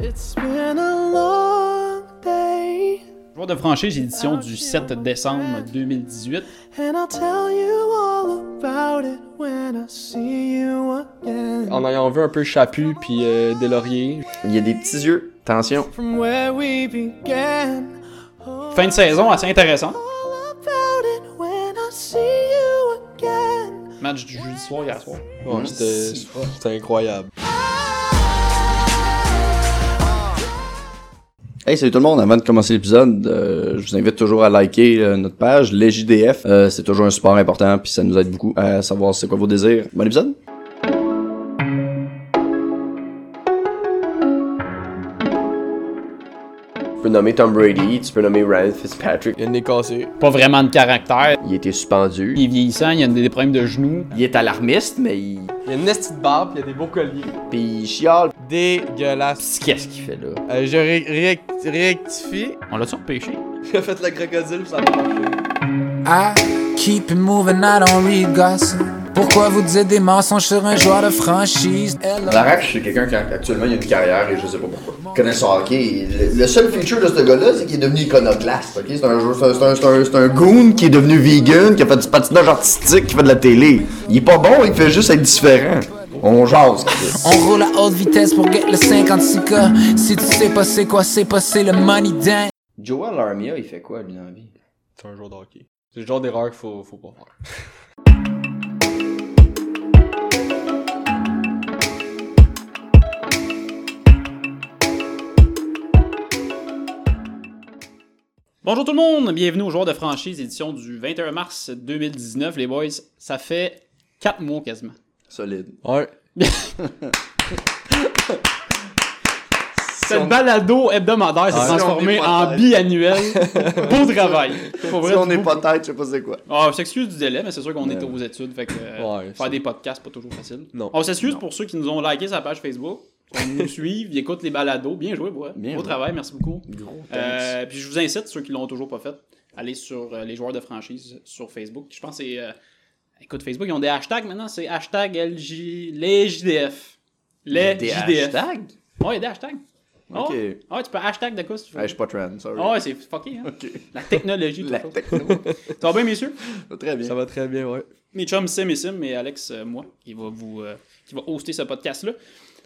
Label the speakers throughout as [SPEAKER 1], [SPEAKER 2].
[SPEAKER 1] It's been a long day,
[SPEAKER 2] Joueur de franchise, édition du 7 décembre 2018.
[SPEAKER 1] and I'll tell you all about it when I see you again.
[SPEAKER 3] En ayant vu un peu Chapu puis euh, Delaurier.
[SPEAKER 4] Il y a des petits yeux. Attention.
[SPEAKER 1] From where we began. Oh,
[SPEAKER 2] Fin de saison assez intéressante.
[SPEAKER 1] all about it when I see you again.
[SPEAKER 2] Match du jeudi soir hier soir.
[SPEAKER 3] Ouais,
[SPEAKER 4] Mm.
[SPEAKER 3] c'était c'était incroyable.
[SPEAKER 4] Hey, salut tout le monde. Avant de commencer l'épisode, euh, je vous invite toujours à liker euh, notre page, les JDF. Euh, c'est toujours un support important, puis ça nous aide beaucoup à savoir c'est quoi vos désirs. Bon épisode.
[SPEAKER 5] Tu peux nommer Tom Brady, tu peux nommer Ryan Fitzpatrick.
[SPEAKER 3] Il y a le nez cassé.
[SPEAKER 2] Pas vraiment de caractère.
[SPEAKER 5] Il était suspendu.
[SPEAKER 2] Il est vieillissant, il a des problèmes de genoux.
[SPEAKER 4] Il est alarmiste, mais il,
[SPEAKER 3] Il y a une nestie de barbe puis il y a des beaux colliers.
[SPEAKER 4] puis il chiale.
[SPEAKER 3] Dégueulasse.
[SPEAKER 2] Qu'est-ce qu'il fait?
[SPEAKER 4] Fait là.
[SPEAKER 3] Euh, je ré- ré- rectifie.
[SPEAKER 2] On l'a-tu repêché?
[SPEAKER 3] J'ai fait le crocodile ça a marché.
[SPEAKER 6] I keep it moving, I don't read gossip. Pourquoi vous dites des mensonges sur un joueur de franchise? Hello.
[SPEAKER 4] Larache, c'est quelqu'un qui actuellement il a une carrière et je sais pas pourquoi. Connaît son hockey. Le, le seul feature de ce gars-là, c'est qu'il est devenu iconoclaste. ok? C'est un, joueur- c'est un, c'est un, c'est un- c'est un goon qui est devenu vegan, qui a fait du patinage artistique, qui fait de la télé. Il est pas bon, il fait juste être différent. On jase. Chris.
[SPEAKER 6] On roule à haute vitesse pour get le 56K. Si tu sais pas c'est quoi, c'est pas c'est le money dent.
[SPEAKER 4] Joel Armia, il fait quoi lui dans la vie?
[SPEAKER 3] C'est un joueur de hockey. C'est le genre d'erreur qu'il faut, faut pas faire.
[SPEAKER 2] Bonjour tout le monde, bienvenue au Joueur de franchise, édition du 21 mars 2019. Les boys, ça fait 4 mois quasiment.
[SPEAKER 4] Solide.
[SPEAKER 3] Ouais.
[SPEAKER 2] Cette balado hebdomadaire s'est
[SPEAKER 4] Ah, si on
[SPEAKER 2] transformée
[SPEAKER 4] est pas
[SPEAKER 2] en
[SPEAKER 4] tête.
[SPEAKER 2] biannuel. Beau travail. Pour vrai,
[SPEAKER 4] Si on
[SPEAKER 2] du
[SPEAKER 4] n'est
[SPEAKER 2] beau-
[SPEAKER 4] pas tête, je sais pas c'est quoi.
[SPEAKER 2] Ah, on s'excuse du délai, mais c'est sûr qu'on est
[SPEAKER 4] Ouais.
[SPEAKER 2] aux études. Fait que euh,
[SPEAKER 3] Ouais,
[SPEAKER 2] faire
[SPEAKER 3] c'est-
[SPEAKER 2] des podcasts, c'est pas toujours facile.
[SPEAKER 3] Non.
[SPEAKER 2] On s'excuse pour ceux qui nous ont liké sa page Facebook. qui nous suivent, ils écoutent les balados. Bien joué, bois.
[SPEAKER 4] Bien
[SPEAKER 2] Beau
[SPEAKER 4] joué.
[SPEAKER 2] travail, merci beaucoup.
[SPEAKER 4] Gros
[SPEAKER 2] Euh, puis je vous incite, ceux qui l'ont toujours pas fait, à aller sur euh, les joueurs de franchise sur Facebook. Je pense que c'est. euh, écoute, Facebook, ils ont des hashtags maintenant, c'est hashtag LJ, les JDF. Les
[SPEAKER 4] Des
[SPEAKER 2] JDF.
[SPEAKER 4] hashtags?
[SPEAKER 2] Ouais, il y a des hashtags.
[SPEAKER 4] Ok.
[SPEAKER 2] Ouais, ouais, tu peux hashtag de quoi si tu veux.
[SPEAKER 4] Hey, je suis pas trans, sorry.
[SPEAKER 2] Ah ouais, c'est fucké, hein?
[SPEAKER 4] Ok.
[SPEAKER 2] La technologie, tout
[SPEAKER 4] La
[SPEAKER 2] ça.
[SPEAKER 4] techno.
[SPEAKER 2] Ça va bien, messieurs?
[SPEAKER 4] Très bien.
[SPEAKER 3] Ça va très bien, ouais.
[SPEAKER 2] Mes chums Sim et Sim et Alex, euh, moi, qui va vous... euh, qui va hoster ce podcast-là.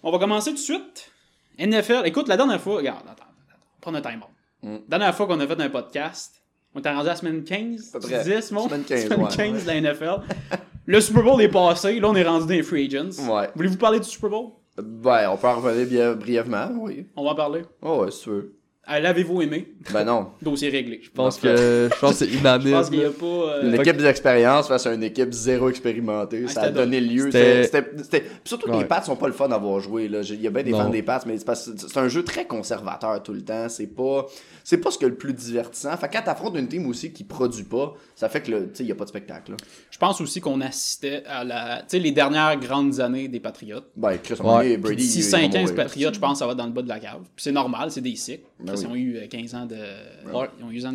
[SPEAKER 2] On va commencer tout de suite. NFL. Écoute, la dernière fois... Regarde, attends, attends, attends. Prends notre time bomb.
[SPEAKER 4] Mm.
[SPEAKER 2] Dernière fois qu'on a fait un podcast, on était rendu à la semaine 15,
[SPEAKER 4] À peu près.
[SPEAKER 2] 10, mon?
[SPEAKER 4] Semaine 15, ouais,
[SPEAKER 2] de la NFL. Le Super Bowl est passé. Là, on est rendu dans les free agents.
[SPEAKER 4] Ouais.
[SPEAKER 2] Voulez-vous parler du Super Bowl?
[SPEAKER 4] Ben, on peut en revenir bien- brièvement, oui.
[SPEAKER 2] On va en parler.
[SPEAKER 4] Oh, ouais, si tu veux.
[SPEAKER 2] Euh, L'avez-vous aimé?
[SPEAKER 4] Ben non.
[SPEAKER 2] Dossier réglé. Je
[SPEAKER 3] Je pense que je pense que c'est
[SPEAKER 2] je pense
[SPEAKER 3] unanime.
[SPEAKER 2] qu'il n'y a pas... euh,
[SPEAKER 4] Une équipe d'expérience face à une équipe zéro expérimentée,
[SPEAKER 2] Ah,
[SPEAKER 4] ça a
[SPEAKER 2] c'était
[SPEAKER 4] donné lieu.
[SPEAKER 3] C'était-
[SPEAKER 4] C'était- c'était- c'était- Puis Surtout que
[SPEAKER 3] Ouais.
[SPEAKER 4] les Pats sont pas le fun à avoir joué. Là. J'ai- Il y a bien des
[SPEAKER 3] Non.
[SPEAKER 4] fans des Pats, mais c'est, parce que c'est un jeu très conservateur tout le temps. C'est pas, c'est pas ce que le plus divertissant. Fait que quand t'affrontes une team aussi qui produit pas, ça fait que le- tu sais, il y a pas de spectacle. là.
[SPEAKER 2] Je pense aussi qu'on assistait à la, tu sais, les dernières grandes années des Patriotes.
[SPEAKER 4] Ben, Chris, on
[SPEAKER 3] Ouais.
[SPEAKER 4] est
[SPEAKER 2] Puis
[SPEAKER 4] Brady.
[SPEAKER 2] D'ici
[SPEAKER 4] il est
[SPEAKER 2] 5 ans,
[SPEAKER 4] mort.
[SPEAKER 2] les Patriotes, je pense que ça va dans le bas de la cave. Puis c'est normal, c'est des cycles.
[SPEAKER 4] Ben
[SPEAKER 2] Parce
[SPEAKER 4] oui.
[SPEAKER 2] qu'ils ont eu euh, 15 ans de, ils ont eu 15 ans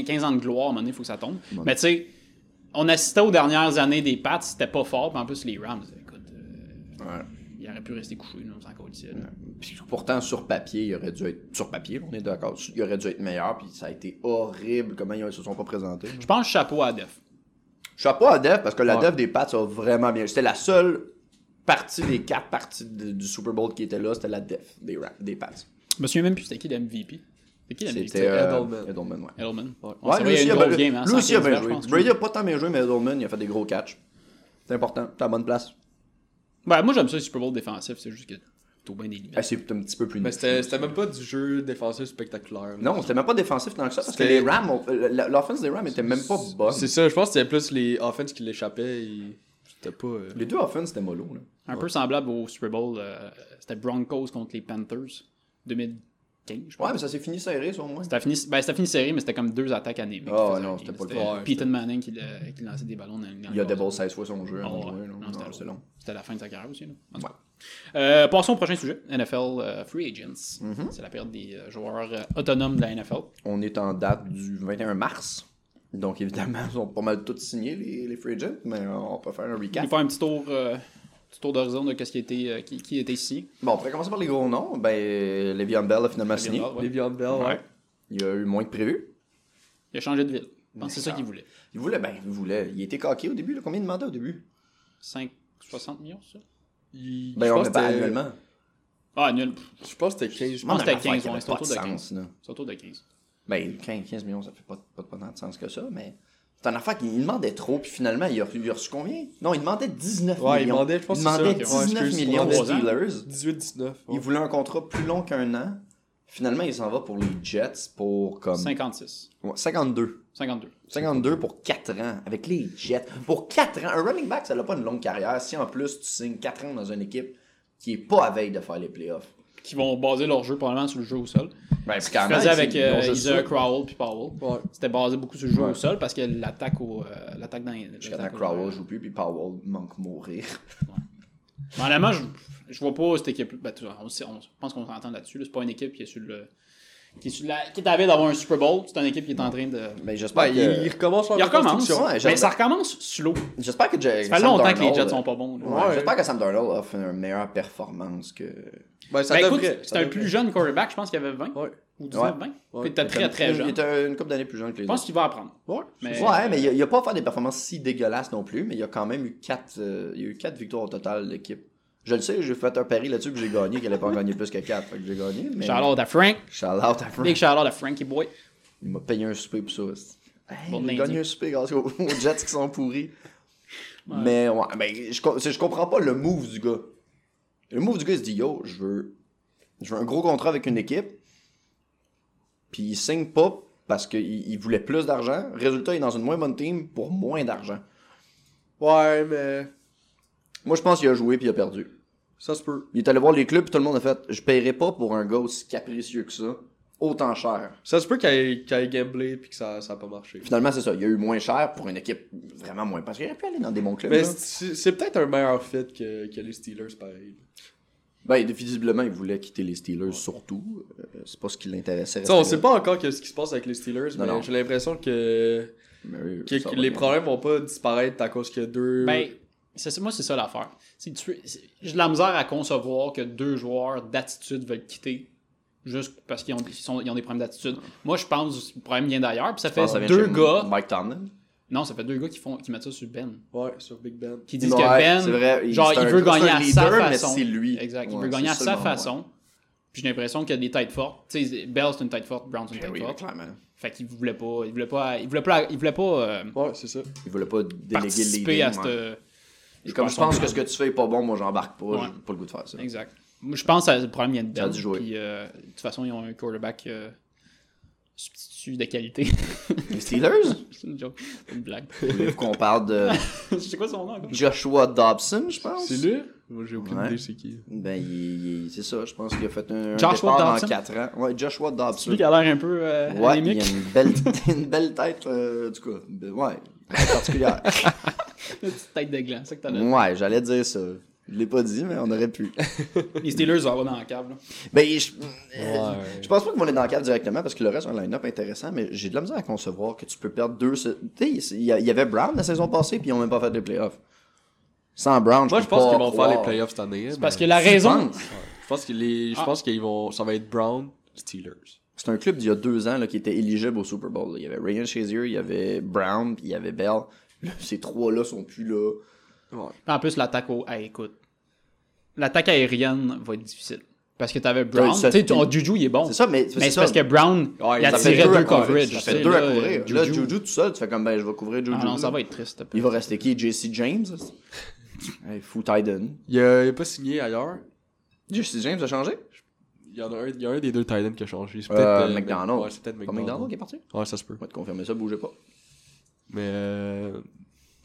[SPEAKER 2] de- 15 ans de gloire, à un moment donné, il faut que ça tombe. Mais tu sais, on assistait aux dernières années des Pats, c'était pas fort. Puis en plus, les Rams, écoute, euh,
[SPEAKER 4] Ouais.
[SPEAKER 2] ils auraient pu rester couchés, nous, on s'en calissait, là.
[SPEAKER 4] Puis pourtant, sur papier, il aurait dû être. Sur papier, là, on est d'accord. Il aurait dû être meilleur, puis ça a été horrible comment ils se sont pas présentés.
[SPEAKER 2] Je pense chapeau à Def.
[SPEAKER 4] Chapeau à Def, parce que la
[SPEAKER 3] Ouais.
[SPEAKER 4] Def des Pats a vraiment bien. C'était la seule partie des quatre parties de- du Super Bowl qui était là, c'était la Def des, Ra- des Pats.
[SPEAKER 2] Je me souviens même plus c'était qui le MVP. C'était qui le MVP?
[SPEAKER 4] C'était euh,
[SPEAKER 3] Edelman.
[SPEAKER 4] Edelman. ouais.
[SPEAKER 2] Edelman. On
[SPEAKER 4] Ouais,
[SPEAKER 2] s'est
[SPEAKER 4] lui
[SPEAKER 2] envoyé
[SPEAKER 4] aussi,
[SPEAKER 2] une
[SPEAKER 4] a bien-
[SPEAKER 2] grosse game, hein,
[SPEAKER 4] lui aussi a
[SPEAKER 2] 115
[SPEAKER 4] bien
[SPEAKER 2] je
[SPEAKER 4] joué.
[SPEAKER 2] pense.
[SPEAKER 4] Brady a pas tant bien joué, mais Edelman, il a fait des gros catchs. C'est important, t'es à la bonne place.
[SPEAKER 2] Ouais, Ben, moi, j'aime ça, le Super Bowl défensif. C'est juste que t'as bien des limites.
[SPEAKER 4] Ah, c'est un petit peu plus
[SPEAKER 3] Mais
[SPEAKER 4] nul.
[SPEAKER 3] c'était c'était même pas du jeu défensif spectaculaire. là.
[SPEAKER 4] Non, c'était même pas défensif tant que ça, parce que
[SPEAKER 3] C'était-
[SPEAKER 4] les Rams, ont- euh, la- l'offense des Rams était même pas bonne.
[SPEAKER 3] C'est ça, je pense que c'était plus les offenses qui l'échappaient et c'était pas. euh,
[SPEAKER 4] Les deux offenses, c'était mollo. Là.
[SPEAKER 2] Un peu semblable au Super Bowl, euh, c'était Broncos contre les Panthers 2015, je pense.
[SPEAKER 4] Ouais, mais ça s'est fini serré, sur moi.
[SPEAKER 2] C'était fini, ben, c'était fini serré, mais c'était comme deux attaques anémiques.
[SPEAKER 4] Ah,
[SPEAKER 2] qui faisaient
[SPEAKER 4] non,
[SPEAKER 2] un
[SPEAKER 4] c'était
[SPEAKER 2] game.
[SPEAKER 4] pas le
[SPEAKER 2] C'était
[SPEAKER 3] fun. Ouais,
[SPEAKER 2] Peyton Manning qui, l'a- qui lançait des ballons dans le
[SPEAKER 4] Il a double 16 fois son jeu avant
[SPEAKER 2] Ah,
[SPEAKER 4] de
[SPEAKER 2] ouais.
[SPEAKER 4] jouer. là.
[SPEAKER 2] Non,
[SPEAKER 4] Non,
[SPEAKER 2] c'était
[SPEAKER 4] C'est long.
[SPEAKER 2] C'était la fin de sa carrière aussi. Là. En tout
[SPEAKER 4] Ouais.
[SPEAKER 2] cas. Euh, passons au prochain sujet, NFL euh, Free Agents.
[SPEAKER 4] Mm-hmm.
[SPEAKER 2] C'est la période des euh, joueurs euh, autonomes de la NFL.
[SPEAKER 4] On est en date du 21 mars. Donc, évidemment, ils ont pas mal tous signé, les, les free agents, mais on peut faire un
[SPEAKER 2] On va
[SPEAKER 4] recap.
[SPEAKER 2] faire un petit tour euh, petit tour d'horizon de qu'est-ce qui était, euh, qui, qui était signé.
[SPEAKER 4] Bon, on pourrait commencer par les gros noms. Ben, euh, Le'Veon Bell a finalement signé.
[SPEAKER 2] Bell, ouais.
[SPEAKER 3] Le'Veon Bell, ouais.
[SPEAKER 2] Ouais.
[SPEAKER 4] Il y a eu moins que prévu.
[SPEAKER 2] Il a changé de ville. Je pense que c'est ça qu'il voulait.
[SPEAKER 4] Il voulait, ben, il voulait. Il était coqué au début, là. Combien de mandats au début
[SPEAKER 2] 5, 60 millions, ça
[SPEAKER 3] Il-
[SPEAKER 4] Ben,
[SPEAKER 3] je
[SPEAKER 4] on
[SPEAKER 3] pense
[SPEAKER 4] n'est pas
[SPEAKER 3] que c'était-
[SPEAKER 4] annuellement.
[SPEAKER 2] Ah, nul. Pff,
[SPEAKER 3] Je pense que c'était 15
[SPEAKER 2] pense que
[SPEAKER 4] Non, mais
[SPEAKER 2] c'était
[SPEAKER 4] l'affaire
[SPEAKER 2] 15,
[SPEAKER 4] qui avait
[SPEAKER 2] ouais, c'est autour de
[SPEAKER 4] pas de
[SPEAKER 2] 15.
[SPEAKER 4] sens, là.
[SPEAKER 2] C'est autour de 15.
[SPEAKER 4] Ben, 15, 15 millions, ça fait pas, pas, pas tant de sens que ça, mais c'est une affaire qu'il demandait trop, puis finalement, il a, il a reçu combien Non, il demandait 19
[SPEAKER 3] Ouais, il
[SPEAKER 4] millions.
[SPEAKER 3] demandait, je pense
[SPEAKER 4] il
[SPEAKER 3] que c'est
[SPEAKER 4] demandait
[SPEAKER 3] ça, ok, ouais,
[SPEAKER 4] 19
[SPEAKER 3] excuse,
[SPEAKER 4] millions
[SPEAKER 2] trois
[SPEAKER 4] de
[SPEAKER 2] ans.
[SPEAKER 4] Steelers.
[SPEAKER 3] 18-19.
[SPEAKER 4] Il voulait un contrat plus long qu'un an. Finalement, il s'en va pour les Jets pour comme.
[SPEAKER 2] 56.
[SPEAKER 4] Ouais, 52.
[SPEAKER 2] 52.
[SPEAKER 4] 52 pour 4 ans avec les Jets. Pour 4 ans. Un running back, ça n'a pas une longue carrière. Si en plus tu signes 4 ans dans une équipe qui est pas à veille de faire les playoffs.
[SPEAKER 2] Qui vont baser leur jeu probablement sur le jeu au sol.
[SPEAKER 4] Ben, c'est quand
[SPEAKER 2] Je faisais avec
[SPEAKER 4] ils ont
[SPEAKER 2] euh,
[SPEAKER 4] juste ça.
[SPEAKER 2] Isaiah Crowell puis Powell.
[SPEAKER 3] Ouais.
[SPEAKER 2] C'était basé beaucoup sur le jeu au sol parce que l'attaque au euh, l'attaque dans
[SPEAKER 4] Jusqu'à temps
[SPEAKER 2] l'attaque
[SPEAKER 4] que
[SPEAKER 2] au-
[SPEAKER 4] Crowell joue plus, puis Powell manque mourir.
[SPEAKER 2] Mais honnêtement, je, je vois pas cette équipe. Ben, tu vois, on, sait- on- je pense qu'on s'entend là-dessus. là. C'est pas une équipe qui est sur le. Qui est, sur la, qui est à veille d'avoir un Super Bowl. C'est une équipe qui est en train de.
[SPEAKER 4] Mais
[SPEAKER 3] Ben,
[SPEAKER 4] j'espère que...
[SPEAKER 3] il, il recommence en
[SPEAKER 2] Il recommence.
[SPEAKER 3] reconstruction.
[SPEAKER 4] ouais,
[SPEAKER 2] mais
[SPEAKER 4] j'aime-
[SPEAKER 2] ça recommence slow.
[SPEAKER 4] J'espère que Jack-
[SPEAKER 2] Ça fait
[SPEAKER 4] Sam
[SPEAKER 2] longtemps que les
[SPEAKER 4] Darnold, euh,
[SPEAKER 2] Jets sont pas bons. là.
[SPEAKER 4] Ouais, J'espère que Sam Darnold offre une meilleure performance que.
[SPEAKER 3] Ben, ça
[SPEAKER 2] Ben, écoute,
[SPEAKER 3] devrait.
[SPEAKER 2] c'est
[SPEAKER 3] ça
[SPEAKER 2] un
[SPEAKER 3] devrait.
[SPEAKER 2] plus jeune quarterback. Je pense qu'il avait 20
[SPEAKER 3] Ouais.
[SPEAKER 2] ou 19,
[SPEAKER 4] Ouais.
[SPEAKER 2] 20.
[SPEAKER 3] Ouais.
[SPEAKER 2] Il était très très
[SPEAKER 4] Il
[SPEAKER 2] jeune. Je
[SPEAKER 4] était une couple d'années plus jeune que les
[SPEAKER 2] pense
[SPEAKER 4] autres.
[SPEAKER 2] qu'il va apprendre.
[SPEAKER 3] Ouais.
[SPEAKER 2] Mais,
[SPEAKER 4] Ouais, mais il a- il a pas fait des performances si dégueulasses non plus, mais il a quand même eu 4 il y a eu quatre victoires au total de l'équipe. Je le sais, j'ai fait un pari là-dessus que j'ai gagné, qu'elle n'allait pas gagner plus que 4, fait que j'ai gagné. Mais...
[SPEAKER 2] Shout out à Frank.
[SPEAKER 4] Shout out à
[SPEAKER 2] Big
[SPEAKER 4] Frank.
[SPEAKER 2] shout out à Frankie Boy.
[SPEAKER 4] Il m'a payé un souper pour ça. c'est- Hey, ben,
[SPEAKER 2] Bon
[SPEAKER 4] j'ai
[SPEAKER 2] lundi.
[SPEAKER 4] gagné un souper grâce aux, aux Jets qui sont pourris. Mais ouais, ben, je, co- je comprends pas le move du gars. Le move du gars, il se dit Yo, je veux, je veux un gros contrat avec une équipe. Puis il signe pas parce qu'il il voulait plus d'argent. Résultat, il est dans une moins bonne team pour moins d'argent.
[SPEAKER 3] Ouais, mais
[SPEAKER 4] Moi, je pense qu'il a joué puis il a perdu.
[SPEAKER 3] ça se peut.
[SPEAKER 4] Il est allé voir les clubs puis tout le monde a fait Je paierai pas pour un gars aussi capricieux que ça, autant cher.
[SPEAKER 3] Ça se peut qu'il ait, qu'il ait gamblé puis que ça n'a pas marché.
[SPEAKER 4] Finalement, c'est ça. Il y a eu moins cher pour une équipe vraiment moins. Parce qu'il aurait pu aller dans des bons clubs.
[SPEAKER 3] Mais
[SPEAKER 4] là.
[SPEAKER 3] c'est c'est peut-être un meilleur fit que, que les Steelers, pareil.
[SPEAKER 4] Ben, il- visiblement, il voulait quitter les Steelers surtout. Euh, c'est pas ce qui l'intéressait.
[SPEAKER 3] Tu sais, on sait pas encore que- ce qui se passe avec les Steelers,
[SPEAKER 4] Non,
[SPEAKER 3] mais
[SPEAKER 4] non.
[SPEAKER 3] j'ai l'impression que,
[SPEAKER 4] Mais oui,
[SPEAKER 3] que-
[SPEAKER 4] ça
[SPEAKER 3] que
[SPEAKER 4] va
[SPEAKER 3] les
[SPEAKER 4] bien.
[SPEAKER 3] problèmes vont pas disparaître à cause que deux.
[SPEAKER 2] Ben, c'est ça- moi, c'est ça l'affaire. C'est que tu- c'est- J'ai de la misère à concevoir que deux joueurs d'attitude veulent quitter juste parce qu'ils ont, ils sont- ils ont des problèmes d'attitude. Moi, je pense que le problème vient d'ailleurs. Puis ça
[SPEAKER 4] Je pense
[SPEAKER 2] fait
[SPEAKER 4] que Ah, ça vient
[SPEAKER 2] deux
[SPEAKER 4] chez
[SPEAKER 2] gars.
[SPEAKER 4] Mike Tomlin.
[SPEAKER 2] Non, ça fait deux gars qui, font, qui mettent ça sur Ben.
[SPEAKER 3] Ouais, sur Big Ben.
[SPEAKER 2] Qui disent que
[SPEAKER 4] Ouais,
[SPEAKER 2] Ben,
[SPEAKER 4] c'est vrai, il-
[SPEAKER 2] genre,
[SPEAKER 4] c'est
[SPEAKER 2] il
[SPEAKER 4] un-
[SPEAKER 2] veut
[SPEAKER 4] c'est un
[SPEAKER 2] gagner à sa
[SPEAKER 4] leader, mais
[SPEAKER 2] façon.
[SPEAKER 4] c'est lui.
[SPEAKER 2] Exact, il
[SPEAKER 4] Ouais,
[SPEAKER 2] veut gagner
[SPEAKER 4] c'est
[SPEAKER 2] à sa
[SPEAKER 4] seulement,
[SPEAKER 2] façon. Puis j'ai l'impression qu'il y a des têtes fortes. Tu sais, Bell, c'est une tête forte, Brown, c'est une tête
[SPEAKER 4] Ben oui,
[SPEAKER 2] forte.
[SPEAKER 4] clairement.
[SPEAKER 2] Fait qu'il voulait pas. Il voulait pas. Il voulait pas. Il voulait pas euh,
[SPEAKER 3] Ouais, c'est ça.
[SPEAKER 4] Il voulait pas déléguer le
[SPEAKER 2] participer à
[SPEAKER 4] leader.
[SPEAKER 2] cette. euh,
[SPEAKER 4] ouais. Et
[SPEAKER 2] je
[SPEAKER 4] comme je
[SPEAKER 2] pense
[SPEAKER 4] pense
[SPEAKER 2] qu'on-
[SPEAKER 4] que ce que tu fais est pas bon, moi, j'embarque pas.
[SPEAKER 2] Ouais.
[SPEAKER 4] J'ai pas le goût de faire ça.
[SPEAKER 2] Exact. Moi, je pense que le problème vient de
[SPEAKER 4] Ça a
[SPEAKER 2] Ben.
[SPEAKER 4] dû jouer.
[SPEAKER 2] Puis, euh, de toute façon, ils ont un quarterback euh, substitut de qualité.
[SPEAKER 4] Les Steelers
[SPEAKER 2] c'est une joke. C'est une blague.
[SPEAKER 4] Voulez-vous qu'on parle de
[SPEAKER 2] c'est quoi son nom encore?
[SPEAKER 4] Joshua Dobson, je pense
[SPEAKER 3] C'est lui Moi, j'ai aucune
[SPEAKER 4] Ouais.
[SPEAKER 3] idée c'est qui.
[SPEAKER 4] Ben, il- il- c'est ça. Je pense qu'il a fait un, un
[SPEAKER 2] Joshua
[SPEAKER 4] départ
[SPEAKER 2] Dobson?
[SPEAKER 4] en 4 ans. Ouais, Joshua
[SPEAKER 2] C'est
[SPEAKER 4] Dobson.
[SPEAKER 2] lui qui a l'air un peu euh,
[SPEAKER 4] Ouais, il
[SPEAKER 2] anémique.
[SPEAKER 4] a une belle, une belle tête, euh, du coup. Ben, Ouais, très particulière.
[SPEAKER 2] Une petite tête de gland, c'est ça que t'as
[SPEAKER 4] ouais, j'allais dire ça. Je l'ai pas dit, mais on aurait pu. Mm.
[SPEAKER 2] Les Steelers vont avoir dans la cave. là.
[SPEAKER 4] ben, je, euh, je pense pas qu'ils vont aller dans le cadre directement parce qu'il reste un line-up intéressant, mais j'ai de la misère à concevoir que tu peux perdre deux. se- Tu sais, il y a- il y avait Brown la saison passée, puis ils ont même pas fait de playoffs. Sans Brown,
[SPEAKER 3] Moi, je pense qu'ils vont faire les
[SPEAKER 4] playoffs.
[SPEAKER 3] playoffs cette année. mais Ah.
[SPEAKER 2] Parce que la raison.
[SPEAKER 3] Je pense qu'ils les... je pense qu'ils vont. Ça va être Brown, Steelers.
[SPEAKER 4] C'est un club d'il y a deux ans là, qui était éligible au Super Bowl. là. Il y avait Ryan Shazier, il y avait Brown, puis il y avait Bell. Là, Ces trois-là sont plus là.
[SPEAKER 3] Ouais.
[SPEAKER 2] En plus, l'attaque au. Hey, écoute. L'attaque aérienne va être difficile. Parce que t'avais
[SPEAKER 4] Ouais,
[SPEAKER 2] Brown.
[SPEAKER 4] ça-
[SPEAKER 2] Tu sais, ton Juju, il est bon.
[SPEAKER 4] C'est ça, mais
[SPEAKER 2] Mais c'est parce que Brown,
[SPEAKER 3] Ouais,
[SPEAKER 2] il
[SPEAKER 3] ça
[SPEAKER 4] fait
[SPEAKER 2] attirait
[SPEAKER 4] deux à
[SPEAKER 2] deux
[SPEAKER 4] courir,
[SPEAKER 2] coverages.
[SPEAKER 4] Ça
[SPEAKER 2] tu
[SPEAKER 4] fait
[SPEAKER 2] sais,
[SPEAKER 4] deux
[SPEAKER 2] là, euh,
[SPEAKER 4] à courir.
[SPEAKER 2] Juju-
[SPEAKER 4] Là, Juju tout seul, tu fais comme ben, je vais couvrir Juju.
[SPEAKER 2] Ah non, ça
[SPEAKER 4] là.
[SPEAKER 2] va être triste.
[SPEAKER 4] Il va rester qui JC James hey, Fou Tyden.
[SPEAKER 3] Il n'est pas signé ailleurs.
[SPEAKER 4] JC James a changé
[SPEAKER 3] Il y en a un, il y a un des deux Titans qui a changé. C'est
[SPEAKER 4] Euh,
[SPEAKER 3] peut-être euh,
[SPEAKER 4] McDonald.
[SPEAKER 3] Ouais, c'est peut-être
[SPEAKER 4] Pas
[SPEAKER 3] McDonald.
[SPEAKER 4] McDonald qui est parti
[SPEAKER 3] Ouais, ça se peut.
[SPEAKER 4] On va te confirmer ça, bougez pas.
[SPEAKER 3] Mais euh...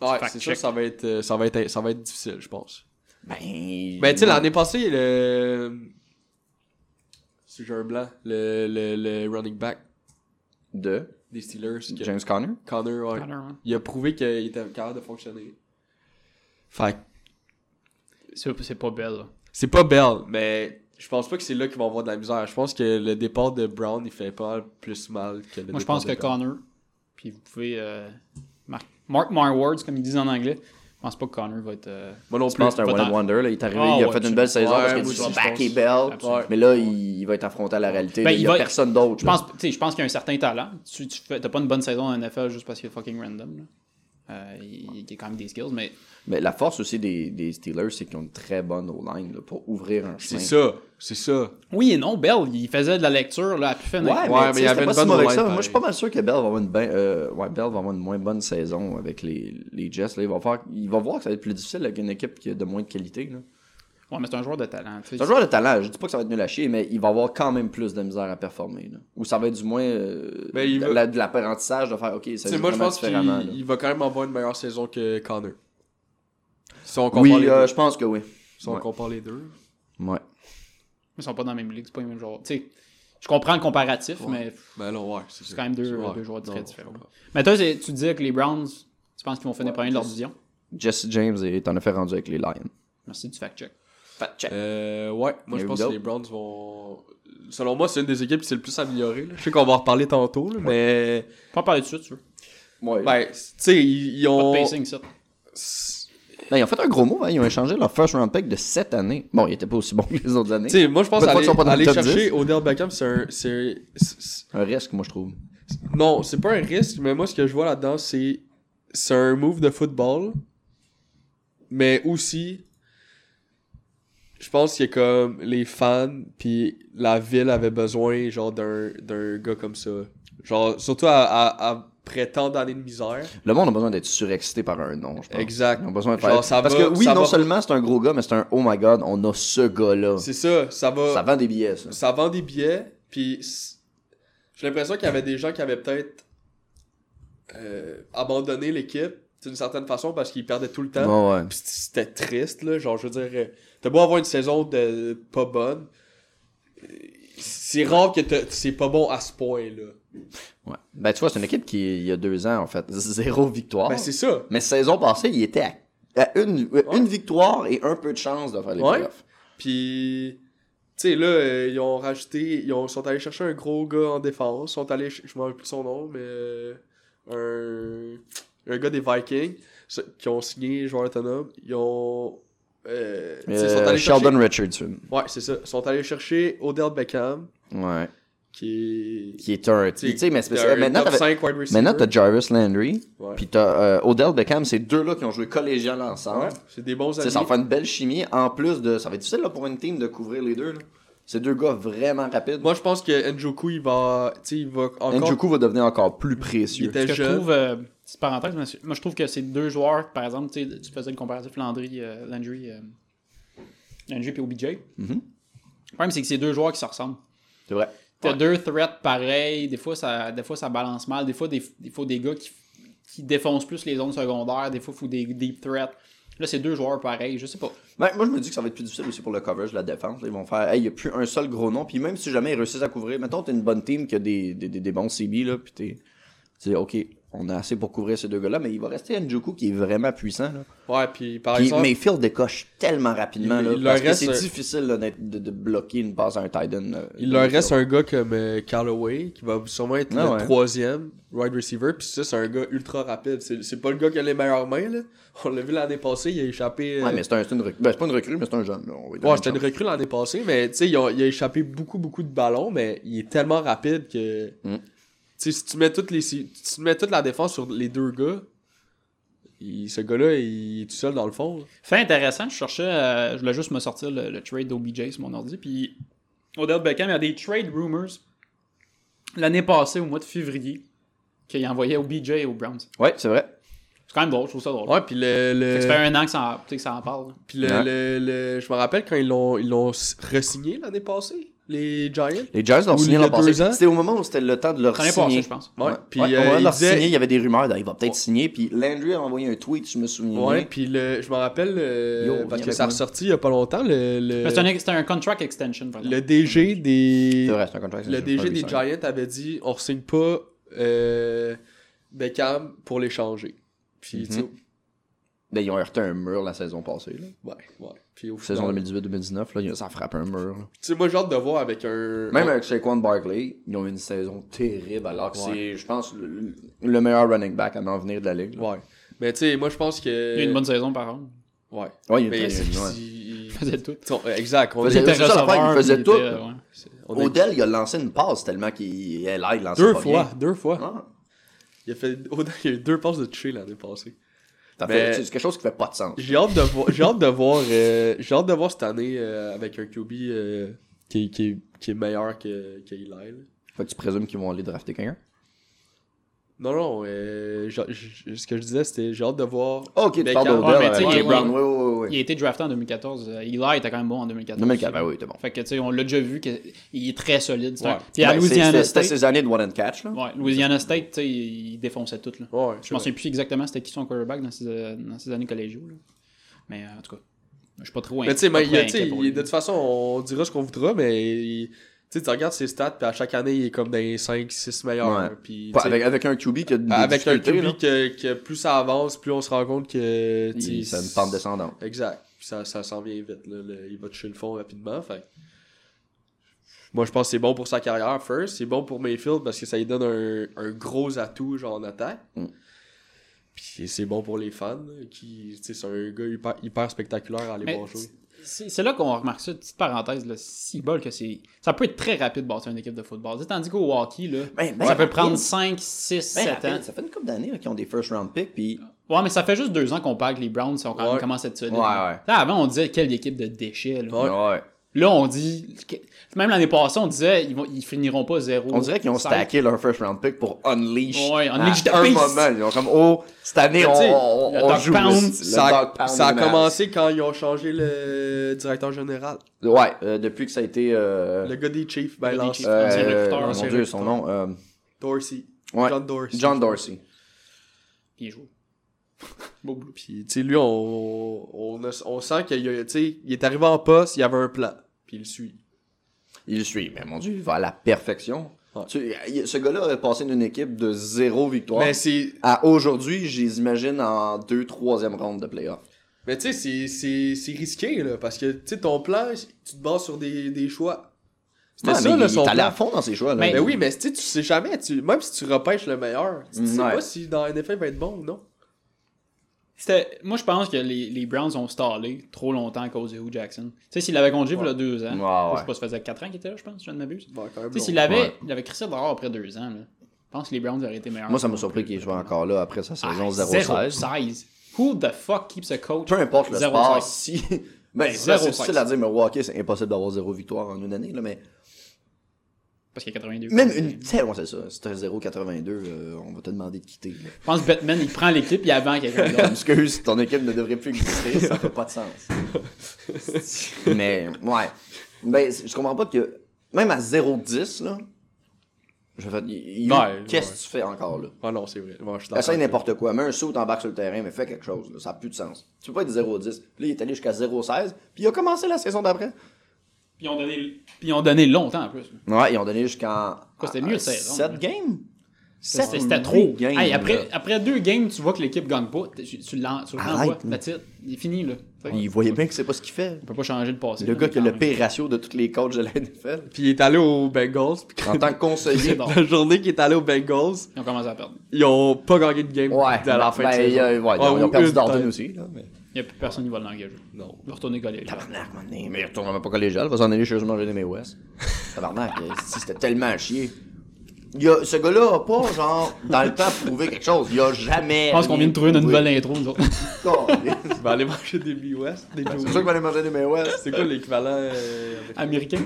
[SPEAKER 3] ouais, c'est ça,
[SPEAKER 2] check.
[SPEAKER 3] ça va être euh, ça va être ça va être difficile, je pense.
[SPEAKER 4] Ben.
[SPEAKER 3] Ben tu sais l'année passée le si j'ai un blanc, le, le, le running back
[SPEAKER 4] De
[SPEAKER 3] des Steelers que-
[SPEAKER 4] James Conner.
[SPEAKER 3] Connor, ouais.
[SPEAKER 2] Connor, hein. ouais.
[SPEAKER 3] Il a prouvé qu'il était capable de fonctionner. Fait que
[SPEAKER 2] C'est c'est pas belle. là.
[SPEAKER 3] c'est pas Bell, mais je pense pas que c'est là qu'ils vont avoir de la misère. Je pense que le départ de Brown, il fait pas plus mal que le
[SPEAKER 2] Moi, je
[SPEAKER 3] départ
[SPEAKER 2] pense
[SPEAKER 3] de
[SPEAKER 2] que
[SPEAKER 3] Bell.
[SPEAKER 2] Connor, puis vous pouvez. euh, Mar- Mark my words, comme ils disent en anglais. Je pense pas que Connor va être. euh,
[SPEAKER 3] Moi non
[SPEAKER 4] Je
[SPEAKER 3] plus.
[SPEAKER 4] pense que c'est un
[SPEAKER 2] Pas
[SPEAKER 4] one and
[SPEAKER 2] tant.
[SPEAKER 4] wonder. Là. Il est arrivé,
[SPEAKER 2] Ah,
[SPEAKER 4] il
[SPEAKER 2] ouais,
[SPEAKER 4] a fait une
[SPEAKER 2] absolument.
[SPEAKER 4] belle saison
[SPEAKER 3] Ouais,
[SPEAKER 4] parce
[SPEAKER 3] moi
[SPEAKER 4] qu'il a
[SPEAKER 3] aussi,
[SPEAKER 4] dit
[SPEAKER 3] je
[SPEAKER 4] back
[SPEAKER 2] pense.
[SPEAKER 4] et belle.
[SPEAKER 2] Absolument.
[SPEAKER 4] Mais là, il, il va être affronté à la réalité.
[SPEAKER 2] Ben,
[SPEAKER 4] là. il
[SPEAKER 2] il
[SPEAKER 4] n'y a
[SPEAKER 2] va-
[SPEAKER 4] personne d'autre.
[SPEAKER 2] Je
[SPEAKER 4] là.
[SPEAKER 2] pense, tu sais, je pense qu'il y a un certain talent. Tu, tu fais, t'as pas une bonne saison en NFL juste parce qu'il est fucking random. là. Euh, il, il a quand même des skills, mais
[SPEAKER 4] Mais la force aussi des, des Steelers, c'est qu'ils ont une très bonne O-line là, pour ouvrir un
[SPEAKER 3] C'est
[SPEAKER 4] chemin.
[SPEAKER 3] ça. C'est ça.
[SPEAKER 2] oui et non, Bell, il faisait de la lecture là, à plus finir.
[SPEAKER 4] Ouais, mais,
[SPEAKER 3] mais
[SPEAKER 4] tu sais,
[SPEAKER 3] il y
[SPEAKER 4] c'était
[SPEAKER 3] avait
[SPEAKER 4] pas
[SPEAKER 3] une
[SPEAKER 4] si
[SPEAKER 3] bonne
[SPEAKER 4] mauvais que
[SPEAKER 3] line,
[SPEAKER 4] ça.
[SPEAKER 3] pareil.
[SPEAKER 4] Moi, je suis pas mal sûr que Bell va avoir une, ben- euh, ouais, Bell va avoir une moins bonne saison avec les, les Jets. là. Il, va faire, il va voir que ça va être plus difficile avec une équipe qui a de moins de qualité. là.
[SPEAKER 2] Ouais, mais c'est un joueur de talent. tu sais.
[SPEAKER 4] C'est un joueur de talent. Je dis pas que ça va être nul à chier, mais il va avoir quand même plus de misère à performer. là. Ou ça va être du moins euh,
[SPEAKER 3] Ben, il
[SPEAKER 4] de
[SPEAKER 3] va-
[SPEAKER 4] la- de l'apprentissage de faire OK, ça
[SPEAKER 3] C'est
[SPEAKER 4] joue
[SPEAKER 3] moi, je
[SPEAKER 4] vraiment
[SPEAKER 3] pense qu'il
[SPEAKER 4] différemment. là.
[SPEAKER 3] il va quand même avoir une meilleure saison que Connor. Si on compare,
[SPEAKER 4] Oui,
[SPEAKER 3] les,
[SPEAKER 4] euh,
[SPEAKER 3] deux.
[SPEAKER 4] je pense que oui.
[SPEAKER 3] Si on
[SPEAKER 4] ouais.
[SPEAKER 3] compare les deux.
[SPEAKER 4] Ouais.
[SPEAKER 2] Ils sont pas dans la même ligue, c'est pas les mêmes joueurs. Tu sais, je comprends le comparatif, mais
[SPEAKER 3] Ben non, ouais. C'est
[SPEAKER 2] c'est
[SPEAKER 3] ça.
[SPEAKER 2] quand même deux,
[SPEAKER 3] Ouais,
[SPEAKER 2] deux joueurs très
[SPEAKER 3] non,
[SPEAKER 2] différents.
[SPEAKER 3] je comprends.
[SPEAKER 2] Mais toi, c'est- tu disais que les Browns, tu penses qu'ils vont finir premier de leur division
[SPEAKER 4] Jesse James, et t'en as fait rendu avec les Lions.
[SPEAKER 2] Merci du fact-check.
[SPEAKER 3] Euh, ouais, moi je
[SPEAKER 4] Here we
[SPEAKER 3] pense
[SPEAKER 4] go.
[SPEAKER 3] que les Browns vont. Selon moi, c'est une des équipes qui s'est le plus améliorée. là. Je sais qu'on va en reparler tantôt, là, mais.
[SPEAKER 2] Pas en parler de ça, tu veux.
[SPEAKER 4] Ouais.
[SPEAKER 3] Ben, tu sais, ils, ils
[SPEAKER 2] Pas
[SPEAKER 3] ont.
[SPEAKER 2] de pacing, ça.
[SPEAKER 4] Ben, ils ont fait un gros move, hein. ils ont échangé leur first round pick de cette année. Bon, il était pas aussi bon que les autres années.
[SPEAKER 3] Tu sais, moi je pense
[SPEAKER 4] Bonne fois qu'ils
[SPEAKER 3] aller,
[SPEAKER 4] sont pas dans le
[SPEAKER 3] aller
[SPEAKER 4] top
[SPEAKER 3] chercher Odell Beckham, c'est un. c'est- c'est-
[SPEAKER 4] Un risque, moi, je trouve.
[SPEAKER 3] Non, c'est pas un risque, mais moi ce que je vois là-dedans, c'est c'est un move de football, mais aussi je pense qu'il y a comme les fans puis la ville avait besoin genre d'un d'un gars comme ça, genre surtout à, à, à- après tant d'années de misère.
[SPEAKER 4] Le monde a besoin d'être surexcité par un nom, je pense.
[SPEAKER 3] Exact.
[SPEAKER 4] Ah, Ils ont besoin de
[SPEAKER 3] Genre,
[SPEAKER 4] faire.
[SPEAKER 3] ça
[SPEAKER 4] Parce
[SPEAKER 3] va-
[SPEAKER 4] que oui,
[SPEAKER 3] ça
[SPEAKER 4] non
[SPEAKER 3] va-
[SPEAKER 4] seulement c'est un gros gars, mais c'est un oh my god, on a ce gars-là.
[SPEAKER 3] C'est ça, ça va
[SPEAKER 4] Ça vend des billets, ça.
[SPEAKER 3] ça vend des billets, puis c- j'ai l'impression qu'il y avait des gens qui avaient peut-être euh, abandonné l'équipe d'une certaine façon parce qu'ils perdaient tout le temps.
[SPEAKER 4] Ouais, ouais.
[SPEAKER 3] Puis c- c'était triste, là. Genre, je veux dire, euh, t'as beau avoir une saison de pas bonne, euh, c'est rare que t'as- c'est pas bon à ce point-là.
[SPEAKER 4] Ouais. Ben, tu vois, c'est une équipe qui, il y a deux ans, en fait, zéro victoire.
[SPEAKER 3] Ben, c'est ça.
[SPEAKER 4] Mais saison passée, il était à, à une,
[SPEAKER 3] Ouais.
[SPEAKER 4] une victoire et un peu de chance de faire les
[SPEAKER 3] Ouais.
[SPEAKER 4] playoffs.
[SPEAKER 3] Puis, tu sais, là, euh, ils ont rajouté, ils ont, sont allés chercher un gros gars en défense, sont allés, ch- je m'en rappelle plus son nom, mais euh, un, un gars des Vikings ce- qui ont signé joueur autonome, ils ont, euh, tu sais, sont
[SPEAKER 4] Euh,
[SPEAKER 3] allés
[SPEAKER 4] Sheldon Richardson.
[SPEAKER 3] chercher, ouais, c'est ça, sont allés chercher Odell Beckham,
[SPEAKER 4] Ouais.
[SPEAKER 3] qui est,
[SPEAKER 4] Qui est un. Tu sais, mais c'est-
[SPEAKER 3] un
[SPEAKER 4] maintenant,
[SPEAKER 3] top
[SPEAKER 4] t'avais-
[SPEAKER 3] 5 wide receiver.
[SPEAKER 4] maintenant, t'as Jarvis Landry.
[SPEAKER 3] Ouais.
[SPEAKER 4] Puis t'as euh, Odell Beckham. C'est deux là qui ont joué collégial ensemble.
[SPEAKER 3] Ouais, c'est des bons
[SPEAKER 4] Tu sais,
[SPEAKER 3] amis.
[SPEAKER 4] ça en fait une belle chimie. En plus de. Ça va être difficile là, pour une team de couvrir les deux. Là. C'est deux gars vraiment rapides.
[SPEAKER 3] Moi, je pense que Njoku, il va, tu sais, il va encore,
[SPEAKER 4] Njoku va devenir encore plus
[SPEAKER 3] il
[SPEAKER 4] précieux.
[SPEAKER 3] était
[SPEAKER 2] Ce que je
[SPEAKER 3] jeune.
[SPEAKER 2] trouve, euh, petite parenthèse, mais c'est- moi je trouve que ces deux joueurs, par exemple, tu sais, tu faisais le comparatif Landry, euh, Landry, euh, Landry et OBJ. Le problème, c'est que c'est deux joueurs qui se ressemblent.
[SPEAKER 4] C'est vrai.
[SPEAKER 2] T'as deux threats pareils, des fois ça, des fois ça balance mal, des fois des, des, fois, des gars qui, qui défoncent plus les zones secondaires, des fois il faut des deep threats. Là, c'est deux joueurs pareils, je sais pas.
[SPEAKER 4] Ouais, Ben, moi, je me dis que ça va être plus difficile aussi pour le coverage de la défense. Ils vont faire, hey, il n'y a plus un seul gros nom. Puis même si jamais ils réussissent à couvrir, mettons, t'es une bonne team qui a des, des, des- des bons CB, là, puis t'es. Tu sais, OK, on a assez pour couvrir ces deux gars-là, mais il va rester Njoku qui est vraiment puissant. Là.
[SPEAKER 3] Ouais, puis par
[SPEAKER 4] Puis
[SPEAKER 3] exemple.
[SPEAKER 4] Mayfield décoche tellement rapidement.
[SPEAKER 3] Ah, Il-
[SPEAKER 4] là,
[SPEAKER 3] il leur
[SPEAKER 4] parce que
[SPEAKER 3] reste
[SPEAKER 4] c'est
[SPEAKER 3] un-
[SPEAKER 4] difficile là, d'être- de, de bloquer une passe à un tight end. euh,
[SPEAKER 3] Il
[SPEAKER 4] de
[SPEAKER 3] leur
[SPEAKER 4] Mayfield.
[SPEAKER 3] reste un gars comme euh, Callaway, qui va sûrement être
[SPEAKER 4] Ah
[SPEAKER 3] le
[SPEAKER 4] ouais.
[SPEAKER 3] troisième wide receiver. Puis ça, c'est un gars ultra rapide. C'est c'est pas le gars qui a les meilleures mains. Là. On l'a vu l'année passée, il a échappé. euh,
[SPEAKER 4] Ouais, mais c'est, un, c'est une recrue. Ben, c'est pas une recrue, mais c'est un jeune. là, on va lui donner
[SPEAKER 3] ouais,
[SPEAKER 4] une
[SPEAKER 3] c'était une
[SPEAKER 4] chance.
[SPEAKER 3] recrue l'année passée, mais tu sais, il, a- il a échappé beaucoup, beaucoup de ballons, mais il est tellement rapide que.
[SPEAKER 4] Mm.
[SPEAKER 3] Tu sais, si tu mets toutes les si tu mets toute la défense sur les deux gars, il- ce gars-là, il est tout seul dans le fond. là.
[SPEAKER 2] Fait intéressant, je cherchais, euh, je voulais juste me sortir le, le trade d'OBJ sur mon ordi, puis Odell Beckham, il y a des trade rumors l'année passée, au mois de février, qu'il envoyait OBJ aux Browns.
[SPEAKER 4] Ouais, c'est vrai.
[SPEAKER 2] C'est quand même drôle, je trouve ça drôle.
[SPEAKER 3] Ouais, puis le. le-
[SPEAKER 2] Fait que ça
[SPEAKER 4] euh,
[SPEAKER 2] fait un an que ça en, tu sais, que ça en parle. là.
[SPEAKER 3] puis le-
[SPEAKER 4] Ouais.
[SPEAKER 3] le- le- je me rappelle quand ils l'ont ils l'ont s- re-signé l'année passée, les Giants.
[SPEAKER 4] Les Giants l'ont
[SPEAKER 3] Ou
[SPEAKER 4] signé
[SPEAKER 3] il y a
[SPEAKER 4] l'an passé.
[SPEAKER 3] deux ans.
[SPEAKER 4] C'était au moment où c'était le temps de leur
[SPEAKER 2] L'année
[SPEAKER 4] signer.
[SPEAKER 2] passée, je pense.
[SPEAKER 3] Ouais, puis
[SPEAKER 4] Puis
[SPEAKER 3] euh, il
[SPEAKER 4] leur
[SPEAKER 3] disait-
[SPEAKER 4] signer, il y avait des rumeurs, là, il va peut-être signer. Puis Landry a envoyé un tweet, je me souviens.
[SPEAKER 3] Ouais, puis le, je me rappelle, euh,
[SPEAKER 4] Yo,
[SPEAKER 3] parce
[SPEAKER 4] viens
[SPEAKER 3] que
[SPEAKER 4] avec
[SPEAKER 3] ça a
[SPEAKER 4] moi.
[SPEAKER 3] ressorti il y a pas longtemps, le, le,
[SPEAKER 2] Mais C'est un, c'est un contract extension, par exemple.
[SPEAKER 3] le DG des,
[SPEAKER 4] C'est vrai, c'est un contract.
[SPEAKER 3] le
[SPEAKER 4] c'est
[SPEAKER 3] DG
[SPEAKER 4] pas
[SPEAKER 3] des
[SPEAKER 4] lui, ça.
[SPEAKER 3] Giants avait dit on signe pas euh, Beckham pour l'échanger. Puis, tu sais,
[SPEAKER 4] Mhm. Ben, ils ont heurté un mur la saison passée. Là.
[SPEAKER 3] ouais, ouais. Puis au
[SPEAKER 4] Saison
[SPEAKER 3] final,
[SPEAKER 4] 2018-2019, là, ils ont- ça frappe un mur. là.
[SPEAKER 3] tu sais, moi j'ai hâte de voir avec un.
[SPEAKER 4] Même avec Saquon Barkley, ils ont eu une saison terrible alors que
[SPEAKER 3] Ouais.
[SPEAKER 4] c'est, je pense, le, le meilleur running back à en venir de la ligue. là.
[SPEAKER 3] Ouais. Mais tu sais, moi je pense que.
[SPEAKER 2] Il y a une bonne saison par an.
[SPEAKER 3] Ouais.
[SPEAKER 4] Ouais, il y a
[SPEAKER 3] Mais
[SPEAKER 4] une
[SPEAKER 3] c'est-
[SPEAKER 4] ouais.
[SPEAKER 3] ils-
[SPEAKER 2] Il faisait tout.
[SPEAKER 3] ils sont- Exact. On
[SPEAKER 4] Faisait-
[SPEAKER 3] est-
[SPEAKER 4] c'est ça l'affaire, il
[SPEAKER 2] receveur,
[SPEAKER 4] faisait
[SPEAKER 2] puis
[SPEAKER 4] tout.
[SPEAKER 2] était, euh, ouais.
[SPEAKER 3] on est-
[SPEAKER 4] Odell, il a lancé une passe tellement qu'il est là, il lançait
[SPEAKER 3] Deux
[SPEAKER 4] pas
[SPEAKER 3] fois,
[SPEAKER 4] bien.
[SPEAKER 3] deux fois.
[SPEAKER 4] Ah,
[SPEAKER 3] Il a fait il a eu deux passes de toucher l'année passée.
[SPEAKER 4] t'as
[SPEAKER 3] Mais-
[SPEAKER 4] fait- C'est quelque chose qui fait pas de sens.
[SPEAKER 3] J'ai hâte de voir, j'ai hâte de voir, euh, j'ai hâte de voir cette année euh, avec un QB euh, qui, qui, qui est meilleur que, que Eli. là.
[SPEAKER 4] Fait que tu présumes qu'ils vont aller drafter quelqu'un.
[SPEAKER 3] Non, non, euh, j'a- j- ce que je disais, c'était j'ai hâte de voir.
[SPEAKER 4] Ah, ok, tu
[SPEAKER 3] Beckham.
[SPEAKER 4] parles
[SPEAKER 2] Ouais, Ben, mais
[SPEAKER 4] d'Odell.
[SPEAKER 2] tu sais,
[SPEAKER 4] avec
[SPEAKER 2] il est
[SPEAKER 4] Brown.
[SPEAKER 2] bon.
[SPEAKER 4] Ouais, ouais, ouais.
[SPEAKER 2] Il a été drafté en 2014. Euh, Eli était quand même bon en 2014.
[SPEAKER 4] 2004, ben oui, t'es bon.
[SPEAKER 2] Fait que, tu sais, on l'a déjà vu qu'il est très solide. c'est
[SPEAKER 3] Ouais.
[SPEAKER 2] un- Puis à
[SPEAKER 4] Ben, c'est-
[SPEAKER 2] Louisiana
[SPEAKER 4] c'était- C'était
[SPEAKER 2] State,
[SPEAKER 4] ses années de one and catch, là.
[SPEAKER 2] ouais, Louisiana State, tu sais, il il défonçait tout. Là.
[SPEAKER 3] Ouais,
[SPEAKER 2] Je m'en souviens plus exactement c'était qui son quarterback dans ses, euh, dans ses années collégiaux. là. Mais euh, en tout cas, je suis pas trop
[SPEAKER 3] Mais tu sais,
[SPEAKER 2] pas
[SPEAKER 3] mais
[SPEAKER 2] trop
[SPEAKER 3] il y a- tu
[SPEAKER 2] inquiet
[SPEAKER 3] sais,
[SPEAKER 2] pour
[SPEAKER 3] il-
[SPEAKER 2] lui.
[SPEAKER 3] de toute façon, on dira ce qu'on voudra, mais il- tu sais, tu regardes ses stats, puis à chaque année, il est comme dans les 5, 6 meilleurs.
[SPEAKER 4] Ouais.
[SPEAKER 3] hein, puis,
[SPEAKER 4] Pas-
[SPEAKER 3] tu sais,
[SPEAKER 4] Avec, avec un QB qui a des
[SPEAKER 3] avec un
[SPEAKER 4] difficultés, là.
[SPEAKER 3] QB que, que plus ça avance, plus on se rend compte que. tu sais,
[SPEAKER 4] Il- C'est une pente descendante.
[SPEAKER 3] Exact. Puis ça, ça s'en vient vite. Là. Le- il va toucher le fond rapidement. Fait. que- Moi, je pense que c'est bon pour sa carrière, first. C'est bon pour Mayfield parce que ça lui donne un, un gros atout genre en attaque.
[SPEAKER 4] Mm.
[SPEAKER 3] Puis c'est bon pour les fans. là, qui tu sais, C'est un gars hyper, hyper spectaculaire à aller
[SPEAKER 2] Mais
[SPEAKER 3] voir jouer.
[SPEAKER 2] C'est c'est là qu'on remarque ça, petite parenthèse, là, si bol que c'est. Ça peut être très rapide bâtir une équipe de football. Tu sais, Tandis qu'au hockey, là,
[SPEAKER 4] Ben, ben
[SPEAKER 2] ça peut
[SPEAKER 4] rapide.
[SPEAKER 2] prendre 5, 6,
[SPEAKER 4] Ben,
[SPEAKER 2] 7 ans.
[SPEAKER 4] rapide, Ça fait une couple d'années là, qu'ils ont des first round picks, puis
[SPEAKER 2] Ouais, mais ça fait juste deux ans qu'on parle que les Browns sont quand même
[SPEAKER 3] Ouais.
[SPEAKER 2] commencé à être solides.
[SPEAKER 4] Ouais, ouais.
[SPEAKER 2] Tu sais, Avant, on disait quelle équipe de déchets. Là,
[SPEAKER 4] Ouais.
[SPEAKER 2] Là, on dit. que- Même l'année passée, on disait ils, vont- ils finiront pas zéro.
[SPEAKER 4] On dirait qu'ils ont
[SPEAKER 2] Cinq.
[SPEAKER 4] stacké leur first round pick pour unleash.
[SPEAKER 2] Ouais, unleash
[SPEAKER 4] à
[SPEAKER 2] the
[SPEAKER 4] un
[SPEAKER 2] beast.
[SPEAKER 4] moment, ils ont comme oh cette année
[SPEAKER 3] Mais
[SPEAKER 4] on,
[SPEAKER 3] tu sais,
[SPEAKER 4] on,
[SPEAKER 2] le
[SPEAKER 4] on
[SPEAKER 2] dog
[SPEAKER 4] joue.
[SPEAKER 2] pound,
[SPEAKER 4] le- le
[SPEAKER 3] Ça,
[SPEAKER 4] dog pound
[SPEAKER 3] ça a
[SPEAKER 4] menace.
[SPEAKER 3] commencé quand ils ont changé le directeur général.
[SPEAKER 4] Ouais, euh, depuis que ça a été euh,
[SPEAKER 3] Le gars des Chiefs, ben,
[SPEAKER 2] Le gars des
[SPEAKER 3] l'ancien-
[SPEAKER 2] Chiefs.
[SPEAKER 4] euh,
[SPEAKER 2] ancien recruteur,
[SPEAKER 4] mon
[SPEAKER 2] ancien
[SPEAKER 4] Dieu, son nom euh,
[SPEAKER 3] Dorsey.
[SPEAKER 4] ouais,
[SPEAKER 3] John Dorsey.
[SPEAKER 4] John Dorsey.
[SPEAKER 2] Puis ils jouent.
[SPEAKER 3] Puis, tu sais, lui, on, on, a- on sent qu'il a- tu sais, il est arrivé en poste, il y avait un plan. Puis il le suit.
[SPEAKER 4] Il le suit, mais mon Dieu, il va à la perfection.
[SPEAKER 3] Ouais.
[SPEAKER 4] Tu- il- ce gars-là a passé d'une équipe de zéro victoire
[SPEAKER 3] Mais c'est.
[SPEAKER 4] à aujourd'hui, je les imagine en deux, troisième ronde de playoff.
[SPEAKER 3] Mais tu sais, c'est- c'est c'est risqué, là. Parce que, tu sais, ton plan, tu te bases sur des, des choix. C'était
[SPEAKER 4] Ouais,
[SPEAKER 3] ça,
[SPEAKER 4] mais
[SPEAKER 3] là,
[SPEAKER 4] il
[SPEAKER 3] son
[SPEAKER 4] est allé
[SPEAKER 3] plan.
[SPEAKER 4] à fond dans ses choix. Là.
[SPEAKER 2] Mais-
[SPEAKER 3] Mais oui, mais tu sais, tu sais jamais. Tu, même si tu repêches le meilleur, tu sais
[SPEAKER 4] Ouais.
[SPEAKER 3] pas si dans la NFL il va être bon ou non.
[SPEAKER 2] C'était- Moi, je pense que les, les Browns ont stallé trop longtemps à cause de Hugh Jackson. Tu sais, s'il avait congé il y a deux ans,
[SPEAKER 4] Ouais, ouais.
[SPEAKER 2] je sais pas, ça faisait 4 ans qu'il était là, je pense, si je ne m'abuse.
[SPEAKER 3] Il va quand même
[SPEAKER 2] Tu sais,
[SPEAKER 3] long.
[SPEAKER 2] s'il avait,
[SPEAKER 4] Ouais.
[SPEAKER 2] il avait crissé dehors après deux ans, là. je pense que les Browns auraient été meilleurs.
[SPEAKER 4] Moi, ça m'a surpris qu'il soit encore là après sa
[SPEAKER 2] Ah,
[SPEAKER 4] saison 0-16.
[SPEAKER 2] 0-16. Who the fuck keeps a coach?
[SPEAKER 4] Peu importe le
[SPEAKER 2] 0-16?
[SPEAKER 4] sport, si. Mais
[SPEAKER 2] zéro
[SPEAKER 4] ça, c'est difficile
[SPEAKER 2] fight.
[SPEAKER 4] à dire, mais Milwaukee, c'est impossible d'avoir zéro victoire en une année, là, mais
[SPEAKER 2] Parce qu'il y a 82.
[SPEAKER 4] même une. Tu sais, ouais, c'est ça. Si t'as 0,82, euh, on va te demander de quitter. là.
[SPEAKER 2] Je pense que Batman, il prend l'équipe et avant quelqu'un d'autre.
[SPEAKER 4] Parce que si ton équipe ne devrait plus exister, ça fait pas de sens. mais, ouais. Ben, c- je comprends pas que. Même à 0,10, là. Je fais. y- y-
[SPEAKER 3] Ouais,
[SPEAKER 4] Qu'est-ce
[SPEAKER 3] ouais.
[SPEAKER 4] que tu fais encore, là?
[SPEAKER 3] Ah non, c'est vrai. Bon, je suis
[SPEAKER 4] Essaye
[SPEAKER 3] d'accord.
[SPEAKER 4] n'importe quoi. Mets un saut, t'embarques sur le terrain, mais fais quelque chose. là. Ça n'a plus de sens. Tu peux pas être 0-10. Puis Là, il est allé jusqu'à 0-16, puis il a commencé la saison d'après.
[SPEAKER 2] Puis ils ont donné, puis ils ont donné longtemps en plus.
[SPEAKER 4] Ouais, ils ont donné jusqu'en.
[SPEAKER 2] Quoi, c'était mieux de saison,
[SPEAKER 4] 7
[SPEAKER 2] hein.
[SPEAKER 4] games
[SPEAKER 2] C'était-
[SPEAKER 4] Sept
[SPEAKER 2] C'était trop.
[SPEAKER 4] games,
[SPEAKER 2] Hey,
[SPEAKER 4] là.
[SPEAKER 2] après, après deux games, tu vois que l'équipe gagne pas. Tu, tu l'en- tu le
[SPEAKER 4] Arrête,
[SPEAKER 2] renvoies.
[SPEAKER 4] là.
[SPEAKER 2] That's it. Il est fini, là.
[SPEAKER 4] Il voyait bien que c'est pas ce qu'il fait.
[SPEAKER 2] On peut pas changer le passé.
[SPEAKER 4] Le
[SPEAKER 2] là,
[SPEAKER 4] gars
[SPEAKER 2] mais
[SPEAKER 4] qui a
[SPEAKER 2] quand
[SPEAKER 4] le
[SPEAKER 2] même.
[SPEAKER 4] pire ratio de tous les coachs de la NFL.
[SPEAKER 3] Puis il est allé aux Bengals. Puis
[SPEAKER 4] En tant que conseiller.
[SPEAKER 2] C'est bon.
[SPEAKER 3] la journée qu'il est allé aux Bengals,
[SPEAKER 2] Ils ont commencé à perdre.
[SPEAKER 3] ils ont pas gagné de game
[SPEAKER 4] Ouais,
[SPEAKER 3] de la fin de saison. Ah,
[SPEAKER 4] euh, ouais, ils
[SPEAKER 3] ou
[SPEAKER 4] ont perdu
[SPEAKER 3] une,
[SPEAKER 4] Darden
[SPEAKER 3] peut-être.
[SPEAKER 4] aussi. Là, mais...
[SPEAKER 2] Il n'y a plus personne qui va l'engager.
[SPEAKER 3] Non.
[SPEAKER 2] Il va retourner collège.
[SPEAKER 4] Tabarnak, mon nez, mais il retourne même pas collégial, il va s'en aller chez eux manger des May West. Tabarnak, euh, si, c'était tellement à chier. Il y a- ce gars-là a pas, genre, dans le temps, prouvé quelque chose. Il a jamais.
[SPEAKER 2] Je pense qu'on vient de trouver une nouvelle intro, nous autres.
[SPEAKER 3] Il va aller manger des Midwest, des
[SPEAKER 4] C'est
[SPEAKER 3] Joey.
[SPEAKER 4] sûr qu'il va aller manger des May West.
[SPEAKER 3] C'est quoi l'équivalent euh, avec-
[SPEAKER 2] Américain.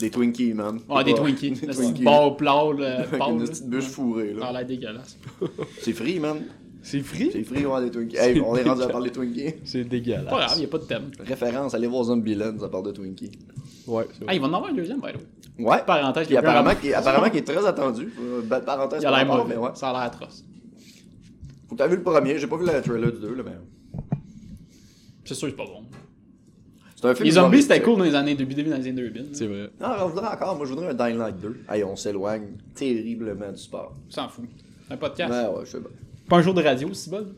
[SPEAKER 4] Des Twinkies, man.
[SPEAKER 2] Ah, des
[SPEAKER 4] Pas-
[SPEAKER 2] Twinkies.
[SPEAKER 4] Des
[SPEAKER 2] Le
[SPEAKER 4] Twinkies.
[SPEAKER 2] Bon plat, le
[SPEAKER 4] Avec
[SPEAKER 2] pâle,
[SPEAKER 4] une
[SPEAKER 2] là.
[SPEAKER 4] petite bûche fourrée,
[SPEAKER 2] Ça a
[SPEAKER 4] là.
[SPEAKER 2] l'air dégueulasse.
[SPEAKER 4] C'est free, man.
[SPEAKER 3] C'est free?
[SPEAKER 4] C'est free, ouais, des Twinkies. Hey, on est rendu à parler de Twinkies.
[SPEAKER 3] C'est
[SPEAKER 2] Pas grave,
[SPEAKER 3] dégueulasse.
[SPEAKER 2] il n'y a pas de thème.
[SPEAKER 4] Référence, allez voir Zombieland, ça parle de Twinkies.
[SPEAKER 3] Ouais, c'est
[SPEAKER 2] Ah,
[SPEAKER 3] vrai.
[SPEAKER 2] ils vont en avoir un deuxième, by the way.
[SPEAKER 4] Ouais.
[SPEAKER 2] Parenthèse,
[SPEAKER 4] Puis
[SPEAKER 2] quelqu'un-
[SPEAKER 4] apparemment, qui, apparemment qui est très attendu. Euh, belle parenthèse,
[SPEAKER 2] Il a l'air
[SPEAKER 4] par rapport,
[SPEAKER 2] mauvais.
[SPEAKER 4] mais ouais.
[SPEAKER 2] Ça a l'air atroce.
[SPEAKER 4] Faut que t'as vu le premier, j'ai pas vu le trailer du 2, là, mais.
[SPEAKER 2] C'est sûr que c'est pas bon.
[SPEAKER 4] C'est un film.
[SPEAKER 2] Les zombies, c'était
[SPEAKER 4] humoristique.
[SPEAKER 2] cool dans les années début, début dans les années 2000.
[SPEAKER 3] C'est vrai.
[SPEAKER 4] Non, on voudrait encore. Moi, je voudrais un Dying Light 2. Hey, on s'éloigne terriblement du sport.
[SPEAKER 2] On s'en fout. Un podcast.
[SPEAKER 4] Ouais, ouais, je sais pas.
[SPEAKER 2] Pas un jour de radio, si bon.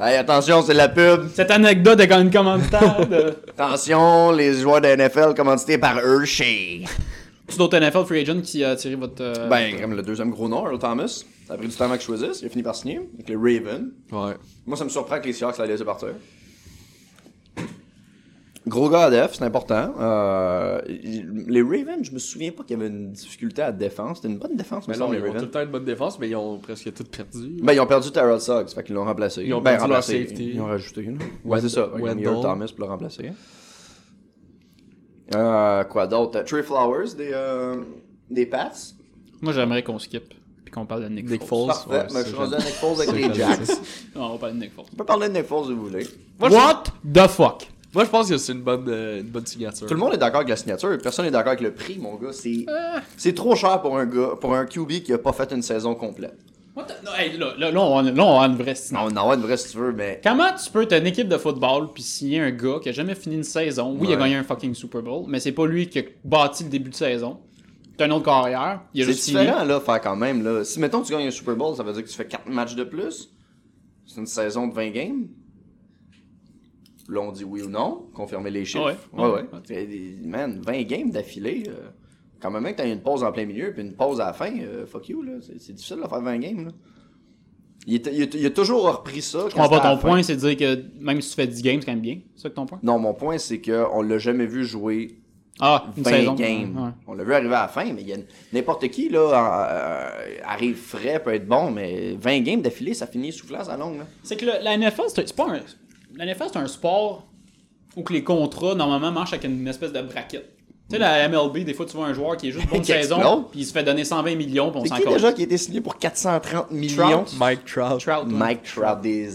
[SPEAKER 4] Hey, attention, c'est de la pub.
[SPEAKER 2] Cette anecdote est quand même commentaire de.
[SPEAKER 4] Attention, les joueurs de NFL commandités par Hershey.
[SPEAKER 2] Tu d'autres NFL Free Agent qui a tiré votre. euh,
[SPEAKER 4] Ben, comme le deuxième gros nom, Earl Thomas. Ça a pris du temps avant que je choisisse. Il a fini par signer avec les Raven.
[SPEAKER 3] Ouais.
[SPEAKER 4] Moi, ça me surprend que les Seahawks la laissé partir. Gros gars à def, c'est important. Euh, les Ravens, je me souviens pas qu'il y avait une difficulté à la défense. C'était une bonne défense,
[SPEAKER 3] Mais
[SPEAKER 4] mais
[SPEAKER 3] là,
[SPEAKER 4] non,
[SPEAKER 3] ils
[SPEAKER 4] les
[SPEAKER 3] ont tout
[SPEAKER 4] Ravens.
[SPEAKER 3] le temps une bonne défense, mais ils ont presque tout perdu.
[SPEAKER 4] Ben, ils ont perdu Terrell Suggs, fait qu'ils l'ont remplacé.
[SPEAKER 3] Ils ont
[SPEAKER 4] ben,
[SPEAKER 3] perdu leur
[SPEAKER 4] remplacé.
[SPEAKER 3] safety.
[SPEAKER 4] Ils ont rajouté une. Ouais, c'est ça. Ils ont mis
[SPEAKER 3] Wendell.
[SPEAKER 4] Earl Thomas pour le remplacer. Euh, quoi d'autre? Euh, Trey Flowers, des, euh, des Pats.
[SPEAKER 2] Moi, j'aimerais qu'on skip puis qu'on parle de Nick,
[SPEAKER 3] Nick
[SPEAKER 2] Foles.
[SPEAKER 3] Foles.
[SPEAKER 4] Parfait.
[SPEAKER 3] ouais,
[SPEAKER 4] Ben,
[SPEAKER 3] ça,
[SPEAKER 4] je suis rendu à
[SPEAKER 3] j'aime.
[SPEAKER 4] Nick Foles avec
[SPEAKER 3] Ça,
[SPEAKER 4] les
[SPEAKER 3] j'aime
[SPEAKER 4] Jacks.
[SPEAKER 3] ça.
[SPEAKER 2] Non, on va parler de Nick Foles.
[SPEAKER 4] On peut parler de Nick Foles si vous voulez.
[SPEAKER 2] What the fuck?
[SPEAKER 3] Moi, je pense que c'est une bonne, euh, une bonne signature.
[SPEAKER 4] Tout le monde est d'accord avec la signature, personne n'est d'accord avec le prix, mon gars. C'est
[SPEAKER 2] Ah.
[SPEAKER 4] c'est trop cher pour un gars, pour un QB qui a pas fait une saison complète.
[SPEAKER 2] What the- Non, hey, là, là, là, on, là, on a une vraie signature.
[SPEAKER 4] Non, on en a une vraie si tu veux, mais
[SPEAKER 2] Comment tu peux t'as une équipe de football puis signer un gars qui a jamais fini une saison? Oui, il a
[SPEAKER 4] Ouais.
[SPEAKER 2] gagné un fucking Super Bowl, mais c'est pas lui qui a bâti le début de saison. T'as une autre carrière, il a
[SPEAKER 4] c'est
[SPEAKER 2] juste signé.
[SPEAKER 4] différent là, faire quand même là. Si mettons tu gagnes un Super Bowl, ça veut dire que tu fais 4 matchs de plus. C'est une saison de 20 games. Là, on dit oui ou non, confirmer les chiffres.
[SPEAKER 2] Ouais,
[SPEAKER 4] ouais.
[SPEAKER 2] ouais.
[SPEAKER 4] Fait des- Man, 20 games d'affilée. euh, quand même, que t'as une pause en plein milieu puis une pause à la fin, euh, fuck you, là. C'est c'est difficile de faire 20 games, là. Il, était- il a- il a toujours repris ça.
[SPEAKER 2] Je comprends pas ton point, c'est de dire que même si tu fais 10 games, c'est quand même bien. C'est ça que ton point?
[SPEAKER 4] Non, mon point, c'est qu'on l'a jamais vu jouer
[SPEAKER 2] Ah, une
[SPEAKER 4] 20
[SPEAKER 2] saison.
[SPEAKER 4] games.
[SPEAKER 2] Ouais.
[SPEAKER 4] On l'a vu arriver à la fin, mais il y a n'importe qui, là, euh, arrive frais, peut être bon, mais 20 games d'affilée, ça finit soufflant, ça longue, là.
[SPEAKER 2] C'est que le- la NFL, c'est c'est pas un. La NFL, c'est un sport où que les contrats, normalement, marchent avec une espèce de braquette. Tu sais, la MLB, des fois, tu vois un joueur qui est juste bon de
[SPEAKER 4] Qui
[SPEAKER 2] saison,
[SPEAKER 4] explose.
[SPEAKER 2] puis il se fait donner 120 millions, puis on
[SPEAKER 4] C'est
[SPEAKER 2] s'en
[SPEAKER 4] qui
[SPEAKER 2] colle.
[SPEAKER 4] déjà qui a été signé pour 430 millions?
[SPEAKER 3] Mike Trout.
[SPEAKER 2] Trout, ouais.
[SPEAKER 4] Mike Trout des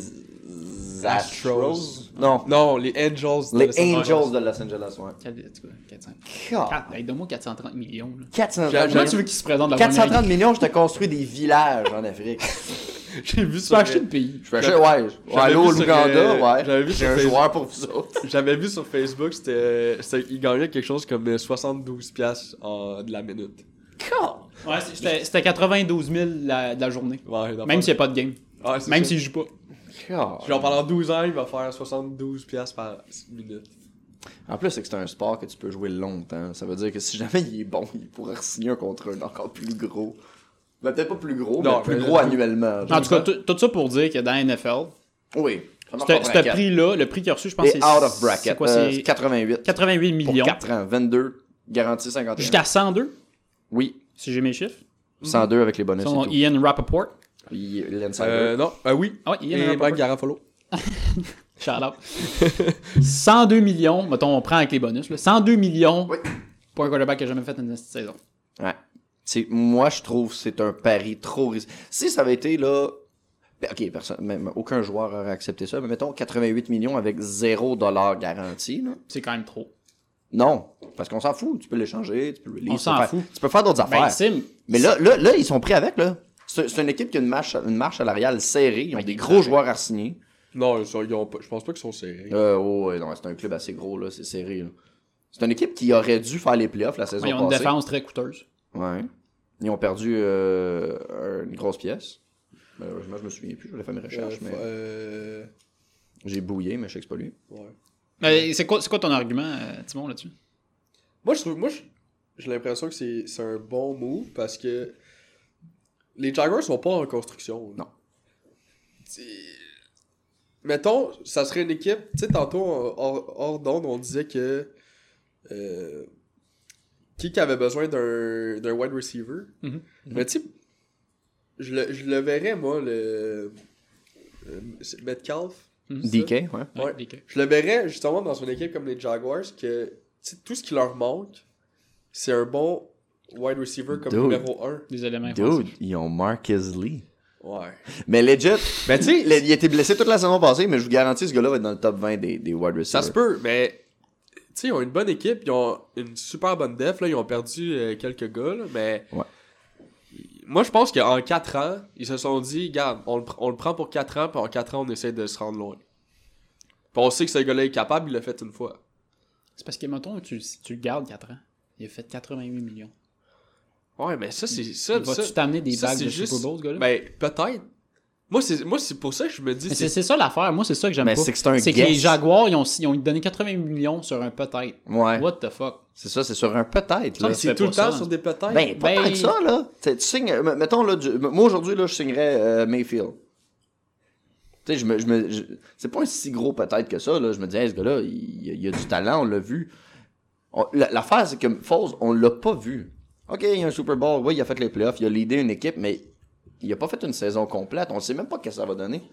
[SPEAKER 4] Astros.
[SPEAKER 3] Astros.
[SPEAKER 4] Non,
[SPEAKER 3] Non, les Angels. de
[SPEAKER 4] les
[SPEAKER 3] Los Angeles.
[SPEAKER 4] Angels de Los Angeles, ouais.
[SPEAKER 2] Quatre- en tout cas, 400.
[SPEAKER 4] God,
[SPEAKER 2] Quatre- hey, Donne-moi 430 millions. là.
[SPEAKER 4] 430
[SPEAKER 2] Comment tu
[SPEAKER 4] millions.
[SPEAKER 2] veux qu'il se présente la
[SPEAKER 4] 430 millions, je t'ai construit des villages en Afrique.
[SPEAKER 3] J'ai vu
[SPEAKER 2] Tu peux
[SPEAKER 3] sur,
[SPEAKER 2] acheter le pays.
[SPEAKER 4] Je fais ça, ouais. je- Ouais,
[SPEAKER 3] J'avais
[SPEAKER 4] allô,
[SPEAKER 3] vu sur,
[SPEAKER 4] l'Ouganda,
[SPEAKER 3] euh, j'avais
[SPEAKER 4] ouais.
[SPEAKER 3] vu
[SPEAKER 4] J'ai
[SPEAKER 3] sur
[SPEAKER 4] un
[SPEAKER 3] Facebook.
[SPEAKER 4] joueur pour vous autres.
[SPEAKER 3] j'avais vu sur Facebook, c'était, euh, c'était- il gagnait quelque chose comme euh, 72 piastres en- de la minute.
[SPEAKER 2] Ouais, c'est- c'était c'était 92 000 la- de la journée.
[SPEAKER 3] Ouais, dans
[SPEAKER 2] Même
[SPEAKER 3] pas-
[SPEAKER 2] s'il n'y a pas de game.
[SPEAKER 3] Ouais, c'est
[SPEAKER 2] Même
[SPEAKER 3] ça.
[SPEAKER 2] s'il joue pas.
[SPEAKER 4] God.
[SPEAKER 3] Genre pendant 12 ans, il va faire 72 piastres par minute.
[SPEAKER 4] En plus, c'est que c'est un sport que tu peux jouer longtemps. Ça veut dire que si jamais il est bon, il pourrait signer un contrat encore plus gros. Ben, peut-être pas plus gros,
[SPEAKER 3] Non,
[SPEAKER 4] mais plus
[SPEAKER 3] mais-
[SPEAKER 4] gros annuellement.
[SPEAKER 2] En tout cas, tout tout ça pour dire que dans la NFL,
[SPEAKER 4] oui.
[SPEAKER 2] ce ce prix-là, le prix qu'il a reçu, je pense que
[SPEAKER 4] C'est
[SPEAKER 2] c'est.
[SPEAKER 4] out of
[SPEAKER 2] C'est
[SPEAKER 4] bracket.
[SPEAKER 2] quoi,
[SPEAKER 4] Euh,
[SPEAKER 2] c'est
[SPEAKER 4] 88.
[SPEAKER 2] 88
[SPEAKER 4] Pour
[SPEAKER 2] millions.
[SPEAKER 4] 4 ans. 22. Garantie 51.
[SPEAKER 2] Jusqu'à 102,
[SPEAKER 4] Oui.
[SPEAKER 2] si j'ai mes chiffres.
[SPEAKER 4] 102 avec les bonus et
[SPEAKER 2] Selon
[SPEAKER 4] tout.
[SPEAKER 2] Ian Rappaport.
[SPEAKER 4] Puis l'insider.
[SPEAKER 3] Euh, non, euh, oui.
[SPEAKER 2] Ah ouais, il y en a un
[SPEAKER 3] Et
[SPEAKER 2] peu
[SPEAKER 3] Mike
[SPEAKER 2] plus.
[SPEAKER 3] Garafolo.
[SPEAKER 2] Shout out. 102 millions, mettons, on prend avec les bonus. là. 102 millions
[SPEAKER 4] Oui.
[SPEAKER 2] pour un quarterback qui n'a jamais fait une petite saison.
[SPEAKER 4] Ouais. C'est- moi, je trouve que c'est un pari trop risqué. Si ça avait été là. ben, Ok, personne, même, aucun joueur aurait accepté ça, mais mettons 88 millions avec 0$ garanti. là.
[SPEAKER 2] C'est quand même trop.
[SPEAKER 4] Non, parce qu'on s'en fout. Tu peux l'échanger, tu peux le release,
[SPEAKER 2] On
[SPEAKER 4] tu peux
[SPEAKER 2] s'en
[SPEAKER 4] faire-
[SPEAKER 2] fout.
[SPEAKER 4] Tu peux faire d'autres
[SPEAKER 2] Ben,
[SPEAKER 4] affaires.
[SPEAKER 2] Sim,
[SPEAKER 4] mais là, là, là, ils sont pris avec. là. C'est c'est une équipe qui a une marche, une marche salariale serrée.
[SPEAKER 2] Ben,
[SPEAKER 4] Ils ont des gros joueurs à signer.
[SPEAKER 3] Non, ils sont- ils ont pas- je pense pas qu'ils sont serrés.
[SPEAKER 4] Euh, oh, ouais, non, c'est un club assez gros, là, c'est serré. là. C'est une équipe qui aurait dû faire les playoffs la saison
[SPEAKER 2] ils ont une
[SPEAKER 4] passée.
[SPEAKER 2] défense très coûteuse.
[SPEAKER 4] Ouais. Ils ont perdu euh, une grosse pièce. Malheureusement, je me souviens plus, j'avais fait mes
[SPEAKER 3] Euh,
[SPEAKER 4] recherches, mais
[SPEAKER 3] euh,
[SPEAKER 4] j'ai bouillé, mais je sais que c'est pas lui.
[SPEAKER 3] ouais.
[SPEAKER 2] Mais C'est quoi, c'est quoi ton argument, euh, Timon, là-dessus?
[SPEAKER 3] Moi, je trouve, moi, je- j'ai l'impression que c'est c'est un bon move parce que les Jaguars sont pas en construction.
[SPEAKER 4] Non.
[SPEAKER 3] C'est- Mettons, ça serait une équipe. Tu sais, tantôt, en- hors, hors d'onde, on disait que. euh, qui qui avait besoin d'un d'un wide receiver
[SPEAKER 4] Mm-hmm.
[SPEAKER 2] Mhm.
[SPEAKER 3] Mais tu sais, je le, je le verrais, moi, le. euh, c'est Metcalf.
[SPEAKER 2] Mhm.
[SPEAKER 3] c'est ça?
[SPEAKER 4] DK, ouais.
[SPEAKER 3] Ouais.
[SPEAKER 2] Des que-
[SPEAKER 3] Je le verrais justement dans une équipe comme les Jaguars que tu sais, tout ce qui leur manque, c'est un bon wide receiver comme
[SPEAKER 4] Dude.
[SPEAKER 3] numéro 1.
[SPEAKER 2] Des éléments.
[SPEAKER 4] Dude, ils ont Marcus Lee.
[SPEAKER 3] Ouais.
[SPEAKER 4] Mais legit, ben, tu sais, le- il a été blessé toute la saison passée, mais je vous garantis, ce gars-là va être dans le top 20 des, des wide
[SPEAKER 3] Ça
[SPEAKER 4] receivers.
[SPEAKER 3] se peut, mais tu sais, ils ont une bonne équipe, ils ont une super bonne def, là, ils ont perdu euh, quelques gars, là, mais.
[SPEAKER 4] Ouais.
[SPEAKER 3] Moi, je pense qu'en 4 ans, ils se sont dit, garde, on le, pr- on le prend pour 4 ans, puis en 4 ans, on essaie de se rendre loin. Puis on sait que ce gars-là est capable, il l'a fait une fois.
[SPEAKER 2] C'est parce que, mettons, tu, si tu le gardes 4 ans. Il a fait 88 millions.
[SPEAKER 3] Ouais, mais ça, c'est. ça- ça-
[SPEAKER 2] Vas-tu t'amener des
[SPEAKER 3] ça,
[SPEAKER 2] bagues
[SPEAKER 3] c'est
[SPEAKER 2] de
[SPEAKER 3] juste-
[SPEAKER 2] Super Bowl, ce gars-là?
[SPEAKER 3] Ben, peut-être. Moi, c'est moi, c'est pour ça que je me dis.
[SPEAKER 2] Mais
[SPEAKER 3] c'est-
[SPEAKER 2] c'est c'est ça l'affaire. Moi, c'est ça que j'aime
[SPEAKER 4] Mais
[SPEAKER 2] pas.
[SPEAKER 4] Ben, c'est que c'est un
[SPEAKER 2] que les
[SPEAKER 4] guess.
[SPEAKER 2] Jaguars, ils ont, ils ont donné 80 millions sur un peut-être.
[SPEAKER 4] Ouais.
[SPEAKER 2] What the fuck?
[SPEAKER 4] C'est ça, c'est sur un peut-être.
[SPEAKER 2] Ça,
[SPEAKER 4] là.
[SPEAKER 2] tu fais
[SPEAKER 3] C'est tout le
[SPEAKER 2] pas
[SPEAKER 3] temps
[SPEAKER 2] ça.
[SPEAKER 3] sur des peut-être.
[SPEAKER 4] Ben, pas
[SPEAKER 2] Ben-
[SPEAKER 4] tant que ça, là. Tu sais, tu signes, euh, mettons, là, du- moi aujourd'hui, là, je signerais euh, Mayfield. Tu sais, je me, je me- je- c'est pas un si gros peut-être que ça, là. Je me dis, hey, ce gars-là, il, il a du talent, on l'a vu. On- la- L'affaire, c'est que Foles, on l'a pas vu. OK, il y a un Super Bowl, oui, il a fait les playoffs, il a leadé une équipe, mais il a pas fait une saison complète. On sait même pas ce que ça va donner.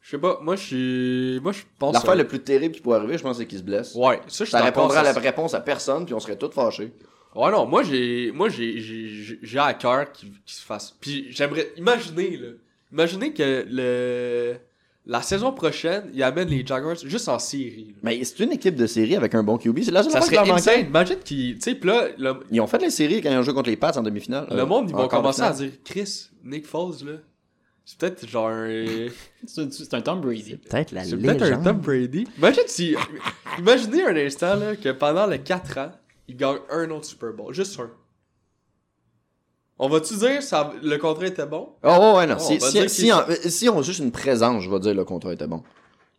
[SPEAKER 3] Je sais pas, moi, je suis. Moi, je pense.
[SPEAKER 4] L'affaire
[SPEAKER 3] à-
[SPEAKER 4] la plus terrible qui pourrait arriver, je pense, c'est qu'il se blesse.
[SPEAKER 3] Ouais, ça, je suis
[SPEAKER 4] ça
[SPEAKER 3] d'accord,
[SPEAKER 4] répondra à la
[SPEAKER 3] ça-
[SPEAKER 4] réponse à personne, puis on serait tous fâchés.
[SPEAKER 3] Ouais, non, moi, j'ai. Moi, j'ai. j'ai- J'ai à cœur qu'il qu'il se fasse. Puis j'aimerais. Imaginez, là. Imaginez que le. La saison prochaine, il amène les Jaguars juste en série. là.
[SPEAKER 4] Mais c'est une équipe de série avec un bon QB. C'est la seule
[SPEAKER 3] Ça
[SPEAKER 4] affaire qui
[SPEAKER 3] serait
[SPEAKER 4] leur manquait.
[SPEAKER 3] insane. Imagine qu'ils. Tu sais, puis là, le,
[SPEAKER 4] Ils ont fait la série quand ils ont joué contre les Pats en demi-finale.
[SPEAKER 3] le
[SPEAKER 4] Euh,
[SPEAKER 3] monde, ils
[SPEAKER 4] en
[SPEAKER 3] vont
[SPEAKER 4] quart de
[SPEAKER 3] commencer à
[SPEAKER 4] finale.
[SPEAKER 3] dire Chris, Nick Foles, là. C'est peut-être genre. euh, un-
[SPEAKER 2] C'est c'est un Tom Brady.
[SPEAKER 4] Peut-être la
[SPEAKER 3] C'est peut-être un Tom Brady. Imagine si. Imaginez un instant là, que pendant les 4 ans, il gagne un autre Super Bowl. Juste un. On va-tu dire ça, le contrat était bon?
[SPEAKER 4] Oh, ouais, ouais, non.
[SPEAKER 3] Oh,
[SPEAKER 4] si,
[SPEAKER 3] on va
[SPEAKER 4] si-
[SPEAKER 3] dire
[SPEAKER 4] si
[SPEAKER 3] qu'il-
[SPEAKER 4] en- euh, si on a juste une présence, je vais dire le contrat était bon.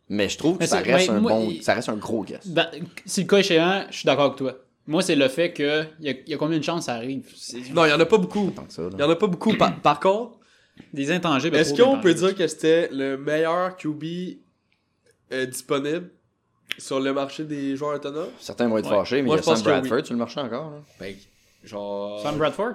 [SPEAKER 4] Mais je trouve que
[SPEAKER 2] Mais
[SPEAKER 4] ça
[SPEAKER 2] c'est-
[SPEAKER 4] reste,
[SPEAKER 2] mais
[SPEAKER 4] un
[SPEAKER 2] moi,
[SPEAKER 4] bon,
[SPEAKER 2] il-
[SPEAKER 4] ça reste un gros guess.
[SPEAKER 2] Dans- Ben, si le cas échéant, je suis d'accord avec toi. Moi, c'est le fait que il y, a- il y a combien de chances ça arrive. C'est-
[SPEAKER 3] Non, il y en a pas beaucoup.
[SPEAKER 4] Tant que ça, là.
[SPEAKER 3] Il y en a pas beaucoup. Par, par contre,
[SPEAKER 2] Des intangibles.
[SPEAKER 3] est-ce
[SPEAKER 2] trop
[SPEAKER 3] qu'on peut
[SPEAKER 2] d'intangibles.
[SPEAKER 3] dire que c'était le meilleur QB euh, disponible sur le marché des joueurs autonomes?
[SPEAKER 4] Certains vont être
[SPEAKER 2] Ouais.
[SPEAKER 4] fâchés, mais
[SPEAKER 3] Moi,
[SPEAKER 4] il y a
[SPEAKER 3] je pense
[SPEAKER 4] Sam
[SPEAKER 3] que oui.
[SPEAKER 4] Bradford sur le marché encore. là.
[SPEAKER 3] Ben, genre.
[SPEAKER 2] Sam Bradford?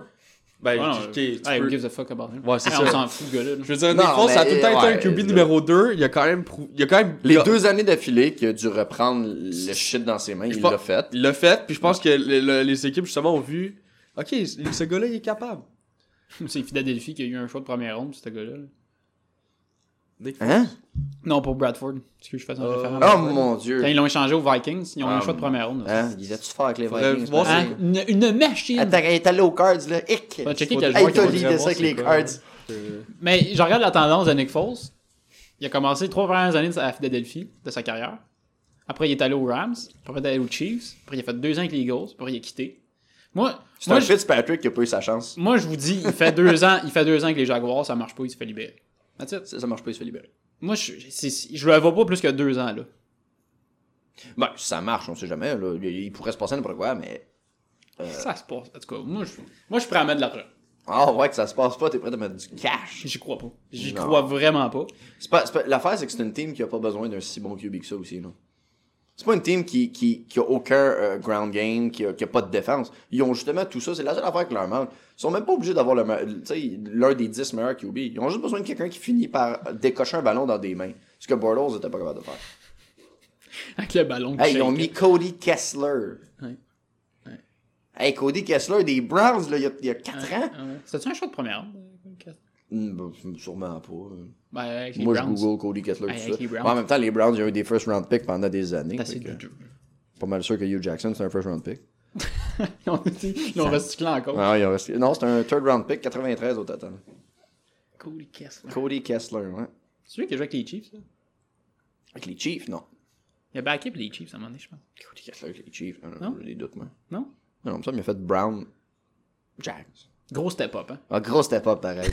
[SPEAKER 3] Ben,
[SPEAKER 2] Ouais, non,
[SPEAKER 3] ok, tu
[SPEAKER 2] hey,
[SPEAKER 3] peux-
[SPEAKER 2] who gives a fuck about him?
[SPEAKER 3] Ouais, c'est
[SPEAKER 2] Hey,
[SPEAKER 3] ça.
[SPEAKER 2] On s'en fout, ce gars-là. là.
[SPEAKER 3] Je veux dire,
[SPEAKER 4] Non,
[SPEAKER 3] Nick Foles, ça a
[SPEAKER 4] mais-
[SPEAKER 3] tout le temps été un
[SPEAKER 4] ouais,
[SPEAKER 3] QB
[SPEAKER 4] là.
[SPEAKER 3] numéro 2. Il a quand même. prou- Il a quand même.
[SPEAKER 4] Les
[SPEAKER 3] il a-
[SPEAKER 4] deux années d'affilée qu'il a dû reprendre le shit dans ses mains,
[SPEAKER 3] Je
[SPEAKER 4] il
[SPEAKER 3] pense-
[SPEAKER 4] l'a fait.
[SPEAKER 3] Il l'a fait, puis je pense que le- le- les équipes, justement, ont vu Ok, ce gars-là, il est capable.
[SPEAKER 2] C'est Philadelphie qui a eu un choix de première ronde, ce gars-là. là.
[SPEAKER 3] Nick Foles.
[SPEAKER 4] Hein?
[SPEAKER 2] Non, pour Bradford. Est-ce que je fasse un
[SPEAKER 3] Euh,
[SPEAKER 2] référendum?
[SPEAKER 4] Oh mon dieu!
[SPEAKER 2] Quand ils l'ont échangé aux Vikings, ils ont eu un
[SPEAKER 4] Ah,
[SPEAKER 2] choix de première ronde. là.
[SPEAKER 4] Hein? Il a tout fait avec les
[SPEAKER 3] Faudrait
[SPEAKER 4] Vikings.
[SPEAKER 3] voir
[SPEAKER 4] man.
[SPEAKER 2] Hein? Une, une machine!
[SPEAKER 4] Attends, il est allé aux cards, là. Hic!
[SPEAKER 2] On va checker quel
[SPEAKER 4] Hey,
[SPEAKER 2] joueur
[SPEAKER 3] Faudrait-
[SPEAKER 2] qui
[SPEAKER 4] t'as
[SPEAKER 2] va
[SPEAKER 3] faudrait
[SPEAKER 4] l'idée
[SPEAKER 3] voir
[SPEAKER 4] ça avec
[SPEAKER 3] c'est
[SPEAKER 4] les
[SPEAKER 3] quoi,
[SPEAKER 4] cards.
[SPEAKER 3] euh,
[SPEAKER 2] Mais je regarde la tendance de Nick Foles. Il a commencé les trois premières années à Philadelphie de sa carrière. Après, il est allé aux Rams. Après, il est allé aux Chiefs. Après, il a fait deux ans avec les Eagles. Après, il a quitté. Moi,
[SPEAKER 4] C'est
[SPEAKER 2] moi,
[SPEAKER 4] un
[SPEAKER 2] je,
[SPEAKER 4] Fitzpatrick qui a pas eu sa chance.
[SPEAKER 2] moi, je vous dis, il fait deux ans, il fait deux ans avec les Jaguars, ça marche pas, il se fait libérer. That's it.
[SPEAKER 4] Ça, ça marche pas, il se fait libérer.
[SPEAKER 2] Moi, je, c'est- je le vois pas plus que deux ans là.
[SPEAKER 4] Ben, si ça marche, on sait jamais. Là. Il, il pourrait se passer n'importe quoi, mais.
[SPEAKER 2] Ça se passe. En tout cas, moi, je, moi, je suis prêt à mettre de l'argent.
[SPEAKER 4] Ah ouais, que ça se passe pas, t'es prêt à mettre du cash.
[SPEAKER 2] J'y crois pas. J'y
[SPEAKER 4] Non.
[SPEAKER 2] crois vraiment pas.
[SPEAKER 4] C'est pas- c'est pas- L'affaire, c'est que c'est une team qui a pas besoin d'un si bon QB que ça aussi. là. C'est pas une team qui, qui, qui a aucun euh, ground game, qui a, qui a pas de défense. Ils ont justement tout ça. C'est la seule affaire qui leur manque. Ils sont même pas obligés d'avoir le me- tu sais, l'un des 10 meilleurs QB. Ils ont juste besoin de quelqu'un qui finit par décocher un ballon dans des mains. Ce que Bortles était pas capable de faire.
[SPEAKER 2] Avec le ballon. qui
[SPEAKER 4] Hey, ils ont
[SPEAKER 2] shake.
[SPEAKER 4] mis Cody Kessler.
[SPEAKER 2] Ouais. Ouais.
[SPEAKER 4] Hey, Cody Kessler des Browns, là, il y a- il y a 4 ans.
[SPEAKER 2] Ouais. C'était-tu un choix de première?
[SPEAKER 4] Hmm, ben, sûrement pas. hein.
[SPEAKER 2] Ben, avec les
[SPEAKER 4] Moi,
[SPEAKER 2] Browns.
[SPEAKER 4] je Google Cody Kessler,
[SPEAKER 2] Hey,
[SPEAKER 4] tout
[SPEAKER 2] avec
[SPEAKER 4] ça.
[SPEAKER 2] les Browns.
[SPEAKER 4] Mais en même temps, les Browns, ils ont eu des first round picks pendant des années.
[SPEAKER 2] C'est assez
[SPEAKER 4] fait que,
[SPEAKER 2] douteux.
[SPEAKER 4] pas mal sûr que Hugh Jackson, c'est un first round pick.
[SPEAKER 2] Ils ont- Ils ont recyclé encore.
[SPEAKER 4] Ah, ils ont resté- Non, c'est un third round pick, 93 au total.
[SPEAKER 2] Cody Kessler.
[SPEAKER 4] Cody Kessler, ouais.
[SPEAKER 2] C'est celui qui a joué avec les Chiefs, hein? là?
[SPEAKER 4] Avec les Chiefs, non.
[SPEAKER 2] Il a backé pour les Chiefs à un moment donné, je pense.
[SPEAKER 4] Cody Kessler avec les Chiefs, non,
[SPEAKER 2] Non?
[SPEAKER 4] j'ai des doutes, moi.
[SPEAKER 2] Non?
[SPEAKER 4] Non, non, ça, il a fait Brown Jacks.
[SPEAKER 2] Gros step-up, hein?
[SPEAKER 4] Ah, gros step up, pareil.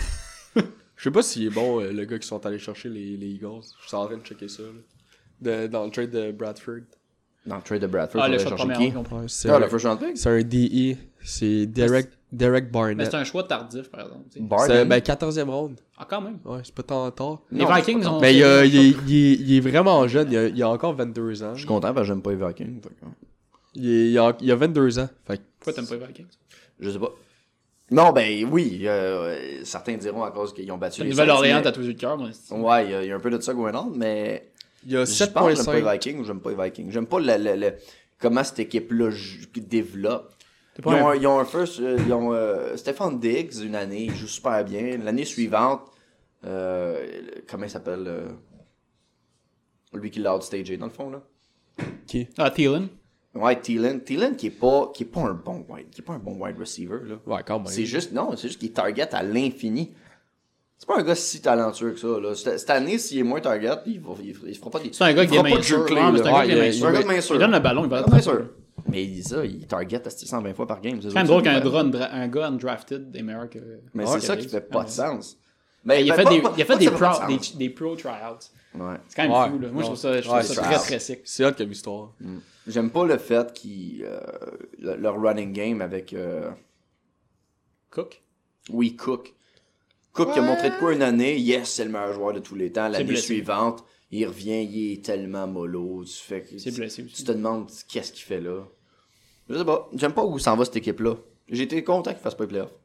[SPEAKER 3] Je sais pas s'il est bon, euh, le gars qui sont allés chercher les, les Eagles. Je suis en train de checker ça. là. De- dans le trade de Bradford.
[SPEAKER 4] Dans le trade de Bradford,
[SPEAKER 2] Ah,
[SPEAKER 4] on
[SPEAKER 2] le
[SPEAKER 4] allait
[SPEAKER 2] choix de
[SPEAKER 4] chercher
[SPEAKER 2] première
[SPEAKER 4] qui
[SPEAKER 2] ronde, on prend.
[SPEAKER 3] c'est
[SPEAKER 4] Ah, le first round pick.
[SPEAKER 3] un DE. C'est Derek, Derek
[SPEAKER 2] Mais c'est
[SPEAKER 3] Barnett.
[SPEAKER 2] un choix tardif, par exemple. tu sais.
[SPEAKER 4] Barton.
[SPEAKER 3] 14e round.
[SPEAKER 2] Ah, quand même.
[SPEAKER 3] Ouais, c'est pas tant tard.
[SPEAKER 2] Les
[SPEAKER 4] Non, c'est
[SPEAKER 2] Vikings
[SPEAKER 4] pas
[SPEAKER 2] ont.
[SPEAKER 3] Mais il, a- il est- il est- il est vraiment jeune. Il a, il a encore 22 ans.
[SPEAKER 4] Je suis content parce que j'aime pas les Vikings. fait que-
[SPEAKER 3] Il, est- il a, il a 22 ans. Fait que-
[SPEAKER 2] Pourquoi t'aimes pas les Vikings?
[SPEAKER 4] Je sais pas. Non, ben oui, euh, euh, certains diront à cause qu'ils ont battu
[SPEAKER 2] C'est
[SPEAKER 4] les
[SPEAKER 2] une Nouvelle-Orient,
[SPEAKER 4] Saints,
[SPEAKER 2] t'as tous les cœur, moi. c'est-
[SPEAKER 4] mais- Ouais, il y a- il y, a un peu de ça going on, mais
[SPEAKER 3] il a
[SPEAKER 4] je pense que j'aime pas les
[SPEAKER 3] 7.5.
[SPEAKER 4] Vikings ou j'aime pas les Vikings. J'aime pas le, le- le- comment cette équipe-là ju- développe. Ils
[SPEAKER 2] pas
[SPEAKER 4] ont,
[SPEAKER 2] un-
[SPEAKER 4] un- ils ont un first, euh, ils ont euh, Stefan Diggs une année, il joue super bien. L'année suivante, euh, comment il s'appelle euh, Lui qui l'a outstagé dans le fond là.
[SPEAKER 2] Ah, Thielen.
[SPEAKER 4] Ouais, Thielen, Thielen qui est pas qui est pas un bon wide, qui est pas un bon wide receiver là.
[SPEAKER 3] Ouais, quand même.
[SPEAKER 4] C'est juste, non, c'est juste qu'il target à l'infini. C'est pas un gars si talentueux que ça. Là. Cette, cette année, s'il est moins target, il, va, il, il se fera pas des.
[SPEAKER 2] C'est un gars
[SPEAKER 4] il
[SPEAKER 2] qui est
[SPEAKER 4] fera pas
[SPEAKER 2] main
[SPEAKER 4] de
[SPEAKER 2] sûre.
[SPEAKER 4] jeu clé,
[SPEAKER 2] Ouais, mais c'est un gars qui est main sûre.
[SPEAKER 4] là. Ouais, il- un gars de main
[SPEAKER 2] Il
[SPEAKER 4] sûre.
[SPEAKER 2] donne le ballon, il va
[SPEAKER 4] Un
[SPEAKER 2] le
[SPEAKER 4] gars de main
[SPEAKER 2] prendre.
[SPEAKER 4] sûre. Mais il, ça, il target à 120 fois par game.
[SPEAKER 2] C'est quand même drôle qu'un drone, dra- un gars undrafted est meilleur que.
[SPEAKER 4] Mais
[SPEAKER 2] que
[SPEAKER 4] c'est ça
[SPEAKER 2] Diggs.
[SPEAKER 4] qui fait pas de sens. Mais
[SPEAKER 2] Ah, Ben, Il a fait
[SPEAKER 4] pas-
[SPEAKER 2] des,
[SPEAKER 4] pas-
[SPEAKER 2] il a
[SPEAKER 4] pas
[SPEAKER 2] fait
[SPEAKER 4] que
[SPEAKER 2] des,
[SPEAKER 4] ça fait pas de
[SPEAKER 2] pro, des,
[SPEAKER 4] sens.
[SPEAKER 2] des pro tryouts.
[SPEAKER 4] Ouais.
[SPEAKER 2] C'est quand même
[SPEAKER 3] Ouais.
[SPEAKER 2] fou, là. Moi, je trouve ça, je
[SPEAKER 3] Ouais,
[SPEAKER 2] trouve ça
[SPEAKER 4] tryouts.
[SPEAKER 2] très, très sick.
[SPEAKER 3] C'est hot comme histoire.
[SPEAKER 4] Mm. J'aime pas le fait qu'ils. euh, le- leur running game avec. euh,
[SPEAKER 2] Cook.
[SPEAKER 4] Oui, Cook. Cook qui a montré de quoi une année, yes, c'est le meilleur joueur de tous les temps. L'année
[SPEAKER 2] blessé.
[SPEAKER 4] suivante, il revient, il est tellement mollo. Tu, fais que-
[SPEAKER 2] C'est blessé aussi.
[SPEAKER 4] tu te demandes qu'est-ce qu'il fait là. Je sais pas, j'aime pas où s'en va cette équipe-là. J'étais content qu'ils fassent pas les playoffs.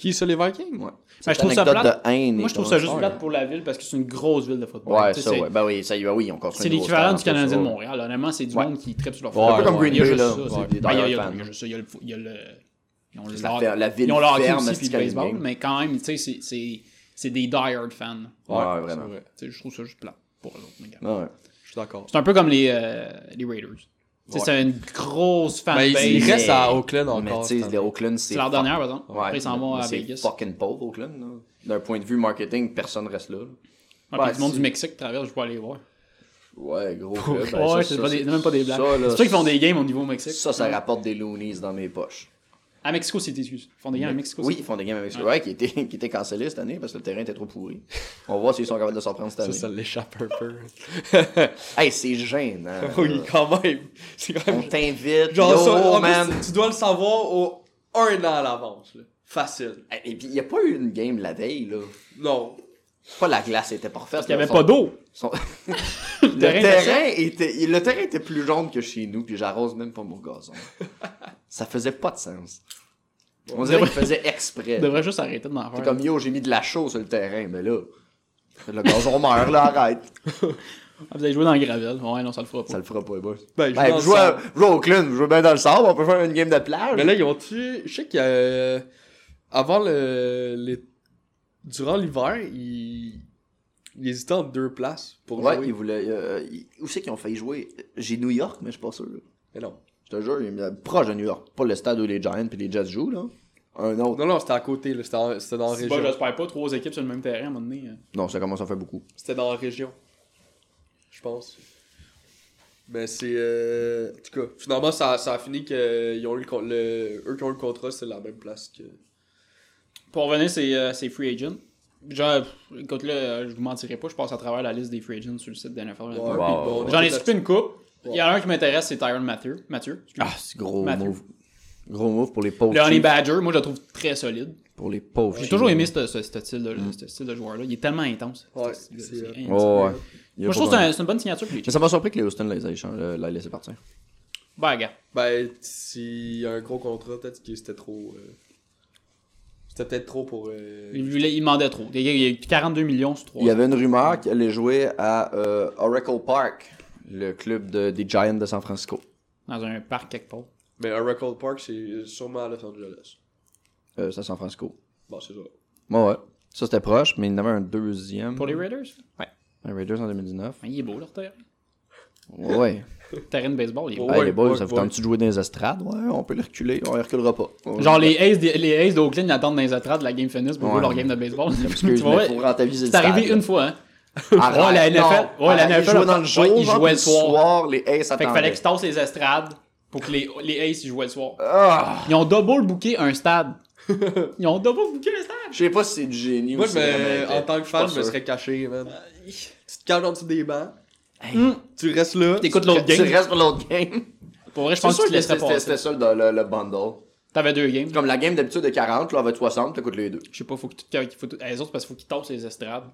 [SPEAKER 3] Qui ça, les Vikings
[SPEAKER 4] Ouais.
[SPEAKER 2] Ben, je trouve ça
[SPEAKER 4] anecdote
[SPEAKER 2] plate.
[SPEAKER 4] de haine.
[SPEAKER 2] Moi,
[SPEAKER 4] est
[SPEAKER 2] je trouve ça juste
[SPEAKER 4] constante.
[SPEAKER 2] plate pour la ville parce que c'est une grosse ville de football.
[SPEAKER 4] Ouais,
[SPEAKER 2] Tu sais,
[SPEAKER 4] ça,
[SPEAKER 2] c'est-
[SPEAKER 4] ouais. Ben oui, ça y va, oui, on construit
[SPEAKER 2] C'est
[SPEAKER 4] une grosse
[SPEAKER 2] l'équivalent du
[SPEAKER 4] stade,
[SPEAKER 2] Canadien de
[SPEAKER 4] ça.
[SPEAKER 2] Montréal. Honnêtement, c'est du
[SPEAKER 4] Ouais.
[SPEAKER 2] monde qui tripe sur leur
[SPEAKER 3] Un peu
[SPEAKER 2] football.
[SPEAKER 3] comme
[SPEAKER 4] Green
[SPEAKER 2] Il y a
[SPEAKER 4] Bay,
[SPEAKER 2] juste
[SPEAKER 4] là.
[SPEAKER 2] ça,
[SPEAKER 4] Ouais,
[SPEAKER 2] c'est-
[SPEAKER 4] des
[SPEAKER 2] Ben, Il y a- il y
[SPEAKER 4] diehard
[SPEAKER 2] a
[SPEAKER 4] fans.
[SPEAKER 2] il y a juste ça. Il y a le fo- il y a le. Ils ont le
[SPEAKER 4] La
[SPEAKER 2] hockey-
[SPEAKER 4] fer- la ville
[SPEAKER 2] Ils ont le hockey
[SPEAKER 4] ferme,
[SPEAKER 2] aussi,
[SPEAKER 4] est-ce
[SPEAKER 2] puis
[SPEAKER 4] qu'il y
[SPEAKER 2] le
[SPEAKER 4] a une
[SPEAKER 2] baseball.
[SPEAKER 4] game?
[SPEAKER 2] Mais quand même, tu sais, c'est- c'est- c'est des diehard fans.
[SPEAKER 4] Ouais,
[SPEAKER 3] Ouais,
[SPEAKER 4] vraiment.
[SPEAKER 3] c'est vrai.
[SPEAKER 2] Tu sais, Je trouve ça juste plate pour eux autres. mais regarde.
[SPEAKER 4] Ouais.
[SPEAKER 3] Je suis d'accord.
[SPEAKER 2] C'est un peu comme les, euh, les Raiders. Tu sais, C'est une grosse
[SPEAKER 3] Mais
[SPEAKER 2] fanbase.
[SPEAKER 3] Ben, ils- ils restent à Oakland
[SPEAKER 4] Mais
[SPEAKER 3] encore.
[SPEAKER 4] tu sais,
[SPEAKER 3] cette
[SPEAKER 4] les
[SPEAKER 3] année.
[SPEAKER 4] Oakland, c'est.
[SPEAKER 2] C'est leur
[SPEAKER 4] fuck-
[SPEAKER 2] dernière, par exemple.
[SPEAKER 4] Ouais,
[SPEAKER 2] Après, ils s'en vont à
[SPEAKER 4] c'est
[SPEAKER 2] Vegas.
[SPEAKER 4] fucking pauvre, Oakland. là. D'un point de vue marketing, personne reste là. là.
[SPEAKER 2] Ouais, puis
[SPEAKER 4] Ouais,
[SPEAKER 2] du monde
[SPEAKER 4] c'est-
[SPEAKER 2] du Mexique traverse, je peux aller voir.
[SPEAKER 4] Ouais, gros. club, ben,
[SPEAKER 2] ouais,
[SPEAKER 4] ça,
[SPEAKER 2] c'est
[SPEAKER 4] ça,
[SPEAKER 2] pas des- même pas des blagues.
[SPEAKER 4] ça,
[SPEAKER 2] C'est
[SPEAKER 4] là,
[SPEAKER 2] pour ça qu'ils font des games au niveau au Mexique.
[SPEAKER 4] Ça, ça rapporte des loonies dans mes poches.
[SPEAKER 2] À Mexico City, excuse. Ils font des games à Mexico
[SPEAKER 4] Oui,
[SPEAKER 2] City.
[SPEAKER 4] ils font des games avec ouais, qui étaient qui étaient cancellés cette année parce que le terrain était trop pourri. On va voir s'ils sont capables de s'en prendre cette
[SPEAKER 3] Ça,
[SPEAKER 4] année.
[SPEAKER 3] ça l'échappe un peu.
[SPEAKER 4] Hey, c'est gênant.
[SPEAKER 3] oui, quand même. C'est quand
[SPEAKER 4] On
[SPEAKER 3] même.
[SPEAKER 4] t'invite.
[SPEAKER 3] Genre,
[SPEAKER 4] Genre,
[SPEAKER 3] ça, en plus,
[SPEAKER 4] man.
[SPEAKER 3] tu dois le savoir au un an à l'avance. là. Facile.
[SPEAKER 4] Hey, Et puis, il n'y a pas eu une game la veille, là.
[SPEAKER 3] Non.
[SPEAKER 4] Pas la glace était parfaite.
[SPEAKER 2] Il n'y
[SPEAKER 4] là.
[SPEAKER 2] avait
[SPEAKER 4] Son-
[SPEAKER 2] pas d'eau.
[SPEAKER 4] son-
[SPEAKER 2] Le
[SPEAKER 4] Le
[SPEAKER 2] terrain
[SPEAKER 4] terrain,
[SPEAKER 2] était sec.
[SPEAKER 4] était, il- le terrain était plus jaune que chez nous, puis j'arrose même pas mon gazon. ça faisait pas de sens. On dirait qu'il faisait exprès.
[SPEAKER 2] On devrait juste arrêter d'en
[SPEAKER 4] C'est
[SPEAKER 2] faire.
[SPEAKER 4] comme yo, j'ai mis de la chaux sur le terrain, mais là, le gazon meurt, là, arrête.
[SPEAKER 2] Ah, vous allez jouer dans le gravel. Ouais, non, ça le fera pas.
[SPEAKER 4] Ça le fera pas, les boys.
[SPEAKER 3] Ben,
[SPEAKER 4] Ben,
[SPEAKER 3] je joue dans le
[SPEAKER 4] jouer,
[SPEAKER 3] sable.
[SPEAKER 4] à- jouer au Oakland, jouer bien dans le sable, on peut faire une game de plage.
[SPEAKER 3] Mais là, ils ont tué. Je sais qu'il y a. euh, Avant le. les- Durant l'hiver, ils. Ils hésitaient entre deux places pour
[SPEAKER 4] ouais,
[SPEAKER 3] jouer.
[SPEAKER 4] ils voulaient. euh, ils- Où c'est qu'ils ont failli jouer J'ai New York, mais je suis pas sûr. là.
[SPEAKER 3] Mais non.
[SPEAKER 4] Je te jure, ils me- proche de New York. Pas le stade où les Giants puis les Jets jouent, là. Un autre.
[SPEAKER 3] Non, non, c'était à côté, là, c'était en- c'était dans la
[SPEAKER 2] Bah,
[SPEAKER 3] région.
[SPEAKER 2] j'espère pas trois équipes sur le même terrain à un moment donné. hein.
[SPEAKER 4] Non, ça commence à faire beaucoup.
[SPEAKER 3] C'était dans la région. Je pense. Mais Ben, c'est. euh, En tout cas, finalement, ça, ça a fini que ils ont eu le, con- le- eux qui ont eu le contrat, c'est la même place que.
[SPEAKER 2] Pour revenir, c'est euh, c'est free agent. Genre, écoute, là, euh, je vous mentirai pas, je passe à travers la liste des free agents sur le site de NFL.
[SPEAKER 3] Ouais,
[SPEAKER 4] Wow.
[SPEAKER 3] puis bon,
[SPEAKER 2] J'en ai
[SPEAKER 3] tout à-
[SPEAKER 2] suivi une coupe. Il y en a un qui m'intéresse, c'est Tyron Mathieu. Mathieu excuse.
[SPEAKER 4] Ah, c'est gros
[SPEAKER 2] Matthew.
[SPEAKER 4] move. Gros move pour les pauvres.
[SPEAKER 2] le Honey
[SPEAKER 4] Chiefs.
[SPEAKER 2] Badger, moi, je le trouve très solide.
[SPEAKER 4] Pour les pauvres.
[SPEAKER 2] J'ai
[SPEAKER 4] Chiefs.
[SPEAKER 2] toujours aimé ce, ce- ce style de, ce style de joueur-là. Il est tellement intense.
[SPEAKER 3] Ouais,
[SPEAKER 2] C'est-
[SPEAKER 3] c'est-
[SPEAKER 2] c'est intense.
[SPEAKER 4] Oh, ouais. Il y a
[SPEAKER 2] Moi, je
[SPEAKER 4] pas
[SPEAKER 2] trouve que c'est un- c'est une bonne signature pour les
[SPEAKER 4] Mais
[SPEAKER 2] Chiefs.
[SPEAKER 4] ça m'a surpris que les Houston les aient échangé- euh, l'aient laissé partir.
[SPEAKER 2] Bah, gars.
[SPEAKER 3] Ben, s'il y a un gros contrat, peut-être que c'était trop. euh, C'était peut-être trop pour. euh,
[SPEAKER 2] Il, voulait- il demandait trop. Il y a- il y a eu 42 millions sur 3.
[SPEAKER 4] Il y avait une rumeur qu'il allait jouer à euh, Oracle Park, le club de- des Giants de San Francisco.
[SPEAKER 2] Dans un parc quelque part.
[SPEAKER 3] Mais Oracle Park, c'est sûrement à Los Angeles.
[SPEAKER 4] Euh, c'est à San Francisco.
[SPEAKER 3] Bon, c'est ça.
[SPEAKER 4] Bon, ouais. Ça, c'était proche, mais il y en avait un deuxième.
[SPEAKER 2] Pour les Raiders
[SPEAKER 4] Ouais. Un Raiders en 2019.
[SPEAKER 2] Ouais, Il est beau leur terrain.
[SPEAKER 4] Ouais.
[SPEAKER 2] Terrain de baseball, il est beau.
[SPEAKER 3] Ouais,
[SPEAKER 4] Hey, les boys,
[SPEAKER 3] ouais,
[SPEAKER 4] ça vous
[SPEAKER 3] ouais.
[SPEAKER 4] tente-tu de jouer dans les estrades? Ouais, on peut les reculer. On les reculera pas. On-
[SPEAKER 2] Genre les Aces, des- les Aces d'Oakland ils attendent dans les attrades la game finisse pour jouer
[SPEAKER 4] Ouais.
[SPEAKER 2] leur game de baseball.
[SPEAKER 4] Excuse,
[SPEAKER 2] Tu vois,
[SPEAKER 4] mais faut rentabiliser le
[SPEAKER 2] c'est arrivé
[SPEAKER 4] stade,
[SPEAKER 2] une fois. Hein. Ouais,
[SPEAKER 4] Arrête,
[SPEAKER 2] la
[SPEAKER 4] Ah, non.
[SPEAKER 2] NFL ouais, la
[SPEAKER 4] Arrête, ils
[SPEAKER 2] NFL
[SPEAKER 4] jouaient dans le jour,
[SPEAKER 2] ouais, ils
[SPEAKER 4] genre,
[SPEAKER 2] jouaient
[SPEAKER 4] puis
[SPEAKER 2] le soir.
[SPEAKER 4] les Aces
[SPEAKER 2] Fait qu'il
[SPEAKER 4] attendaient.
[SPEAKER 2] fallait qu'ils tassent les estrades pour que les, les Aces ils jouaient le soir.
[SPEAKER 4] Ah,
[SPEAKER 2] Ils ont double booké un stade. Ils ont double booké un stade.
[SPEAKER 4] je sais pas si c'est du génie
[SPEAKER 3] Moi,
[SPEAKER 4] ou si c'est
[SPEAKER 3] mais,
[SPEAKER 4] vraiment-
[SPEAKER 3] en tant que
[SPEAKER 4] suis pas
[SPEAKER 3] fan, je me
[SPEAKER 4] sûr.
[SPEAKER 3] serais caché, man. Tu te caches en dessous des bancs.
[SPEAKER 2] Hmm.
[SPEAKER 3] Tu restes là.
[SPEAKER 2] T'écoutes l'autre
[SPEAKER 4] Tu
[SPEAKER 2] game.
[SPEAKER 4] restes pour l'autre game.
[SPEAKER 2] Pour vrai, je
[SPEAKER 4] C'est
[SPEAKER 2] pense que
[SPEAKER 4] sûr
[SPEAKER 2] tu te
[SPEAKER 4] que
[SPEAKER 2] laisserais
[SPEAKER 4] c'était
[SPEAKER 2] passer.
[SPEAKER 4] c'était ça le, le- le bundle.
[SPEAKER 2] T'avais deux games.
[SPEAKER 4] Comme la game d'habitude de 40, là, on va être 60, t'écoutes les deux.
[SPEAKER 2] Je sais pas, faut que tu qu'il faut tout- les autres parce qu'il faut qu'ils tassent les estrades.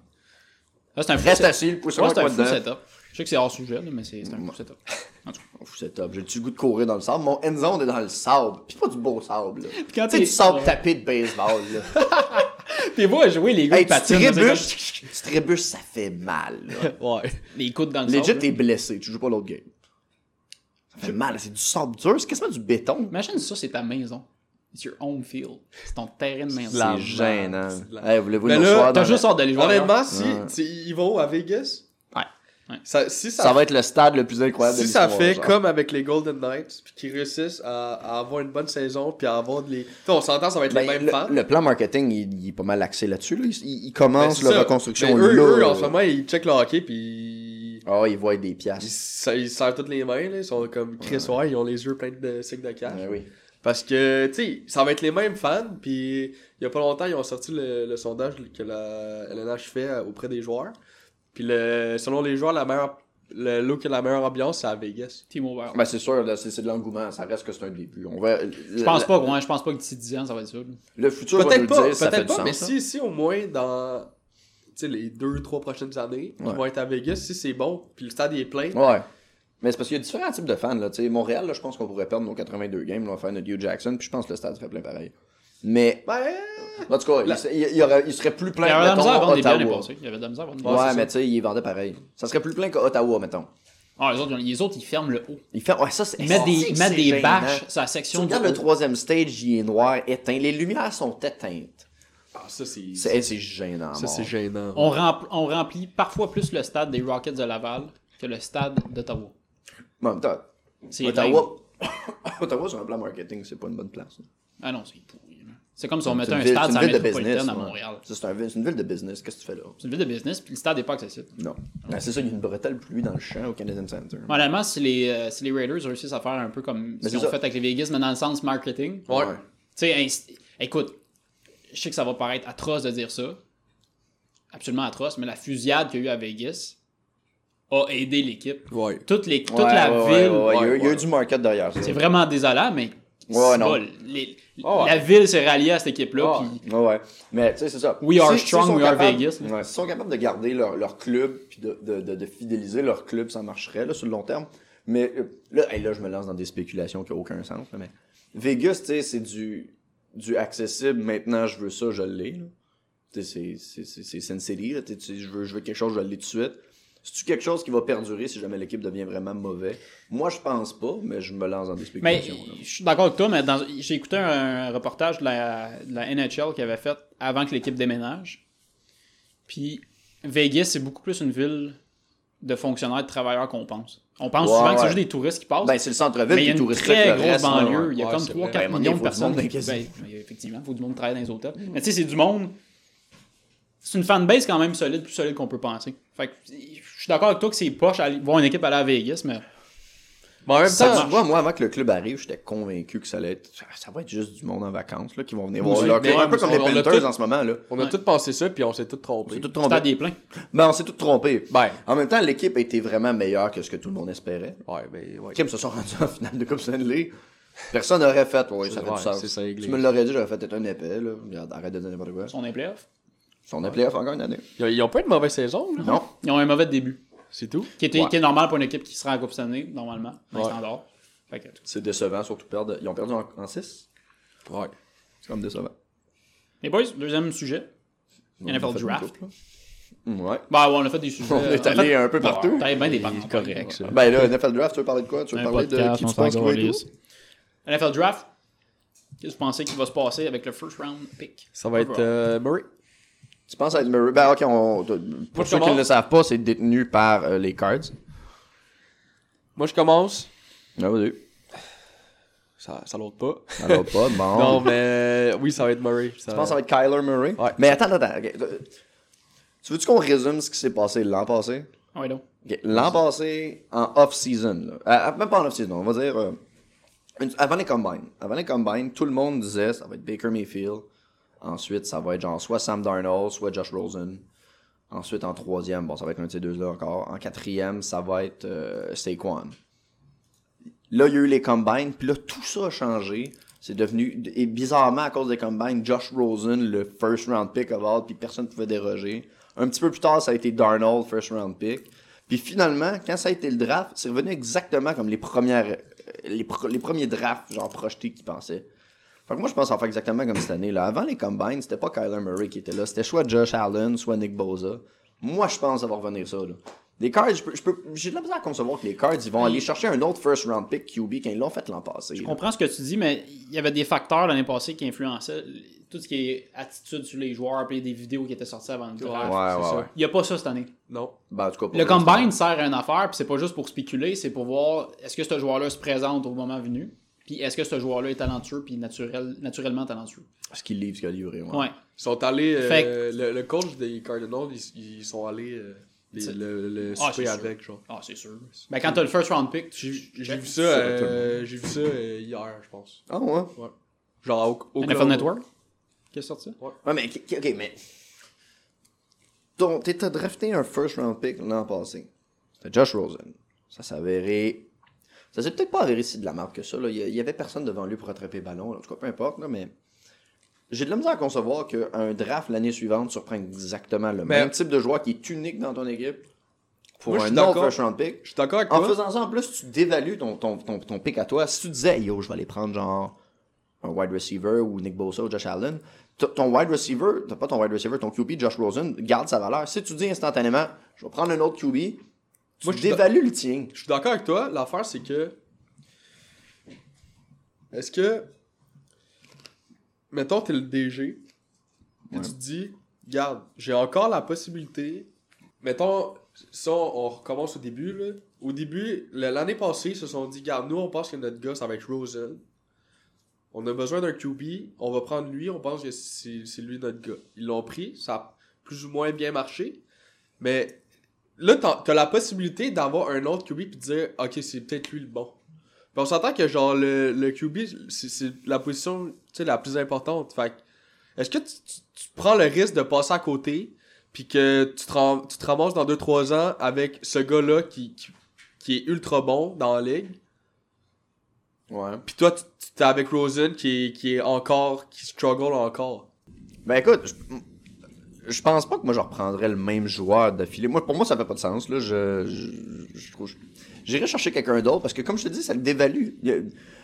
[SPEAKER 2] Là, c'est un fou
[SPEAKER 4] Reste
[SPEAKER 2] set-
[SPEAKER 4] assis, le pouce
[SPEAKER 2] Ouais,
[SPEAKER 4] sur
[SPEAKER 2] c'est
[SPEAKER 4] quoi
[SPEAKER 2] un fou
[SPEAKER 4] dedans.
[SPEAKER 2] setup. Je sais que c'est hors sujet, là, mais c'est c'est un fou setup.
[SPEAKER 4] On fout setup. J'ai-tu le goût de courir dans le sable? Mon end zone est dans le sable. Pis pas du beau sable, là.
[SPEAKER 2] quand
[SPEAKER 4] Tu sais,
[SPEAKER 2] t'es-
[SPEAKER 4] du sable
[SPEAKER 2] ouais.
[SPEAKER 4] tapé de baseball, là.
[SPEAKER 2] T'es beau à jouer les gars
[SPEAKER 4] hey,
[SPEAKER 2] qui
[SPEAKER 4] tu
[SPEAKER 2] patinent. là, c'est
[SPEAKER 4] trébuches, tu trébuches, ça fait mal, là.
[SPEAKER 3] Ouais.
[SPEAKER 2] comme Les coudes dans le
[SPEAKER 4] Legit,
[SPEAKER 2] sable, là.
[SPEAKER 4] t'es blessé, tu joues pas l'autre game. Ça fait mal, c'est du sable dur, c'est quasiment du béton.
[SPEAKER 2] Imagine ça, c'est ta maison. It's your home field. C'est ton terrain de maison.
[SPEAKER 4] C'est gênant.
[SPEAKER 3] c'est de la-
[SPEAKER 4] Hey, voulez-vous
[SPEAKER 3] Mais
[SPEAKER 4] nous
[SPEAKER 3] là,
[SPEAKER 4] recevoir
[SPEAKER 2] T'as
[SPEAKER 4] dans
[SPEAKER 2] juste
[SPEAKER 4] la-
[SPEAKER 2] hâte d'aller jouer. ailleurs.
[SPEAKER 3] Honnêtement, si,
[SPEAKER 4] Ouais.
[SPEAKER 3] si ils vont à Vegas,
[SPEAKER 4] Ouais.
[SPEAKER 3] ça, si ça,
[SPEAKER 4] Ça va être le stade le plus incroyable de
[SPEAKER 3] si ça
[SPEAKER 4] l'histoire,
[SPEAKER 3] fait
[SPEAKER 4] genre.
[SPEAKER 3] comme avec les Golden Knights, puis qu'ils réussissent à, à avoir une bonne saison, puis à avoir de les. Tu sais, on s'entend, ça va être
[SPEAKER 4] Ben,
[SPEAKER 3] les mêmes
[SPEAKER 4] le,
[SPEAKER 3] fans.
[SPEAKER 4] le plan marketing, il, il est pas mal axé là-dessus. Là. Ils,
[SPEAKER 3] Ben,
[SPEAKER 4] ils commencent
[SPEAKER 3] c'est
[SPEAKER 4] leur
[SPEAKER 3] ça.
[SPEAKER 4] reconstruction
[SPEAKER 3] Ben, eux,
[SPEAKER 4] là. euh,
[SPEAKER 3] eux, en ce moment, ils checkent le hockey, puis.
[SPEAKER 4] Ah, ils voient des
[SPEAKER 3] Ils
[SPEAKER 4] piastres.
[SPEAKER 3] se ils se serrent toutes les mains, là. Ils sont comme Chris, ouais, ils ont les yeux pleins de signes de cash.
[SPEAKER 4] Ah oui.
[SPEAKER 3] Parce que, tu sais, ça va être les mêmes fans. Puis, il y a pas longtemps, ils ont sorti le, le sondage que la LNH fait euh, auprès des joueurs. Puis, le, selon les joueurs, la meilleure, le look et la meilleure ambiance, c'est à Vegas.
[SPEAKER 2] Team over.
[SPEAKER 4] Ben, c'est sûr, là, c'est c'est de l'engouement. Ça reste que c'est un début. On va,
[SPEAKER 2] Je pense pas, ouais, je pense pas que d'ici 10 ans, ça va être ça. là.
[SPEAKER 4] Le futur va nous
[SPEAKER 3] Peut-être
[SPEAKER 4] le
[SPEAKER 3] pas,
[SPEAKER 4] dire, ça fait
[SPEAKER 3] peut-être
[SPEAKER 4] du
[SPEAKER 3] pas,
[SPEAKER 4] sens, hein.
[SPEAKER 3] mais
[SPEAKER 4] ça.
[SPEAKER 3] si, si au moins dans tu sais, les deux, trois prochaines années, ils
[SPEAKER 4] Ouais.
[SPEAKER 3] vont être à Vegas, si c'est bon, puis le stade est plein.
[SPEAKER 4] Ouais. Mais c'est parce qu'il y a différents types de fans. Là. Tu sais, Montréal, là, je pense qu'on pourrait perdre nos 82 games, là, on va faire notre Hugh Jackson, puis je pense que le stade serait plein pareil. Mais,
[SPEAKER 3] Ben,
[SPEAKER 4] en tout cas, il, se- il- il y aurait- il serait plus
[SPEAKER 2] Il y
[SPEAKER 4] plein
[SPEAKER 2] avait de la misère à
[SPEAKER 4] mettons,
[SPEAKER 2] vendre des billets l'année
[SPEAKER 4] Ottawa.
[SPEAKER 2] passée. Il y avait de la misère à vendre des
[SPEAKER 4] Ouais,
[SPEAKER 2] billets.
[SPEAKER 4] mais tu sais, ils vendaient pareil. Ça serait plus plein qu'Ottawa, mettons.
[SPEAKER 2] Ah, les, autres, ils ont- les autres, ils ferment le haut.
[SPEAKER 4] Il fait... Ouais, ça, c'est...
[SPEAKER 2] Ils mettent des,
[SPEAKER 4] c'est que
[SPEAKER 2] ils mettent
[SPEAKER 4] c'est
[SPEAKER 2] des
[SPEAKER 4] gênant.
[SPEAKER 2] bâches sur la
[SPEAKER 4] Tu
[SPEAKER 2] section
[SPEAKER 4] regardes
[SPEAKER 2] du
[SPEAKER 4] le
[SPEAKER 2] haut.
[SPEAKER 4] troisième stage, il est noir, éteint. Les lumières sont éteintes.
[SPEAKER 3] ah, ça, c'est.
[SPEAKER 4] C'est, c'est gênant,
[SPEAKER 3] Ça, c'est
[SPEAKER 4] mort.
[SPEAKER 3] gênant.
[SPEAKER 2] On, rempl- on remplit parfois plus le stade des Rockets de Laval que le stade d'Ottawa.
[SPEAKER 4] Mais en même temps,
[SPEAKER 2] C'est dingue.
[SPEAKER 4] Ottawa... Ottawa, sur un plan marketing, c'est pas une bonne place.
[SPEAKER 2] Ah non, c'est pourri. là. C'est comme si on
[SPEAKER 4] C'est
[SPEAKER 2] mettait
[SPEAKER 4] une
[SPEAKER 2] un
[SPEAKER 4] ville-
[SPEAKER 2] stade
[SPEAKER 4] c'est
[SPEAKER 2] sur
[SPEAKER 4] une
[SPEAKER 2] la
[SPEAKER 4] ville de
[SPEAKER 2] métropolitaine
[SPEAKER 4] business,
[SPEAKER 2] à
[SPEAKER 4] ouais.
[SPEAKER 2] Montréal.
[SPEAKER 4] Ça, c'est, un ville- c'est une ville de business. Qu'est-ce que tu fais là?
[SPEAKER 2] C'est une ville de business, puis le stade n'est pas accessible.
[SPEAKER 4] Non. Ah, c'est ça, il y a une bretelle pluie dans le champ au Canadian Center.
[SPEAKER 2] Mais Honnêtement, si les, euh, si les Raiders réussissent à faire un peu comme ce
[SPEAKER 4] c'est
[SPEAKER 2] qu'ils ont
[SPEAKER 4] ça.
[SPEAKER 2] fait avec les Vegas, mais dans le sens marketing, tu
[SPEAKER 3] Ouais.
[SPEAKER 4] Ouais.
[SPEAKER 2] sais, inst- écoute, je sais que ça va paraître atroce de dire ça, absolument atroce, mais la fusillade qu'il y a eu à Vegas a aidé l'équipe.
[SPEAKER 3] Ouais.
[SPEAKER 2] Toute, les, toute
[SPEAKER 4] Ouais,
[SPEAKER 2] la
[SPEAKER 4] ouais,
[SPEAKER 2] ville,
[SPEAKER 4] ouais, ouais, il, y a,
[SPEAKER 3] ouais,
[SPEAKER 4] il y a
[SPEAKER 3] ouais.
[SPEAKER 4] eu du market derrière. ça.
[SPEAKER 2] c'est vraiment désolant, mais
[SPEAKER 4] Ouais,
[SPEAKER 2] c'est
[SPEAKER 4] non.
[SPEAKER 2] pas- les-
[SPEAKER 3] Ouais, ouais.
[SPEAKER 2] la ville s'est ralliée à cette équipe-là,
[SPEAKER 3] Ouais.
[SPEAKER 2] puis
[SPEAKER 4] Ouais, ouais. Mais tu sais, c'est ça.
[SPEAKER 2] We are
[SPEAKER 4] S'ils- s'ils
[SPEAKER 2] strong,
[SPEAKER 4] sont
[SPEAKER 2] we are
[SPEAKER 4] capables-
[SPEAKER 2] Vegas.
[SPEAKER 4] Ouais, S'ils sont capables de garder leur, leur club puis de, de, de, de fidéliser leur club, ça marcherait là, sur le long terme. Mais euh, là, hey, là, je me lance dans des spéculations qui n'ont aucun sens. là, mais Vegas, tu sais, c'est du, du accessible. Maintenant, je veux ça, je l'ai. là. Tu sais, c'est- c'est- c'est Sin City. là, tu sais, tu sais, Je veux, je veux quelque chose, je l'ai tout de suite. C'est-tu quelque chose qui va perdurer si jamais l'équipe devient vraiment mauvais? Moi, je pense pas, mais je me lance dans des
[SPEAKER 2] Mais
[SPEAKER 4] spéculations. là.
[SPEAKER 2] je suis d'accord avec toi, mais dans- j'ai écouté un, reportage de la, de la NHL qu'il avait fait avant que l'équipe déménage. Puis Vegas, c'est beaucoup plus une ville de fonctionnaires, de travailleurs qu'on pense. On pense
[SPEAKER 4] Ouais,
[SPEAKER 2] souvent que c'est
[SPEAKER 4] ouais.
[SPEAKER 2] juste des touristes qui passent.
[SPEAKER 4] Ben, c'est le centre-ville
[SPEAKER 2] mais il
[SPEAKER 4] qui
[SPEAKER 2] y a
[SPEAKER 4] est
[SPEAKER 2] une
[SPEAKER 4] touristique. le
[SPEAKER 2] très grosse
[SPEAKER 4] reste, là,
[SPEAKER 2] banlieue.
[SPEAKER 4] ouais.
[SPEAKER 2] Il y a
[SPEAKER 3] ouais,
[SPEAKER 2] comme
[SPEAKER 3] c'est
[SPEAKER 2] 3-4
[SPEAKER 4] vrai. Ben, à un moment donné,
[SPEAKER 2] millions de
[SPEAKER 4] il faut du monde
[SPEAKER 2] personnes.
[SPEAKER 4] dans les
[SPEAKER 2] qui-
[SPEAKER 4] casinos.
[SPEAKER 2] ben, effectivement, il faut du monde travailler dans les hôtels. Mais tu sais, c'est du monde. C'est une fanbase quand même solide, plus solide qu'on peut penser. Fait que, je suis d'accord avec toi que c'est poche aller- voir une équipe aller à Vegas, mais
[SPEAKER 3] Mais en même
[SPEAKER 4] Ça,
[SPEAKER 3] temps,
[SPEAKER 4] tu vois, moi, avant que le club arrive, j'étais convaincu que ça allait être. Ça va être juste du monde en vacances, là, qui vont venir voir
[SPEAKER 3] Oui,
[SPEAKER 4] leur
[SPEAKER 3] mais
[SPEAKER 4] club. Un peu
[SPEAKER 3] on-
[SPEAKER 4] comme les
[SPEAKER 3] on a
[SPEAKER 4] Panthers
[SPEAKER 3] tout-
[SPEAKER 4] en ce moment, là.
[SPEAKER 3] on a
[SPEAKER 2] Ouais.
[SPEAKER 3] tous pensé ça, puis on s'est tous trompés.
[SPEAKER 4] C'est tout
[SPEAKER 2] le stade
[SPEAKER 4] trompé.
[SPEAKER 2] est plein.
[SPEAKER 4] Ben, on s'est tout trompé.
[SPEAKER 3] Ben.
[SPEAKER 4] En même temps, l'équipe a été vraiment meilleure que ce que tout le monde espérait.
[SPEAKER 3] Ouais, ben, ouais.
[SPEAKER 4] Kim se sont rendus en finale de Coupe Stanley. Personne n'aurait fait. Ouais, ça fait
[SPEAKER 3] Ouais,
[SPEAKER 4] du sens.
[SPEAKER 3] c'est ça, réglé.
[SPEAKER 4] tu me l'aurais dit, j'aurais fait être un épais, là. Regarde, Arrête de dire n'importe quoi.
[SPEAKER 2] On est playoff.
[SPEAKER 4] Son épais off encore une année.
[SPEAKER 3] Ils ont- Ils ont pas eu de mauvaise saison, là.
[SPEAKER 4] Non.
[SPEAKER 2] Ils ont un mauvais début.
[SPEAKER 3] C'est tout.
[SPEAKER 2] qui, était,
[SPEAKER 4] Ouais.
[SPEAKER 2] qui est normal pour une équipe qui se rend en Coupe Stanley, normalement, dans les
[SPEAKER 3] Ouais.
[SPEAKER 2] standards. Fait que-
[SPEAKER 4] C'est décevant, surtout perdre. Ils ont perdu en 6.
[SPEAKER 3] Ouais.
[SPEAKER 4] C'est comme décevant.
[SPEAKER 2] Les boys, deuxième sujet. NFL
[SPEAKER 4] fait une
[SPEAKER 2] draft.
[SPEAKER 4] coupe, là. Ouais.
[SPEAKER 2] Bah ouais, on a fait des sujets. euh,
[SPEAKER 4] On est allé un peu partout.
[SPEAKER 2] T'as bien des parties.
[SPEAKER 3] Correct, ça.
[SPEAKER 4] Ben là, NFL draft, tu veux parler de quoi? Tu veux
[SPEAKER 2] Un
[SPEAKER 4] parler de
[SPEAKER 2] podcast,
[SPEAKER 4] qui
[SPEAKER 2] on
[SPEAKER 4] tu
[SPEAKER 2] s'en
[SPEAKER 4] penses qui va être où?
[SPEAKER 2] calisse. NFL draft. Qu'est-ce que vous pensez qui va se passer avec le first round pick?
[SPEAKER 3] Ça va être euh, Murray.
[SPEAKER 4] Tu penses à être Murray? Ben, ok, on- pour
[SPEAKER 3] je
[SPEAKER 4] ceux qui ne
[SPEAKER 3] commence.
[SPEAKER 4] le savent pas, c'est détenu par euh, les Cards.
[SPEAKER 3] Moi, je commence.
[SPEAKER 4] Ah, vas-y.
[SPEAKER 3] Ça, ça l'autre pas.
[SPEAKER 4] Ça va pas, bon.
[SPEAKER 3] Non, mais euh, oui, ça va être Murray. Ça
[SPEAKER 4] Tu penses à être Kyler Murray?
[SPEAKER 3] Ouais.
[SPEAKER 4] Mais attends, attends, attends. ok. Tu veux-tu qu'on résume ce qui s'est passé l'an passé?
[SPEAKER 2] Ah Ouais, donc.
[SPEAKER 4] Ok, L'an passé, en off-season, là. Euh, même pas en off-season, on va dire. euh, une- avant les combines. Avant les combines, tout le monde disait ça va être Baker Mayfield. Ensuite, ça va être genre soit Sam Darnold, soit Josh Rosen. Ensuite, en troisième, bon, ça va être un de ces deux-là encore. En quatrième, ça va être euh, Saquon. Là, il y a eu les combines, puis là, tout ça a changé. C'est devenu, et bizarrement, à cause des combines, Josh Rosen, le first round pick of all, puis personne ne pouvait déroger. Un petit peu plus tard, ça a été Darnold, first round pick. Puis finalement, quand ça a été le draft, c'est revenu exactement comme les premières, euh, les, pro- les premiers drafts, genre projetés qu'ils pensaient. Fait que moi, je pense en faire exactement comme cette année. Là. Avant les combines, c'était pas Kyler Murray qui était là. C'était soit Josh Allen, soit Nick Bosa. Moi, je pense avoir revenir ça. Là. Les Cards, je peux- je peux- j'ai de la misère à concevoir que les Cards, ils vont aller chercher un autre first round pick QB quand ils l'ont fait l'an passé.
[SPEAKER 2] Je
[SPEAKER 4] là.
[SPEAKER 2] comprends ce que tu dis, mais il y avait des facteurs l'année passée qui influençaient l- tout ce qui est attitude sur les joueurs, puis des vidéos qui étaient sorties avant le draft.
[SPEAKER 4] Ouais,
[SPEAKER 3] c'est
[SPEAKER 4] ouais,
[SPEAKER 3] ça.
[SPEAKER 4] ouais.
[SPEAKER 2] Il n'y a pas ça cette année.
[SPEAKER 3] Non.
[SPEAKER 4] Ben, en tout cas, pour
[SPEAKER 2] Le
[SPEAKER 4] l'instant.
[SPEAKER 2] combine sert à une affaire, puis c'est pas juste pour spéculer, c'est pour voir est-ce que ce joueur-là se présente au moment venu, puis est-ce que ce joueur-là est talentueux, puis naturel, naturellement talentueux.
[SPEAKER 4] Ce qu'il livre, ce qu'il a livré. Ouais.
[SPEAKER 2] Ouais.
[SPEAKER 3] Ils sont allés. euh,
[SPEAKER 2] Fait que-
[SPEAKER 3] le, le coach des Cardinals, ils, ils sont allés. euh, les-
[SPEAKER 2] C'est-
[SPEAKER 3] le, le
[SPEAKER 2] Ah,
[SPEAKER 3] souper
[SPEAKER 2] c'est
[SPEAKER 3] avec, genre.
[SPEAKER 2] Ah, c'est sûr. Ben, quand t'as le first round pick, tu.
[SPEAKER 3] J'ai vu ça,
[SPEAKER 4] Ça va tout le
[SPEAKER 3] euh, j'ai vu ça euh, hier, je pense.
[SPEAKER 4] Ah ouais?
[SPEAKER 3] Genre au, au
[SPEAKER 2] NFL Network qui est sorti.
[SPEAKER 4] Ouais, mais ok, ok, mais. Ton- T'es t'as drafté un first round pick l'an passé. C'était Josh Rosen. Ça s'est avéré. Ça s'est peut-être pas avéré si de la marque que ça. là. Il y a- il y avait personne devant lui pour attraper le ballon. là. En tout cas, peu importe, là, mais. J'ai de la misère à concevoir qu'un draft l'année suivante surprend exactement le
[SPEAKER 3] Mais-
[SPEAKER 4] même type de joueur qui est unique dans ton équipe pour
[SPEAKER 3] Moi, je suis
[SPEAKER 4] un autre
[SPEAKER 3] d'accord.
[SPEAKER 4] first round pick.
[SPEAKER 3] Je suis d'accord avec
[SPEAKER 4] En
[SPEAKER 3] toi.
[SPEAKER 4] faisant ça, en plus, tu dévalues ton, ton, ton, ton pick à toi. Si tu disais, yo, je vais aller prendre genre un wide receiver ou Nick Bosa ou Josh Allen, t- ton wide receiver, t'as pas ton wide receiver, ton QB, Josh Rosen, garde sa valeur. Si tu dis instantanément, je vais prendre un autre QB, tu
[SPEAKER 3] Moi, je suis
[SPEAKER 4] dévalues le tien.
[SPEAKER 3] Je suis d'accord avec toi. L'affaire, c'est que. Est-ce que. Mettons, t'es le DG. Et tu te dis, garde, j'ai encore la possibilité. Mettons, ça, on recommence au début. Là. Au début, le- l'année passée, ils se sont dit, garde, nous, on pense que notre gars, ça va être Rosen. On a besoin d'un QB. On va prendre lui. On pense que c'est c'est lui notre gars. Ils l'ont pris. Ça a plus ou moins bien marché. Mais là, t'as t'as la possibilité d'avoir un autre QB puis de dire, ok, c'est peut-être lui le bon. Puis on s'entend que genre le, le QB, c'est- c'est la position tu sais, la plus importante. Fait que, est-ce que tu, tu- tu prends le risque de passer à côté puis que tu te, ram- tu te ramasses dans 2-3 ans avec ce gars-là qui, qui, qui est ultra bon dans la ligue?
[SPEAKER 4] Ouais.
[SPEAKER 3] Puis toi, tu tu- t'es avec Rosen qui est, qui est encore, qui struggle encore.
[SPEAKER 4] Ben écoute, je, je pense pas que moi je reprendrais le même joueur d'affilée. Moi, pour moi, ça fait pas de sens. Là. Je, je, je trouve. J'irai chercher quelqu'un d'autre parce que, comme je te dis, ça le dévalue. Il y a-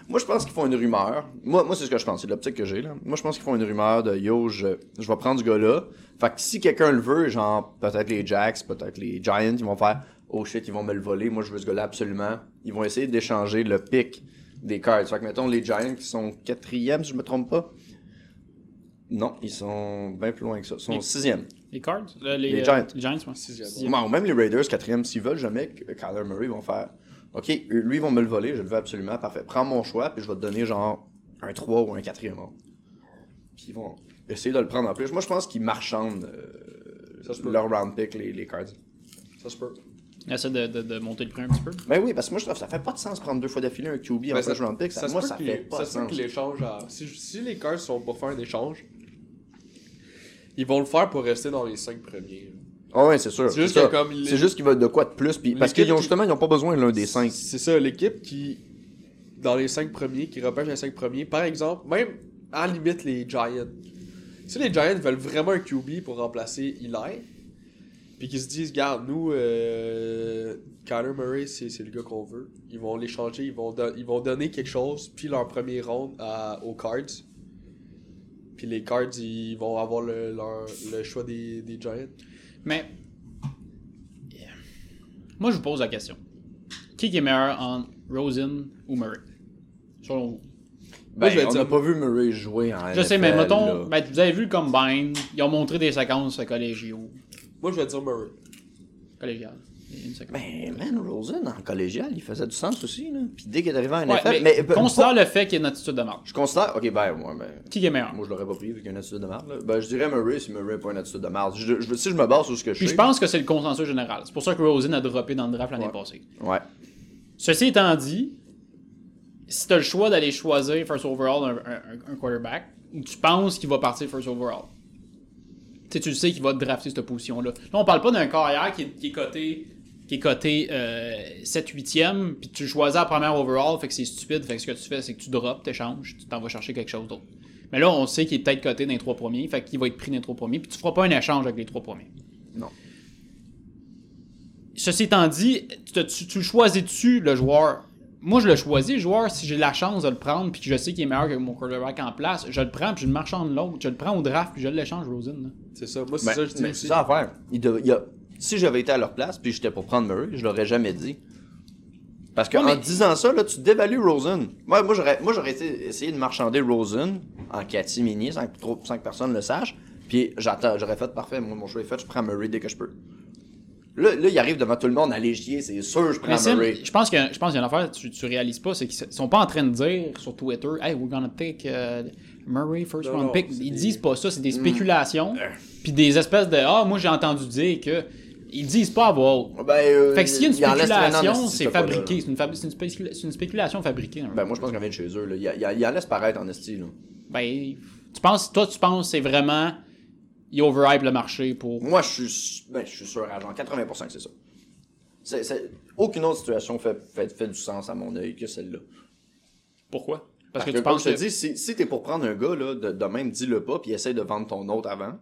[SPEAKER 4] Moi, je pense qu'ils font une rumeur. Moi, moi c'est ce que je pense. C'est de l'optique que j'ai. là. Moi, je pense qu'ils font une rumeur de yo, je, je vais prendre ce gars-là. Fait que si quelqu'un le veut, genre, peut-être les Jacks, peut-être les Giants, ils vont faire oh shit, ils vont me le voler. Moi, je veux ce gars-là absolument. Ils vont essayer d'échanger le pic des cards. Fait que, mettons, les Giants qui sont quatrième, si je me trompe pas. Non, ils sont bien plus loin que ça. Ils sont
[SPEAKER 2] Les-
[SPEAKER 4] sixième.
[SPEAKER 2] Les Cards euh, les,
[SPEAKER 4] Les
[SPEAKER 2] euh,
[SPEAKER 4] Giants.
[SPEAKER 2] Les Giants, ouais. Sixième.
[SPEAKER 4] Bon, même les Raiders, quatrième, s'ils veulent jamais, que Kyler Murray vont faire OK, eux- lui, ils vont me le voler, je le veux absolument, parfait. Prends mon choix, puis je vais te donner genre un 3 ou un 4e round. Puis ils vont essayer de le prendre en plus. Moi, je pense qu'ils marchandent euh,
[SPEAKER 3] Ça se peut.
[SPEAKER 4] leur round pick, les, les Cards.
[SPEAKER 3] Ça se peut.
[SPEAKER 2] Essaie de, de, de monter le prix un petit peu.
[SPEAKER 4] Ben oui, parce que moi, je trouve que ça fait pas de sens de prendre deux fois d'affilée un QB en
[SPEAKER 3] Ben,
[SPEAKER 4] first round pick. Ça,
[SPEAKER 3] se
[SPEAKER 4] moi,
[SPEAKER 3] peut
[SPEAKER 4] ça
[SPEAKER 3] qu'il-
[SPEAKER 4] fait pas de
[SPEAKER 3] se peut
[SPEAKER 4] sens.
[SPEAKER 3] que l'échange. à- Si, si les Cards sont pour faire un échange, ils vont le faire pour rester dans les 5 premiers.
[SPEAKER 4] Ah ouais, c'est sûr.
[SPEAKER 3] C'est juste
[SPEAKER 4] ça.
[SPEAKER 3] que comme il-
[SPEAKER 4] C'est juste qu'ils veulent de quoi de plus. puis- parce
[SPEAKER 3] L'équipe
[SPEAKER 4] qu'ils ont
[SPEAKER 3] qui-
[SPEAKER 4] justement, ils n'ont pas besoin de l'un des 5.
[SPEAKER 3] C'est ça, l'équipe qui, dans les 5 premiers, qui repêche les 5 premiers, par exemple, même à la limite les Giants. Si les Giants veulent vraiment un QB pour remplacer Eli, puis qu'ils se disent, garde, nous, euh, Kyler Murray, c'est c'est le gars qu'on veut, ils vont l'échanger, ils, vont don- ils vont donner quelque chose, puis leur premier round à- aux Cards. Puis les Cards, ils vont avoir le, leur- le choix des, des Giants.
[SPEAKER 2] Mais. Yeah. Moi, je vous pose la question. Qui qui est meilleur en Rosen ou Murray Selon vous.
[SPEAKER 3] Moi, je vais
[SPEAKER 4] Ben, on
[SPEAKER 3] dire-
[SPEAKER 4] n'a pas vu Murray jouer en
[SPEAKER 2] Je sais, mais
[SPEAKER 4] NFL,
[SPEAKER 2] mettons,
[SPEAKER 4] là.
[SPEAKER 2] ben, vous avez vu le combine, ils ont montré des séquences collégiaux.
[SPEAKER 3] Moi, je vais dire Murray.
[SPEAKER 2] Collégiales. Une séquence.
[SPEAKER 4] Ben, man, Rosen, en collégial, il faisait du sens aussi, là. Puis dès qu'il est arrivé en
[SPEAKER 2] Ouais,
[SPEAKER 4] NFL,
[SPEAKER 2] mais,
[SPEAKER 4] mais, euh,
[SPEAKER 2] considère le fait qu'il y a une attitude de marge.
[SPEAKER 4] je considère. Ok, ben, moi, ben,
[SPEAKER 2] Qui qui est meilleur
[SPEAKER 4] moi je l'aurais pas pris vu qu'il y a une attitude de merde, là. Ben, je dirais Murray si Murray n'a pas une attitude de merde. Je, je- si je me base sur ce que je
[SPEAKER 2] Puis
[SPEAKER 4] sais.
[SPEAKER 2] je pense que c'est le consensus général. C'est pour ça que Rosen a droppé dans le draft l'année
[SPEAKER 4] Ouais.
[SPEAKER 2] passée.
[SPEAKER 4] Ouais.
[SPEAKER 2] Ceci étant dit, si tu as le choix d'aller choisir first overall un, un- un quarterback, ou tu penses qu'il va partir first overall, tu sais, tu le sais qu'il va te drafter cette position-là. Là, on parle pas d'un carrière qui est, qui est coté qui est coté 7-8e, puis tu le choisis à première overall, fait que c'est stupide, fait que ce que tu fais, c'est que tu drops, t'échanges, tu t'en vas chercher quelque chose d'autre. Mais là, on sait qu'il est peut-être coté dans les trois premiers, fait qu'il va être pris dans les trois premiers, puis tu feras pas un échange avec les trois premiers.
[SPEAKER 4] Non.
[SPEAKER 2] Ceci étant dit, tu, te- tu- tu le choisis-tu, le joueur? Moi, je le choisis, le joueur, si j'ai la chance de le prendre, puis que je sais qu'il est meilleur que mon quarterback en place, je le prends, puis je le marchande l'autre, je le prends au draft, puis je l'échange, Rosen. là.
[SPEAKER 3] C'est ça, moi, c'est
[SPEAKER 4] Ben,
[SPEAKER 3] ça que je dis.
[SPEAKER 4] mais
[SPEAKER 3] aussi.
[SPEAKER 4] c'est ça à faire. Il dev- il y a- Si j'avais été à leur place, puis j'étais pour prendre Murray, je l'aurais jamais dit. Parce qu'en
[SPEAKER 2] Ouais, mais-
[SPEAKER 4] disant ça, là, tu dévalues Rosen. Ouais, moi, j'aurais, moi, j'aurais été- essayé de marchander Rosen en catimini, sans que, trop, sans que personne le sache. Puis j'attends, j'aurais fait parfait, moi, mon choix est fait, je prends Murray dès que je peux. Là, là, il arrive devant tout le monde à légier, c'est sûr, je prends
[SPEAKER 2] Mais Sim,
[SPEAKER 4] Murray.
[SPEAKER 2] je pense qu'il y a- je pense qu'il y a une affaire que tu, tu réalises pas, c'est qu'ils s- sont pas en train de dire sur Twitter « Hey, we're gonna take euh, Murray first
[SPEAKER 3] Non,
[SPEAKER 2] round
[SPEAKER 3] non,
[SPEAKER 2] pick ».
[SPEAKER 3] c'est
[SPEAKER 2] Ils
[SPEAKER 3] des-
[SPEAKER 4] Hmm. Euh.
[SPEAKER 2] disent pas ça, c'est des spéculations, puis des espèces de « Ah, moi j'ai entendu dire que Ils disent pas à voix haute.
[SPEAKER 4] Ben, euh,
[SPEAKER 2] Fait que s'il y a une
[SPEAKER 4] il en laisse traîner en
[SPEAKER 2] spéculation,
[SPEAKER 4] esti,
[SPEAKER 2] c'est
[SPEAKER 4] cette fois-là,
[SPEAKER 2] fabriqué.
[SPEAKER 4] là.
[SPEAKER 2] C'est une, fabri- c'est une spécula- c'est une spéculation fabriquée. hein.
[SPEAKER 4] Ben, moi, je pense qu'elle vient de chez eux. Là. Il, il- il en laisse paraître en esti. Là.
[SPEAKER 2] Ben, tu penses, toi, tu penses que c'est vraiment. Ils overhype le marché pour.
[SPEAKER 4] Moi, je suis, ben, je suis sûr à genre 80% que c'est ça. C'est- c'est- Aucune autre situation fait, fait, fait du sens à mon œil que celle-là.
[SPEAKER 2] Pourquoi Parce
[SPEAKER 4] Parce
[SPEAKER 2] que
[SPEAKER 4] que,
[SPEAKER 2] tu
[SPEAKER 4] comme
[SPEAKER 2] penses
[SPEAKER 4] je te
[SPEAKER 2] que.
[SPEAKER 4] dis, si, si t'es pour prendre un gars, là, de, de même, dis-le pas, puis essaye de vendre ton autre avant.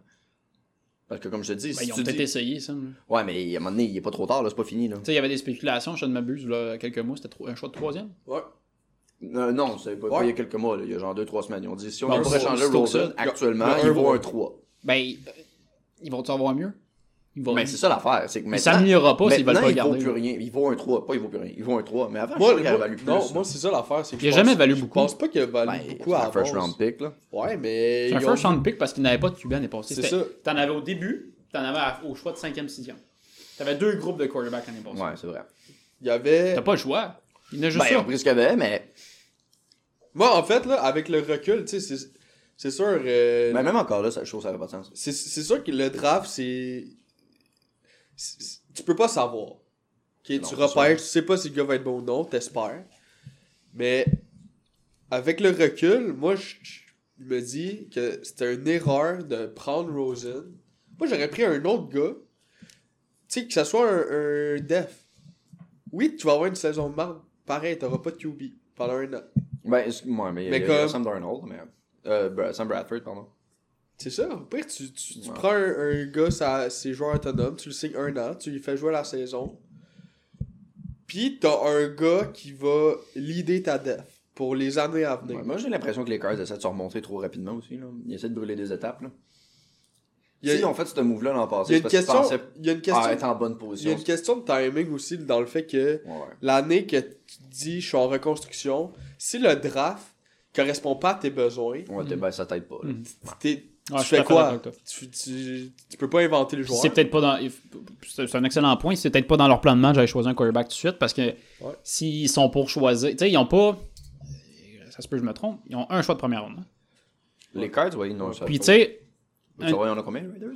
[SPEAKER 4] Parce que, comme je te dis,
[SPEAKER 2] Ben,
[SPEAKER 4] si
[SPEAKER 2] ils ont
[SPEAKER 4] tu
[SPEAKER 2] peut-être
[SPEAKER 4] dis-
[SPEAKER 2] essayé ça. là. Tu
[SPEAKER 4] Ouais, mais à un moment donné, il est pas trop tard, là, c'est pas fini, là.
[SPEAKER 2] sais, il y avait des spéculations, je ne m'abuse, là, quelques mois, c'était tro- un choix de troisième.
[SPEAKER 3] Ouais.
[SPEAKER 4] Euh, non, c'est pas, pas
[SPEAKER 3] Ouais.
[SPEAKER 4] il y a quelques mois, là, il y a genre 2-3 semaines. Ils ont dit, si on
[SPEAKER 2] Bon,
[SPEAKER 4] pourrait
[SPEAKER 2] Ben, c'est-
[SPEAKER 4] changer
[SPEAKER 2] c'est tout ça.
[SPEAKER 4] Rosen,
[SPEAKER 3] Il y a-
[SPEAKER 4] actuellement,
[SPEAKER 3] il y a un
[SPEAKER 4] il vaut
[SPEAKER 3] vote.
[SPEAKER 4] un 3.
[SPEAKER 2] Ben, euh, ils vont-tu avoir mieux Ils vont.
[SPEAKER 4] Mais Ben, c'est ça l'affaire, c'est que
[SPEAKER 2] Ils
[SPEAKER 4] maintenant...
[SPEAKER 2] s'améliorera pas s'ils veulent
[SPEAKER 4] Maintenant,
[SPEAKER 2] pas le
[SPEAKER 4] il vaut
[SPEAKER 2] garder.
[SPEAKER 4] plus rien. Il vaut un 3. Pas il vaut plus rien. Il vaut un 3. Mais avant,
[SPEAKER 3] Moi,
[SPEAKER 4] je
[SPEAKER 3] moi-
[SPEAKER 4] crois qu'il valu plus.
[SPEAKER 3] non, moi, c'est ça l'affaire. c'est que
[SPEAKER 2] Il a
[SPEAKER 3] je
[SPEAKER 2] jamais
[SPEAKER 3] pense-
[SPEAKER 2] valu
[SPEAKER 3] je
[SPEAKER 2] beaucoup.
[SPEAKER 3] pense pas qu'il a valu
[SPEAKER 4] Ben,
[SPEAKER 3] beaucoup
[SPEAKER 4] c'est
[SPEAKER 3] à
[SPEAKER 4] un first
[SPEAKER 3] avance.
[SPEAKER 4] round pick, là.
[SPEAKER 3] Ouais, mais.
[SPEAKER 2] C'est un
[SPEAKER 3] ils
[SPEAKER 2] first
[SPEAKER 3] ont-
[SPEAKER 2] round pick parce qu'il n'avait pas de Cuban l'année passée.
[SPEAKER 3] C'est
[SPEAKER 2] C'était-
[SPEAKER 3] ça.
[SPEAKER 2] T'en avais au début, t'en avais à- au choix de 5e, 6e. T'avais deux groupes de quarterbacks l'année passée.
[SPEAKER 4] Ouais, c'est vrai.
[SPEAKER 3] Il y avait.
[SPEAKER 2] T'as pas le choix. Il y en a juste
[SPEAKER 4] Ben, ils
[SPEAKER 2] ça.
[SPEAKER 4] ont pris ce qu'il y avait, mais...
[SPEAKER 3] Moi, en fait, là, avec le recul, tu sais, c'est- c'est sûr. euh,
[SPEAKER 4] mais ben, même encore là, ça, je trouve que ça n'a pas de sens.
[SPEAKER 3] c'est c'est sûr que le draft, c'est. c'est- Tu peux pas savoir. Ok,
[SPEAKER 4] Non,
[SPEAKER 3] tu
[SPEAKER 4] c'est
[SPEAKER 3] repères, tu sais pas si le gars va être bon ou non, t'espères. Mais avec le recul, moi, je je me dis que c'était une erreur de prendre Rosen. Moi, j'aurais pris un autre gars. Tu sais, que ça soit un, un def. Oui, tu vas avoir une saison de marde. Pareil, t'auras pas de QB pendant un an.
[SPEAKER 4] Ben, excuse-moi,
[SPEAKER 3] Mais
[SPEAKER 4] mais, il y a- il y a
[SPEAKER 3] comme-
[SPEAKER 4] Sam Darnold, mais... Euh, Bra- Sam Bradford, pardon.
[SPEAKER 3] C'est ça. Au pire, tu, tu, tu
[SPEAKER 4] Ouais.
[SPEAKER 3] prends un, un gars, ça, c'est joueur autonome, tu le signes un an, tu lui fais jouer la saison. Puis t'as un gars qui va leader ta def pour les années à venir.
[SPEAKER 4] Ouais, moi, j'ai l'impression que les Cards essaient de se remonter trop rapidement aussi. Là. Ils essaient de brûler des étapes. Là.
[SPEAKER 3] Il y a,
[SPEAKER 4] Si on fait ce move-là
[SPEAKER 3] il
[SPEAKER 4] l'an
[SPEAKER 3] y a
[SPEAKER 4] passé, c'est
[SPEAKER 3] une
[SPEAKER 4] parce qu'ils
[SPEAKER 3] question,
[SPEAKER 4] pensaient
[SPEAKER 3] il y a une
[SPEAKER 4] ah,
[SPEAKER 3] question,
[SPEAKER 4] être en bonne
[SPEAKER 3] il y a
[SPEAKER 4] position.
[SPEAKER 3] une question de timing aussi dans le fait que
[SPEAKER 4] Ouais, ouais.
[SPEAKER 3] l'année que tu dis je suis en reconstruction, si le draft correspond pas à tes besoins,
[SPEAKER 4] Ouais, t'es- ben, ça t'aide pas. là.
[SPEAKER 2] Mm.
[SPEAKER 3] t'es-
[SPEAKER 2] Ouais, je suis tout à
[SPEAKER 3] tu fais
[SPEAKER 2] fait d'accord
[SPEAKER 3] quoi
[SPEAKER 2] avec toi.
[SPEAKER 3] tu, tu, tu peux pas inventer le joueur.
[SPEAKER 2] C'est peut-être pas dans. C'est c'est un excellent point. C'est peut-être pas dans leur plan de match d'aller choisir un quarterback tout de suite parce que s'ils sont pour choisir. Tu sais, ils ont pas. Ça se peut, que je me trompe. Ils ont un choix de première ronde. hein.
[SPEAKER 4] Les Cards, oui, non, ça.
[SPEAKER 2] Puis, tu sais,
[SPEAKER 4] Tu sais, on a combien, les Raiders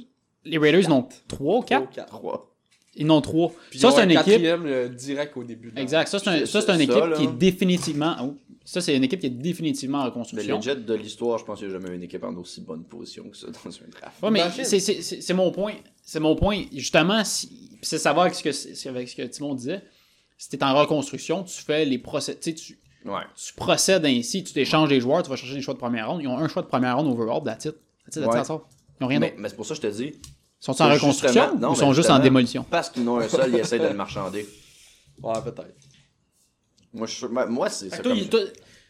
[SPEAKER 2] les Raiders, ils en ont 3 4
[SPEAKER 3] Quatre.
[SPEAKER 4] 3.
[SPEAKER 2] Ils en ont 3.
[SPEAKER 3] Puis
[SPEAKER 2] Ça,
[SPEAKER 3] ils ont
[SPEAKER 2] c'est
[SPEAKER 3] un
[SPEAKER 2] une équipe.
[SPEAKER 3] quatrième, euh, direct au début. de la-
[SPEAKER 2] Exact. Ça, c'est un-
[SPEAKER 4] C'est-
[SPEAKER 2] ça, c'est une
[SPEAKER 4] ça,
[SPEAKER 2] équipe
[SPEAKER 4] là.
[SPEAKER 2] qui est définitivement. oh, Ça, c'est une équipe qui est définitivement en
[SPEAKER 4] Mais
[SPEAKER 2] reconstruction.
[SPEAKER 4] les Jets de l'histoire, je pense qu'il n'y a jamais eu une équipe en aussi bonne position que ça dans un draft.
[SPEAKER 2] Ouais, mais
[SPEAKER 3] Imagine.
[SPEAKER 2] c'est- c'est c'est- c'est mon point. C'est mon point. Justement, si, pis c'est savoir avec ce que, c'est- avec ce que Timon disait. Si t'es en reconstruction, tu fais les procès. Tu, sais, tu
[SPEAKER 4] Ouais.
[SPEAKER 2] tu procèdes ainsi, tu t'échanges des joueurs, tu vas chercher des choix de première ronde. Ils ont un choix de première ronde overall, that's it. That's it, that's it,
[SPEAKER 4] Ouais.
[SPEAKER 2] that's all. Ils n'ont rien
[SPEAKER 4] Mais,
[SPEAKER 2] d'autre.
[SPEAKER 4] mais c'est pour ça que je te dis.
[SPEAKER 2] Ils sont en
[SPEAKER 4] que justement-
[SPEAKER 2] reconstruction
[SPEAKER 4] non,
[SPEAKER 2] ou ils
[SPEAKER 4] mais
[SPEAKER 2] sont juste en
[SPEAKER 4] justement,
[SPEAKER 2] démolition?
[SPEAKER 4] Parce qu'ils n'ont un seul, ils essaient de le marchander.
[SPEAKER 3] Ouais, peut-être.
[SPEAKER 4] Moi, je suis sûr, ben, moi, c'est ça
[SPEAKER 2] Toi,
[SPEAKER 4] comme
[SPEAKER 2] il-
[SPEAKER 4] ça.
[SPEAKER 2] toi,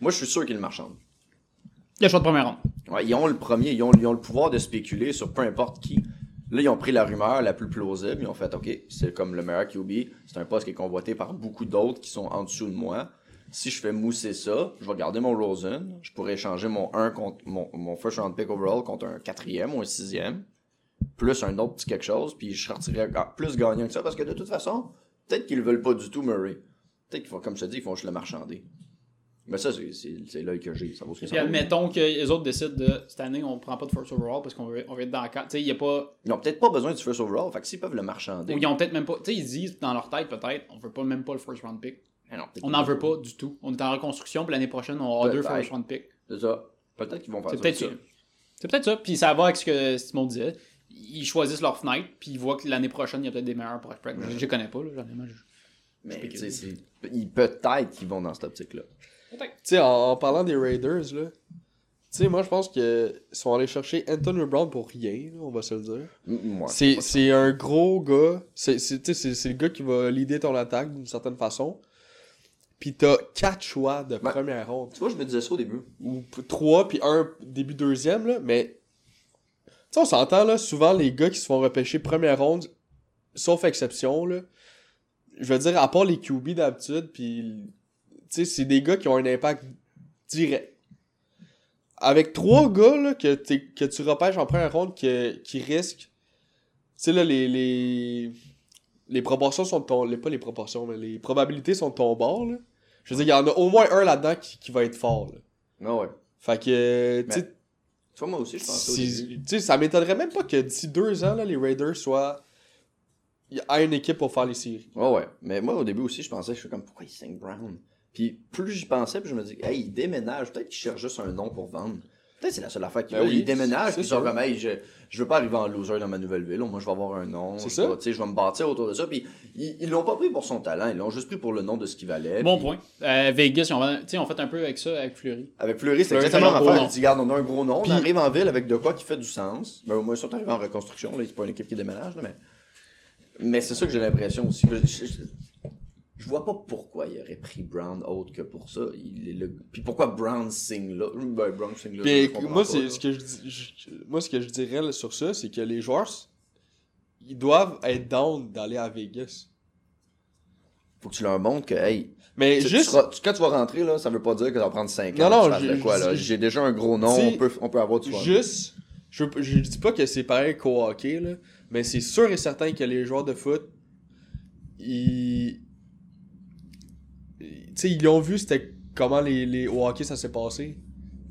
[SPEAKER 4] Moi, je suis sûr qu'ils le marchandent.
[SPEAKER 2] le choix de première ronde.
[SPEAKER 4] Ouais, ils ont le premier, ils ont, ils ont le pouvoir de spéculer sur peu importe qui. Là, ils ont pris la rumeur la plus plausible, ils ont fait OK, c'est comme le meilleur QB, c'est un poste qui est convoité par beaucoup d'autres qui sont en dessous de moi. Si je fais mousser ça, je vais garder mon Rosen, je pourrais échanger mon 1 contre mon, mon first round pick overall contre un quatrième ou un sixième, plus un autre petit quelque chose, puis je sortirais ga- plus gagnant que ça, parce que de toute façon, peut-être qu'ils veulent pas du tout Murray. Peut-être qu'ils font, comme je te dis, ils font juste le marchander. Mais ça, c'est- c'est c'est l'œil que j'ai, ça vaut ce que
[SPEAKER 2] Puis
[SPEAKER 4] ça vaut.
[SPEAKER 2] admettons que les autres décident de cette année, on prend pas de first overall parce qu'on veut, on veut être dans le cadre. Tu sais, il y a pas.
[SPEAKER 4] Ils ont peut-être pas besoin du first overall, fait que s'ils peuvent le marchander.
[SPEAKER 2] Ou ils ont peut-être même pas. Tu sais, ils disent dans leur tête peut-être, on veut pas même pas le first round pick.
[SPEAKER 4] Ah non, peut-être
[SPEAKER 2] On n'en veut pas du tout. On est en reconstruction, puis l'année prochaine, on aura deux
[SPEAKER 4] Peut-être.
[SPEAKER 2] first round pick.
[SPEAKER 4] C'est ça. Peut-être qu'ils vont faire
[SPEAKER 2] C'est
[SPEAKER 4] ça.
[SPEAKER 2] peut-être ça.
[SPEAKER 4] aussi.
[SPEAKER 2] C'est peut-être ça. Puis ça va avec ce que Simon disait. Ils choisissent leur fenêtre, puis ils voient que l'année prochaine, il y a peut-être des meilleurs prospects. Je, je les connais pas, là, j'en ai mal. je-
[SPEAKER 4] Mais tu sais, c'est- ils- peut-être qu'ils vont dans cette optique-là.
[SPEAKER 3] Tu sais, en, en parlant des Raiders, là, tu sais, moi, je pense que ils sont allés chercher Anthony Brown pour rien, là, on va se le dire.
[SPEAKER 4] M- Moi.
[SPEAKER 3] c'est c'est un gros gars. C'est c'est- tu sais, c'est- c'est le gars qui va leader ton attaque d'une certaine façon. Puis t'as quatre choix de
[SPEAKER 4] Ben-
[SPEAKER 3] première ronde.
[SPEAKER 4] Tu vois, je me disais ça au début.
[SPEAKER 3] Ou p- trois, puis un début deuxième, là, mais... Tu sais, on s'entend, là, souvent, les gars qui se font repêcher première ronde, sauf exception, là, je veux dire, à part les QB d'habitude, puis... Tu sais, c'est des gars qui ont un impact direct. Avec trois gars là, que, t'es- que tu repêches en première ronde que- qui risquent... Tu sais, là, les, les... Les proportions sont de ton... Les, pas les proportions, mais les probabilités sont de ton bord, là. Je veux dire, il y en a au moins un là-dedans qui, qui va être fort, là.
[SPEAKER 4] Non, Ah ouais.
[SPEAKER 3] Fait que, tu
[SPEAKER 4] Mais-
[SPEAKER 3] sais,
[SPEAKER 4] Tu vois, moi aussi, je pensais au
[SPEAKER 3] si-
[SPEAKER 4] début.
[SPEAKER 3] tu sais, ça m'étonnerait même pas que d'ici deux ans, là, les Raiders soient il a une équipe pour faire les séries.
[SPEAKER 4] Ouais, ouais. Mais moi, au début aussi, je pensais, je suis comme, pourquoi il signe Brown? Puis plus j'y pensais, puis je me dis, hey, il déménage. Peut-être qu'il cherche juste un nom pour vendre. Peut-être que c'est la seule affaire qu'il
[SPEAKER 3] Ben
[SPEAKER 4] veut.
[SPEAKER 3] oui,
[SPEAKER 4] il déménage,
[SPEAKER 3] c'est
[SPEAKER 4] puis ils sont
[SPEAKER 3] sûr.
[SPEAKER 4] comme, hey, je, je veux pas arriver en loser dans ma nouvelle ville. Au moins, je vais avoir un nom.
[SPEAKER 3] C'est
[SPEAKER 4] je
[SPEAKER 3] ça.
[SPEAKER 4] vais- Tu sais, je vais me bâtir autour de ça. Puis ils ils l'ont pas pris pour son talent. Ils l'ont juste pris pour le nom de ce qu'il valait.
[SPEAKER 2] Bon
[SPEAKER 4] Puis
[SPEAKER 2] point. Euh, Vegas, on, va, tu sais, on fait un peu avec ça, avec Fleury.
[SPEAKER 4] Avec Fleury, c'est
[SPEAKER 2] Fleury, c'est
[SPEAKER 4] exactement la
[SPEAKER 2] un
[SPEAKER 4] même
[SPEAKER 2] gros
[SPEAKER 4] affaire.
[SPEAKER 2] nom.
[SPEAKER 4] Il dit, garde, on a un gros nom,
[SPEAKER 3] Puis-
[SPEAKER 4] on arrive en ville avec de quoi qui fait du sens. Ben, au moins, ils sont arrivés en reconstruction, là, c'est pas une équipe qui déménage, là, mais. Mais c'est ça que j'ai l'impression aussi. Je, je- je- je vois pas pourquoi il aurait pris Brown autre que pour ça. Il est le- Puis pourquoi Brown signe là Ben, Brown signe là.
[SPEAKER 3] Puis
[SPEAKER 4] je comprends
[SPEAKER 3] moi,
[SPEAKER 4] pas,
[SPEAKER 3] c'est
[SPEAKER 4] là.
[SPEAKER 3] ce que je, dis- je- moi, ce que je dirais là, sur ça, c'est que les joueurs, ils doivent être down d'aller à Vegas.
[SPEAKER 4] Faut que tu leur montres que, hey,
[SPEAKER 3] Mais
[SPEAKER 4] tu- tu
[SPEAKER 3] juste,
[SPEAKER 4] seras- tu- quand tu vas rentrer, là, ça veut pas dire que ça va prendre 5
[SPEAKER 3] Non, non,
[SPEAKER 4] ans. tu fasses de
[SPEAKER 3] je-
[SPEAKER 4] quoi, là.
[SPEAKER 3] je-
[SPEAKER 4] J'ai déjà un gros nom,
[SPEAKER 3] Si-
[SPEAKER 4] on peut, on peut avoir du fun.
[SPEAKER 3] juste, je, veux- je dis pas que c'est pareil qu'au hockey, là, mais c'est sûr et certain que les joueurs de foot, ils. ils- Tu sais, ils ont vu c'était comment les, les, au hockey ça s'est passé.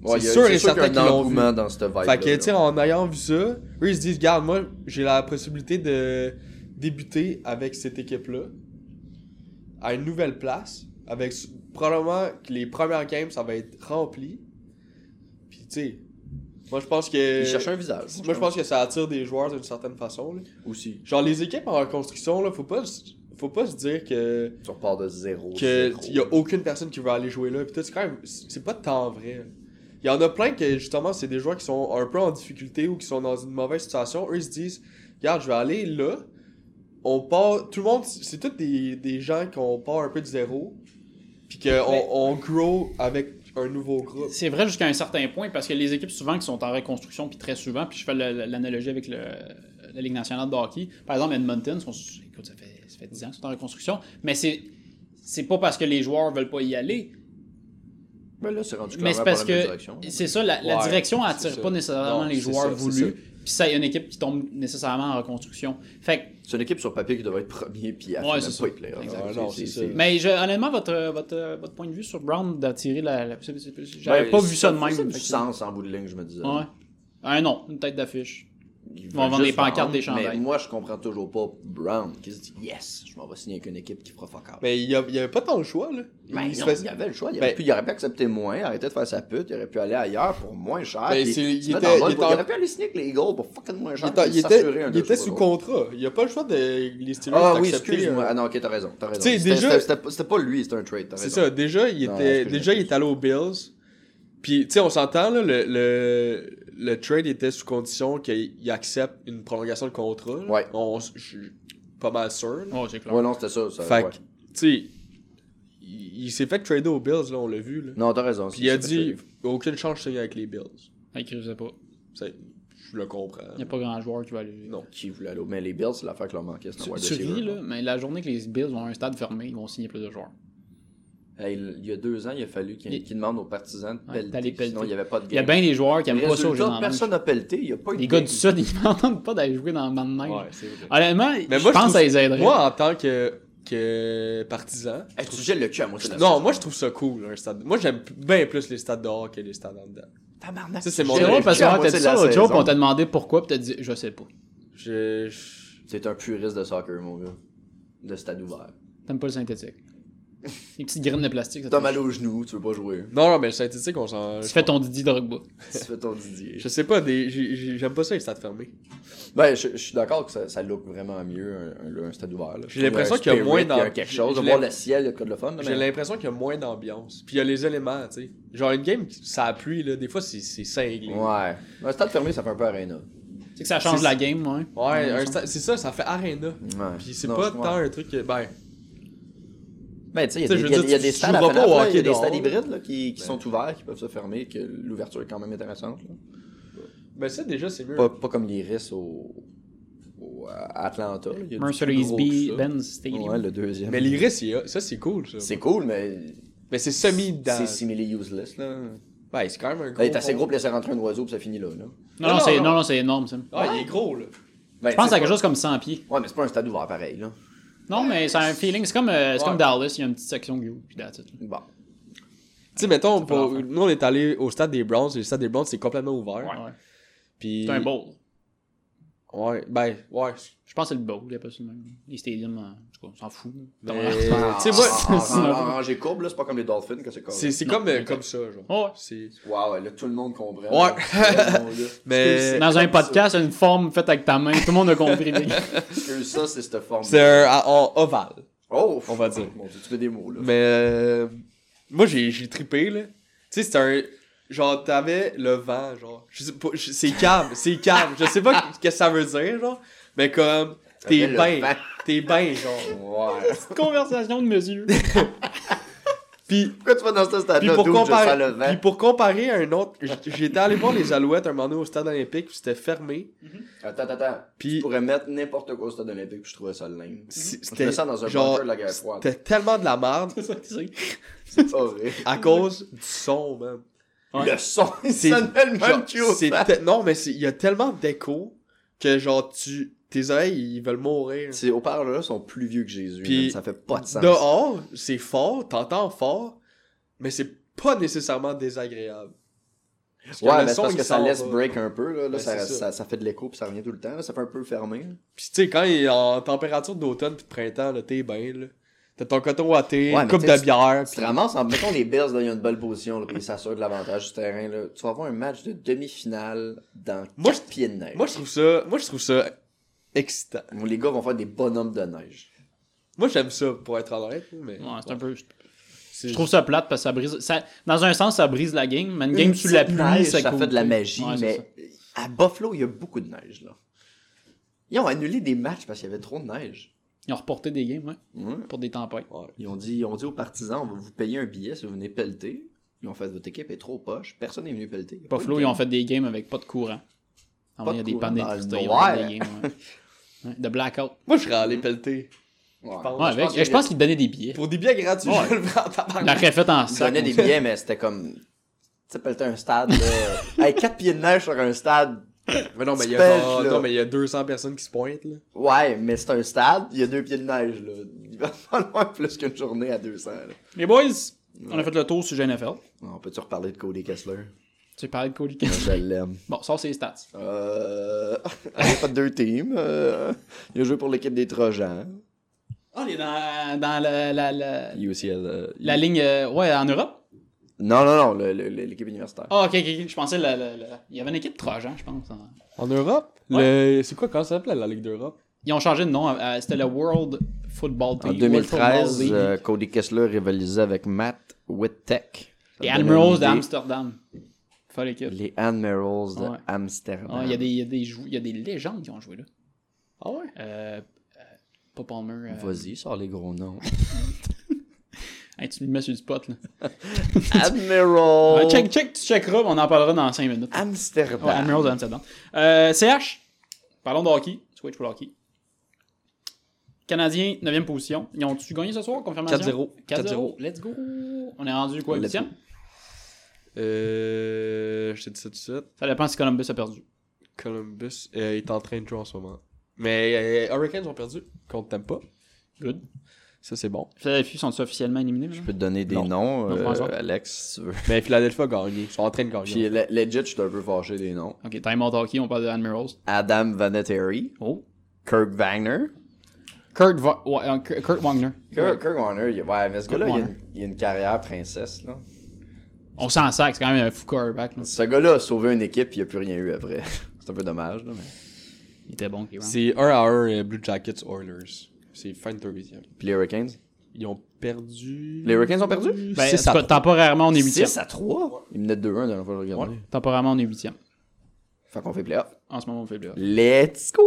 [SPEAKER 4] Ouais, il y
[SPEAKER 3] c'est
[SPEAKER 4] a-
[SPEAKER 3] sûr et
[SPEAKER 4] qu'il y a
[SPEAKER 3] certain qu'ils
[SPEAKER 4] un
[SPEAKER 3] l'ont
[SPEAKER 4] engouement
[SPEAKER 3] vu.
[SPEAKER 4] dans cette vibe.
[SPEAKER 3] Fait que, tu sais, en ayant vu ça, eux, ils se disent, regarde, moi, j'ai la possibilité de débuter avec cette équipe-là, à une nouvelle place, avec s- probablement que les premières games, ça va être rempli. Puis, tu sais, moi, je pense que.
[SPEAKER 4] Ils cherchent un visage.
[SPEAKER 3] Moi, je pense que ça attire des joueurs d'une certaine façon. là.
[SPEAKER 4] aussi.
[SPEAKER 3] Genre, les équipes en reconstruction, là, faut pas, s- faut pas se dire que
[SPEAKER 4] Tu repars de zéro.
[SPEAKER 3] que
[SPEAKER 4] zéro.
[SPEAKER 3] y a aucune personne qui veut aller jouer là. Puis tout, c'est quand même, c'est c'est pas tant vrai. Il y en a plein que justement, c'est des joueurs qui sont un peu en difficulté ou qui sont dans une mauvaise situation. Eux, ils se disent, regarde, je vais aller là. On part, tout le monde, c'est tous des, des gens qu'on part un peu de zéro. Puis qu'on
[SPEAKER 2] Mais-
[SPEAKER 3] on grow avec un nouveau groupe.
[SPEAKER 2] C'est vrai jusqu'à un certain point parce que les équipes souvent qui sont en reconstruction, puis très souvent, puis je fais le- l'analogie avec le- la Ligue nationale de hockey. Par exemple, Edmonton, sont, écoute, ça fait, ça fait 10 ans qu'ils sont en reconstruction, mais c'est c'est pas parce que les joueurs veulent pas y aller,
[SPEAKER 4] Mais Ben là, c'est rendu
[SPEAKER 2] mais c'est parce que c'est ça, la, la
[SPEAKER 3] Ouais,
[SPEAKER 2] direction
[SPEAKER 3] c'est
[SPEAKER 2] attire
[SPEAKER 3] ça.
[SPEAKER 2] pas nécessairement
[SPEAKER 3] Non,
[SPEAKER 2] les
[SPEAKER 3] c'est
[SPEAKER 2] joueurs
[SPEAKER 3] ça, c'est ça.
[SPEAKER 2] voulus, puis ça, il y a une équipe qui tombe nécessairement en reconstruction. Fait que
[SPEAKER 4] C'est une équipe sur papier qui devrait être premier, puis elle
[SPEAKER 2] Ouais,
[SPEAKER 4] fait
[SPEAKER 2] c'est
[SPEAKER 4] même
[SPEAKER 2] ça.
[SPEAKER 4] pas les playoffs.
[SPEAKER 2] Exact.
[SPEAKER 3] Ouais, Ah non, c'est ça.
[SPEAKER 2] Mais je- honnêtement, votre, votre, votre point de vue sur Brown d'attirer la. la- c'est- c'est-
[SPEAKER 3] Ben,
[SPEAKER 2] J'avais pas vu ça de
[SPEAKER 4] C'est
[SPEAKER 2] même.
[SPEAKER 4] du sens en bout de ligne, je me disais.
[SPEAKER 2] Ouais. Un nom, une tête d'affiche.
[SPEAKER 4] Ils
[SPEAKER 2] vont
[SPEAKER 4] veulent
[SPEAKER 2] vendre des
[SPEAKER 4] juste
[SPEAKER 2] pancartes, des
[SPEAKER 4] Mais
[SPEAKER 2] chandails.
[SPEAKER 4] moi, je comprends toujours pas Brown qui se dit Yes, je m'en vais signer avec une équipe qui fera fuck out.
[SPEAKER 3] Mais il y, a- il y avait pas tant le choix, là.
[SPEAKER 4] Mais
[SPEAKER 3] Il se
[SPEAKER 4] Ben, non,
[SPEAKER 3] faisaient-
[SPEAKER 4] il y avait le choix. Il,
[SPEAKER 3] Ben-
[SPEAKER 4] aurait pu, il aurait pu accepter moins, arrêter de faire sa pute, il aurait pu aller ailleurs pour moins cher.
[SPEAKER 3] Ben,
[SPEAKER 4] puis
[SPEAKER 3] c'est- il
[SPEAKER 4] se mettre
[SPEAKER 3] était-
[SPEAKER 4] en bonne
[SPEAKER 3] il
[SPEAKER 4] voie.
[SPEAKER 3] était-
[SPEAKER 4] il aurait pu aller signer avec les Eagles pour fucking moins
[SPEAKER 3] il
[SPEAKER 4] cher.
[SPEAKER 3] était,
[SPEAKER 4] puis
[SPEAKER 3] il était-
[SPEAKER 4] s'assurer un
[SPEAKER 3] il
[SPEAKER 4] deux
[SPEAKER 3] était
[SPEAKER 4] sur
[SPEAKER 3] sous
[SPEAKER 4] l'autre.
[SPEAKER 3] contrat. Il y a pas le choix de les Steelers
[SPEAKER 4] Ah oui,
[SPEAKER 3] d'accepter,
[SPEAKER 4] excuse-moi.
[SPEAKER 3] euh,
[SPEAKER 4] Ah non, ok, t'as raison. T'as raison.
[SPEAKER 3] Tu sais,
[SPEAKER 4] C'était-
[SPEAKER 3] déjà-
[SPEAKER 4] c'était- C'était pas- c'était pas lui, c'était un trade. t'as
[SPEAKER 3] C'est
[SPEAKER 4] raison.
[SPEAKER 3] ça. Déjà, il
[SPEAKER 4] Non,
[SPEAKER 3] était,
[SPEAKER 4] c'est ce que je
[SPEAKER 3] déjà, il
[SPEAKER 4] m'excuse.
[SPEAKER 3] était allé aux Bills. Puis, tu sais, on s'entend, là, le, le, le trade était sous condition qu'il il accepte une prolongation de contrat. là.
[SPEAKER 4] Ouais.
[SPEAKER 3] On, s- je suis pas mal sûr. là.
[SPEAKER 2] Oh, c'est clair.
[SPEAKER 4] Ouais, non, c'était ça. ça
[SPEAKER 3] fait
[SPEAKER 4] Euh, ouais.
[SPEAKER 3] que, tu sais, il, il s'est fait trader aux Bills, là, on l'a vu, là.
[SPEAKER 4] Non, t'as raison.
[SPEAKER 3] Puis
[SPEAKER 4] c'est-
[SPEAKER 3] il a
[SPEAKER 4] c'est-
[SPEAKER 3] dit, aucune chance de signer avec les Bills.
[SPEAKER 2] Fait que je sais pas.
[SPEAKER 3] Ça, je le comprends.
[SPEAKER 2] Il n'y a pas grand joueur qui va aller.
[SPEAKER 3] Non.
[SPEAKER 4] Qui voulait aller au- Mais les Bills, c'est l'affaire qui leur manquait. c'est un
[SPEAKER 2] Tu,
[SPEAKER 4] wide
[SPEAKER 2] tu
[SPEAKER 4] receiver.
[SPEAKER 2] ris, là, mais la journée que les Bills ont un stade fermé, ils vont signer plus de joueurs.
[SPEAKER 4] Hey, il y a deux ans, il a fallu qu'ils
[SPEAKER 2] Il-
[SPEAKER 4] qu'ils demandent aux partisans de
[SPEAKER 2] Ouais,
[SPEAKER 4] pelleter.
[SPEAKER 2] d'aller pelleter.
[SPEAKER 4] Sinon, il n'y avait pas de game.
[SPEAKER 2] Il y a bien des joueurs qui aiment
[SPEAKER 4] Le
[SPEAKER 2] pas ça aux
[SPEAKER 4] résultat,
[SPEAKER 2] gens
[SPEAKER 4] Personne n'a pelleté. Il n'y a pas eu
[SPEAKER 2] Les
[SPEAKER 4] de
[SPEAKER 2] gars
[SPEAKER 4] game.
[SPEAKER 2] du Sud, ils m'entendent pas d'aller jouer dans le man de neige.
[SPEAKER 3] Ouais, c'est vrai.
[SPEAKER 2] Honnêtement,
[SPEAKER 3] Mais
[SPEAKER 2] je
[SPEAKER 3] moi, je
[SPEAKER 2] pense
[SPEAKER 3] trouve-
[SPEAKER 2] que ça les aiderait.
[SPEAKER 3] Moi, en tant que, que partisan,
[SPEAKER 4] Hey, tu gèles le cul à moi. c'est la
[SPEAKER 3] non,
[SPEAKER 4] saison.
[SPEAKER 3] moi, je trouve ça cool, un stade. Moi, j'aime bien plus les stades dehors que les stades en dedans.
[SPEAKER 4] Tabarnak.
[SPEAKER 3] Ça, c'est
[SPEAKER 4] tu
[SPEAKER 3] mon
[SPEAKER 2] c'est
[SPEAKER 4] gèles le
[SPEAKER 2] drôle parce
[SPEAKER 4] cul à
[SPEAKER 2] que t'as
[SPEAKER 4] moitié
[SPEAKER 2] dit
[SPEAKER 4] de
[SPEAKER 2] ça
[SPEAKER 4] la
[SPEAKER 2] l'autre jour, puis
[SPEAKER 4] saison.
[SPEAKER 2] on t'a demandé pourquoi, puis t'as dit je sais pas.
[SPEAKER 3] Je- je...
[SPEAKER 4] C'est un puriste de soccer, mon gars. De stade ouvert.
[SPEAKER 2] T'aimes pas le synthétique. Les petites graines de plastique, ça
[SPEAKER 4] T'as
[SPEAKER 2] te-
[SPEAKER 4] mal aux genoux, tu veux pas jouer.
[SPEAKER 3] Non, non, mais le synthétique, on s'en.
[SPEAKER 2] Tu fais ton Didi Drogba.
[SPEAKER 4] Tu fais ton Didier.
[SPEAKER 3] Je sais pas, des... j'ai- j'ai- j'aime pas ça, les stades fermés.
[SPEAKER 4] Ben, je, je suis d'accord que ça, ça look vraiment mieux un, un- un stade ouvert. là.
[SPEAKER 3] J'ai l'impression
[SPEAKER 4] Il y a
[SPEAKER 3] qu'il y a
[SPEAKER 4] un spirit,
[SPEAKER 3] moins
[SPEAKER 4] il y a
[SPEAKER 3] d'am-
[SPEAKER 4] quelque
[SPEAKER 3] j'ai-
[SPEAKER 4] chose.
[SPEAKER 3] je
[SPEAKER 4] De
[SPEAKER 3] l'ai-
[SPEAKER 4] voir le ciel, il y a de quoi de le fun. là,
[SPEAKER 3] J'ai
[SPEAKER 4] mais-
[SPEAKER 3] l'impression qu'il y a moins d'ambiance. Puis il y a les éléments, tu sais. Genre, une game, ça a pluie, là. Des fois, c'est c'est cinglé.
[SPEAKER 4] Ouais. Un stade fermé, ça fait un peu arena.
[SPEAKER 2] C'est que ça change
[SPEAKER 3] C'est-
[SPEAKER 2] la game, ouais.
[SPEAKER 3] Ouais, un stade- c'est ça, ça fait arena.
[SPEAKER 4] Ouais.
[SPEAKER 3] Puis c'est
[SPEAKER 4] Non,
[SPEAKER 3] pas
[SPEAKER 4] je comprends.
[SPEAKER 3] tant un truc. que- Ben,
[SPEAKER 4] Ben, tu sais, il y
[SPEAKER 3] Tu
[SPEAKER 4] a
[SPEAKER 3] sais,
[SPEAKER 4] des-
[SPEAKER 3] je veux
[SPEAKER 4] il y a-
[SPEAKER 3] dire,
[SPEAKER 4] il y a
[SPEAKER 3] tu-
[SPEAKER 4] des
[SPEAKER 3] tu
[SPEAKER 4] stades à
[SPEAKER 3] joueras pas au
[SPEAKER 4] fenêtre, là, il y
[SPEAKER 3] hockey
[SPEAKER 4] a des stades
[SPEAKER 3] dehors, là.
[SPEAKER 4] hybrides là, qui, qui sont ouverts, qui peuvent se fermer, que l'ouverture est quand même intéressante. là.
[SPEAKER 3] ben ça, déjà, c'est mieux.
[SPEAKER 4] Pas, pas comme l'Iris au, au- à Atlanta. là. Il y a du plus gros que ça.
[SPEAKER 2] Mercedes-Benz Stadium.
[SPEAKER 4] Ouais, le deuxième.
[SPEAKER 3] Mais l'iris, il y a- ça, c'est cool, ça.
[SPEAKER 4] C'est cool, mais
[SPEAKER 3] Mais c'est semi-dedans.
[SPEAKER 4] c'est simili-useless. là.
[SPEAKER 3] Ouais, c'est quand même un gros.
[SPEAKER 4] Hey, T'as assez
[SPEAKER 3] bon.
[SPEAKER 4] gros pour laisser rentrer un oiseau, puis ça finit là. là.
[SPEAKER 2] Non,
[SPEAKER 3] Non,
[SPEAKER 2] non, c'est,
[SPEAKER 3] non.
[SPEAKER 2] non, non, c'est énorme, ça.
[SPEAKER 3] Ah, il est gros, là.
[SPEAKER 4] Ben,
[SPEAKER 2] Je pense
[SPEAKER 4] c'est
[SPEAKER 2] à quelque
[SPEAKER 4] pas-
[SPEAKER 2] chose comme 100 pieds.
[SPEAKER 4] Ouais, mais c'est pas un stade ouvert pareil. là.
[SPEAKER 2] Non, mais c'est un feeling. C'est comme, euh, c'est
[SPEAKER 3] Ouais.
[SPEAKER 2] comme Dallas, il y a une petite section Goo, puis that's it.
[SPEAKER 4] Bon.
[SPEAKER 3] Tu sais, mettons,
[SPEAKER 2] pas
[SPEAKER 3] pour-
[SPEAKER 2] l'enfer.
[SPEAKER 3] nous, on est allé au stade des Browns. et Le stade des Browns, c'est complètement ouvert.
[SPEAKER 2] Ouais.
[SPEAKER 3] Puis.
[SPEAKER 2] C'est un bowl.
[SPEAKER 3] Ouais, ben, ouais.
[SPEAKER 2] Je pense que c'est le bowl, il appelle ça le même. Les stadiums, en tout cas, on s'en fout.
[SPEAKER 3] Mais-
[SPEAKER 4] Ah,
[SPEAKER 2] T'as-
[SPEAKER 3] Tu sais, moi,
[SPEAKER 4] En- en- en- en- j'ai courbe, là, c'est pas comme les Dolphins que c'est courbe.
[SPEAKER 3] C'est c'est
[SPEAKER 2] Non,
[SPEAKER 3] comme, euh,
[SPEAKER 2] ok.
[SPEAKER 3] comme ça, genre.
[SPEAKER 2] Oh, ouais.
[SPEAKER 3] C'est.
[SPEAKER 4] Wow, là, tout le monde comprend.
[SPEAKER 3] Ouais.
[SPEAKER 4] Tout le monde, là.
[SPEAKER 3] Mais.
[SPEAKER 2] Dans un podcast, une forme faite avec ta main, tout le monde a compris. les gars.
[SPEAKER 4] Parce que ça, c'est cette forme.
[SPEAKER 3] C'est un a- en ovale.
[SPEAKER 4] Oh, pff,
[SPEAKER 3] on va dire.
[SPEAKER 4] Mon Dieu, tu fais des mots, là.
[SPEAKER 3] Mais. euh, moi, j'ai j'ai trippé, là. Tu sais, c'est un. Genre, t'avais le vent, genre. Je sais pas. je- C'est calme, c'est calme. Je sais pas ce que ça veut dire, genre. Mais comme. T'es
[SPEAKER 4] T'avais le
[SPEAKER 3] bien.
[SPEAKER 4] vent.
[SPEAKER 3] T'es bien, genre.
[SPEAKER 4] Ouais.
[SPEAKER 2] Conversation de monsieur.
[SPEAKER 3] Pis.
[SPEAKER 4] Pourquoi tu vas dans ce
[SPEAKER 3] Puis
[SPEAKER 4] stade-là,
[SPEAKER 3] pour,
[SPEAKER 4] d'où je sens le
[SPEAKER 3] comparer,
[SPEAKER 4] vent?
[SPEAKER 3] puis pour comparer à un autre, j- j'étais allé voir les Alouettes un moment donné au stade olympique, puis c'était fermé.
[SPEAKER 4] Attends, attends, attends.
[SPEAKER 3] Puis
[SPEAKER 4] Tu pourrais mettre n'importe quoi au stade olympique, puis je trouvais ça lame.
[SPEAKER 3] c-
[SPEAKER 4] Je
[SPEAKER 3] c'était
[SPEAKER 4] me sens dans un
[SPEAKER 3] genre,
[SPEAKER 4] bunker de la guerre froide.
[SPEAKER 3] c'était tellement de la merde
[SPEAKER 2] C'est ça que c'est.
[SPEAKER 4] C'est horrible.
[SPEAKER 3] à cause du son, man.
[SPEAKER 4] Le son, il
[SPEAKER 3] C'est-
[SPEAKER 4] sonnait le
[SPEAKER 3] Genre,
[SPEAKER 4] même que au
[SPEAKER 3] c'est
[SPEAKER 4] stade.
[SPEAKER 3] te- non, mais c'est- il y a tellement d'écho que genre tu tes oreilles ils veulent mourir.
[SPEAKER 4] Ces haut-parleurs-là sont plus vieux que Jésus.
[SPEAKER 3] Puis-
[SPEAKER 4] man. ça fait pas de sens.
[SPEAKER 3] Dehors, c'est fort, t'entends fort, mais c'est pas nécessairement désagréable. Parce que
[SPEAKER 4] Ouais,
[SPEAKER 3] le
[SPEAKER 4] mais c'est
[SPEAKER 3] son,
[SPEAKER 4] parce
[SPEAKER 3] il
[SPEAKER 4] que ça
[SPEAKER 3] sort
[SPEAKER 4] laisse
[SPEAKER 3] pas.
[SPEAKER 4] break un peu. Là, Là,
[SPEAKER 3] Ben,
[SPEAKER 4] ça,
[SPEAKER 3] c'est ça.
[SPEAKER 4] ça- ça fait de l'écho, puis ça revient tout le temps. là. Ça fait un peu fermé. là.
[SPEAKER 3] Pis tu sais, quand il est en température d'automne pis de printemps, là, t'es bien, là. T'as ton coton watté,
[SPEAKER 4] Ouais,
[SPEAKER 3] une
[SPEAKER 4] mais
[SPEAKER 3] coupe
[SPEAKER 4] tu sais,
[SPEAKER 3] de bière.
[SPEAKER 4] Tu te ramasses en mettons les Bills, là, il y a une bonne position, là, puis ça assure de l'avantage du terrain. Là. Tu vas avoir un match de demi-finale dans
[SPEAKER 3] Moi,
[SPEAKER 4] quatre pieds de neige.
[SPEAKER 3] Moi, je trouve ça, moi, je trouve ça excitant.
[SPEAKER 4] Où les gars vont faire des bonhommes de neige.
[SPEAKER 3] Moi, j'aime ça, pour être honnête, mais...
[SPEAKER 2] Ouais, c'est un peu.
[SPEAKER 3] c'est-
[SPEAKER 2] Je trouve ça plate parce que ça brise. Ça... Dans un sens, ça brise la game, mais une game
[SPEAKER 4] Une
[SPEAKER 2] sous la
[SPEAKER 4] petite
[SPEAKER 2] pluie,
[SPEAKER 4] neige,
[SPEAKER 2] c'est
[SPEAKER 4] ça
[SPEAKER 2] cool,
[SPEAKER 4] fait de la
[SPEAKER 2] tu sais.
[SPEAKER 4] magie,
[SPEAKER 2] Ouais, c'est ça.
[SPEAKER 4] mais à Buffalo, il y a beaucoup de neige là. Ils ont annulé des matchs parce qu'il y avait trop de neige.
[SPEAKER 2] Ils ont reporté des games, ouais,
[SPEAKER 4] Ouais.
[SPEAKER 2] pour des tempêtes.
[SPEAKER 4] Ils ont dit, ils ont dit aux partisans, on va vous payer un billet si vous venez pelleter. Ils ont fait, votre équipe est trop poche. Personne n'est venu pelleter. Il y a pas
[SPEAKER 2] Buffalo,
[SPEAKER 4] de
[SPEAKER 2] ils
[SPEAKER 4] game.
[SPEAKER 2] ont fait des games avec pas de courant. Ah
[SPEAKER 4] Pas
[SPEAKER 2] ouais, il y a
[SPEAKER 4] de
[SPEAKER 2] des
[SPEAKER 4] courant
[SPEAKER 2] panneaux
[SPEAKER 4] dans le
[SPEAKER 2] d'électricité, ils ont
[SPEAKER 4] noir.
[SPEAKER 2] fait des games, ouais. Ouais, De blackout.
[SPEAKER 3] Moi, je serais
[SPEAKER 4] Mm-hmm.
[SPEAKER 3] allé pelleter.
[SPEAKER 4] Ouais.
[SPEAKER 3] Pardon,
[SPEAKER 2] Ouais, avec- je pense qu'ils donnaient des billets.
[SPEAKER 3] Pour des billets gratuits, je le prends en tabarnak.
[SPEAKER 2] La refaite en
[SPEAKER 4] Ils
[SPEAKER 2] sac.
[SPEAKER 4] donnaient des billets, mais c'était comme. Tu sais, pelleter un stade, là. hey, 4 pieds de neige sur un stade.
[SPEAKER 3] Mais non, mais il y a
[SPEAKER 4] Spell,
[SPEAKER 3] genre-
[SPEAKER 4] là.
[SPEAKER 3] non, mais il y a 200 personnes qui se pointent, là.
[SPEAKER 4] Ouais, mais c'est un stade, il y a 2 pieds de neige, là. Il va falloir plus qu'une journée à 200, là.
[SPEAKER 2] Les boys, on a fait le tour sur GNFL.
[SPEAKER 4] On peut-tu reparler de Cody Kessler
[SPEAKER 2] Tu parlais de Cody
[SPEAKER 4] Je l'aime.
[SPEAKER 2] Bon, ça, c'est les stats.
[SPEAKER 4] Euh. Il a fait deux teams. euh, Il a joué pour l'équipe des Trojans.
[SPEAKER 2] Ah, il est dans, dans la, la, la,
[SPEAKER 4] Il est aussi. euh, il-
[SPEAKER 2] la ligne. euh, ouais, en Europe.
[SPEAKER 4] Non, non, non, le- le- le- l'équipe universitaire.
[SPEAKER 2] Ah, ok, ok, ok. Je pensais. La, la- la- Il y avait une équipe de Trojan, je pense. en-
[SPEAKER 3] En Europe? Le... C'est quoi, comment ça s'appelle, la Ligue d'Europe?
[SPEAKER 2] Ils ont changé de nom. à- à- C'était le World Football
[SPEAKER 4] En
[SPEAKER 2] Team. World Football
[SPEAKER 4] 2013,
[SPEAKER 2] League.
[SPEAKER 4] euh, Cody Kessler rivalisait avec Matt Whittek.
[SPEAKER 2] Les Admirals d'Amsterdam. Folle équipe.
[SPEAKER 4] Les Admirals
[SPEAKER 2] Ouais.
[SPEAKER 4] d'Amsterdam.
[SPEAKER 2] Ouais, Il y, a des- il y, a des jou- il y a des légendes qui ont joué là.
[SPEAKER 3] Ah ouais?
[SPEAKER 2] Euh, euh, pas Palmer. euh,
[SPEAKER 4] Vas-y, sors les gros noms.
[SPEAKER 2] hey, tu me mets sur le spot là.
[SPEAKER 4] Admiral Oh.
[SPEAKER 2] Ouais, Ah, check, check, tu checkeras, on en parlera dans 5 minutes.
[SPEAKER 4] Amsterdam.
[SPEAKER 2] Ouais, Admirals d'Amsterdam. Euh, CH, parlons de hockey. Switch pour le hockey. Canadien, 9e position. Ils ont-tu gagné ce soir, confirmation
[SPEAKER 3] 4-0.
[SPEAKER 2] 4-0. Let's go. On est rendu quoi,
[SPEAKER 4] Let's
[SPEAKER 2] 8e
[SPEAKER 3] Euh... Je t'ai dit ça tout de suite.
[SPEAKER 2] Ça dépend si Columbus a perdu.
[SPEAKER 3] Columbus euh, est en train de jouer en ce moment. Mais euh, Hurricanes ont perdu contre Tampa.
[SPEAKER 2] Good.
[SPEAKER 3] Ça, c'est bon.
[SPEAKER 2] Philadelphie sont officiellement éliminés
[SPEAKER 4] Je
[SPEAKER 2] maintenant?
[SPEAKER 4] peux te donner des
[SPEAKER 3] Non.
[SPEAKER 4] noms,
[SPEAKER 2] Non,
[SPEAKER 4] euh,
[SPEAKER 2] François.
[SPEAKER 4] Alex, si tu veux.
[SPEAKER 3] Mais Philadelphie a gagné. Ils sont en train de gagner.
[SPEAKER 4] Puis le- legit, je suis un peu fâché des noms.
[SPEAKER 2] Ok, time out hockey, on parle de Admirals.
[SPEAKER 4] Adam Vanetary,
[SPEAKER 2] Oh.
[SPEAKER 4] Kirk Wagner.
[SPEAKER 2] Kurt, Va- ouais, euh, Kurt Kurt Wagner.
[SPEAKER 4] Kirk, Kirk Warner, il- ouais, mais ce gars-là, il, a
[SPEAKER 2] Warner.
[SPEAKER 4] une- il a une carrière princesse, là.
[SPEAKER 2] On s'en sac, c'est quand même un fou quarterback. là.
[SPEAKER 4] Ce gars-là a sauvé une équipe, puis il a plus rien eu après. C'est un peu dommage, là, mais...
[SPEAKER 2] Il était bon, Kevin.
[SPEAKER 3] C'est 1 à 1 euh, Blue Jackets Oilers. C'est fin de 3
[SPEAKER 4] Puis les Hurricanes?
[SPEAKER 3] Ils ont perdu.
[SPEAKER 4] Les Hurricanes ont perdu?
[SPEAKER 2] Ben,
[SPEAKER 3] Six
[SPEAKER 2] en tout
[SPEAKER 3] à
[SPEAKER 2] cas, temporairement, on est 8e.
[SPEAKER 4] 6 à 3? Ils menaient 2-1 la dernière fois que j'ai regardé.
[SPEAKER 2] Temporairement, on est 8e.
[SPEAKER 4] Fait qu'on fait playoff.
[SPEAKER 2] En ce moment, on fait le
[SPEAKER 4] Let's go!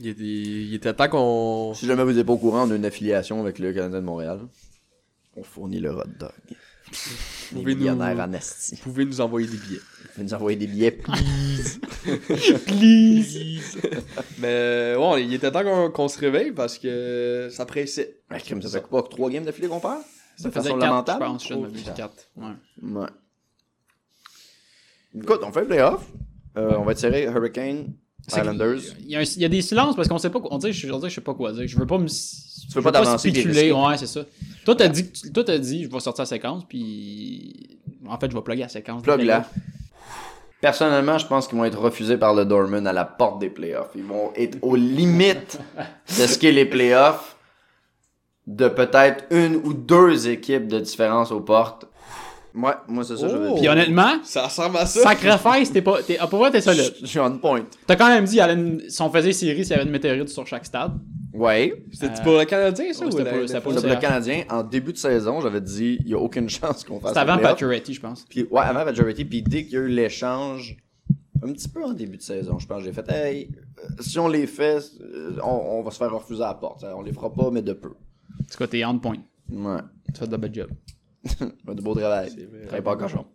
[SPEAKER 3] Il était, il était temps qu'on.
[SPEAKER 4] Si jamais vous n'êtes pas au courant, on a une affiliation avec le Canadien de Montréal. On fournit le hot dog. Les
[SPEAKER 3] Pouvez-nous-
[SPEAKER 4] millionnaires en asti.
[SPEAKER 3] Vous pouvez nous envoyer des billets.
[SPEAKER 4] Vous nous envoyer des billets, please.
[SPEAKER 3] Mais euh, ouais, il était temps qu'on qu'on se réveille parce que ça pressait.
[SPEAKER 4] Ah, crime, ça fait quoi? 3 games d'affilée qu'on perd?
[SPEAKER 2] Ça Oh,
[SPEAKER 4] De façon
[SPEAKER 2] faisait 4, je
[SPEAKER 4] lamentable?
[SPEAKER 2] pense. Je ne m'abuse, 4. Ouais.
[SPEAKER 4] Ouais. Écoute, on fait le playoff. Euh, on va tirer Hurricane,
[SPEAKER 2] C'est
[SPEAKER 4] Islanders.
[SPEAKER 2] qu'il- Il y, a un- il y a des silences parce qu'on sait pas quoi. On dit, je, on dirait que je sais pas quoi dire. Je veux pas me. Tu
[SPEAKER 4] veux pas t'avancer puis
[SPEAKER 2] spéculer.
[SPEAKER 4] risquer.
[SPEAKER 2] Ouais, c'est ça. Toi, t'as dit, que tu- toi, t'as dit, je vais sortir la séquence, puis. En fait, je vais plugger la séquence.
[SPEAKER 4] Plug là. Personnellement, je pense qu'ils vont être refusés par le Dorman à la porte des playoffs. Ils vont être aux limites de ce qu'est les playoffs de peut-être une ou deux équipes de différence aux portes. Ouais, moi c'est ça que je veux
[SPEAKER 3] Oh.
[SPEAKER 2] Puis
[SPEAKER 4] dire.
[SPEAKER 2] honnêtement,
[SPEAKER 3] Ça ressemble à ça.
[SPEAKER 2] sacrifice, t'es pas. T'es, ah, pour vrai, t'es solide.
[SPEAKER 4] Je je suis on point.
[SPEAKER 2] T'as quand même dit, il y avait une- si on faisait série, s'il y avait une météorite sur chaque stade.
[SPEAKER 4] Bah, Ouais.
[SPEAKER 3] C'était
[SPEAKER 2] Euh,
[SPEAKER 3] pour le Canadien, ça
[SPEAKER 2] ouais,
[SPEAKER 3] ou
[SPEAKER 2] c'était
[SPEAKER 3] la
[SPEAKER 2] pour-
[SPEAKER 3] NFL?
[SPEAKER 2] c'était pour
[SPEAKER 4] Le
[SPEAKER 2] C'est
[SPEAKER 4] bloc
[SPEAKER 2] vrai.
[SPEAKER 4] canadien, en début de saison, j'avais dit, il y a aucune chance qu'on fasse
[SPEAKER 2] C'était avant
[SPEAKER 4] les playoffs.
[SPEAKER 2] Pacioretty, je pense.
[SPEAKER 4] Puis, ouais, avant Majority, puis dès qu'il y a eu l'échange, un petit peu en début de saison, je pense, j'ai fait, hey, euh, si on les fait, euh, on, on va se faire refuser à la porte. On les fera pas, mais de peu.
[SPEAKER 2] En tout cas, t'es on point.
[SPEAKER 4] Ouais.
[SPEAKER 2] Tu fais de la belle job.
[SPEAKER 4] Mais de beau travail. Travaille pas en cochon.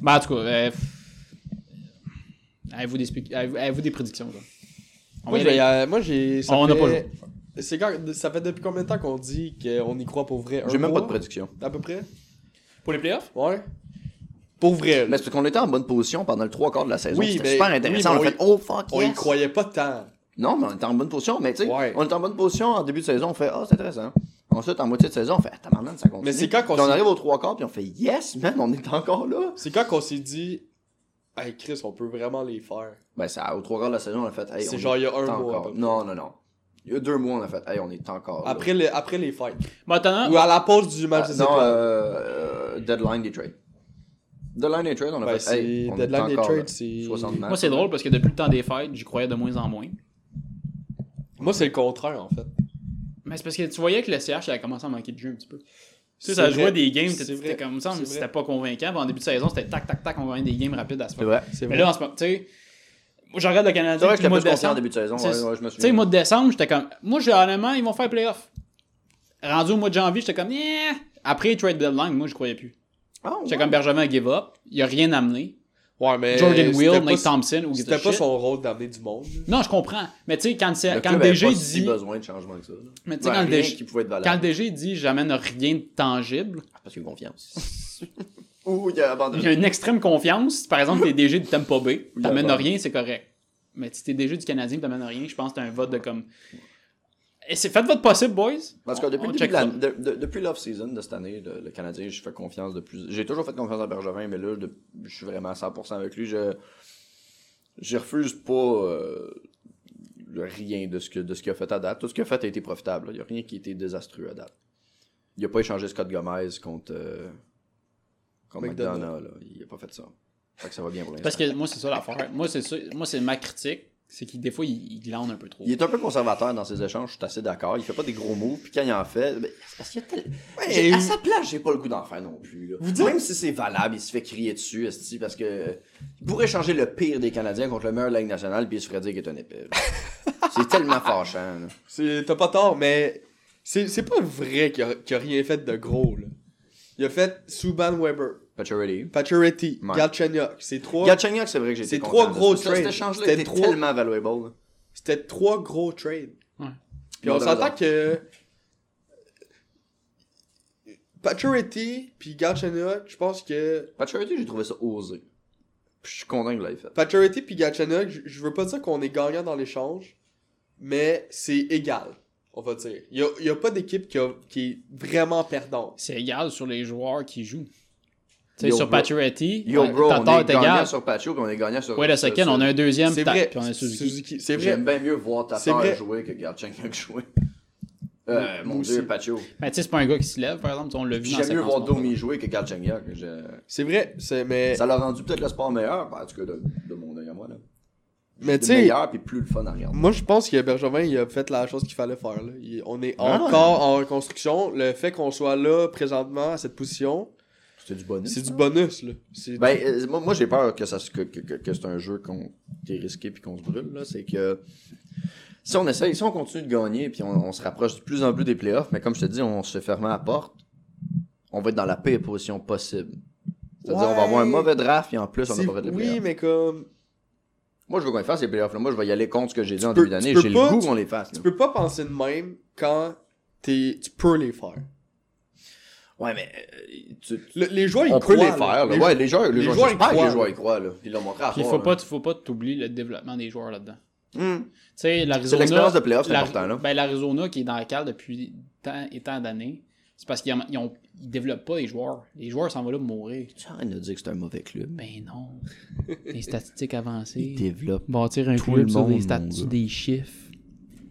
[SPEAKER 2] Ben, en tout cas, euh, avez-vous, des spécu- avez-vous, avez-vous des prédictions, genre? On
[SPEAKER 3] Moi,
[SPEAKER 2] va y
[SPEAKER 3] j'ai-
[SPEAKER 2] aller.
[SPEAKER 3] euh, moi, j'ai. ça
[SPEAKER 2] On n'a pas
[SPEAKER 3] fait- C'est quand- Ça fait depuis combien de temps qu'on dit qu'on y croit pour vrai Un
[SPEAKER 4] J'ai même pas
[SPEAKER 3] mois,
[SPEAKER 4] de prédiction.
[SPEAKER 3] À peu près
[SPEAKER 2] Pour les playoffs?
[SPEAKER 3] Ouais. Pour vrai,
[SPEAKER 4] Mais
[SPEAKER 3] là.
[SPEAKER 4] c'est parce qu'on était en bonne position pendant le trois quarts de la saison.
[SPEAKER 3] Oui,
[SPEAKER 4] C'était
[SPEAKER 3] mais-
[SPEAKER 4] super
[SPEAKER 3] oui,
[SPEAKER 4] intéressant.
[SPEAKER 3] mais
[SPEAKER 4] on a
[SPEAKER 3] on
[SPEAKER 4] fait, oh fuck,
[SPEAKER 3] On y
[SPEAKER 4] yes.
[SPEAKER 3] croyait pas tant.
[SPEAKER 4] Non, mais on était en bonne position. Mais tu sais,
[SPEAKER 3] Ouais.
[SPEAKER 4] on était en bonne position en début de saison. On fait, ah, c'est intéressant. Ensuite, en moitié de saison, on fait, ah, tabarnak, ça continue.
[SPEAKER 3] Mais c'est quand qu'on
[SPEAKER 4] Puis on
[SPEAKER 3] s'est-
[SPEAKER 4] arrive aux trois quarts, puis on fait, yes, man, on est encore là.
[SPEAKER 3] C'est quand qu'on s'est dit, hey Chris, on peut vraiment les faire.
[SPEAKER 4] Ben, ça, au trois quarts de la saison, on a fait, hey,
[SPEAKER 3] C'est
[SPEAKER 4] on
[SPEAKER 3] genre
[SPEAKER 4] est
[SPEAKER 3] il y a un
[SPEAKER 4] encore-
[SPEAKER 3] mois, à peu près.
[SPEAKER 4] Non, non, non. Il y a deux mois, on a fait, hey, on est encore là.
[SPEAKER 3] Après, les, après les fights.
[SPEAKER 2] Maintenant,
[SPEAKER 3] Ou à la pause du
[SPEAKER 4] Ah,
[SPEAKER 3] match des
[SPEAKER 4] non,
[SPEAKER 3] étoiles.
[SPEAKER 4] euh, euh, deadline des trades. Deadline des trades, on a
[SPEAKER 3] Ben,
[SPEAKER 4] fait, hey,
[SPEAKER 3] c'est-
[SPEAKER 4] on est
[SPEAKER 3] deadline des
[SPEAKER 4] encore
[SPEAKER 3] trades,
[SPEAKER 4] là.
[SPEAKER 3] c'est-
[SPEAKER 4] 60 matchs.
[SPEAKER 2] moi, c'est drôle parce que depuis le temps des fêtes, j'y croyais de moins en moins.
[SPEAKER 3] Moi, c'est le contraire, en fait.
[SPEAKER 2] Mais c'est parce que tu voyais que le CH il a commencé à manquer de jeu un petit peu. Tu sais,
[SPEAKER 3] C'est
[SPEAKER 2] ça
[SPEAKER 3] vrai.
[SPEAKER 2] jouait des games,
[SPEAKER 3] C'est
[SPEAKER 2] t'étais
[SPEAKER 3] vrai.
[SPEAKER 2] t'étais comme ça,
[SPEAKER 3] C'est
[SPEAKER 2] mais
[SPEAKER 3] vrai.
[SPEAKER 2] c'était pas convaincant. Puis en début de saison, c'était tac, tac, tac, on gagnait des games rapides à ce
[SPEAKER 4] C'est
[SPEAKER 2] moment.
[SPEAKER 4] vrai.
[SPEAKER 3] C'est
[SPEAKER 2] Mais
[SPEAKER 3] vrai.
[SPEAKER 2] là, en ce moment, tu sais, moi, je regarde le Canadien.
[SPEAKER 4] C'est vrai que
[SPEAKER 2] puis
[SPEAKER 4] j'étais
[SPEAKER 2] le mois
[SPEAKER 4] plus
[SPEAKER 2] de
[SPEAKER 4] confiant en
[SPEAKER 2] décembre.
[SPEAKER 4] début de saison.
[SPEAKER 2] C'est-
[SPEAKER 4] Ouais, ouais, je me
[SPEAKER 2] Tu sais,
[SPEAKER 4] souviens.
[SPEAKER 2] mois de décembre, j'étais comme. Moi, j'ai- honnêtement, ils vont faire playoff. Rendu au mois de janvier, j'étais comme. Yeah! Après trade deadline, moi, je croyais plus.
[SPEAKER 4] Ah,
[SPEAKER 2] J'étais
[SPEAKER 4] ouais.
[SPEAKER 2] comme Bergevin a give up. Il a rien amené.
[SPEAKER 3] Ouais, mais.
[SPEAKER 2] Jordan
[SPEAKER 3] c'était
[SPEAKER 2] Will,
[SPEAKER 3] pas-
[SPEAKER 2] Nate Thompson ou
[SPEAKER 3] C'était pas son rôle d'amener du monde. là.
[SPEAKER 2] Non, je comprends. Mais tu sais, quand, c'est-
[SPEAKER 4] Le
[SPEAKER 2] quand le
[SPEAKER 4] club avait
[SPEAKER 2] DG
[SPEAKER 4] pas
[SPEAKER 2] dit.
[SPEAKER 4] si besoin de changement que ça. là.
[SPEAKER 2] Mais tu sais,
[SPEAKER 4] Ouais,
[SPEAKER 2] quand le
[SPEAKER 4] rien
[SPEAKER 2] DG
[SPEAKER 4] qui pouvait être
[SPEAKER 2] Quand le
[SPEAKER 4] valable.
[SPEAKER 2] DG dit j'amène rien de tangible,
[SPEAKER 4] Parce qu'il y a confiance. Ouh, il a
[SPEAKER 2] il
[SPEAKER 4] abandonné.
[SPEAKER 2] y a une extrême confiance. Par exemple, t'es DG du Tampa Bay,
[SPEAKER 4] Oui,
[SPEAKER 2] t'amènes
[SPEAKER 4] d'accord.
[SPEAKER 2] rien, c'est correct. Mais si t'es DG du Canadien, t'amènes rien, je pense que t'as un vote de comme. Et c'est faites votre possible, boys.
[SPEAKER 4] Parce que
[SPEAKER 2] On-
[SPEAKER 4] depuis,
[SPEAKER 2] on
[SPEAKER 4] le début de
[SPEAKER 2] checkera.
[SPEAKER 4] l'année- de- de- depuis l'off-season de cette année, le, le Canadien, je fais confiance de plus. J'ai toujours fait confiance à Bergevin, mais là, de- je suis vraiment à 100% avec lui. Je, je refuse pas euh, le rien de ce que- de ce qu'il a fait à date. Tout ce qu'il a fait a été profitable. là. Il n'y a rien qui a été désastreux à date. Il n'a pas échangé Scott Gomez contre, euh, contre
[SPEAKER 3] McDonough.
[SPEAKER 4] McDonough. là. Il n'a pas fait ça. Fait que ça va bien pour l'instant.
[SPEAKER 2] Parce que moi, c'est ça l'affaire. Moi, c'est ça- Moi, c'est ma critique. C'est qu'il des fois, il, il glande un peu trop.
[SPEAKER 4] Il est un peu conservateur dans ses échanges, je suis assez d'accord. Il fait pas des gros mots, puis quand il en fait, ben, c'est parce qu'il y a tel... J'ai- à sa place, j'ai pas le goût d'en faire non plus. là. Même si c'est valable, il se fait crier dessus, esti, parce que il pourrait changer le pire des Canadiens contre le meilleur de la Ligue nationale, puis il se ferait dire qu'il est un épée. là. c'est tellement fâchant. là.
[SPEAKER 3] C'est- T'as pas tort, mais. C'est c'est pas vrai qu'il a, qu'il a rien fait de gros, là. Il a fait Subban Weber,
[SPEAKER 4] Pacioretty.
[SPEAKER 3] Pacioretty,
[SPEAKER 4] Ouais.
[SPEAKER 3] Galchenyuk. C'est trois.
[SPEAKER 4] Galchenyuk, c'est vrai que j'ai
[SPEAKER 3] C'est
[SPEAKER 4] été
[SPEAKER 3] trois
[SPEAKER 4] content de
[SPEAKER 3] gros
[SPEAKER 4] ça. Cet
[SPEAKER 3] trades.
[SPEAKER 4] échange-là
[SPEAKER 3] C'était
[SPEAKER 4] était
[SPEAKER 3] trois-
[SPEAKER 4] tellement valuable. là.
[SPEAKER 3] C'était trois gros trades.
[SPEAKER 2] Ouais.
[SPEAKER 3] Puis
[SPEAKER 4] Non,
[SPEAKER 3] on
[SPEAKER 4] t'as
[SPEAKER 3] s'entend
[SPEAKER 4] raison.
[SPEAKER 3] que. Pacioretty puis Galchenyuk, je pense que.
[SPEAKER 4] Pacioretty, j'ai trouvé ça osé. Puis je suis content que vous l'ayez fait.
[SPEAKER 3] Pacioretty puis Galchenyuk, je- je veux pas dire qu'on est gagnant dans l'échange, mais c'est égal, on va dire. Il y a, il y a pas d'équipe qui, a- qui est vraiment perdante.
[SPEAKER 2] C'est égal sur les joueurs qui jouent. Tu sais,
[SPEAKER 4] Yo,
[SPEAKER 2] sur
[SPEAKER 4] bro.
[SPEAKER 2] Pacioretty,
[SPEAKER 4] Yo,
[SPEAKER 2] ouais,
[SPEAKER 4] bro, on
[SPEAKER 2] Tatar
[SPEAKER 4] est
[SPEAKER 2] est
[SPEAKER 4] gagnant
[SPEAKER 2] égal.
[SPEAKER 4] sur Pacho, puis on est gagnant sur...
[SPEAKER 2] Ouais, la second,
[SPEAKER 4] sur-
[SPEAKER 2] on a un deuxième,
[SPEAKER 3] C'est
[SPEAKER 2] tac,
[SPEAKER 3] vrai.
[SPEAKER 2] puis on a Suzuki.
[SPEAKER 3] C'est vrai.
[SPEAKER 4] J'aime bien mieux voir
[SPEAKER 3] C'est
[SPEAKER 4] Tatar
[SPEAKER 3] vrai.
[SPEAKER 4] jouer que Galchenyuk jouer. Euh,
[SPEAKER 3] Moi
[SPEAKER 4] mon
[SPEAKER 3] aussi.
[SPEAKER 4] dieu, Pacho.
[SPEAKER 2] Mais Ben, tu sais, c'est pas un gars qui se lève, par exemple. On l'a vu dans la
[SPEAKER 4] J'aime mieux
[SPEAKER 2] séquence
[SPEAKER 4] voir
[SPEAKER 2] montée.
[SPEAKER 4] Domi jouer que Galchenyuk. Je-
[SPEAKER 3] C'est vrai, c'est mais
[SPEAKER 4] Ça l'a rendu peut-être le sport meilleur, ben, en tout cas de, de mon œil à moi. Là.
[SPEAKER 3] mais tu
[SPEAKER 4] C'est
[SPEAKER 3] sais,
[SPEAKER 4] meilleur puis plus le fun à regarder.
[SPEAKER 3] moi je pense que Bergevin il a fait la chose qu'il fallait faire. là. Il- on est
[SPEAKER 4] Ah.
[SPEAKER 3] encore en reconstruction. Le fait qu'on soit là présentement à cette position,
[SPEAKER 4] C'est du bonus.
[SPEAKER 3] c'est du bonus là. C'est-
[SPEAKER 4] Ah. Ben, euh, moi, moi, j'ai peur que, ça, se- que, que, que- que c'est un jeu qu'on, qui est risqué puis qu'on se brûle. Là. C'est que si on essaye, si on continue de gagner puis on, on se rapproche de plus en plus des playoffs, mais comme je te dis, on se ferme à la porte, on va être dans la pire position possible. C'est-à-dire, on va avoir un
[SPEAKER 3] Ouais.
[SPEAKER 4] mauvais draft et en plus, on
[SPEAKER 3] C'est-
[SPEAKER 4] n'a pas fait les playoffs.
[SPEAKER 3] oui, mais comme
[SPEAKER 4] Moi, je veux qu'on les fasse, les playoffs. là. Moi, je vais y aller contre ce que j'ai dit en
[SPEAKER 3] peux-
[SPEAKER 4] début d'année.
[SPEAKER 3] tu peux
[SPEAKER 4] J'ai le
[SPEAKER 3] pas,
[SPEAKER 4] goût
[SPEAKER 3] tu-
[SPEAKER 4] qu'on les fasse.
[SPEAKER 3] tu
[SPEAKER 4] là.
[SPEAKER 3] peux pas penser de même quand t'es- tu peux les faire.
[SPEAKER 4] Ouais, mais. euh, tu- tu-
[SPEAKER 3] Le- les joueurs ils
[SPEAKER 4] On peut
[SPEAKER 3] croient,
[SPEAKER 4] les faire. là.
[SPEAKER 3] Les-
[SPEAKER 4] Ouais, les joueurs, les
[SPEAKER 3] les
[SPEAKER 4] joueurs,
[SPEAKER 3] joueurs, ils
[SPEAKER 4] j'espère que les
[SPEAKER 3] croient,
[SPEAKER 4] joueurs
[SPEAKER 3] là.
[SPEAKER 4] y croient. Là. Ils l'ont montré à
[SPEAKER 2] Puis il
[SPEAKER 4] soir,
[SPEAKER 2] faut
[SPEAKER 4] là.
[SPEAKER 2] pas, faut pas t'oublier le développement des joueurs là-dedans.
[SPEAKER 4] Hmm.
[SPEAKER 2] Tu sais, l'Arizona-
[SPEAKER 4] l'expérience de playoff, c'est
[SPEAKER 2] la-
[SPEAKER 4] important, là.
[SPEAKER 2] Ben, l'Arizona qui est dans la cale depuis tant et tant d'années, C'est parce qu'ils en- ils ont- ils développent pas les joueurs. Les joueurs s'en vont là pour mourir.
[SPEAKER 4] Tu es en train de dire que c'est un mauvais club.
[SPEAKER 2] Ben non. Les statistiques avancées.
[SPEAKER 4] Développe.
[SPEAKER 2] Bâtir un
[SPEAKER 4] Tout
[SPEAKER 2] club
[SPEAKER 4] le
[SPEAKER 2] sur des
[SPEAKER 4] monde, mon
[SPEAKER 2] statuts,
[SPEAKER 4] gars.
[SPEAKER 2] des chiffres.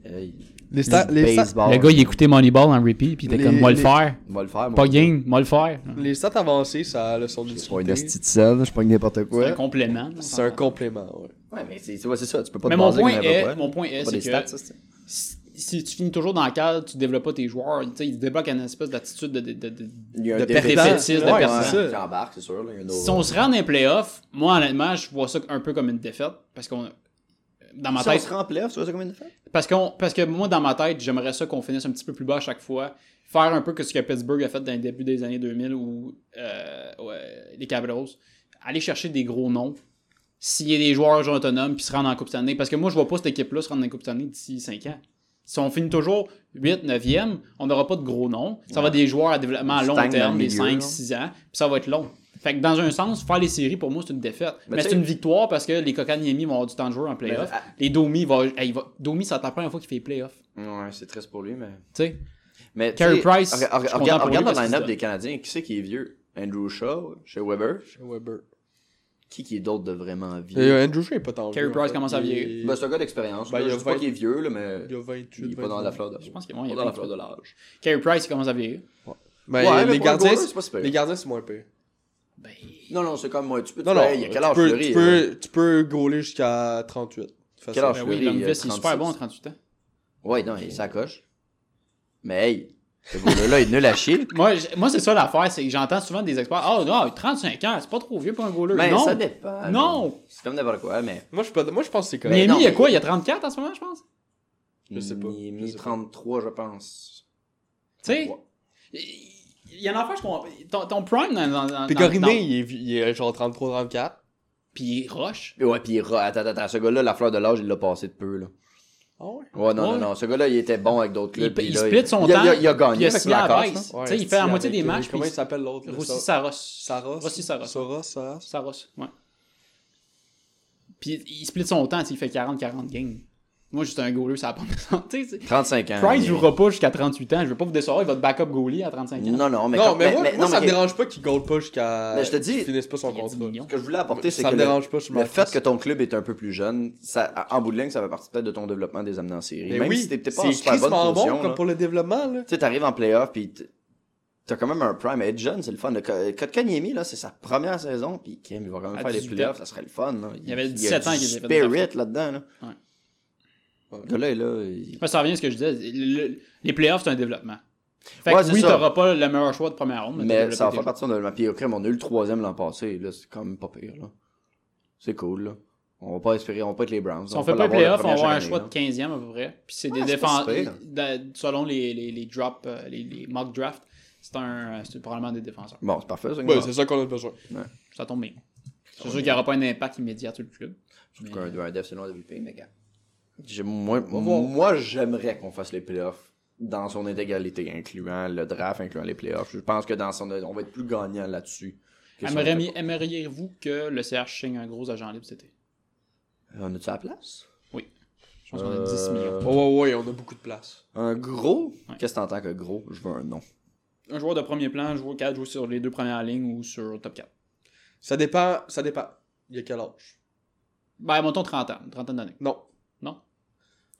[SPEAKER 4] Hey,
[SPEAKER 3] Les stats, les, stats,
[SPEAKER 4] baseball.
[SPEAKER 2] le gars, il écoutait Moneyball en repeat, puis il était
[SPEAKER 3] Les-
[SPEAKER 2] comme, moi le
[SPEAKER 3] les-
[SPEAKER 2] faire.
[SPEAKER 4] On va le faire. mon
[SPEAKER 2] Pas
[SPEAKER 4] gars.
[SPEAKER 2] game, moi le faire.
[SPEAKER 3] les stats avancées, ça a le son
[SPEAKER 4] Je suis pas une
[SPEAKER 3] utilité.
[SPEAKER 4] hostie de scène, je pogne n'importe
[SPEAKER 2] C'est un
[SPEAKER 4] quoi.
[SPEAKER 2] complément. là, on
[SPEAKER 3] C'est un
[SPEAKER 2] s'entend.
[SPEAKER 3] complément, ouais.
[SPEAKER 4] Ouais, mais c'est c'est- ouais, c'est ça, tu peux pas te
[SPEAKER 2] Mais mon
[SPEAKER 4] baser
[SPEAKER 2] point,
[SPEAKER 4] comme
[SPEAKER 2] est,
[SPEAKER 4] n'importe quoi.
[SPEAKER 2] mon point est, c'est
[SPEAKER 4] Pas des
[SPEAKER 2] que
[SPEAKER 4] stats, ça, c'est-
[SPEAKER 2] si, si tu finis toujours dans la cale, tu développes pas tes joueurs. Tu sais, ils développent une espèce d'attitude de, de- de- de-
[SPEAKER 4] Il y a un
[SPEAKER 2] de
[SPEAKER 4] déficit,
[SPEAKER 2] défaitisme, de
[SPEAKER 3] ouais,
[SPEAKER 2] personne.
[SPEAKER 3] c'est ça.
[SPEAKER 4] Qui embarque, c'est sûr. là, il y a un autre-
[SPEAKER 2] Si on se rend dans les playoffs, moi, honnêtement, je vois ça un peu comme une défaite. Parce qu'on. Dans ma
[SPEAKER 4] Si on
[SPEAKER 2] tête.
[SPEAKER 4] se remplace, tu vois ça comme une défaite?
[SPEAKER 2] Parce, qu'on, parce que moi, dans ma tête, j'aimerais ça qu'on finisse un petit peu plus bas à chaque fois. Faire un peu que ce que Pittsburgh a fait dans le début des années 2000 ou euh, ouais, les Capitals. Aller chercher des gros noms. S'il y a des joueurs genre, autonomes qui se rendent en Coupe Stanley. Parce que moi, je vois pas cette équipe-là se rendre en Coupe Stanley d'ici 5 ans. Si on finit toujours 8, 9e, on n'aura pas de gros noms. Ça va être des joueurs à développement à
[SPEAKER 4] Stagne
[SPEAKER 2] long
[SPEAKER 4] dans le
[SPEAKER 2] terme, des
[SPEAKER 4] milieu,
[SPEAKER 2] 5,
[SPEAKER 4] là.
[SPEAKER 2] 6 ans. Puis ça va être long. Fait que dans un sens, faire les séries, pour moi, c'est une défaite. Mais,
[SPEAKER 4] Mais
[SPEAKER 2] c'est
[SPEAKER 4] t'sais-
[SPEAKER 2] une victoire parce que les Kokaniemi vont avoir du temps de jouer en playoff.
[SPEAKER 4] Mais-
[SPEAKER 2] Les Domi, va, hey, il va- Domi, ça la première fois qu'il fait les playoffs.
[SPEAKER 4] Ouais, c'est triste pour lui, mais.
[SPEAKER 2] Tu sais,
[SPEAKER 4] Mais tu
[SPEAKER 2] Carey
[SPEAKER 4] sais,
[SPEAKER 2] Price,
[SPEAKER 4] re- re-
[SPEAKER 2] je suis content
[SPEAKER 4] regarde,
[SPEAKER 2] pour lui
[SPEAKER 4] regarde
[SPEAKER 2] parce
[SPEAKER 4] le
[SPEAKER 2] qu'il
[SPEAKER 4] line-up
[SPEAKER 2] se
[SPEAKER 4] des Canadiens. Qui c'est qui est vieux Andrew Shaw, chez Weber.
[SPEAKER 3] Chez Weber.
[SPEAKER 4] Qui qui est d'autre de vraiment vieux
[SPEAKER 3] Et, euh, Andrew Shea est pas tant
[SPEAKER 2] Carey
[SPEAKER 3] vieux, en
[SPEAKER 2] Price
[SPEAKER 3] fait.
[SPEAKER 2] commence à
[SPEAKER 3] Il-
[SPEAKER 2] vieillir.
[SPEAKER 4] Ben, c'est un gars d'expérience.
[SPEAKER 3] Ben,
[SPEAKER 4] là,
[SPEAKER 3] il a
[SPEAKER 4] je sais pas
[SPEAKER 3] 20
[SPEAKER 4] qu'il est vieux, là, mais.
[SPEAKER 3] Il a 28,
[SPEAKER 4] Il est pas dans la fleur de
[SPEAKER 2] je pense qu'il
[SPEAKER 4] pas
[SPEAKER 2] y a
[SPEAKER 4] dans
[SPEAKER 2] pas
[SPEAKER 4] la fleur de l'âge.
[SPEAKER 2] Carey Price, il commence à vieillir.
[SPEAKER 3] Mais
[SPEAKER 4] Ouais, mais
[SPEAKER 3] les,
[SPEAKER 4] pour un
[SPEAKER 3] gardiens,
[SPEAKER 4] goaler, c'est pas super.
[SPEAKER 3] les gardiens, c'est moins pire.
[SPEAKER 2] Ben,
[SPEAKER 4] Non, non, c'est comme moi. Tu peux.
[SPEAKER 3] Non, non,
[SPEAKER 4] Il y a quel âge
[SPEAKER 3] tu, peux,
[SPEAKER 4] Fleury,
[SPEAKER 3] tu,
[SPEAKER 4] euh,
[SPEAKER 3] peux, tu peux gauler jusqu'à 38. de toute façon.
[SPEAKER 4] Quel âge?
[SPEAKER 2] ben
[SPEAKER 4] Fleury,
[SPEAKER 2] oui,
[SPEAKER 4] il a
[SPEAKER 2] Longvis, il est
[SPEAKER 4] 36.
[SPEAKER 2] super bon à 38 ans.
[SPEAKER 4] Ouais, non, il s'accroche. Mais hey, ce gars-là, il est nul à chier.
[SPEAKER 2] Moi, j- moi c'est ça l'affaire, c'est que j'entends souvent des experts Ah, non, 35 ans, c'est pas trop vieux pour un goaler.
[SPEAKER 4] Mais
[SPEAKER 2] non,
[SPEAKER 4] Ben, ça dépend.
[SPEAKER 2] Non.
[SPEAKER 4] C'est comme n'importe quoi, mais.
[SPEAKER 3] Moi, je, suis pas- moi, je pense que c'est correct.
[SPEAKER 2] Ben, Niemi,
[SPEAKER 4] non,
[SPEAKER 2] il y a
[SPEAKER 4] mais-
[SPEAKER 2] quoi Il y a 34 en ce moment, je pense. Tu
[SPEAKER 3] Je sais pas,
[SPEAKER 4] Il est
[SPEAKER 3] je
[SPEAKER 4] mis
[SPEAKER 3] sais pas.
[SPEAKER 4] 33, je pense.
[SPEAKER 2] sais,
[SPEAKER 4] Ouais.
[SPEAKER 2] il il y a une affaire, je comprends. Ton, ton prime dans. dans, dans- dans-
[SPEAKER 3] Pécoriné, il, est vi- il est genre 33-34.
[SPEAKER 2] Puis il roche.
[SPEAKER 4] Et Ouais, puis il ra- attends, attends, attends, ce gars-là, la fleur de l'âge, il l'a passé de peu, là.
[SPEAKER 3] Ah ouais?
[SPEAKER 4] Ouais, non,
[SPEAKER 2] Ouais.
[SPEAKER 4] non, non, ce gars-là, il était bon avec d'autres
[SPEAKER 2] Il,
[SPEAKER 4] clubs.
[SPEAKER 2] il,
[SPEAKER 4] puis là,
[SPEAKER 2] split son
[SPEAKER 4] il a-
[SPEAKER 2] temps.
[SPEAKER 4] Il a, il a gagné
[SPEAKER 2] puis il a
[SPEAKER 4] avec
[SPEAKER 2] signé à
[SPEAKER 4] la
[SPEAKER 2] la
[SPEAKER 4] Caisse,
[SPEAKER 2] baisse.
[SPEAKER 4] non?
[SPEAKER 2] Tu sais, il fait la moitié des matchs.
[SPEAKER 3] euh, Comment
[SPEAKER 2] Puis
[SPEAKER 3] il s'appelle l'autre? là,
[SPEAKER 2] Rossi
[SPEAKER 3] ça?
[SPEAKER 2] Saros.
[SPEAKER 3] Saros.
[SPEAKER 2] Rossi Saros.
[SPEAKER 3] Saros, Saros.
[SPEAKER 2] Saros, ouais. Puis il split son temps, tu sais, il fait 40-40 games. Moi, juste un goaler, ça n'a pas de sens. Tu sais, c'est-
[SPEAKER 4] 35 ans.
[SPEAKER 2] Price
[SPEAKER 4] il-
[SPEAKER 2] jouera pas jusqu'à 38 ans. Je veux pas vous décevoir, il va te backup goalie à 35 ans.
[SPEAKER 4] Non, non, mais.
[SPEAKER 3] Non,
[SPEAKER 4] comme-
[SPEAKER 3] mais, moi, moi,
[SPEAKER 4] non,
[SPEAKER 3] ça
[SPEAKER 4] mais
[SPEAKER 3] me dérange pas qu'il gold pas jusqu'à.
[SPEAKER 4] Mais je te dis-
[SPEAKER 3] qu'il finisse pas son
[SPEAKER 2] Il y a 10
[SPEAKER 3] contrat.
[SPEAKER 2] millions.
[SPEAKER 4] Ce que je voulais apporter, c'est
[SPEAKER 3] Ça
[SPEAKER 4] que.
[SPEAKER 3] me
[SPEAKER 4] le-
[SPEAKER 3] dérange pas, je m'en
[SPEAKER 4] Le fait
[SPEAKER 3] fous.
[SPEAKER 4] que ton club est un peu plus jeune, ça, en bout de ligne, ça fait partie peut-être de ton développement des années en série.
[SPEAKER 3] Mais Ben
[SPEAKER 4] Même
[SPEAKER 3] oui,
[SPEAKER 4] si t'es peut-être pas en
[SPEAKER 3] c'est
[SPEAKER 4] super bonne
[SPEAKER 3] crissement
[SPEAKER 4] position.
[SPEAKER 3] bon
[SPEAKER 4] là.
[SPEAKER 3] comme pour le développement, là.
[SPEAKER 4] Tu sais, t'arrives en playoff, puis t- t'as quand même un prime. Être jeune, c'est le fun. Le Co- Kotkaniemi, là, c'est sa première saison, puis Kim, il va quand même
[SPEAKER 2] À
[SPEAKER 4] faire les
[SPEAKER 2] 18 ans.
[SPEAKER 4] playoffs, ça serait le fun. là.
[SPEAKER 2] Il y avait
[SPEAKER 4] a
[SPEAKER 2] 17 ans
[SPEAKER 4] du
[SPEAKER 2] qu'il était fait des
[SPEAKER 4] spirit là-dedans. Là.
[SPEAKER 3] Ouais.
[SPEAKER 4] Le gars-là, là, il...
[SPEAKER 2] Ouais, ça revient à ce que je disais. le- le- les playoffs, c'est un développement. Fait
[SPEAKER 4] Ouais,
[SPEAKER 2] que
[SPEAKER 4] c'est
[SPEAKER 2] oui,
[SPEAKER 4] ça.
[SPEAKER 2] t'auras pas le meilleur choix de première ronde, mais, t'as
[SPEAKER 4] mais
[SPEAKER 2] développé
[SPEAKER 4] ça va
[SPEAKER 2] tes
[SPEAKER 4] faire
[SPEAKER 2] joueurs.
[SPEAKER 4] partie de ma Puis, crème, on a eu le troisième l'an passé. Là, c'est quand même pas pire. Là. C'est cool. Là. On va pas espérer, on va pas être les Browns.
[SPEAKER 2] Si on fait pas les
[SPEAKER 4] l'avoir la
[SPEAKER 2] playoffs, on va
[SPEAKER 4] première
[SPEAKER 2] avoir un
[SPEAKER 4] chaque
[SPEAKER 2] choix de
[SPEAKER 4] année,
[SPEAKER 2] 15e à peu près. Puis c'est des
[SPEAKER 4] Ouais, c'est pas
[SPEAKER 2] défenses.
[SPEAKER 4] si pire.
[SPEAKER 2] de- Selon les, les, les drop, euh, les, les mock draft, c'est un c'est probablement des défenseurs.
[SPEAKER 4] là. Bon, c'est parfait. Ça,
[SPEAKER 3] Ouais, c'est ça qu'on a besoin.
[SPEAKER 2] Ça tombe bien. C'est sûr qu'il n'y aura pas un impact immédiat sur le club.
[SPEAKER 4] Surtout qu'un un def, c'est long à développer, mais gars. J'ai- Moi,
[SPEAKER 3] voir.
[SPEAKER 4] moi j'aimerais qu'on fasse les playoffs dans son intégralité, incluant le draft, incluant les playoffs. Je pense que dans son on va être plus gagnant là-dessus. que si on
[SPEAKER 2] Aimeriez-
[SPEAKER 4] était pas.
[SPEAKER 2] Aimeriez-vous que le CH signe un gros agent libre cet été?
[SPEAKER 4] On a-tu la place?
[SPEAKER 2] Je pense qu'on a
[SPEAKER 4] Euh,
[SPEAKER 2] 10 millions.
[SPEAKER 3] Ouais, ouais, ouais, on a beaucoup de place.
[SPEAKER 4] Un gros?
[SPEAKER 2] Ouais.
[SPEAKER 4] Qu'est-ce que t'entends que gros? Je veux un nom.
[SPEAKER 2] Un joueur de premier plan, un joueur 4 joue sur les deux premières lignes ou sur top 4.
[SPEAKER 3] Ça dépend, ça dépend. Il y a quel âge?
[SPEAKER 2] Ben, montons 30 ans, une trentaine d'années.
[SPEAKER 3] Non,
[SPEAKER 2] Non?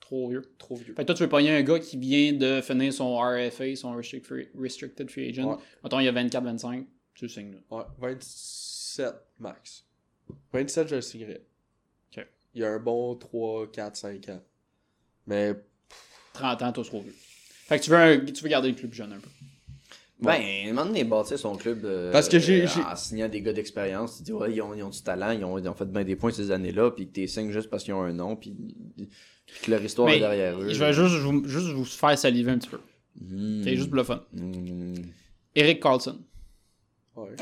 [SPEAKER 2] Trop vieux.
[SPEAKER 3] trop vieux.
[SPEAKER 2] Fait que toi, tu veux pogner un gars qui vient de finir son RFA, son Restrict Free- Restricted Free Agent.
[SPEAKER 3] Ouais.
[SPEAKER 2] Mettons, il y a 24-25, tu le signes là.
[SPEAKER 3] Ouais, 27 max. 27, je le signerais.
[SPEAKER 2] Ok.
[SPEAKER 3] Il y a un bon 3, 4, 5 ans. Mais
[SPEAKER 2] 30 ans, toi, trop vieux. Fait que tu veux, un- tu veux garder le club jeune un peu.
[SPEAKER 4] Ben, un moment donné, bâtir son club euh,
[SPEAKER 3] Parce que j'ai-
[SPEAKER 4] euh,
[SPEAKER 3] j'ai-
[SPEAKER 4] en signant des gars d'expérience. Tu dis, ouais, ils ont, ils ont du talent, ils ont, ils ont fait bien des points ces années-là, puis que t'es signes juste parce qu'ils ont un nom, puis, puis que leur histoire
[SPEAKER 2] Mais
[SPEAKER 4] est derrière eux.
[SPEAKER 2] Je vais juste vous, juste vous faire saliver un petit peu.
[SPEAKER 4] Hmm.
[SPEAKER 2] C'est juste pour le fun.
[SPEAKER 4] Hmm.
[SPEAKER 2] Eric Carlson.
[SPEAKER 3] ouais.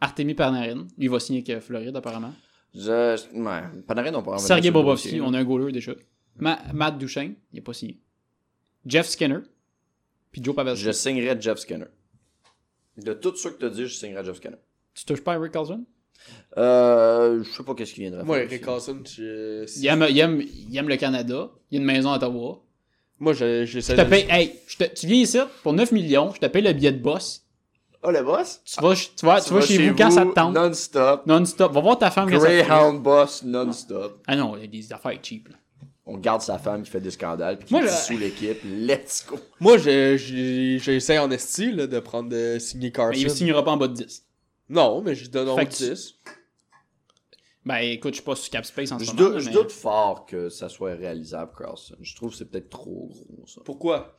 [SPEAKER 2] Artemi Panarin. Lui, il va signer avec euh, Floride, apparemment.
[SPEAKER 4] Je, je- ouais, Panarin, on peut en revenir
[SPEAKER 2] Sergei
[SPEAKER 4] sur le
[SPEAKER 2] Bobovski,
[SPEAKER 4] dossier.
[SPEAKER 2] on a un goaler déjà. Ma- Matt Duchesne, il n'est pas signé. Jeff Skinner, puis Joe Pavelski.
[SPEAKER 4] Je signerais Jeff Skinner. De tout ce que tu as dit, je signerais Jeff Skinner.
[SPEAKER 2] Tu touches pas à Rick Carlson?
[SPEAKER 4] Euh, je sais pas qu'est-ce qui viendrait.
[SPEAKER 3] Moi,
[SPEAKER 4] faire
[SPEAKER 3] Eric
[SPEAKER 4] aussi.
[SPEAKER 3] Carlson, je-
[SPEAKER 2] Il aime, il aime- il aime le Canada, il a une maison à Ottawa.
[SPEAKER 3] Moi, je- j'essaie
[SPEAKER 2] Je te
[SPEAKER 3] de-
[SPEAKER 2] paye, hey, je te- tu viens ici pour 9 millions, je te paye le billet de boss.
[SPEAKER 4] Oh, le boss?
[SPEAKER 2] Tu vas, ch- tu vas, tu vas chez vous quand ça te tente.
[SPEAKER 4] Non-stop.
[SPEAKER 2] Non-stop. Va voir ta femme quand ça te tente.
[SPEAKER 4] Greyhound boss non-stop.
[SPEAKER 2] Ah non, il y a des affaires cheap. là.
[SPEAKER 4] On garde sa femme qui fait des scandales, puis qui
[SPEAKER 2] Moi, je-
[SPEAKER 4] dissout l'équipe. Let's go.
[SPEAKER 3] Moi, je- je- j'essaie en esti là, de prendre de signer
[SPEAKER 2] Mais
[SPEAKER 3] Carson.
[SPEAKER 2] il signera pas en bas de 10.
[SPEAKER 3] Non, mais je donne
[SPEAKER 2] Fait
[SPEAKER 3] un
[SPEAKER 2] que tu-
[SPEAKER 3] 10.
[SPEAKER 2] Ben écoute, je suis pas sur Cap Space en ce
[SPEAKER 4] Je,
[SPEAKER 2] moment.
[SPEAKER 4] doute-
[SPEAKER 2] là,
[SPEAKER 4] je
[SPEAKER 2] mais-
[SPEAKER 4] doute fort que ça soit réalisable, Carlson. Je trouve que c'est peut-être trop gros, ça.
[SPEAKER 3] Pourquoi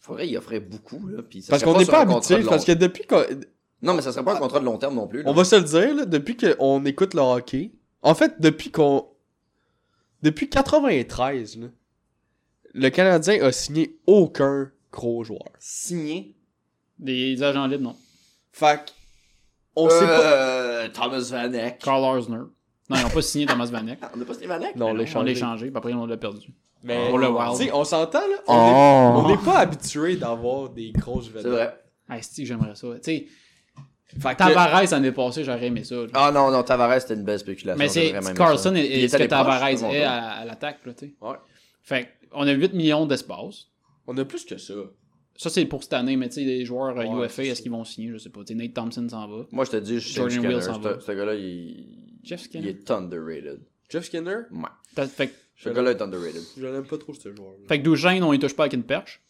[SPEAKER 4] Faudrait y offrir beaucoup, là. Puis ça
[SPEAKER 3] Parce
[SPEAKER 4] serait
[SPEAKER 3] qu'on n'est
[SPEAKER 4] sur
[SPEAKER 3] pas
[SPEAKER 4] un contrat de
[SPEAKER 3] habitué.
[SPEAKER 4] long-
[SPEAKER 3] Parce que depuis qu'on
[SPEAKER 4] Non, mais ça serait pas un contrat de long terme non plus. là.
[SPEAKER 3] on va se le dire, là, depuis qu'on écoute le hockey, en fait, depuis qu'on. Depuis 93, là, le Canadien a signé aucun gros joueur.
[SPEAKER 4] signer.
[SPEAKER 2] Des agents libres, non.
[SPEAKER 3] Fait que, on sait pas.
[SPEAKER 4] Euh, Thomas Vanek.
[SPEAKER 2] Carl Arsner. Non, ils ont pas signé Thomas Vanek.
[SPEAKER 4] On n'a pas signé Vanek?
[SPEAKER 3] Non, on l'a
[SPEAKER 2] On l'a
[SPEAKER 3] changé.
[SPEAKER 2] échangé, puis après on l'a perdu.
[SPEAKER 3] Mais,
[SPEAKER 2] Pour le Wild.
[SPEAKER 3] tu sais, on s'entend, là. On
[SPEAKER 7] Oh.
[SPEAKER 3] est- on n'est pas habitué d'avoir des grosses
[SPEAKER 4] C'est
[SPEAKER 3] vedettes.
[SPEAKER 4] vrai.
[SPEAKER 2] Ah, si, j'aimerais ça. Tu sais,
[SPEAKER 3] Fait que-
[SPEAKER 2] Tavares, l'année passée, j'aurais aimé ça. là.
[SPEAKER 4] Ah non, non, Tavares, c'était une belle spéculation.
[SPEAKER 2] Mais c'est
[SPEAKER 4] j'aurais vraiment aimé
[SPEAKER 2] Carlson
[SPEAKER 4] ça.
[SPEAKER 2] et,
[SPEAKER 4] Puis il
[SPEAKER 2] et
[SPEAKER 4] était
[SPEAKER 2] ce que
[SPEAKER 4] allé proche,
[SPEAKER 2] Tavares
[SPEAKER 4] tout le monde.
[SPEAKER 2] est à, à l'attaque, là, tu sais.
[SPEAKER 3] Ouais.
[SPEAKER 2] Fait qu'on a 8 millions d'espace.
[SPEAKER 3] On a plus que ça.
[SPEAKER 2] Ça, c'est pour cette année, mais tu sais, les joueurs euh,
[SPEAKER 3] Ouais,
[SPEAKER 2] UFA,
[SPEAKER 3] c'est
[SPEAKER 2] est-ce
[SPEAKER 3] ça.
[SPEAKER 2] qu'ils vont signer Je sais pas. Tu sais, Nate Thompson s'en va.
[SPEAKER 4] Moi, je te dis, je suis
[SPEAKER 2] Jordan
[SPEAKER 4] Skinner.
[SPEAKER 2] Will s'en va.
[SPEAKER 4] Ce ce gars-là, il...
[SPEAKER 2] Jeff Skinner.
[SPEAKER 4] il est underrated.
[SPEAKER 3] Jeff Skinner,
[SPEAKER 4] Ouais.
[SPEAKER 2] T'as- Fait, que-
[SPEAKER 4] Ce gars-là est underrated.
[SPEAKER 3] je l'aime pas trop, ce joueur.
[SPEAKER 2] fait que Duchesne, on les touche pas avec une perche.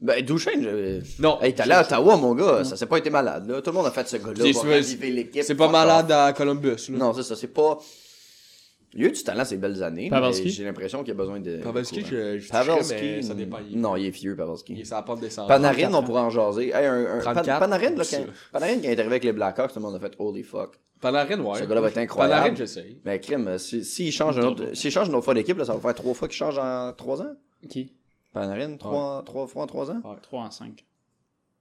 [SPEAKER 4] Ben, Duchesne, je...
[SPEAKER 3] Non,
[SPEAKER 4] Hey, t'es allé à Ottawa, mon gars. Ça s'est pas été malade, là. Tout le monde a fait ce gars-là.
[SPEAKER 3] C'est
[SPEAKER 4] va
[SPEAKER 3] vrai,
[SPEAKER 4] raviver l'équipe.
[SPEAKER 3] c'est pas
[SPEAKER 4] Fuck
[SPEAKER 3] malade à Columbus. Là.
[SPEAKER 4] off. Non, c'est ça. C'est pas... Il a eu du talent ces belles années. mais
[SPEAKER 2] Pavelski?
[SPEAKER 4] J'ai l'impression qu'il a besoin de...
[SPEAKER 3] Pavelski, je, je
[SPEAKER 4] Pavelski,
[SPEAKER 3] toucherais, mais ça dépend. Il,
[SPEAKER 4] Non, il est vieux, Pavelski.
[SPEAKER 3] il est sur la pente
[SPEAKER 2] Ah,
[SPEAKER 3] descendante.
[SPEAKER 4] Panarin, on pourrait en jaser. Hey, un, un-
[SPEAKER 3] 34,
[SPEAKER 4] Pan- Panarin, là,
[SPEAKER 3] ça.
[SPEAKER 4] quand, Panarin, quand il est arrivé avec les Blackhawks, tout le monde a fait Holy fuck.
[SPEAKER 3] Panarin, ouais.
[SPEAKER 4] Ce gars-là va être incroyable.
[SPEAKER 3] Panarin, j'essaye.
[SPEAKER 4] Mais crime, s'il si, s'il change, un autre- s'il change une autre fois d'équipe, là, ça va faire trois fois qu'il change en trois ans.
[SPEAKER 2] Qui
[SPEAKER 4] Panarin, trois, trois fois en trois ans
[SPEAKER 2] 3 Ah, en 5.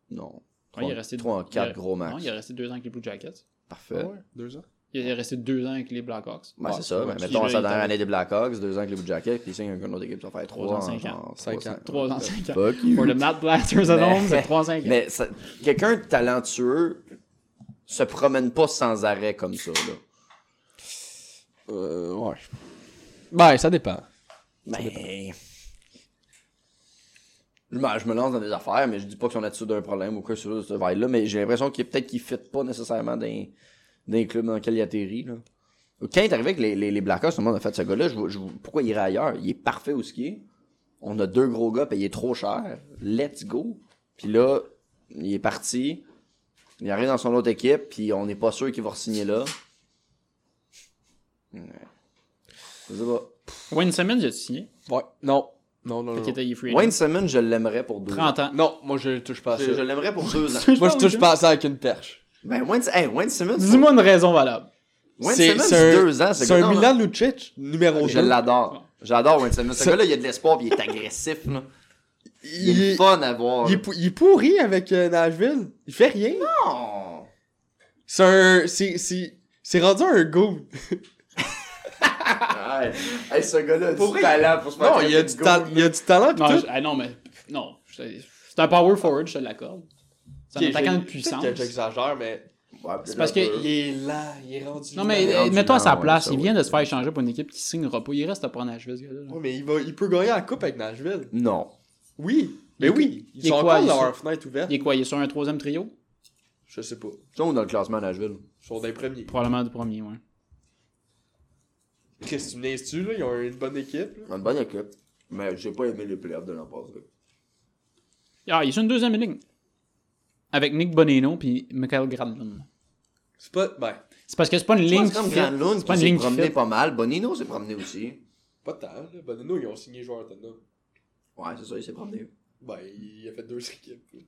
[SPEAKER 4] Non.
[SPEAKER 2] Ouais, il est resté
[SPEAKER 4] trois en
[SPEAKER 2] il est-
[SPEAKER 4] quatre gros max.
[SPEAKER 2] Non, il est resté 2 ans avec les Blue Jackets.
[SPEAKER 4] Parfait.
[SPEAKER 3] Ouais, deux ans.
[SPEAKER 2] Il est resté 2 ans avec les Blackhawks.
[SPEAKER 4] Ben,
[SPEAKER 3] Ouais,
[SPEAKER 4] c'est ça.
[SPEAKER 3] ouais.
[SPEAKER 4] Ben,
[SPEAKER 2] Puis
[SPEAKER 4] mettons,
[SPEAKER 2] là,
[SPEAKER 4] sa
[SPEAKER 2] il
[SPEAKER 4] dernière
[SPEAKER 2] est-
[SPEAKER 4] année des Blackhawks, deux ans avec les Blue Jackets, puis il signe avec une autre équipe, ça va faire
[SPEAKER 2] Trois
[SPEAKER 4] trois
[SPEAKER 2] ans,
[SPEAKER 4] ans.
[SPEAKER 2] cinq
[SPEAKER 4] genre,
[SPEAKER 3] Cinq
[SPEAKER 4] trois
[SPEAKER 3] ans.
[SPEAKER 2] 3 ans 5 ans.
[SPEAKER 4] Fuck you.
[SPEAKER 2] Pour le Matt Blasters at
[SPEAKER 4] Mais-
[SPEAKER 2] home, c'est 3 ans 5 ans.
[SPEAKER 4] Mais ça- quelqu'un de talentueux se promène pas sans arrêt comme ça, là.
[SPEAKER 3] Euh, ouais. Ben, ça dépend.
[SPEAKER 4] Ben. Je me- ben, je me lance dans des affaires, mais je dis pas que son attitude a un problème ou quoi sur ce vibe-là, mais j'ai l'impression qu'il peut-être qu'il fit pas nécessairement dans, dans les clubs dans lesquels il atterrit. Là. Quand il est arrivé avec les, les, les Blackhawks, tout le monde a fait ce gars-là, je, vois- je vois- pourquoi il irait ailleurs? Il est parfait où ce qu'il est. On a deux gros gars payés trop cher. Let's go. Puis là, il est parti. Il arrive dans son autre équipe, puis on n'est pas sûr qu'il va re-signer là. Ouais. Je sais pas.
[SPEAKER 2] Wayne Simmons, il a signé.
[SPEAKER 3] Ouais. Non. Non, non,
[SPEAKER 2] Fait
[SPEAKER 3] non.
[SPEAKER 2] qu'il était il est free.
[SPEAKER 4] Euh, Wayne
[SPEAKER 2] agent.
[SPEAKER 4] Simmons, je l'aimerais pour deux
[SPEAKER 2] 30 ans.
[SPEAKER 3] Non, moi, je touche pas à ça.
[SPEAKER 4] Je, je l'aimerais pour deux ans.
[SPEAKER 3] Moi, je touche pas à ça avec une perche.
[SPEAKER 4] Ben, Wayne, hey, Wayne Simmons.
[SPEAKER 2] Dis-moi une raison valable.
[SPEAKER 4] Wayne
[SPEAKER 3] C'est-
[SPEAKER 4] Simmons,
[SPEAKER 3] c'est un-
[SPEAKER 4] deux ans, ce
[SPEAKER 3] C'est un
[SPEAKER 4] gars-là.
[SPEAKER 3] Milan Lucic, numéro 2.
[SPEAKER 4] Je l'adore. J'adore Wayne Simmons. Ce
[SPEAKER 3] Ça-
[SPEAKER 4] gars-là, il a de l'espoir puis il est agressif. Là. Il,
[SPEAKER 3] Il
[SPEAKER 4] est
[SPEAKER 3] est-
[SPEAKER 4] fun à voir.
[SPEAKER 3] Il, est pou- il est pourri avec euh, Nashville. Il fait rien.
[SPEAKER 4] Non.
[SPEAKER 3] C'est un. C'est. C'est c'est rendu un go.
[SPEAKER 4] Ouais. Hey, ce gars-là a
[SPEAKER 3] Pour
[SPEAKER 4] du
[SPEAKER 3] vrai,
[SPEAKER 4] talent pour se faire
[SPEAKER 3] Non, il a
[SPEAKER 4] traiter
[SPEAKER 3] du,
[SPEAKER 4] de
[SPEAKER 3] ta-
[SPEAKER 4] goal.
[SPEAKER 3] il a du talent. pis
[SPEAKER 2] Non,
[SPEAKER 3] tout.
[SPEAKER 2] je- ah non, mais non. C'est c'est un power forward, je te l'accorde. C'est un
[SPEAKER 3] Ok,
[SPEAKER 2] attaquant
[SPEAKER 3] j'ai-
[SPEAKER 2] de puissance.
[SPEAKER 3] peut-être que J'exagère, mais.
[SPEAKER 4] Ouais, euh,
[SPEAKER 2] C'est parce que. il-
[SPEAKER 3] est là, il est rendu.
[SPEAKER 2] Non,
[SPEAKER 3] là.
[SPEAKER 2] mais
[SPEAKER 4] rendu
[SPEAKER 2] euh, mets-toi à
[SPEAKER 4] là,
[SPEAKER 2] sa
[SPEAKER 4] ouais,
[SPEAKER 2] place.
[SPEAKER 4] ça,
[SPEAKER 2] Il
[SPEAKER 4] ouais.
[SPEAKER 2] vient de se faire échanger pour une équipe qui signera pas. Il reste à prendre Nashville, ce gars-là.
[SPEAKER 3] Ouais, mais il, va, il peut gagner la coupe avec Nashville.
[SPEAKER 4] Non.
[SPEAKER 3] Oui. Mais
[SPEAKER 2] est-
[SPEAKER 3] oui.
[SPEAKER 2] il
[SPEAKER 3] Ils
[SPEAKER 2] est
[SPEAKER 3] sont
[SPEAKER 2] quoi,
[SPEAKER 3] encore
[SPEAKER 2] il-
[SPEAKER 3] dans leur fenêtre ouverte.
[SPEAKER 2] Il est quoi Il est sur un troisième trio
[SPEAKER 3] Je sais pas.
[SPEAKER 4] Ils sont dans le classement à Nashville.
[SPEAKER 3] Ils sont des premiers.
[SPEAKER 2] Probablement du premier, ouais.
[SPEAKER 3] Chris, tu me niaises-tu, là? Ils ont une bonne équipe. là.
[SPEAKER 4] Ils ont Une bonne équipe. Mais j'ai pas aimé les playoffs de l'an passé.
[SPEAKER 2] Ah, il est sur une deuxième ligne. Avec Nick Bonino puis Michael Granlund.
[SPEAKER 3] C'est pas. Ben,
[SPEAKER 2] C'est parce que c'est pas une ligne.
[SPEAKER 4] C'est comme
[SPEAKER 2] qui fit.
[SPEAKER 4] Granlund
[SPEAKER 2] C'est pas une
[SPEAKER 4] qui s'est
[SPEAKER 2] ligne qui
[SPEAKER 4] promené
[SPEAKER 2] fit.
[SPEAKER 4] pas mal. Bonino s'est promené aussi.
[SPEAKER 3] pas tant, là. Bonino, ils ont signé joueur autonome.
[SPEAKER 4] Ouais, c'est ça, il s'est promené.
[SPEAKER 3] Ben, il a fait deux équipes. là.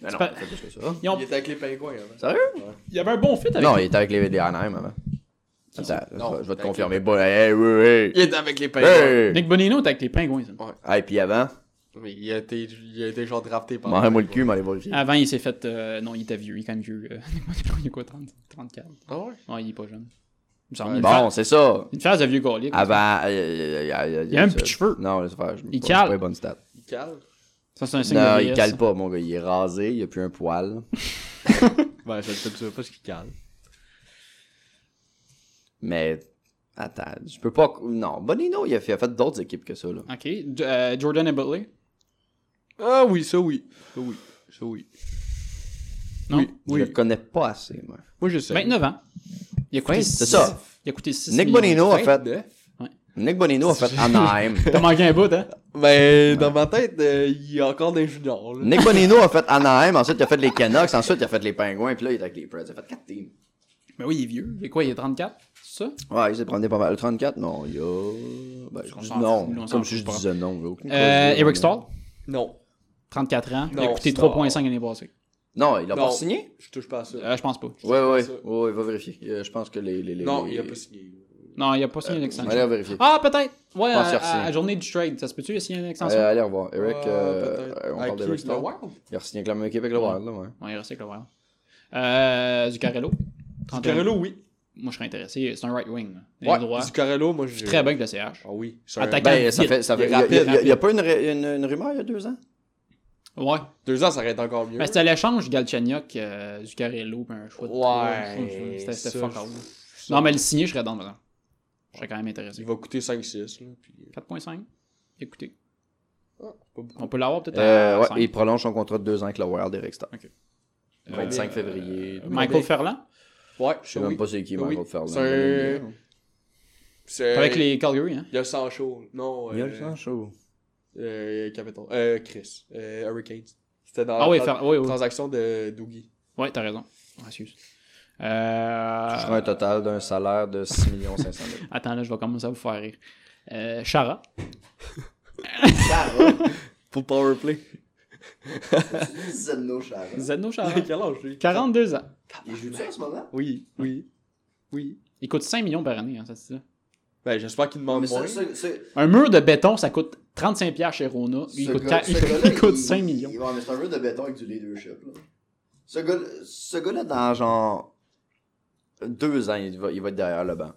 [SPEAKER 4] Mais non,
[SPEAKER 2] pas-
[SPEAKER 4] il a fait plus que ça.
[SPEAKER 2] Ils ont-
[SPEAKER 3] Il était avec les pingouins hein, avant.
[SPEAKER 4] Sérieux?
[SPEAKER 2] Il y avait un bon fit avec.
[SPEAKER 4] Non, il était avec les, les Anaheim avant. Attends,
[SPEAKER 3] Non,
[SPEAKER 4] je vais- je vais
[SPEAKER 3] avec
[SPEAKER 4] te confirmer. Bon, hey, oui,
[SPEAKER 3] Il était avec les
[SPEAKER 4] oui.
[SPEAKER 3] pingouins.
[SPEAKER 4] Hey!
[SPEAKER 2] Nick Bonino était avec les pingouins. ça.
[SPEAKER 4] Hey, puis avant,
[SPEAKER 3] Mais il a été, il a été genre drafté par.
[SPEAKER 4] mangez-moi le cul, mais allez vérifier.
[SPEAKER 2] Avant, il s'est fait. euh, non, il était vieux. Il est quand même vieux. euh, Nick Bonino, il est quoi 30, 34
[SPEAKER 3] Ah ouais?
[SPEAKER 2] Ouais, il est pas jeune. Il me semble. une,
[SPEAKER 4] Bon,
[SPEAKER 2] phase,
[SPEAKER 4] c'est ça.
[SPEAKER 2] une phase de vieux gaulier.
[SPEAKER 4] Avant. euh, aïe, aïe, aïe, aïe, aïe,
[SPEAKER 2] Il a même
[SPEAKER 4] ça-
[SPEAKER 2] plus de cheveux.
[SPEAKER 4] Non, laisse faire. je-
[SPEAKER 2] Il
[SPEAKER 4] pas-
[SPEAKER 2] cale.
[SPEAKER 4] pas une bonne stat.
[SPEAKER 3] Il cale.
[SPEAKER 2] Ça, c'est un signe
[SPEAKER 4] Non,
[SPEAKER 2] de
[SPEAKER 4] il
[SPEAKER 2] vieillesse.
[SPEAKER 4] cale pas, mon gars. Il est rasé, il a plus un poil.
[SPEAKER 3] Ben, je ne sais pas ce qu'il cale.
[SPEAKER 4] Mais Attends, je peux pas. Non, Bonino, il a fait, il a fait d'autres équipes que ça, là.
[SPEAKER 2] OK. J- euh, Jordan et Butler.
[SPEAKER 3] Ah oui, ça oui. Ça oui. Ça oui.
[SPEAKER 2] Non.
[SPEAKER 3] Oui, oui.
[SPEAKER 4] Je le connais pas assez, moi.
[SPEAKER 3] Moi j'essaie.
[SPEAKER 2] 29 ans. Il a coûté
[SPEAKER 4] Ouais,
[SPEAKER 2] 6
[SPEAKER 4] c'est ça.
[SPEAKER 2] Il a coûté 6
[SPEAKER 4] Nick
[SPEAKER 2] millions.
[SPEAKER 4] Bonino a fait.
[SPEAKER 3] Neuf.
[SPEAKER 4] Nick Bonino a fait Anaheim.
[SPEAKER 2] T'as manqué un bout, hein?
[SPEAKER 3] Mais dans ma tête, euh, il y a encore des juniors. Là.
[SPEAKER 4] Nick Bonino a fait Anaheim, ensuite il a fait les Canucks, ensuite il a fait les Pingouins, puis là il est avec les Preds. Il a fait 4 teams.
[SPEAKER 3] Ben
[SPEAKER 2] Mais oui, il est vieux. Il est quoi, il est 34? C'est ça?
[SPEAKER 4] Ouais, il s'est promené pas mal. Le 34, non, il y a. Ben, je
[SPEAKER 2] On
[SPEAKER 4] dis
[SPEAKER 2] s'en fout, on
[SPEAKER 4] non,
[SPEAKER 2] s'en
[SPEAKER 4] comme si je
[SPEAKER 2] fout pas.
[SPEAKER 4] disais non. j'ai aucune
[SPEAKER 2] Euh,
[SPEAKER 4] cause de-
[SPEAKER 2] Eric Stahl,
[SPEAKER 3] Non.
[SPEAKER 2] 34 ans. il a
[SPEAKER 3] Non,
[SPEAKER 2] coûté
[SPEAKER 3] Stahl.
[SPEAKER 2] 3,5 l'année passée.
[SPEAKER 4] Non, il a
[SPEAKER 3] Non.
[SPEAKER 4] pas signé Ah.
[SPEAKER 3] Je touche pas à ça.
[SPEAKER 2] Euh, je pense pas.
[SPEAKER 4] Ouais, ouais,
[SPEAKER 3] ça.
[SPEAKER 4] ouais, il va vérifier. Euh, je pense que les. les, les
[SPEAKER 3] non,
[SPEAKER 4] les-
[SPEAKER 3] il a pas signé.
[SPEAKER 2] Non, il a pas signé une extension.
[SPEAKER 4] Allez, on va vérifier.
[SPEAKER 2] Ah, peut-être! Ouais,
[SPEAKER 4] Euh, Je pense
[SPEAKER 2] à,
[SPEAKER 4] qu'il a re-signé.
[SPEAKER 2] à la journée du trade. Ça se peut-tu, il a signé une extension?
[SPEAKER 4] Euh, allez, au revoir. Eric,
[SPEAKER 3] Ah,
[SPEAKER 4] euh,
[SPEAKER 3] peut-être.
[SPEAKER 4] euh, on
[SPEAKER 3] À
[SPEAKER 4] parle
[SPEAKER 3] qui,
[SPEAKER 4] d'Eric
[SPEAKER 3] le
[SPEAKER 4] Stahl.
[SPEAKER 3] Wild?
[SPEAKER 4] Il a signé avec la même équipe avec le Wild, là, ouais.
[SPEAKER 2] Ouais, il reste avec le Wild. Euh, Zuccarello. 31.
[SPEAKER 3] Zuccarello, oui.
[SPEAKER 2] Moi, je serais intéressé. C'est un right wing. Ouais, droit.
[SPEAKER 3] Ouais, Zuccarello, moi je.
[SPEAKER 2] Très bien que le CH.
[SPEAKER 3] Ah oui. c'est un-
[SPEAKER 2] Attaquant.
[SPEAKER 4] Ben, ça
[SPEAKER 2] vite.
[SPEAKER 4] fait. Ça
[SPEAKER 3] il est
[SPEAKER 4] fait il y a- il y a-
[SPEAKER 2] rapide,
[SPEAKER 4] il y a pas une, ré- une, une rumeur il y a deux ans
[SPEAKER 2] Ouais.
[SPEAKER 3] Deux ans, ça aurait été encore mieux.
[SPEAKER 2] Mais Ben, c'était l'échange Galchenyuk, euh, Zuccarello, puis un choix de
[SPEAKER 3] Ouais,
[SPEAKER 2] trois, je pense. hein. C'était- C'était
[SPEAKER 3] ça,
[SPEAKER 2] fuck
[SPEAKER 3] je-
[SPEAKER 2] all.
[SPEAKER 3] Ça,
[SPEAKER 2] Non, mais le signer, je serais dans dedans. Je serais quand même intéressé.
[SPEAKER 3] Il va coûter 5-6. là, Puis... euh,
[SPEAKER 2] 4.5. Écoutez.
[SPEAKER 3] pas beaucoup.
[SPEAKER 2] On peut l'avoir peut-être
[SPEAKER 4] Euh,
[SPEAKER 2] à
[SPEAKER 4] ouais,
[SPEAKER 2] cinq.
[SPEAKER 4] il prolonge son contrat de deux ans avec le Wild Eric Stahl.
[SPEAKER 2] Ok.
[SPEAKER 4] Le
[SPEAKER 3] Euh,
[SPEAKER 4] 25 février.
[SPEAKER 2] Michael Ferland.
[SPEAKER 3] Ouais,
[SPEAKER 4] Je sais même pas c'est qui, Michael
[SPEAKER 3] oui.
[SPEAKER 4] Ferland.
[SPEAKER 3] C'est un- C'est.
[SPEAKER 2] Avec les Calgary, hein.
[SPEAKER 3] Il y a Sancho. Non.
[SPEAKER 4] Il y a
[SPEAKER 3] euh,
[SPEAKER 4] le sang chaud.
[SPEAKER 3] Euh, Capitol. Euh, Chris. Euh, Hurricanes. C'était dans
[SPEAKER 2] Ah oui,
[SPEAKER 3] la tra-
[SPEAKER 2] Fer- oui, oui.
[SPEAKER 3] transaction de Doogie.
[SPEAKER 2] Ouais, t'as raison. Ah, excuse. Euh,
[SPEAKER 4] Je ferai un total d'un salaire de 6 500 000.
[SPEAKER 2] Attends, là, je vais commencer à vous faire rire. Euh, Chara.
[SPEAKER 3] Pour Powerplay.
[SPEAKER 7] Zeno Chara.
[SPEAKER 2] Zeno Chara.
[SPEAKER 3] Quel âge lui
[SPEAKER 2] 42 ans.
[SPEAKER 7] Il joue ça en ce moment?
[SPEAKER 3] Ah. Oui, oui. Oui.
[SPEAKER 2] Il coûte 5 millions par année, hein, ça, c'est ça.
[SPEAKER 3] Ben, j'espère qu'il
[SPEAKER 7] Mais
[SPEAKER 3] demande
[SPEAKER 7] ça,
[SPEAKER 3] moins.
[SPEAKER 7] ça, ça,
[SPEAKER 2] Un mur de béton, ça coûte 35 pierres chez Rona. Il
[SPEAKER 7] ce
[SPEAKER 2] coûte,
[SPEAKER 7] gars-
[SPEAKER 2] qua-
[SPEAKER 7] ce
[SPEAKER 2] il coûte-
[SPEAKER 7] gars-là,
[SPEAKER 2] il coûte
[SPEAKER 7] il-
[SPEAKER 2] 5 millions.
[SPEAKER 7] il- Ouais, mais c'est un jeu de béton avec du leadership. Là.
[SPEAKER 4] Ce gars-là, ce gars-là, dans genre deux ans, il va, il va être derrière le banc.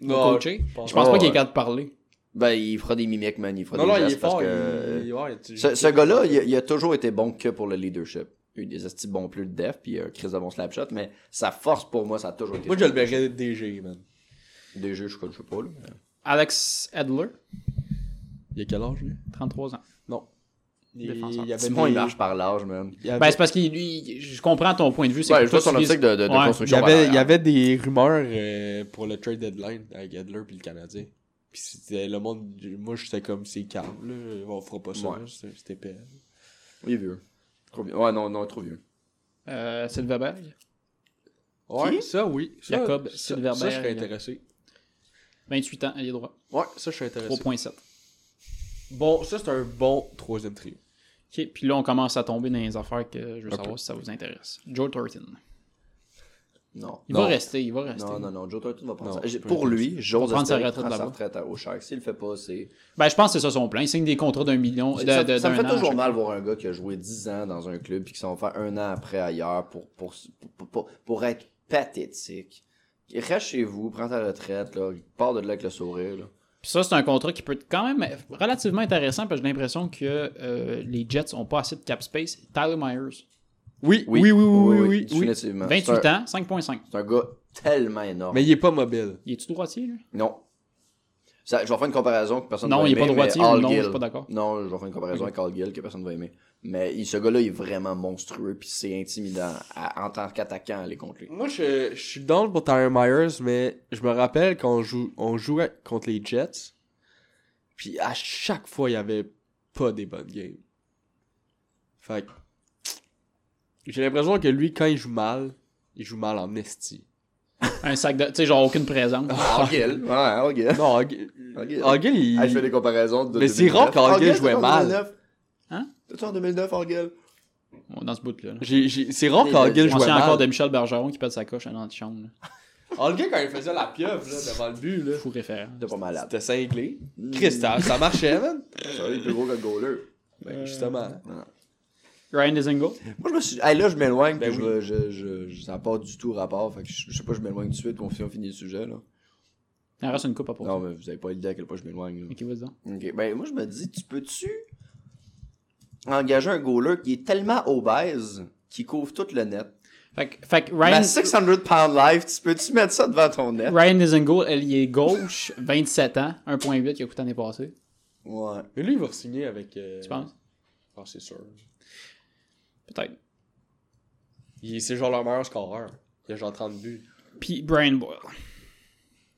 [SPEAKER 3] Non,
[SPEAKER 2] Coaché.
[SPEAKER 3] je pense
[SPEAKER 2] Je pense
[SPEAKER 4] Oh,
[SPEAKER 2] pas qu'il est
[SPEAKER 4] ouais.
[SPEAKER 2] capable de parler.
[SPEAKER 4] Ben, il fera des mimiques, man. Il fera
[SPEAKER 3] Non,
[SPEAKER 4] des
[SPEAKER 3] non, il
[SPEAKER 4] gestes
[SPEAKER 3] est fort.
[SPEAKER 4] parce
[SPEAKER 3] il-
[SPEAKER 4] que...
[SPEAKER 3] il- ouais, tu-
[SPEAKER 4] Ce, ce gars-là, il, a- il a toujours été bon que pour le leadership. Il a eu des estis bons plus de def, puis un Chris de bon slap shot, mais sa force pour moi, ça a toujours été...
[SPEAKER 3] Moi, je le verrais d'être DG, man.
[SPEAKER 4] Des jeux, je crois, je sais pas, là.
[SPEAKER 2] Alex Edler,
[SPEAKER 3] Il a quel âge, lui
[SPEAKER 2] 33 ans.
[SPEAKER 3] Non. Il,
[SPEAKER 2] Défenseur.
[SPEAKER 3] il avait
[SPEAKER 4] Simon,
[SPEAKER 3] des-
[SPEAKER 4] il marche par l'âge, man.
[SPEAKER 3] il avait-
[SPEAKER 2] Ben, c'est parce qu'il. lui, Je comprends ton point de vue. c'est
[SPEAKER 4] Ouais,
[SPEAKER 2] que
[SPEAKER 4] je
[SPEAKER 2] toi,
[SPEAKER 4] vois son
[SPEAKER 2] tu vises-
[SPEAKER 4] optique de, de, de
[SPEAKER 2] Ouais.
[SPEAKER 3] il y
[SPEAKER 4] construction.
[SPEAKER 3] avait, il y
[SPEAKER 4] valoriale.
[SPEAKER 3] avait des rumeurs euh, pour le trade deadline avec Adler puis le Canadien. Puis c'était le monde. Moi, j'étais comme, c'est calme, là. On fera pas ça.
[SPEAKER 4] Ouais.
[SPEAKER 3] là, c'est- C'était épais.
[SPEAKER 4] Il est vieux. Trop vieux. Ouais, non, non, trop vieux.
[SPEAKER 2] Euh, Silverberg.
[SPEAKER 3] Ouais,
[SPEAKER 4] Qui?
[SPEAKER 3] ça, oui. Ça,
[SPEAKER 2] Jacob
[SPEAKER 3] ça-
[SPEAKER 2] Silverberg.
[SPEAKER 3] Ça, je serais intéressé.
[SPEAKER 2] 28 ans, il est droit.
[SPEAKER 3] Ouais, ça, je serais intéressé.
[SPEAKER 2] 3.7.
[SPEAKER 3] Bon, ça, c'est un bon troisième trio.
[SPEAKER 2] OK, puis là, on commence à tomber dans les affaires que je veux
[SPEAKER 4] Un
[SPEAKER 2] savoir
[SPEAKER 4] peu.
[SPEAKER 2] si ça vous intéresse. Joe Thornton.
[SPEAKER 4] Non.
[SPEAKER 2] Il
[SPEAKER 4] non.
[SPEAKER 2] va rester, il va rester.
[SPEAKER 4] Non, non, non, Joe Thornton va prendre
[SPEAKER 3] Non,
[SPEAKER 4] ça. J'ai-
[SPEAKER 3] peu
[SPEAKER 4] Pour
[SPEAKER 3] importe.
[SPEAKER 4] lui, j'ose
[SPEAKER 2] Va prendre sa
[SPEAKER 4] espérer qu'il
[SPEAKER 2] retraite
[SPEAKER 4] prend sa
[SPEAKER 2] là-bas.
[SPEAKER 4] retraite à- aux Sharks. S'il le fait pas, c'est...
[SPEAKER 2] Ben, je pense que c'est ça son plan. Il signe des contrats d'un million. De,
[SPEAKER 4] ça,
[SPEAKER 2] de-
[SPEAKER 4] ça me
[SPEAKER 2] d'un
[SPEAKER 4] fait
[SPEAKER 2] an à
[SPEAKER 4] toujours
[SPEAKER 2] chaque-
[SPEAKER 4] mal voir un gars qui a joué 10 ans dans un club puis qui s'en va faire un an après ailleurs pour, pour, pour, pour- pour être pathétique. Reste chez vous, prends ta retraite, là, pars de là avec le sourire. Là.
[SPEAKER 2] Puis ça, c'est un contrat qui peut être quand même relativement intéressant parce que j'ai l'impression que euh, les Jets ont pas assez de cap space. Tyler Myers,
[SPEAKER 3] Oui, oui, oui, oui, oui, oui. oui.
[SPEAKER 4] définitivement.
[SPEAKER 2] 28
[SPEAKER 4] C'est un-
[SPEAKER 2] ans, 5.5.
[SPEAKER 4] C'est un gars tellement énorme.
[SPEAKER 3] Mais il est pas mobile.
[SPEAKER 2] Il est-tu droitier, lui?
[SPEAKER 4] Non. Ça, je vais faire une comparaison que personne
[SPEAKER 2] Non,
[SPEAKER 4] va
[SPEAKER 2] il est
[SPEAKER 4] aimer.
[SPEAKER 2] pas droitier,
[SPEAKER 4] mais Al
[SPEAKER 2] non, je suis
[SPEAKER 4] Gill-
[SPEAKER 2] pas d'accord.
[SPEAKER 4] Non, je vais faire une comparaison avec Al Gill que personne va aimer. Mais il- ce gars-là, il est vraiment monstrueux puis c'est intimidant à- en tant qu'attaquant aller contre lui.
[SPEAKER 3] Moi, je, je suis down pour Tyler Myers, mais je me rappelle quand on, joue, on jouait contre les Jets. Puis à chaque fois, il y avait pas des bonnes games. Fait que- J'ai l'impression que lui, quand il joue mal, il joue mal en esti.
[SPEAKER 2] Un sac de. Tu sais, genre aucune présence.
[SPEAKER 4] Al Gill. Ouais, Al Gill.
[SPEAKER 3] Non, Hogg-
[SPEAKER 4] Hogg-
[SPEAKER 3] Hogg, il...
[SPEAKER 4] Ah, je fais des comparaisons de
[SPEAKER 3] Mais c'est
[SPEAKER 4] 2009.
[SPEAKER 3] rare qu'Orgel
[SPEAKER 4] Orgel,
[SPEAKER 3] jouait
[SPEAKER 4] t'es-tu en
[SPEAKER 3] mal.
[SPEAKER 4] 2009?
[SPEAKER 2] Hein?
[SPEAKER 4] T'es-tu en 2009, Orgel?
[SPEAKER 2] Dans ce bout-là. là.
[SPEAKER 3] j'ai- j'ai- C'est rare
[SPEAKER 4] Mais
[SPEAKER 3] qu'Orgel
[SPEAKER 2] On
[SPEAKER 3] jouait
[SPEAKER 2] tient encore de
[SPEAKER 3] mal.
[SPEAKER 2] Michel Bergeron qui pète sa coche à l'antichambre. là.
[SPEAKER 3] Hogg, quand il faisait la pieuvre là, devant le but, là,
[SPEAKER 2] Fou référent.
[SPEAKER 4] T'es pas malade.
[SPEAKER 3] c'était cinglé.
[SPEAKER 4] Mm.
[SPEAKER 3] Christophe, ça marchait, man.
[SPEAKER 4] Ça, il est plus gros que le goaler.
[SPEAKER 3] Ben,
[SPEAKER 2] Euh,
[SPEAKER 3] justement.
[SPEAKER 2] Ryan Dezingo.
[SPEAKER 4] Moi, je me suis. Hey, là, je m'éloigne.
[SPEAKER 3] Ben
[SPEAKER 4] puis
[SPEAKER 3] oui.
[SPEAKER 4] je, je, je, je- ça n'a pas du tout rapport. Fait que je, je sais pas, je m'éloigne tout de suite. qu'on fi- on finit le sujet, là.
[SPEAKER 2] Il en reste une coupe à poser.
[SPEAKER 4] Non, mais vous avez pas idée à quel point je m'éloigne,
[SPEAKER 3] Oh.
[SPEAKER 4] là.
[SPEAKER 2] Ok, vas-y donc.
[SPEAKER 4] Ok. Ben, moi, je me dis, tu peux-tu engager un goaler qui est tellement obèse qu'il couvre tout le net?
[SPEAKER 2] Fait, que- fait que
[SPEAKER 4] La
[SPEAKER 2] Ryan,
[SPEAKER 4] 600 pound life, tu peux-tu mettre ça devant ton net?
[SPEAKER 2] Ryan Isengold, elle y est gauche, 27 ans, 1.8 qui a coûté l'année passée,
[SPEAKER 4] Ouais.
[SPEAKER 3] Mais lui, il va re-signer avec. euh,
[SPEAKER 2] tu penses?
[SPEAKER 3] Ah, c'est sûr.
[SPEAKER 2] Peut-être.
[SPEAKER 3] Il- C'est genre leur meilleur scoreur. Il a genre 30 buts.
[SPEAKER 2] Puis Brian Boyle,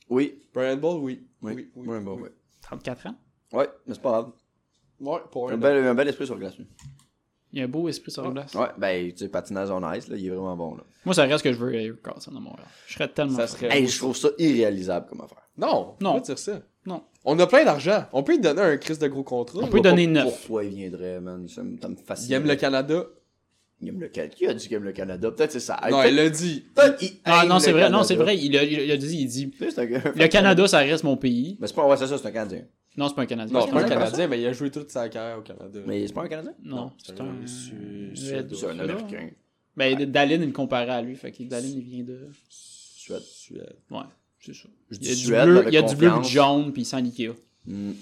[SPEAKER 4] Oui.
[SPEAKER 3] Brian Ball, oui.
[SPEAKER 4] Oui. Brian Ball, oui.
[SPEAKER 2] 34 ans.
[SPEAKER 4] Ouais, mais c'est pas grave.
[SPEAKER 3] Ouais, pour
[SPEAKER 4] Un
[SPEAKER 3] un.
[SPEAKER 4] bel, un bel esprit sur glace. lui.
[SPEAKER 2] Il a un beau esprit sur la glace.
[SPEAKER 4] ben. Ouais, ben, tu sais, patinage en ice, là, il est vraiment bon, là.
[SPEAKER 2] Moi, ça reste que je veux Eric Carlson à Montréal. Je serais tellement.
[SPEAKER 3] Ça
[SPEAKER 2] fier.
[SPEAKER 3] serait.
[SPEAKER 4] Hey, je trouve ça irréalisable comme affaire.
[SPEAKER 3] Non,
[SPEAKER 2] Non.
[SPEAKER 3] non. Pas dire ça.
[SPEAKER 2] Non.
[SPEAKER 3] On a plein d'argent. On peut lui donner un Chris de gros contrat.
[SPEAKER 2] On peut lui donner
[SPEAKER 4] Pour
[SPEAKER 2] 9.
[SPEAKER 4] toi, il viendrait, man. Ça me, ça me fascine.
[SPEAKER 3] Il aime le Canada.
[SPEAKER 4] Il aime le Canada. Qui a dit qu'il aime le Canada? Peut-être c'est ça.
[SPEAKER 3] non,
[SPEAKER 4] Peut-être-
[SPEAKER 3] il l'a dit.
[SPEAKER 4] peut-être il
[SPEAKER 2] Ah
[SPEAKER 4] aime
[SPEAKER 2] non,
[SPEAKER 4] le
[SPEAKER 2] c'est vrai, non,
[SPEAKER 4] Canada.
[SPEAKER 2] c'est vrai. Il a, il a dit, il dit
[SPEAKER 4] Tu sais, c'est un gars-
[SPEAKER 2] Le Canada, ça reste mon pays.
[SPEAKER 4] Mais c'est pas, ouais, c'est ça, c'est un Canadien.
[SPEAKER 2] Non, c'est pas un Canadien.
[SPEAKER 3] Non, c'est pas un
[SPEAKER 4] Canadien.
[SPEAKER 3] Canadien, mais il a joué toute sa carrière au Canada.
[SPEAKER 4] Mais c'est pas un Canadien?
[SPEAKER 2] Non, c'est un.
[SPEAKER 3] Su-
[SPEAKER 2] Suédois.
[SPEAKER 4] C'est un
[SPEAKER 2] Suédois.
[SPEAKER 4] Américain.
[SPEAKER 2] Ben, Dalin, il me comparait à lui. Fait que Dalin, il vient de.
[SPEAKER 4] Suède.
[SPEAKER 3] Suède.
[SPEAKER 2] Ouais, c'est ça.
[SPEAKER 4] Je
[SPEAKER 2] Il
[SPEAKER 4] dis
[SPEAKER 2] y a du
[SPEAKER 4] Suède,
[SPEAKER 2] bleu,
[SPEAKER 4] avec
[SPEAKER 2] il y a du bleu,
[SPEAKER 4] confiance.
[SPEAKER 2] du jaune, puis sans l'IKEA.
[SPEAKER 4] Hmm.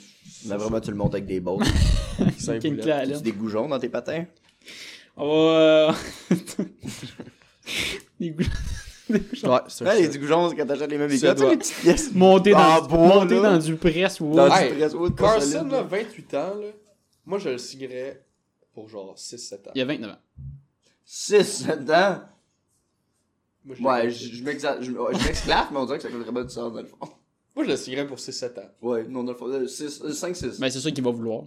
[SPEAKER 4] Mais vraiment, tu le montes avec des bottes.
[SPEAKER 3] Saint-Boulet.
[SPEAKER 2] King Clay, là.
[SPEAKER 4] tu des goujons dans tes patins.
[SPEAKER 2] On va. Des goûts-
[SPEAKER 3] Ouais, c'est un
[SPEAKER 4] Ouais, les
[SPEAKER 3] Suède.
[SPEAKER 4] goujons, c'est quand t'achètes les mêmes écoles,
[SPEAKER 3] Suédois.
[SPEAKER 4] tu sais, les petites pièces.
[SPEAKER 2] Monter dans,
[SPEAKER 4] Ah,
[SPEAKER 2] du-
[SPEAKER 4] beau,
[SPEAKER 2] monter
[SPEAKER 4] là.
[SPEAKER 2] dans du press ou
[SPEAKER 4] Dans
[SPEAKER 2] autre.
[SPEAKER 4] du
[SPEAKER 3] Hey,
[SPEAKER 4] press, ouais, pas
[SPEAKER 3] Carson,
[SPEAKER 4] solide,
[SPEAKER 3] là, 28 ans, là. Moi, je le signerais pour genre 6-7 ans.
[SPEAKER 2] Il y a 29 ans.
[SPEAKER 4] 6 dedans.
[SPEAKER 3] Moi, je,
[SPEAKER 4] Ouais,
[SPEAKER 3] le-
[SPEAKER 4] je je m'exa- je- ouais, je m'exclave, mais on dirait que ça fait vraiment du sens dans le fond.
[SPEAKER 3] Moi, je le signerais pour 6-7 ans.
[SPEAKER 4] Ouais, non, dans le fond, euh, 5-6.
[SPEAKER 2] Ben, c'est ça qu'il va vouloir.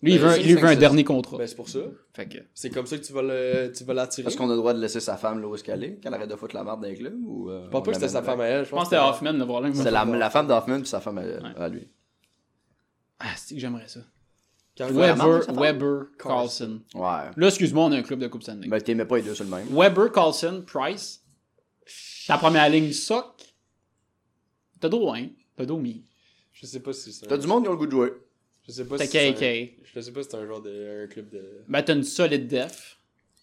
[SPEAKER 2] Lui, il
[SPEAKER 4] Ben,
[SPEAKER 2] veut,
[SPEAKER 4] c'est
[SPEAKER 2] lui, il veut un
[SPEAKER 4] 5-6.
[SPEAKER 2] dernier contrat.
[SPEAKER 3] Ben, c'est pour ça.
[SPEAKER 2] Fait que.
[SPEAKER 3] C'est comme ça que tu vas le- tu vas l'attirer.
[SPEAKER 4] Est-ce qu'on a le droit de laisser sa femme là où est-ce qu'elle est, qu'elle arrête de foutre la merde d'un club ou. euh,
[SPEAKER 3] Je pense
[SPEAKER 4] on
[SPEAKER 3] pas que c'était sa
[SPEAKER 4] l'amène
[SPEAKER 3] femme à
[SPEAKER 4] avec?
[SPEAKER 3] elle.
[SPEAKER 2] Je pense que c'était Hoffman de voir là.
[SPEAKER 4] C'est la, la femme d'Hoffman puis sa femme à, à lui.
[SPEAKER 2] Ah, c'est que j'aimerais ça.
[SPEAKER 3] Quand-
[SPEAKER 4] marque,
[SPEAKER 2] Weber,
[SPEAKER 4] sa femme?
[SPEAKER 2] Weber, Carlson.
[SPEAKER 3] Carlson.
[SPEAKER 4] Ouais.
[SPEAKER 2] Là, excuse-moi, on a un club de Coupe Stanley.
[SPEAKER 4] Mais t'aimais pas les deux sur le même.
[SPEAKER 2] Weber, Carlson, Price. Ta première ligne, Sock. T'as dos, hein? T'as dos, mi.
[SPEAKER 3] Je sais pas si c'est
[SPEAKER 4] T'as
[SPEAKER 3] un...
[SPEAKER 4] du monde qui a le goût de jouer.
[SPEAKER 3] Je sais pas
[SPEAKER 2] T'as
[SPEAKER 3] si c'est un...
[SPEAKER 2] KK.
[SPEAKER 3] Je sais pas si c'est un genre de... un club de...
[SPEAKER 2] Ben, t'as une solide def.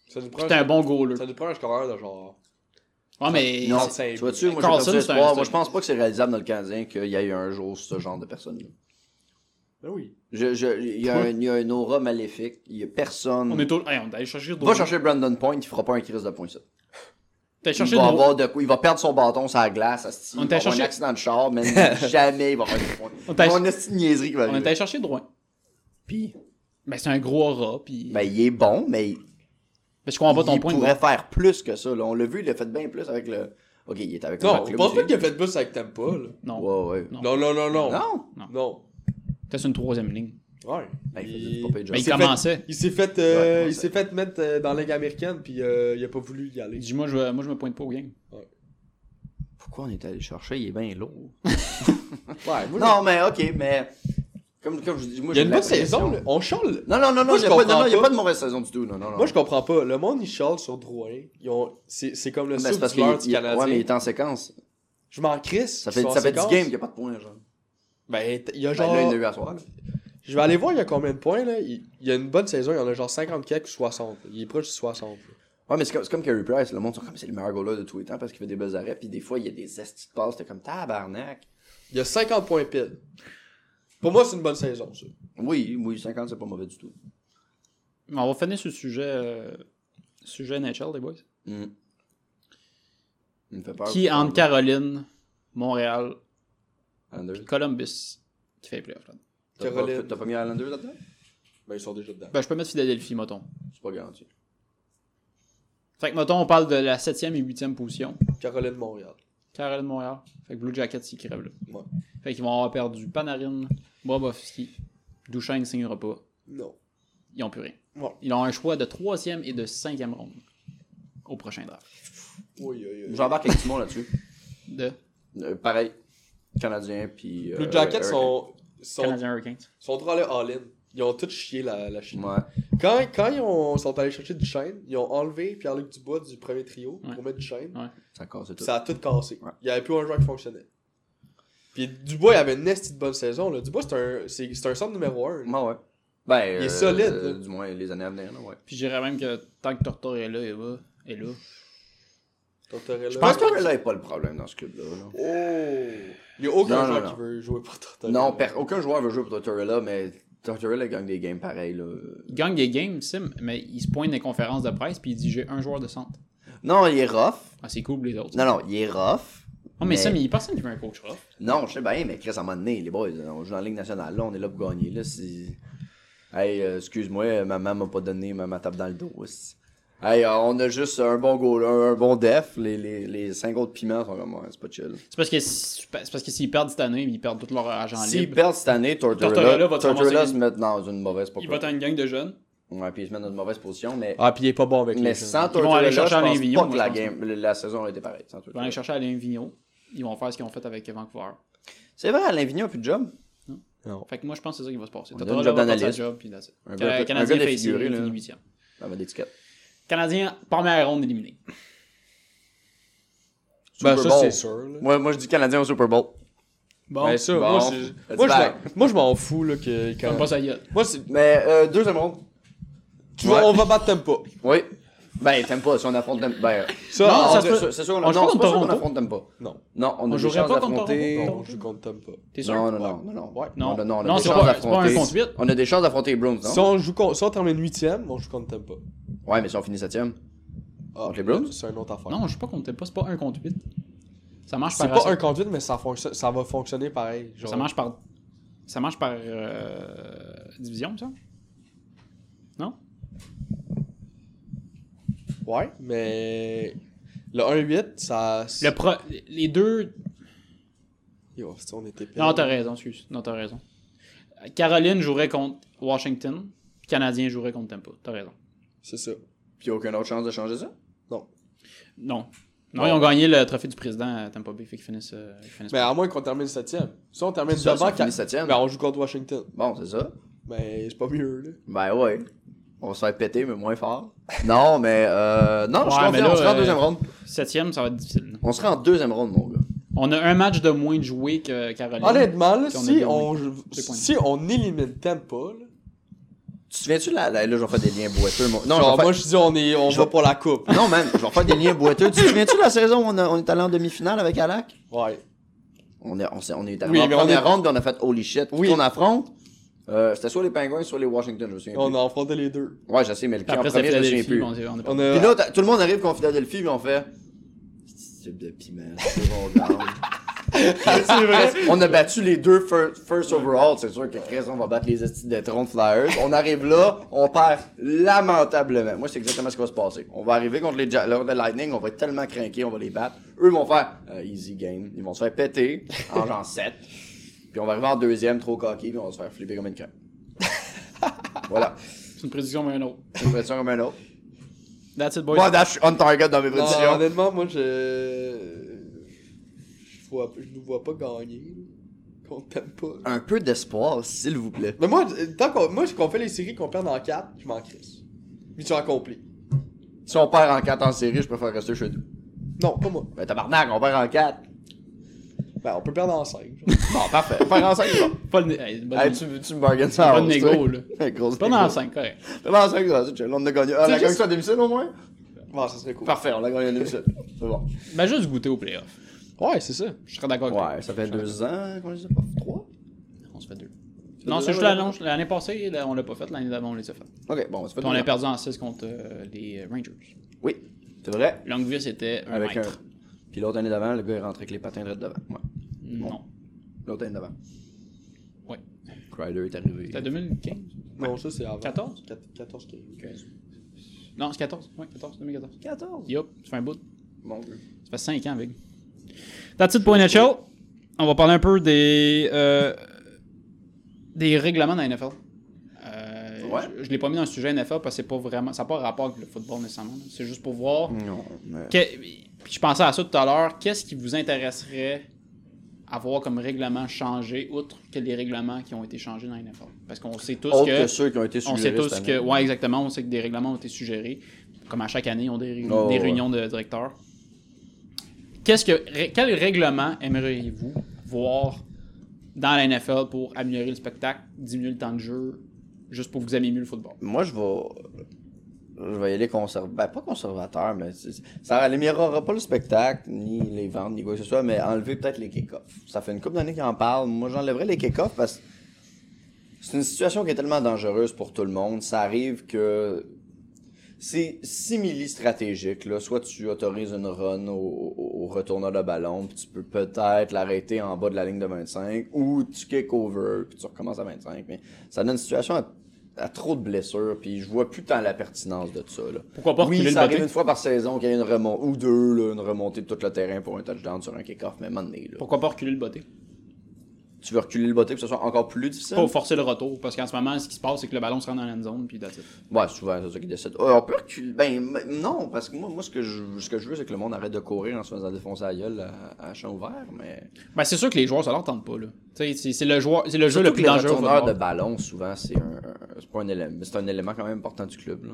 [SPEAKER 3] Ça nous prend
[SPEAKER 2] Puis t'as un bon goaler.
[SPEAKER 3] Ça nous prend un scoreur de genre...
[SPEAKER 2] Ouais, mais.
[SPEAKER 4] Non,
[SPEAKER 2] c'est-
[SPEAKER 4] tu vois-tu, moi j'ai
[SPEAKER 2] Carlson,
[SPEAKER 4] perdu
[SPEAKER 2] c'est un-
[SPEAKER 4] espoir.
[SPEAKER 2] c'est
[SPEAKER 4] Moi
[SPEAKER 2] un-
[SPEAKER 4] je pense pas que c'est réalisable dans le Canadien qu'il y ait un jour ce genre de personne-là.
[SPEAKER 3] Ben oui.
[SPEAKER 4] Je- je- Il y, a un- il y a une aura maléfique, il y a personne.
[SPEAKER 2] On est au. Hey, on est allé chercher
[SPEAKER 4] Va
[SPEAKER 2] d'autres.
[SPEAKER 4] chercher Brandon Point, il fera pas un crise de points ça.
[SPEAKER 2] T'as
[SPEAKER 4] Il
[SPEAKER 2] cherché
[SPEAKER 4] va,
[SPEAKER 2] d'autres.
[SPEAKER 4] avoir de quoi- il va perdre son bâton sur la glace, asti.
[SPEAKER 2] On
[SPEAKER 4] il
[SPEAKER 2] t'a
[SPEAKER 4] va avoir
[SPEAKER 2] cherché-
[SPEAKER 4] un accident de char, mais jamais il va avoir des points.
[SPEAKER 2] On t'a-
[SPEAKER 4] On a une niaiserie qui va
[SPEAKER 2] On est
[SPEAKER 4] arriver.
[SPEAKER 2] allé chercher droit.
[SPEAKER 4] Puis,
[SPEAKER 2] Ben, c'est un gros aura, pis.
[SPEAKER 4] ben, il est bon, mais il
[SPEAKER 2] Ben, je comprends pas ton point. de
[SPEAKER 4] pourrait
[SPEAKER 2] vue.
[SPEAKER 4] faire plus que ça. là. On l'a vu, il a fait bien plus avec le... Ok, il est avec le
[SPEAKER 3] Non, je
[SPEAKER 4] club
[SPEAKER 3] pense pas
[SPEAKER 4] aussi.
[SPEAKER 3] qu'il a fait de bus avec Tampa, là.
[SPEAKER 2] Non.
[SPEAKER 4] Ouais, ouais.
[SPEAKER 2] Non.
[SPEAKER 3] Non, non, non, non.
[SPEAKER 4] Non?
[SPEAKER 3] Non.
[SPEAKER 2] T'as sur une troisième ligne.
[SPEAKER 3] Ouais.
[SPEAKER 4] Ben, il faisait
[SPEAKER 3] Il-
[SPEAKER 4] du pas pire job.
[SPEAKER 2] Mais il
[SPEAKER 3] s'est
[SPEAKER 2] commençait.
[SPEAKER 3] Il s'est fait, euh,
[SPEAKER 4] Ouais,
[SPEAKER 3] il s'est fait mettre euh, dans la Ligue américaine, puis euh, il a pas voulu y aller.
[SPEAKER 2] Dis-moi, je, moi, je me pointe pas au game.
[SPEAKER 4] Pourquoi on est allé le chercher? Il est bien lourd.
[SPEAKER 3] Ouais, moi,
[SPEAKER 4] Non, mais ok, mais... Comme, comme je dis, moi,
[SPEAKER 3] Il y a
[SPEAKER 4] j'ai
[SPEAKER 3] une bonne
[SPEAKER 4] l'impression-
[SPEAKER 3] saison, là. On chale.
[SPEAKER 4] Non, non, non, non,
[SPEAKER 3] Moi,
[SPEAKER 4] il
[SPEAKER 3] je
[SPEAKER 4] n'y a, pas- non,
[SPEAKER 3] comprends
[SPEAKER 4] non, il y a
[SPEAKER 3] pas.
[SPEAKER 4] pas de mauvaise saison du tout. Non, non, non.
[SPEAKER 3] Moi, je comprends pas. Le monde, il chale sur Drouin. Ils ont... c'est, c'est comme le
[SPEAKER 4] Mais c'est
[SPEAKER 3] souffle
[SPEAKER 4] parce
[SPEAKER 3] du
[SPEAKER 4] qu'il
[SPEAKER 3] leurre du
[SPEAKER 4] il-
[SPEAKER 3] Canadien.
[SPEAKER 4] ouais, mais il est en séquence.
[SPEAKER 3] Je m'en crisse.
[SPEAKER 4] Ça
[SPEAKER 3] qu'ils
[SPEAKER 4] fait,
[SPEAKER 3] sont en
[SPEAKER 4] ça fait 10
[SPEAKER 3] séquence.
[SPEAKER 4] games qu'il n'y a pas de points, genre.
[SPEAKER 3] Ben, t- il y a
[SPEAKER 4] Ben,
[SPEAKER 3] genre...
[SPEAKER 4] là, il en a eu à soir. là.
[SPEAKER 3] Je vais aller voir il y a combien de points, là. Il il y a une bonne saison, il y en a genre 54 ou 60. Il est proche de 60. là.
[SPEAKER 4] Ouais, mais c'est comme, c'est comme Carey Price. Le monde sont comme c'est le meilleur goaler de tous les temps parce qu'il fait des belles arrêts. Puis des fois, il y a des estis de passes. T'es comme tabarnak.
[SPEAKER 3] Il y a 50 points pile. Pour moi, c'est une bonne saison, ça.
[SPEAKER 4] Oui, oui, 50, c'est pas mauvais du tout.
[SPEAKER 2] On va finir sur le sujet. euh, Sujet NHL, les boys.
[SPEAKER 4] Hum. Il me fait peur.
[SPEAKER 2] Qui, entre Caroline, Montréal,
[SPEAKER 4] Islanders.
[SPEAKER 2] Columbus qui fait les playoffs. Là.
[SPEAKER 4] T'as pas-
[SPEAKER 3] Caroline.
[SPEAKER 4] T'as pas mis Islanders là-dedans
[SPEAKER 3] Ben, ils sont déjà dedans.
[SPEAKER 2] Ben, je peux mettre Philadelphie, mettons.
[SPEAKER 4] C'est pas garanti.
[SPEAKER 2] Fait que, mettons, on parle de la 7e et 8e position.
[SPEAKER 3] Caroline Montréal.
[SPEAKER 2] Caroline Montréal. Fait que Blue Jackets, ils crèvent là.
[SPEAKER 3] Ouais.
[SPEAKER 2] Fait qu'ils vont avoir perdu Panarin, Bobovski, Duchesne ne signera pas.
[SPEAKER 3] Non.
[SPEAKER 2] Ils ont plus rien.
[SPEAKER 3] Ouais.
[SPEAKER 2] Ils ont un choix de 3e et de 5e ronde au prochain draft.
[SPEAKER 3] Oui, oui, oui.
[SPEAKER 4] J'embarque avec Simon là-dessus.
[SPEAKER 2] De
[SPEAKER 4] Euh, pareil. Canadien, puis. euh,
[SPEAKER 3] Blue Jackets
[SPEAKER 4] Hurricane.
[SPEAKER 3] sont, sont,
[SPEAKER 2] Canadiens Hurricanes.
[SPEAKER 3] sont trop allés all-in. Ils ont tout chié la, la Chine.
[SPEAKER 4] Ouais.
[SPEAKER 3] Quand, quand ils ont- sont allés chercher Duchesne, ils ont enlevé Pierre-Luc Dubois du premier trio
[SPEAKER 2] Ouais.
[SPEAKER 3] pour mettre Duchesne.
[SPEAKER 2] Ouais.
[SPEAKER 4] Ça casse tout.
[SPEAKER 3] Ça a tout cassé.
[SPEAKER 4] Ouais.
[SPEAKER 3] Il n'y avait plus un joueur qui fonctionnait. Puis Dubois, il avait une esti de bonne saison. Là. Dubois, c'est un, c'est, c'est un centre numéro 1.
[SPEAKER 4] Ouais, ouais. Ben.
[SPEAKER 3] Il est
[SPEAKER 4] euh,
[SPEAKER 3] solide,
[SPEAKER 4] euh,
[SPEAKER 3] là.
[SPEAKER 4] Du moins, les années à venir, là, ouais.
[SPEAKER 2] Puis je dirais même que tant que Tortor est là, il va. Est là.
[SPEAKER 4] Je pense que là, est pas le problème dans ce club-là. là.
[SPEAKER 3] Oh! Il n'y a aucun
[SPEAKER 4] Non, non,
[SPEAKER 3] joueur
[SPEAKER 4] non.
[SPEAKER 3] qui veut jouer pour Tortorella.
[SPEAKER 4] Non, per- aucun joueur veut jouer pour Tortorella, mais Tortorella gagne des games pareil. Là.
[SPEAKER 2] Il gagne des games, Sim, mais il se pointe des conférences de presse puis il dit j'ai un joueur de centre.
[SPEAKER 4] Non, il est rough.
[SPEAKER 2] Ah, c'est cool, les autres.
[SPEAKER 4] Non, non, il est rough.
[SPEAKER 2] Ah, mais ça, mais il y a personne qui veut un coach rough.
[SPEAKER 4] Non, je sais bien, mais Chris, à un moment donné, les boys, on joue en Ligue nationale. Là, on est là pour gagner. Là, c'est. Hey, euh, excuse-moi, maman m'a pas donné ma, ma tape dans le dos. aussi. Hey, euh, on a juste un bon goal, un, un bon def. Les, les, les cinq autres piments sont comme, ouais, c'est pas chill.
[SPEAKER 2] C'est parce que si- c'est parce que s'ils perdent cette année, ils perdent tout leur argent
[SPEAKER 4] S'ils
[SPEAKER 2] libre.
[SPEAKER 4] perdent cette année, Tortorella,
[SPEAKER 2] Tortorella
[SPEAKER 4] Tortorella,
[SPEAKER 2] va te ramasser-
[SPEAKER 4] se met dans une mauvaise
[SPEAKER 2] Ils votent
[SPEAKER 4] position.
[SPEAKER 2] à une gang de jeunes.
[SPEAKER 4] Ouais, puis ils se mettent dans une mauvaise position, mais,
[SPEAKER 3] Ah, puis il est pas bon avec
[SPEAKER 4] mais
[SPEAKER 3] les
[SPEAKER 4] sans
[SPEAKER 2] Ils vont aller
[SPEAKER 4] Tortorella, je pense
[SPEAKER 2] chercher Alain Vigneault,
[SPEAKER 4] pas que
[SPEAKER 2] moi,
[SPEAKER 4] la,
[SPEAKER 2] je pense.
[SPEAKER 4] game, la saison aurait été pareille. sans
[SPEAKER 2] Ils vont aller
[SPEAKER 4] Tortorella.
[SPEAKER 2] chercher Alain Vigneault. Ils vont faire ce qu'ils ont fait avec Vancouver.
[SPEAKER 4] C'est vrai, Alain Vigneault a plus de job.
[SPEAKER 2] Fait que moi, je pense que c'est ça qui va se passer.
[SPEAKER 4] On
[SPEAKER 2] T'as pas
[SPEAKER 4] donne un
[SPEAKER 2] le
[SPEAKER 4] job
[SPEAKER 2] droit de faire
[SPEAKER 4] d'analyste.
[SPEAKER 2] job, puis that's it.
[SPEAKER 4] Un gars-
[SPEAKER 2] Euh,
[SPEAKER 4] un
[SPEAKER 2] Canadien
[SPEAKER 4] gars
[SPEAKER 2] fait
[SPEAKER 4] défiguré,
[SPEAKER 2] série,
[SPEAKER 4] là.
[SPEAKER 2] finit huitième.
[SPEAKER 4] Dans ma étiquette.
[SPEAKER 2] Canadien, première ronde éliminée.
[SPEAKER 3] Ben,
[SPEAKER 4] Super
[SPEAKER 3] ça,
[SPEAKER 4] Bowl.
[SPEAKER 3] c'est sûr. là.
[SPEAKER 4] Moi, moi, je dis Canadien au Super Bowl.
[SPEAKER 2] Bon,
[SPEAKER 3] Ben, ça,
[SPEAKER 4] Bon.
[SPEAKER 3] moi, je-
[SPEAKER 4] Let's
[SPEAKER 3] moi, je
[SPEAKER 4] back.
[SPEAKER 3] m'en- moi, je m'en fous, là, que. quand-
[SPEAKER 2] pas sa gueule.
[SPEAKER 3] Moi, c'est.
[SPEAKER 4] Mais euh, deuxième ronde.
[SPEAKER 3] Tu vois,
[SPEAKER 4] Ouais.
[SPEAKER 3] on va battre Tempa.
[SPEAKER 4] Oui. Ben, t'aimes pas. Si on affronte, t'aimes Ben,
[SPEAKER 3] Ça,
[SPEAKER 2] Non,
[SPEAKER 4] on-
[SPEAKER 2] ça
[SPEAKER 4] c'est
[SPEAKER 2] se peut-
[SPEAKER 4] sûr- c'est sûr qu'on
[SPEAKER 2] on joue
[SPEAKER 4] non, c'est
[SPEAKER 2] contre
[SPEAKER 4] pas sûr qu'on
[SPEAKER 2] Toronto.
[SPEAKER 4] affronte, t'aimes pas.
[SPEAKER 3] Non.
[SPEAKER 4] Non, on,
[SPEAKER 2] On
[SPEAKER 4] a des
[SPEAKER 2] jouerait
[SPEAKER 4] chances
[SPEAKER 2] pas contre
[SPEAKER 4] d'affronter.
[SPEAKER 2] Toronto.
[SPEAKER 3] Non, je compte Tempa.
[SPEAKER 2] T'es sûr?
[SPEAKER 4] Non, non, non, non, non.
[SPEAKER 3] Ouais.
[SPEAKER 2] Non.
[SPEAKER 4] On a- non, on a
[SPEAKER 2] Non,
[SPEAKER 4] des
[SPEAKER 2] c'est
[SPEAKER 4] chances
[SPEAKER 2] pas- c'est pas un
[SPEAKER 4] d'affronter-
[SPEAKER 2] contre huit.
[SPEAKER 4] On a des chances d'affronter les Bruins, non?
[SPEAKER 3] Si on, joue contre- si on termine 8ème, on joue contre Tempa.
[SPEAKER 4] Ouais, mais si on finit septième.
[SPEAKER 3] Ah,
[SPEAKER 4] Contre les Bruins?
[SPEAKER 3] C'est une autre affaire.
[SPEAKER 2] Non, je sais pas qu'on pas, c'est pas 1 contre 8. Ça marche
[SPEAKER 3] c'est
[SPEAKER 2] par
[SPEAKER 3] pas un contre huit, mais ça, fonction- ça va fonctionner pareil. genre.
[SPEAKER 2] Ça marche par. Ça marche par euh, division, ça? Non?
[SPEAKER 3] Ouais, mais. Le 1-8, ça.
[SPEAKER 2] Le pro... Les deux.
[SPEAKER 3] Yo, si on était pire.
[SPEAKER 2] Non, t'as raison, excuse. Non, t'as raison. Euh, Caroline jouerait contre Washington. Canadien jouerait contre Tampa. T'as raison.
[SPEAKER 3] C'est ça.
[SPEAKER 4] Puis aucune autre chance de changer ça?
[SPEAKER 3] Non.
[SPEAKER 2] Non. Non, ils ont gagné le trophée du président à Tampa Bay. Fait qu'ils finissent. euh, ils finissent
[SPEAKER 4] Ben.
[SPEAKER 3] Mais à moins qu'on termine 7ème. Si on termine
[SPEAKER 4] Ça, si
[SPEAKER 3] devant
[SPEAKER 4] on finit
[SPEAKER 3] qu'à-
[SPEAKER 4] septième.
[SPEAKER 3] Ben, on joue contre Washington.
[SPEAKER 4] Bon, c'est ça.
[SPEAKER 3] Mais c'est pas mieux, là.
[SPEAKER 4] Ben ouais. On va se faire péter, mais moins fort. Non, mais euh. Non, je suis
[SPEAKER 2] Ouais, mais
[SPEAKER 4] confiant,
[SPEAKER 2] là,
[SPEAKER 4] on sera en
[SPEAKER 2] euh,
[SPEAKER 4] deuxième ronde.
[SPEAKER 2] Septième, ça va être difficile.
[SPEAKER 4] On sera en deuxième ronde, mon gars.
[SPEAKER 2] On a un match de moins de jouer que Caroline.
[SPEAKER 3] Honnêtement, là,
[SPEAKER 2] Puis on a
[SPEAKER 3] si,
[SPEAKER 2] gagné.
[SPEAKER 3] on,
[SPEAKER 2] Deux points.
[SPEAKER 3] si on élimine Tempa, là.
[SPEAKER 4] Tu te souviens-tu de la. la- Là, je vais faire des liens boiteux. moi. Non,
[SPEAKER 3] genre,
[SPEAKER 4] je vais
[SPEAKER 3] moi,
[SPEAKER 4] faire-
[SPEAKER 3] je dis, on, est, on
[SPEAKER 4] je
[SPEAKER 3] va
[SPEAKER 4] vais-
[SPEAKER 3] pour la coupe.
[SPEAKER 4] Non, man, je vais faire des liens boiteux. Tu te souviens-tu de la saison où on, a- on est allé en demi-finale avec Alak?
[SPEAKER 3] Ouais.
[SPEAKER 4] On est, on, s'est- on est
[SPEAKER 3] Oui,
[SPEAKER 4] arrivé en
[SPEAKER 3] mais on
[SPEAKER 4] première
[SPEAKER 3] est-
[SPEAKER 4] ronde, puis on a fait holy shit.
[SPEAKER 3] Oui.
[SPEAKER 4] Oui. Qu'on affronte, euh, c'était soit les Penguins, soit les Washington, je me souviens
[SPEAKER 3] On
[SPEAKER 4] plus.
[SPEAKER 3] a affronté les deux.
[SPEAKER 4] Ouais, je sais, mais le
[SPEAKER 2] Puis
[SPEAKER 4] qui en
[SPEAKER 2] après, c'est
[SPEAKER 4] premier, je me souviens
[SPEAKER 2] Philadelphie.
[SPEAKER 4] plus.
[SPEAKER 2] bon, c'est- on est pas-
[SPEAKER 3] On
[SPEAKER 4] Puis
[SPEAKER 3] a...
[SPEAKER 4] là, t'as- tout le monde arrive contre Philadelphie, puis on fait... C'est type de piment, c'est bon, regarde.
[SPEAKER 3] c'est vrai.
[SPEAKER 4] On a battu les deux fir- first, overall, c'est sûr que Chris, on va battre les Estis de Tron Flyers. On arrive là, on perd lamentablement. Moi, c'est exactement ce qui va se passer. On va arriver contre les Ja- contre le Lightning, on va être tellement craqués, on va les battre. Eux vont faire euh, easy game. Ils vont se faire péter en genre 7. Puis on va arriver en deuxième, trop coquille, puis on va se faire flipper comme une crème. voilà.
[SPEAKER 2] C'est une prédiction, mais un autre.
[SPEAKER 4] Une pression comme un autre.
[SPEAKER 2] That's it, boys.
[SPEAKER 4] Moi, Dash, je suis on target dans mes
[SPEAKER 3] Non,
[SPEAKER 4] prédictions.
[SPEAKER 3] honnêtement, moi, je... Je, vois- je nous vois pas gagner. là, Qu'on t'aime pas.
[SPEAKER 4] Un peu d'espoir, s'il vous plaît.
[SPEAKER 3] Mais moi, euh, tant qu'on moi, qu'on fait les séries qu'on perd en 4, je m'en crisse. Mission accomplie.
[SPEAKER 4] Si on perd en 4 en série, je préfère rester chez nous.
[SPEAKER 3] Non, pas moi.
[SPEAKER 4] Ben tabarnak, on perd en 4.
[SPEAKER 3] Ben, on peut perdre en 5.
[SPEAKER 4] Bon, parfait. On perd en 5, bon.
[SPEAKER 2] Pas le... hey, bonne-
[SPEAKER 4] Hey, tu, tu me bargaines ça
[SPEAKER 2] Bonne
[SPEAKER 4] avance,
[SPEAKER 2] négo,
[SPEAKER 4] toi.
[SPEAKER 2] là.
[SPEAKER 4] Hey, grosse
[SPEAKER 2] Pas
[SPEAKER 4] négo.
[SPEAKER 2] dans 5, correct.
[SPEAKER 4] Pas dans 5, ça, c'est chill. On a gagné. Ah, on a
[SPEAKER 3] juste-
[SPEAKER 4] gagné ça à domicile, au moins?
[SPEAKER 3] Bon, ça serait cool.
[SPEAKER 4] Parfait, on a gagné à domicile. C'est bon.
[SPEAKER 2] Ben, juste goûter au playoff.
[SPEAKER 3] Ouais, c'est ça.
[SPEAKER 2] Je serais d'accord avec toi.
[SPEAKER 4] Ouais, ça fait deux ans qu'on les a pas fait. Trois?
[SPEAKER 2] On se fait deux. Non,
[SPEAKER 4] deux
[SPEAKER 2] c'est
[SPEAKER 4] ans,
[SPEAKER 2] juste
[SPEAKER 4] ouais.
[SPEAKER 2] l'année, l'année passée, là, on l'a pas fait. L'année d'avant, on les a fait. Puis
[SPEAKER 4] Ok, bon, ça fait
[SPEAKER 2] on
[SPEAKER 4] deux
[SPEAKER 2] a
[SPEAKER 4] ans.
[SPEAKER 2] perdu en 6 contre euh, les Rangers.
[SPEAKER 4] Oui, c'est vrai.
[SPEAKER 2] Longvis était un
[SPEAKER 4] Avec un.
[SPEAKER 2] maître.
[SPEAKER 4] Puis l'autre année d'avant, le gars est rentré avec les patins de devant. Ouais.
[SPEAKER 2] Non.
[SPEAKER 4] L'autre année d'avant.
[SPEAKER 2] Ouais.
[SPEAKER 4] Crider est arrivé.
[SPEAKER 2] C'était 2015?
[SPEAKER 3] Non, ça, c'est avant.
[SPEAKER 2] 14?
[SPEAKER 3] 14, 15.
[SPEAKER 2] Non, c'est 14. Ouais, 14, 2014.
[SPEAKER 4] 14.
[SPEAKER 2] Yup, ça fait un bout.
[SPEAKER 4] Mon dieu.
[SPEAKER 2] Ça fait 5 ans, Big. That's it pour NHL. On va parler un peu des, euh, des règlements dans la NFL. Euh,
[SPEAKER 4] Ouais.
[SPEAKER 2] Je, je l'ai pas mis dans le sujet NFL parce que c'est pas vraiment, ça n'a pas rapport avec le football nécessairement. là. C'est juste pour voir.
[SPEAKER 4] Non, mais.
[SPEAKER 2] que- puis je pensais à ça tout à l'heure. Qu'est-ce qui vous intéresserait à voir comme règlement changé, outre que les règlements qui ont été changés dans la NFL? Parce qu'on sait tous
[SPEAKER 4] Autre
[SPEAKER 2] que.
[SPEAKER 4] que ceux qui ont été
[SPEAKER 2] on sait
[SPEAKER 4] suggérés
[SPEAKER 2] tous
[SPEAKER 4] cette
[SPEAKER 2] que.
[SPEAKER 4] année.
[SPEAKER 2] Ouais, exactement. On sait que des règlements ont été suggérés. Comme à chaque année, ils ont des, réunions-
[SPEAKER 4] Oh,
[SPEAKER 2] des
[SPEAKER 4] ouais.
[SPEAKER 2] réunions de directeurs. Qu'est-ce que. ré- Quel règlement aimeriez-vous voir dans la NFL pour améliorer le spectacle, diminuer le temps de jeu, juste pour que vous aimiez mieux le football?
[SPEAKER 4] Moi, je vais. Je vais y aller conservateur. Ben, pas conservateur, mais c'est- c'est- ça améliorera pas le spectacle, ni les ventes, ni quoi que ce soit, mais enlever peut-être les kick-offs. Ça fait une couple d'années qu'ils en parlent. Moi, j'enlèverais les kick-offs parce que c'est une situation qui est tellement dangereuse pour tout le monde. Ça arrive que c'est simili-stratégique. là. Soit tu autorises une run au, au- au retourneur de ballon, puis tu peux peut-être l'arrêter en bas de la ligne de 25, ou tu kick over, puis tu recommences à 25. Mais ça donne une situation à, à trop de blessures, puis je vois plus tant la pertinence de ça. Là.
[SPEAKER 2] Pourquoi pas
[SPEAKER 4] Oui,
[SPEAKER 2] reculer
[SPEAKER 4] ça
[SPEAKER 2] le
[SPEAKER 4] arrive
[SPEAKER 2] botté?
[SPEAKER 4] une fois par saison qu'il y a une remontée, ou deux, là, une remontée de tout le terrain pour un touchdown sur un kick-off, mais à un moment donné, là,
[SPEAKER 2] Pourquoi pas reculer le botté?
[SPEAKER 4] tu veux reculer le botté pour que ce soit encore plus difficile?
[SPEAKER 2] Pas forcer le retour, parce qu'en ce moment, ce qui se passe, c'est que le ballon se rend dans la zone, puis that's it.
[SPEAKER 4] Ouais, souvent, c'est ça qui décide. Oh, on peut reculer. Ben, m- non, parce que moi, moi ce, que je, ce que je veux, c'est que le monde arrête de courir en se faisant défoncer la gueule à, à champ ouvert, mais.
[SPEAKER 2] Ben, c'est sûr que les joueurs, ça leur tente pas, là. Tu sais, c'est- c'est le, joueur, c'est le jeu
[SPEAKER 4] Surtout
[SPEAKER 2] le
[SPEAKER 4] que
[SPEAKER 2] plus dangereux. au
[SPEAKER 4] retourneur de
[SPEAKER 2] football.
[SPEAKER 4] ballon, souvent, c'est un. un- C'est pas un élément. mais C'est un élément quand même important du club, là.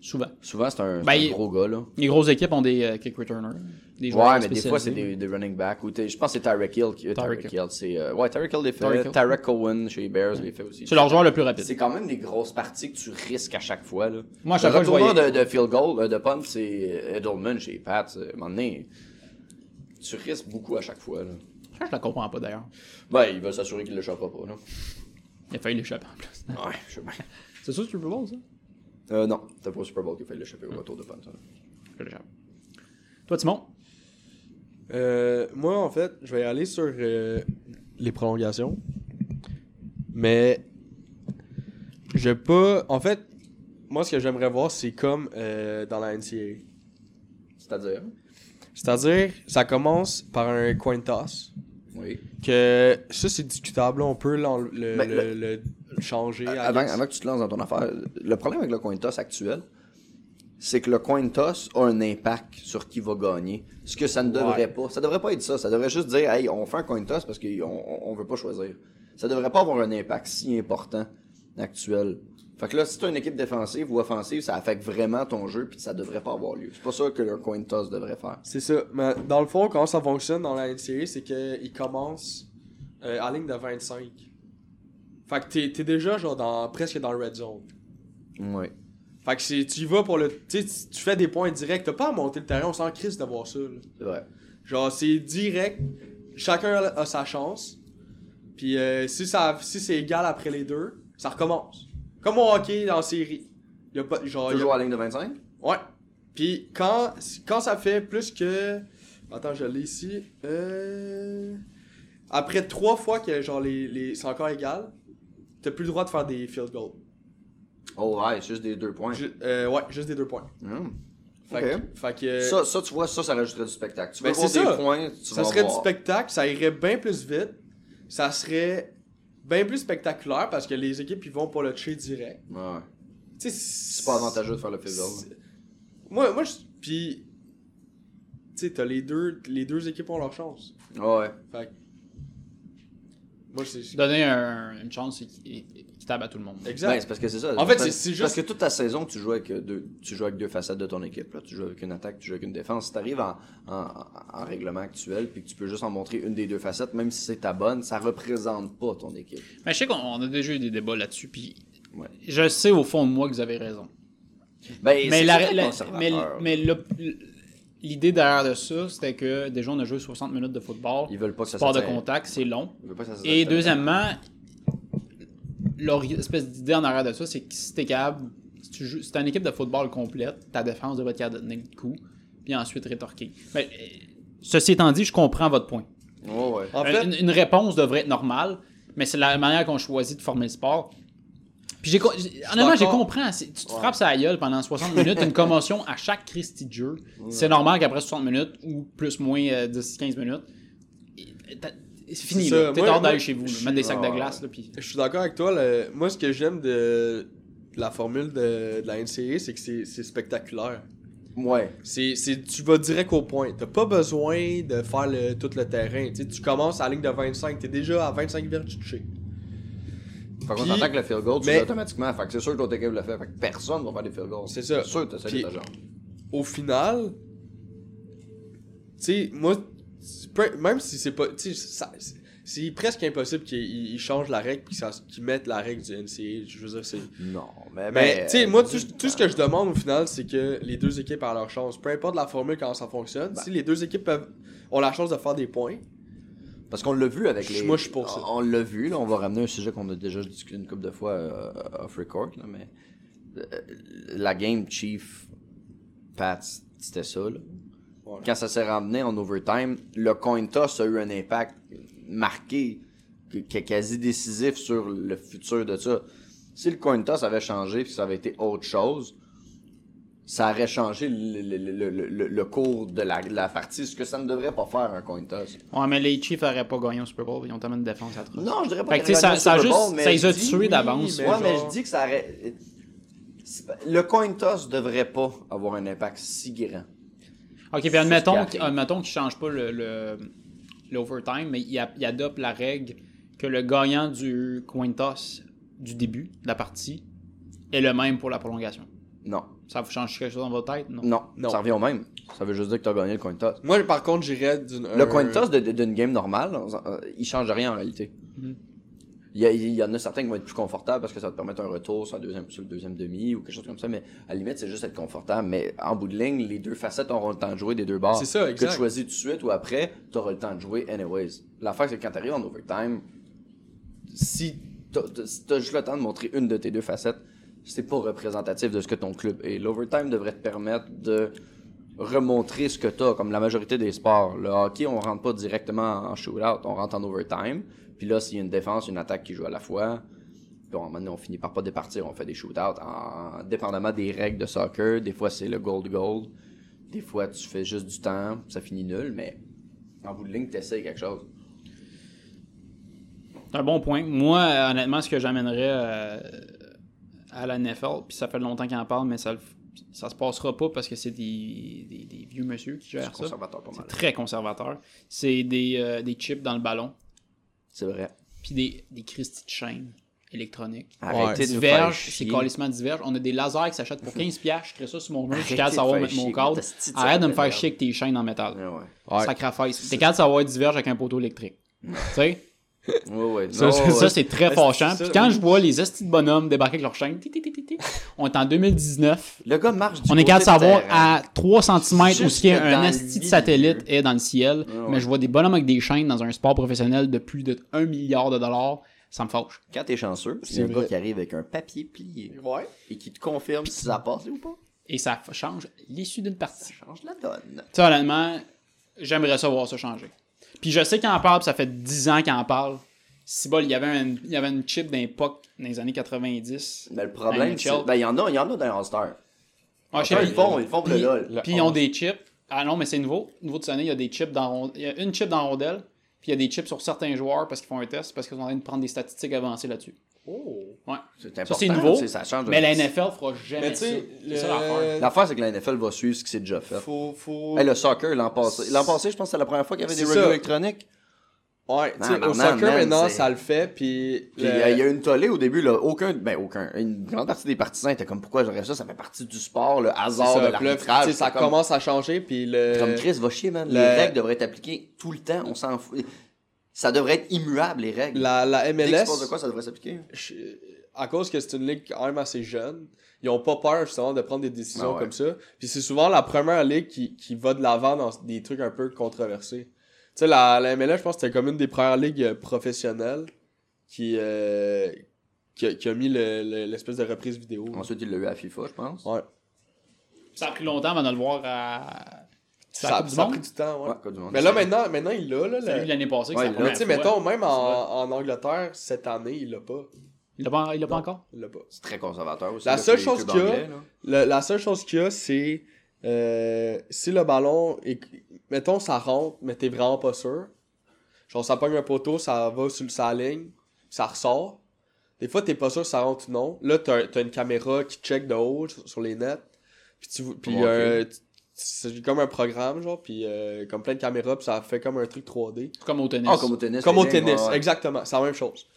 [SPEAKER 2] Souvent.
[SPEAKER 4] Souvent, c'est un, c'est
[SPEAKER 2] Ben,
[SPEAKER 4] un
[SPEAKER 2] il-
[SPEAKER 4] gros gars, là.
[SPEAKER 2] Les grosses équipes ont des euh, kick returners. Des joueurs
[SPEAKER 4] Ouais, mais des fois, c'est
[SPEAKER 2] spécialisés.
[SPEAKER 4] des, des running backs. Ou t'es- je pense que c'est Tyreek Hill. Qui, euh,
[SPEAKER 2] Tyreek
[SPEAKER 4] Tyreek Hill, c'est. euh, ouais, Tyreek Hill les
[SPEAKER 2] Tyreek
[SPEAKER 4] fait.
[SPEAKER 2] Hill.
[SPEAKER 4] Tarek Cohen chez les Bears les fait aussi.
[SPEAKER 2] C'est leur joueur le plus rapide.
[SPEAKER 4] C'est quand même des grosses parties que tu risques à chaque fois. Là.
[SPEAKER 2] Moi, à chaque fois,
[SPEAKER 4] le
[SPEAKER 2] je
[SPEAKER 4] retourneur
[SPEAKER 2] voyais-
[SPEAKER 4] de, de field goal, euh, de punt, c'est Edelman chez les Pats. euh, À un moment donné, tu risques beaucoup à chaque fois. Là.
[SPEAKER 2] Ça, Je la comprends pas, d'ailleurs.
[SPEAKER 4] Ben, il va s'assurer qu'il ne l'échappera pas. Là.
[SPEAKER 2] Il a failli l'échapper, en plus.
[SPEAKER 4] Ouais, je sais bien.
[SPEAKER 2] C'est ça, tu peux voir, ça?
[SPEAKER 4] Euh, non, t'as pas au Super Bowl qu'il fait l'échapper au retour de punt. hein. ça.
[SPEAKER 2] Je l'échappe. Toi, Timon?
[SPEAKER 3] Euh, moi, en fait, je vais aller sur euh, les prolongations. Mais je pas. En fait, moi, ce que j'aimerais voir, c'est comme euh, dans la NCAA.
[SPEAKER 4] C'est-à-dire
[SPEAKER 3] C'est-à-dire, ça commence par un coin toss.
[SPEAKER 4] Oui.
[SPEAKER 3] Que ça, c'est discutable. là, On peut l'en- le,
[SPEAKER 4] Ben,
[SPEAKER 3] le- le changer. à
[SPEAKER 4] Avant,
[SPEAKER 3] guess.
[SPEAKER 4] avant que tu te lances dans ton affaire, le problème avec le coin toss actuel, c'est que le coin toss a un impact sur qui va gagner. Ce que ça ne devrait
[SPEAKER 3] Ouais.
[SPEAKER 4] pas. Ça devrait pas être ça. Ça devrait juste dire, hey, on fait un coin toss parce qu'on on- on veut pas choisir. Ça devrait pas avoir un impact si important actuel. Fait que là, si t'as une équipe défensive ou offensive, ça affecte vraiment ton jeu puis ça devrait pas avoir lieu. C'est pas ça que le coin toss devrait faire.
[SPEAKER 3] C'est ça. Mais dans le fond, comment ça fonctionne dans la NCA, c'est qu'ils commencent euh, à ligne de 25. Fait que t'es, t'es déjà genre dans, presque dans le red zone.
[SPEAKER 4] Ouais.
[SPEAKER 3] Fait que c'est, tu y vas pour le. Tu sais, tu- tu fais des points directs. T'as pas à monter le terrain, on s'en crisse de voir ça. là.
[SPEAKER 4] C'est vrai.
[SPEAKER 3] Genre, c'est direct. Chacun a, a sa chance. Puis euh, si, ça, si c'est égal après les deux, ça recommence. Comme au hockey en série. Y a pas, genre, Ah, y a-
[SPEAKER 4] Toujours à la ligne de 25?
[SPEAKER 3] Ouais. Puis quand, quand ça fait plus que. Attends, je l'ai ici. Euh... Après trois fois que genre les, les... c'est encore égal, t'as plus le droit de faire des field goals.
[SPEAKER 4] Oh, ouais, c'est juste des deux points.
[SPEAKER 3] Ju- euh, ouais, juste des deux points.
[SPEAKER 4] Hmm.
[SPEAKER 3] Fait,
[SPEAKER 4] Ok.
[SPEAKER 3] que, fait que.
[SPEAKER 4] Ça, ça, tu vois, ça, ça rajouterait du spectacle. Tu veux
[SPEAKER 3] Ben,
[SPEAKER 4] voir
[SPEAKER 3] c'est
[SPEAKER 4] des
[SPEAKER 3] ça.
[SPEAKER 4] points, tu
[SPEAKER 3] ça
[SPEAKER 4] vas
[SPEAKER 3] serait
[SPEAKER 4] voir.
[SPEAKER 3] du spectacle, ça irait bien plus vite. Ça serait bien plus spectaculaire parce que les équipes ils vont pour le toucher direct.
[SPEAKER 4] Ouais.
[SPEAKER 3] Tu sais,
[SPEAKER 4] C'est pas avantageux de faire hein. le field goal.
[SPEAKER 3] C'est- Moi, moi je... Puis. Tu sais, t'as les deux, les deux équipes ont leur chance.
[SPEAKER 4] Ouais. Ben,
[SPEAKER 3] Fait que- Moi, c'est. c'est-
[SPEAKER 2] Donner un- une chance équi- équitable à tout le monde.
[SPEAKER 4] Ben,
[SPEAKER 3] Exact.
[SPEAKER 4] c'est parce que c'est ça.
[SPEAKER 3] En fait,
[SPEAKER 4] Parce-
[SPEAKER 3] c'est- c'est juste-
[SPEAKER 4] Parce que toute ta saison, tu joues avec euh, deux, tu joues avec deux facettes de ton équipe. Là. Tu joues avec une attaque, tu joues avec une défense. Si t'arrives en, en, en règlement actuel, puis que tu peux juste en montrer une des deux facettes, même si c'est ta bonne, ça représente pas ton équipe.
[SPEAKER 2] Mais je sais qu'on on a déjà eu des débats là-dessus, puis
[SPEAKER 4] Ouais.
[SPEAKER 2] je sais au fond de moi que vous avez raison.
[SPEAKER 4] Ben,
[SPEAKER 2] mais
[SPEAKER 4] c'est
[SPEAKER 2] la-
[SPEAKER 4] très
[SPEAKER 2] la- mais,
[SPEAKER 4] conservateur.
[SPEAKER 2] mais l'op- l'idée derrière de ça, c'était que déjà on a joué 60 minutes de football.
[SPEAKER 4] Ils veulent pas que ça
[SPEAKER 2] Sport de
[SPEAKER 4] s'éteigne.
[SPEAKER 2] contact, c'est long.
[SPEAKER 4] Je veux pas que ça
[SPEAKER 2] Et
[SPEAKER 4] s'attelle.
[SPEAKER 2] deuxièmement, leur espèce d'idée en arrière de ça, c'est que si t'es capable, si tu joues, si t'as une équipe de football complète, ta défense devrait être capable de tenir le coup, puis ensuite rétorquer. Mais, euh, ceci étant dit, je comprends votre point.
[SPEAKER 4] Ouais, ouais.
[SPEAKER 3] En
[SPEAKER 2] Une-
[SPEAKER 3] fait,
[SPEAKER 2] Euh, une, une réponse devrait être normale, mais c'est la manière qu'on choisit de former le sport. Puis j'ai, co- j'ai- honnêtement, j'ai
[SPEAKER 3] d'accord.
[SPEAKER 2] compris. hein, c'est- Tu te frappes sa gueule pendant 60 minutes, une commotion à chaque Christie de jeu. C'est normal qu'après 60 minutes, ou plus moins 10-15 minutes, et t'as- c'est fini.
[SPEAKER 3] C'est
[SPEAKER 2] là.
[SPEAKER 3] ça.
[SPEAKER 2] T'es
[SPEAKER 3] Moi-
[SPEAKER 2] hors
[SPEAKER 3] moi,
[SPEAKER 2] d'aller chez vous, là,
[SPEAKER 3] je
[SPEAKER 2] mettre des
[SPEAKER 4] suis-
[SPEAKER 2] sacs de
[SPEAKER 4] ah,
[SPEAKER 2] glace. Là, puis...
[SPEAKER 3] je suis d'accord avec toi. le- Moi, ce que j'aime de... de la formule de, de la NCA, c'est que c'est c'est spectaculaire.
[SPEAKER 4] Ouais.
[SPEAKER 3] C'est c'est- tu vas direct au point. T'as pas besoin de faire le- tout le terrain. Tu sais, tu commences à la ligne de 25, t'es déjà à 25 verts du toucher.
[SPEAKER 4] Fait qu'on
[SPEAKER 3] Puis-
[SPEAKER 4] s'entend que le field goal, tu
[SPEAKER 3] mais-
[SPEAKER 4] l'as automatiquement. Fait que c'est sûr que l'autre équipe le fait. Fait que personne va faire des field goals.
[SPEAKER 3] C'est ça.
[SPEAKER 4] sûr que t'as ça
[SPEAKER 3] Puis-
[SPEAKER 4] ta jambe.
[SPEAKER 3] Au final, tu sais, moi, c'est peu- même si c'est pas, tu sais, ça- c'est- c'est presque impossible qu'ils ils- ils changent la règle puis que ça- qu'ils mettent la règle du NCA. Je veux dire, c'est
[SPEAKER 4] Non, mais. euh,
[SPEAKER 3] Mais, tu sais, moi, tout,
[SPEAKER 4] tu
[SPEAKER 3] tout ce que je demande au final, c'est que les deux équipes aient leur chance. Peu importe la formule, comment ça fonctionne,
[SPEAKER 4] Ben.
[SPEAKER 3] si les deux équipes peuvent- ont la chance de faire des points,
[SPEAKER 4] Parce qu'on l'a vu avec
[SPEAKER 3] Je-
[SPEAKER 4] les.
[SPEAKER 3] moi, je suis pour ça.
[SPEAKER 4] On, on l'a vu, là. On va ramener un sujet qu'on a déjà discuté une couple de fois euh, off record, là, mais. euh, la game Chief Pat, c'était ça. Là. Quand ça s'est ramené en overtime, le coin toss a eu un impact marqué, qui qui est quasi décisif sur le futur de ça. Si le coin toss avait changé puis ça avait été autre chose, ça aurait changé le, le- le- le- le- le cours de la, la partie, ce que ça ne devrait pas faire un coin toss.
[SPEAKER 2] Ouais, mais les Chiefs n'auraient pas gagné au Super Bowl. Ils ont tellement de défense à trois.
[SPEAKER 4] Non, je dirais pas
[SPEAKER 2] Fait que, tu sais, ça,
[SPEAKER 4] qu'elle
[SPEAKER 2] ça a
[SPEAKER 4] aurait
[SPEAKER 2] juste,
[SPEAKER 4] gagné le Super Bowl, mais
[SPEAKER 2] ça les a
[SPEAKER 4] je dis
[SPEAKER 2] tués
[SPEAKER 4] oui,
[SPEAKER 2] d'avance.
[SPEAKER 4] Ouais,
[SPEAKER 3] mais
[SPEAKER 4] mais
[SPEAKER 3] genre-
[SPEAKER 4] je dis que ça aurait. c'est pas- Le coin toss devrait pas avoir un impact si grand.
[SPEAKER 2] Ok, puis admettons,
[SPEAKER 4] C'est ce qui arrive.
[SPEAKER 2] admettons qu'il ne change pas le- le- l'overtime, mais il, a- il adopte la règle que le gagnant du coin toss du début de la partie est le même pour la prolongation.
[SPEAKER 4] Non.
[SPEAKER 2] Ça vous change quelque chose dans votre tête? Non.
[SPEAKER 4] Non.
[SPEAKER 3] Non.
[SPEAKER 4] Ça revient au même. Ça veut juste dire que t'as gagné le coin toss.
[SPEAKER 3] Moi, par contre, j'irais d'une.
[SPEAKER 4] Le coin toss de- de- d'une game normale, on- euh, il change rien en réalité.
[SPEAKER 3] Mm-hmm.
[SPEAKER 4] Il y, a- il y en a certains qui vont être plus confortables parce que ça va te permettre un retour sur, la deuxième, sur le deuxième demi ou quelque chose comme ça, mais à la limite, c'est juste être confortable. Mais en bout de ligne, les deux facettes auront le temps de jouer des deux bords.
[SPEAKER 3] C'est ça, exact.
[SPEAKER 4] Que tu choisis tout de suite ou après, tu auras le temps de jouer anyways. L'affaire, c'est que quand tu arrives en overtime, si tu as juste le temps de montrer une de tes deux facettes, c'est pas représentatif de ce que ton club est. L'overtime devrait te permettre de remontrer ce que tu as, comme la majorité des sports. Le hockey, on rentre pas directement en shootout, on rentre en overtime. Puis là, s'il y a une défense, une attaque qui joue à la fois, puis on, maintenant, on finit par pas départir, on fait des shootouts. En, dépendamment des règles de soccer, des fois c'est le gold-gold, des fois tu fais juste du temps, ça finit nul, mais en bout de ligne, tu quelque chose.
[SPEAKER 2] C'est un bon point. Moi, euh, honnêtement, ce que j'amènerais euh, à la NFL, puis ça fait longtemps qu'on en parle, mais ça, le f- ça se passera pas parce que c'est des, des- des vieux monsieur qui
[SPEAKER 4] C'est
[SPEAKER 2] gèrent ça.
[SPEAKER 4] conservateur pas mal.
[SPEAKER 2] C'est très conservateur. C'est des, euh, des chips dans le ballon,
[SPEAKER 4] C'est vrai.
[SPEAKER 2] puis des, des Christie de chaîne électronique.
[SPEAKER 4] Arrêtez de nous faire
[SPEAKER 2] Diverge, c'est
[SPEAKER 4] chier.
[SPEAKER 2] calissement diverge. On a des lasers qui s'achètent pour 15$. piastres. Je crée ça sur mon mur. Je suis capable de
[SPEAKER 4] Arrêtez de
[SPEAKER 2] savoir
[SPEAKER 4] faire
[SPEAKER 2] mettre mon
[SPEAKER 4] chier,
[SPEAKER 2] cadre.
[SPEAKER 4] mais t'as ce petit
[SPEAKER 2] Arrête de me
[SPEAKER 4] sac de
[SPEAKER 2] faire
[SPEAKER 4] merde.
[SPEAKER 2] chier avec tes chaînes en métal.
[SPEAKER 4] Ouais, ouais.
[SPEAKER 2] Sacrifice. T'es capable de savoir diverge avec un poteau électrique. tu sais?
[SPEAKER 4] Ouais, ouais.
[SPEAKER 3] Ça,
[SPEAKER 4] Non,
[SPEAKER 3] c'est-
[SPEAKER 4] ouais.
[SPEAKER 2] Ça, c'est très
[SPEAKER 3] Ouais,
[SPEAKER 2] fâchant.
[SPEAKER 3] c'est ça,
[SPEAKER 2] Puis quand
[SPEAKER 3] oui.
[SPEAKER 2] je vois les estis de bonhommes débarquer avec leur chaîne, ti, ti, ti, ti, ti, on est en 2019.
[SPEAKER 4] Le gars marche du
[SPEAKER 2] On est
[SPEAKER 4] côté
[SPEAKER 2] capable de savoir
[SPEAKER 4] terrain.
[SPEAKER 2] à 3 cm où
[SPEAKER 4] Juste
[SPEAKER 2] ce qu'il y a
[SPEAKER 4] dans
[SPEAKER 2] un
[SPEAKER 4] le
[SPEAKER 2] esti de
[SPEAKER 4] milieu.
[SPEAKER 2] satellite est dans le ciel.
[SPEAKER 4] ouais.
[SPEAKER 2] Mais je vois des bonhommes avec des chaînes dans un sport professionnel de plus de 1 milliard de dollars. Ça me fâche.
[SPEAKER 4] Quand t'es chanceux, c'est
[SPEAKER 3] C'est
[SPEAKER 4] un gars
[SPEAKER 3] vrai.
[SPEAKER 4] qui arrive avec un papier plié
[SPEAKER 3] Ouais.
[SPEAKER 4] et qui te confirme si ça passe ou pas.
[SPEAKER 2] Et ça f- change l'issue d'une partie.
[SPEAKER 4] Change la donne.
[SPEAKER 2] Tu sais, honnêtement, j'aimerais ça voir ça changer. Puis je sais qu'il en parle, puis ça fait 10 ans qu'il en parle. Si bol, il y avait un- il y avait une chip d'un POC dans les années 90.
[SPEAKER 4] Mais le
[SPEAKER 2] Dans
[SPEAKER 4] problème,
[SPEAKER 2] NHL.
[SPEAKER 4] c'est. Ben, il y en a, il y en a dans All-Star.
[SPEAKER 2] Ouais, je sais
[SPEAKER 4] All-Star,
[SPEAKER 2] pas,
[SPEAKER 4] Ils le font, ils le font pour le
[SPEAKER 2] Ah, Puis-
[SPEAKER 4] LOL.
[SPEAKER 2] Puis ils ont des chips. Ah non, mais c'est nouveau. Nouveau de cette année, il y a des chips dans rond- il y a une chip dans la rondelle, puis il y a des chips sur certains joueurs parce qu'ils font un test parce qu'ils sont en train de prendre des statistiques avancées là-dessus. Ouais.
[SPEAKER 4] C'est
[SPEAKER 2] Ça
[SPEAKER 4] important.
[SPEAKER 2] c'est nouveau.
[SPEAKER 4] c'est- Ça change.
[SPEAKER 2] mais la NFL fera jamais
[SPEAKER 3] Oh. Mais tu
[SPEAKER 2] ça.
[SPEAKER 3] sais,
[SPEAKER 2] C'est ça l'affaire.
[SPEAKER 3] le-
[SPEAKER 4] L'affaire, c'est que la NFL va suivre ce qui s'est déjà fait.
[SPEAKER 3] Faut. faut...
[SPEAKER 4] Hey, le soccer, l'an passé. L'an passé, je pense que c'est la première fois qu'il y avait des
[SPEAKER 3] C'est
[SPEAKER 4] radios
[SPEAKER 3] ça.
[SPEAKER 4] électroniques.
[SPEAKER 3] Ouais, tu sais,
[SPEAKER 4] Non,
[SPEAKER 3] au
[SPEAKER 4] non,
[SPEAKER 3] soccer,
[SPEAKER 4] man,
[SPEAKER 3] maintenant,
[SPEAKER 4] c'est-
[SPEAKER 3] ça le fait, puis.
[SPEAKER 4] Puis, euh, il y a une tollée au début, là. Aucun. Ben, aucun. Une grande partie des partisans étaient comme pourquoi j'aurais ça, ça fait partie du sport, le hasard
[SPEAKER 3] ça,
[SPEAKER 4] de
[SPEAKER 3] puis là,
[SPEAKER 4] l'arbitrage.
[SPEAKER 3] tu sais, ça
[SPEAKER 4] C'est comme-
[SPEAKER 3] commence à changer, puis le.
[SPEAKER 4] Comme Chris va chier, man. Les
[SPEAKER 3] le-
[SPEAKER 4] règles devraient être appliquées tout le temps. On s'en fout. Ça devrait être immuable, les règles.
[SPEAKER 3] La, la
[SPEAKER 4] Dès qu'il se
[SPEAKER 3] MLS,
[SPEAKER 4] passe de quoi, ça devrait s'appliquer.
[SPEAKER 3] je- à cause que c'est une ligue quand même assez jeune, ils ont pas peur justement de prendre des décisions
[SPEAKER 4] Ah ouais.
[SPEAKER 3] comme ça. Puis c'est souvent la première ligue qui, qui va de l'avant dans des trucs un peu controversés. Tu sais, la, la MLS, je pense que c'était comme une des premières ligues euh, professionnelles qui, euh, qui, a, qui a mis le- le- l'espèce de reprise vidéo.
[SPEAKER 4] Ensuite, il l'a eu à FIFA, je pense.
[SPEAKER 3] Ouais.
[SPEAKER 2] Ça a pris longtemps avant de le voir à.
[SPEAKER 3] Ça,
[SPEAKER 2] Ça, la Coupe du
[SPEAKER 3] ça a
[SPEAKER 2] Monde.
[SPEAKER 3] pris du temps, ouais.
[SPEAKER 4] Ouais, Coupe du Monde.
[SPEAKER 3] Mais là, maintenant, maintenant il l'a, là.
[SPEAKER 2] C'est lui
[SPEAKER 3] le-
[SPEAKER 2] l'année passée. que c'est
[SPEAKER 4] Ouais,
[SPEAKER 2] la
[SPEAKER 4] là,
[SPEAKER 2] première
[SPEAKER 3] Tu sais,
[SPEAKER 2] fois.
[SPEAKER 3] mettons, même en, en Angleterre, cette année, il l'a pas.
[SPEAKER 2] Il l'a pas, il l'a pas
[SPEAKER 3] Non.
[SPEAKER 2] encore.
[SPEAKER 3] Il l'a pas.
[SPEAKER 4] C'est très conservateur aussi.
[SPEAKER 3] La
[SPEAKER 4] là,
[SPEAKER 3] seule
[SPEAKER 4] les
[SPEAKER 3] chose
[SPEAKER 4] clubs
[SPEAKER 3] qu'il y a-
[SPEAKER 4] anglais, là.
[SPEAKER 3] Le- la seule chose qu'il y a, c'est euh, si le ballon est. Mettons, ça rentre, mais t'es vraiment pas sûr. Genre, ça pogne un poteau, ça va sur le- sa ligne, ça ressort. Des fois, t'es pas sûr si ça rentre ou non. Là, t'as t'as une caméra qui check de haut sur, sur les nets. Puis tu vois- puis,
[SPEAKER 4] Ouais, ok.
[SPEAKER 3] euh, tu- c'est comme un programme, genre, puis euh, comme plein de caméras, puis ça fait comme un truc 3D.
[SPEAKER 2] Comme au tennis.
[SPEAKER 4] Ah, comme au tennis.
[SPEAKER 3] Comme
[SPEAKER 4] les
[SPEAKER 3] au
[SPEAKER 4] lignes,
[SPEAKER 3] tennis,
[SPEAKER 4] ouais, ouais.
[SPEAKER 3] exactement, c'est la même chose.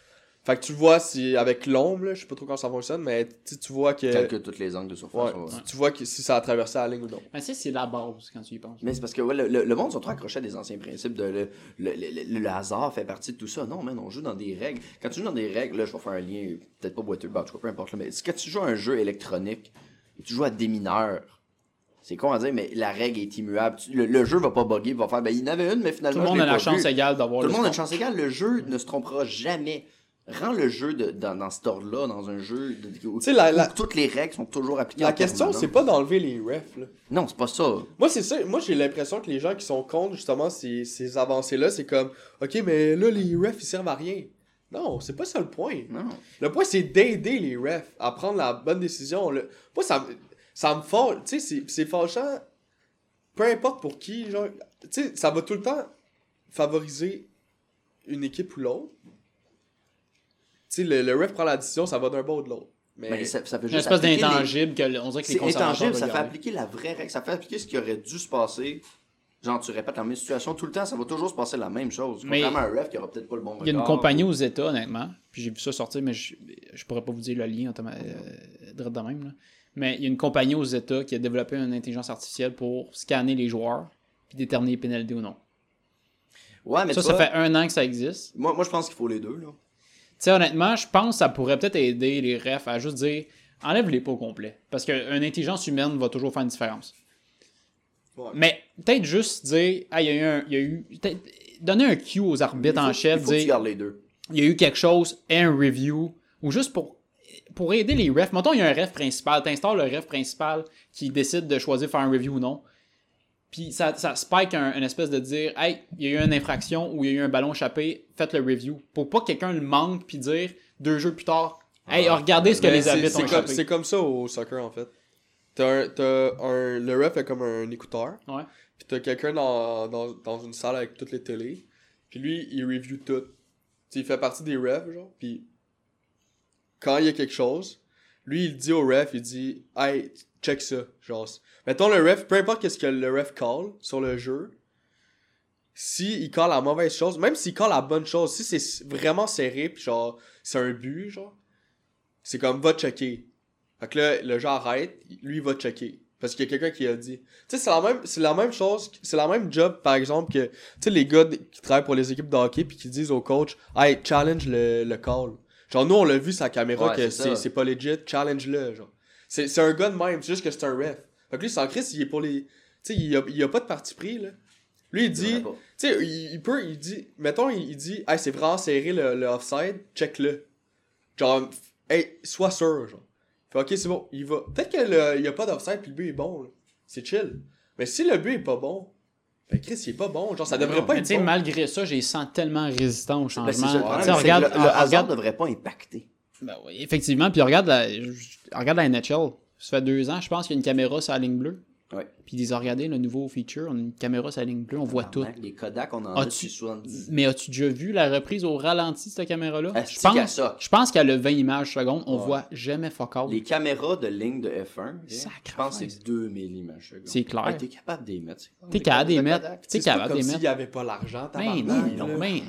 [SPEAKER 3] Fait que tu vois si avec l'ombre, là, je sais pas trop comment ça fonctionne, mais tu tu vois que
[SPEAKER 4] Calcule toutes les angles de surface.
[SPEAKER 3] Ouais,
[SPEAKER 4] ouais.
[SPEAKER 3] Tu, tu vois que si ça a traversé la ligne ou non.
[SPEAKER 2] Mais tu sais, c'est la base quand tu y penses.
[SPEAKER 4] Mais c'est parce que ouais, le, le- le monde sont trop accrochés à des anciens principes de le, le- le- le- le hasard fait partie de tout ça. Non, man, on joue dans des règles. Quand tu joues dans des règles, là, je vais faire un lien, peut-être pas boiteux, bah, en tout cas, peu importe. là, mais quand tu joues à un jeu électronique, et tu joues à des mineurs, c'est con à dire, mais la règle est immuable. Tu- le, le jeu va pas bugger, il va faire, ben, il y en avait une, mais
[SPEAKER 2] Tout
[SPEAKER 4] finalement,
[SPEAKER 2] le monde
[SPEAKER 4] je
[SPEAKER 2] a
[SPEAKER 4] l'ai
[SPEAKER 2] la
[SPEAKER 4] pas
[SPEAKER 2] chance
[SPEAKER 4] vue.
[SPEAKER 2] égale d'avoir
[SPEAKER 4] Tout le monde a
[SPEAKER 2] sport.
[SPEAKER 4] une chance égale. Le jeu ne se trompera jamais. Rends le jeu de- dans, dans cet ordre-là, dans un jeu de- où,
[SPEAKER 3] Tu sais, la-
[SPEAKER 4] où
[SPEAKER 3] la-
[SPEAKER 4] toutes les règles sont toujours appliquées.
[SPEAKER 3] La
[SPEAKER 4] en
[SPEAKER 3] question,
[SPEAKER 4] permanence.
[SPEAKER 3] c'est pas d'enlever les refs, là.
[SPEAKER 4] Non, c'est pas ça.
[SPEAKER 3] Moi, c'est ça. Moi, j'ai l'impression que les gens qui sont contre, justement, ces, ces avancées-là, c'est comme, OK, mais là, les refs, ils servent à rien. Non, c'est pas ça le point.
[SPEAKER 4] Non.
[SPEAKER 3] Le point, c'est d'aider les refs à prendre la bonne décision. Le... Moi, ça, me- ça me fâche. Tu sais, c'est- c'est fâchant. Peu importe pour qui, genre. Tu sais, ça va tout le temps favoriser une équipe ou l'autre. Tu sais, le, le ref prend la décision, ça va d'un bord ou de l'autre. Mais,
[SPEAKER 4] Mais Ben, ça, ça fait
[SPEAKER 2] Une
[SPEAKER 4] juste
[SPEAKER 2] espèce
[SPEAKER 4] appliquer les-
[SPEAKER 2] d'intangible que le- on dirait que les
[SPEAKER 4] C'est
[SPEAKER 2] conservateurs
[SPEAKER 4] intangible,
[SPEAKER 2] veulent
[SPEAKER 4] ça fait
[SPEAKER 2] garder.
[SPEAKER 4] appliquer la vraie règle, ça fait appliquer ce qui aurait dû se passer. Genre, tu répètes la même situation tout le temps, ça va toujours se passer la même chose.
[SPEAKER 2] Mais-
[SPEAKER 4] Contrairement à un ref qui aura peut-être pas le bon
[SPEAKER 2] Il y a une
[SPEAKER 4] regard.
[SPEAKER 2] compagnie aux États, honnêtement. Puis j'ai vu ça sortir, mais je, je pourrais pas vous dire le lien, autrement- euh, direct de même. là. Mais il y a une compagnie aux États qui a développé une intelligence artificielle pour scanner les joueurs puis déterminer les pénalités ou non.
[SPEAKER 4] Ouais, mais
[SPEAKER 2] Ça,
[SPEAKER 4] tu
[SPEAKER 2] ça
[SPEAKER 4] vois,
[SPEAKER 2] fait un an que ça existe.
[SPEAKER 4] moi, moi, je pense qu'il faut les deux. Là.
[SPEAKER 2] Tu sais, honnêtement, je pense que ça pourrait peut-être aider les refs à juste dire enlève-les pas au complet. Parce qu'une intelligence humaine va toujours faire une différence.
[SPEAKER 3] Ouais.
[SPEAKER 2] Mais peut-être juste dire ah, il y a eu. un- il y a eu peut-être donner un cue aux arbitres
[SPEAKER 4] Il faut-
[SPEAKER 2] en chef,
[SPEAKER 4] il faut que tu
[SPEAKER 2] dire
[SPEAKER 4] gardes les deux.
[SPEAKER 2] il y a eu quelque chose, et un review, ou juste pour, pour aider les refs. Mettons, il y a un ref principal, t'installes le ref principal qui décide de choisir de faire un review ou non. Puis ça, ça spike un, une espèce de dire Hey, il y a eu une infraction ou il y a eu un ballon échappé, faites le review. Pour pas que quelqu'un le manque puis dire deux jeux plus tard Hey,
[SPEAKER 4] Ah.
[SPEAKER 2] regardez ce que
[SPEAKER 3] Ben,
[SPEAKER 2] les
[SPEAKER 3] c'est-
[SPEAKER 2] arbitres
[SPEAKER 3] c'est
[SPEAKER 2] ont
[SPEAKER 3] comme,
[SPEAKER 2] échappé.
[SPEAKER 3] c'est comme ça au soccer, en fait. T'as un, t'as un- le ref est comme un écouteur.
[SPEAKER 2] Ouais.
[SPEAKER 3] Puis t'as quelqu'un dans, dans, dans une salle avec toutes les télés. Puis lui, il review tout. Tu sais, il fait partie des refs, genre. Puis quand il y a quelque chose, lui, il dit au ref, il dit « Hey, check ça. » Genre, c'est- mettons le ref, peu importe qu'est-ce que le ref call sur le jeu, si il call la mauvaise chose, même s'il call la bonne chose, si c'est vraiment serré, puis genre, c'est un but, genre, c'est comme « Va checker. » Fait que là, le genre arrête, lui, il va checker. Parce qu'il y a quelqu'un qui a dit. Tu sais, c'est la même, c'est la même chose, c'est la même job, par exemple, que, tu sais, les gars d- qui travaillent pour les équipes de hockey puis qui disent au coach, hey, challenge le, le call. Genre, nous, on l'a vu, sa caméra,
[SPEAKER 4] Ouais,
[SPEAKER 3] que
[SPEAKER 4] c'est
[SPEAKER 3] c'est,
[SPEAKER 4] ça.
[SPEAKER 3] c'est pas legit, challenge-le, genre. C'est, c'est un gars de même, c'est juste que c'est un ref. Fait que lui, sans Chris, il est pour les, tu sais, il a, il a pas de parti pris, là. Lui, il dit,
[SPEAKER 4] devrait pas.
[SPEAKER 3] tu sais, il, il peut, il dit, mettons, il, il dit, hey, c'est vraiment serré le, le offside, check-le. Genre, f- hey, sois sûr, genre. Fait, ok, c'est bon, il va. Peut-être qu'il n'y a pas d'offside puis le but est bon, là. C'est chill. Mais si le but est pas bon, ben Chris, il est pas bon, genre, ça devrait pas
[SPEAKER 2] Mais
[SPEAKER 3] être
[SPEAKER 2] tu sais,
[SPEAKER 3] bon.
[SPEAKER 2] malgré ça, j'ai sens tellement résistant au
[SPEAKER 4] Ben, c'est
[SPEAKER 2] changement.
[SPEAKER 4] ça le problème,
[SPEAKER 2] Tu sais,
[SPEAKER 4] c'est que
[SPEAKER 2] regarde,
[SPEAKER 4] le, le hasard
[SPEAKER 2] regarde-
[SPEAKER 4] devrait pas impacter.
[SPEAKER 2] Ben oui, effectivement. Puis regarde la, je- je- regarde la NHL. Ça fait deux ans, je pense qu'il y a une caméra sur la ligne bleue.
[SPEAKER 4] Ouais.
[SPEAKER 2] Puis ils ont regardé le nouveau feature, on a une caméra sur la ligne bleue, on voit tout.
[SPEAKER 4] Tabarnak, Les Kodak, on en
[SPEAKER 2] Ah,
[SPEAKER 4] a
[SPEAKER 2] tu-
[SPEAKER 4] depuis 70.
[SPEAKER 2] Mais as-tu déjà vu la reprise au ralenti de cette caméra-là?
[SPEAKER 4] Asti
[SPEAKER 2] Je pense,
[SPEAKER 4] qu'à Ah, ça.
[SPEAKER 2] je pense qu'elle a 20 images secondes, on voit jamais fuck all.
[SPEAKER 4] Les caméras de ligne de F1, je pense
[SPEAKER 2] Sacrifice.
[SPEAKER 4] que c'est 2000 images. secondes.
[SPEAKER 2] C'est clair.
[SPEAKER 4] Ouais, Ah, T'es capable d'y mettre. c'est clair.
[SPEAKER 2] T'es
[SPEAKER 4] Les
[SPEAKER 2] capable d'y
[SPEAKER 4] caméras de
[SPEAKER 2] mettre. T'es
[SPEAKER 4] Kodak.
[SPEAKER 3] C'est pas
[SPEAKER 2] capable
[SPEAKER 3] comme
[SPEAKER 2] d'y
[SPEAKER 3] s'il
[SPEAKER 2] mettre.
[SPEAKER 3] n'y avait pas l'argent,
[SPEAKER 2] Ben
[SPEAKER 3] tabarnak,
[SPEAKER 2] non,
[SPEAKER 3] là.
[SPEAKER 2] ben-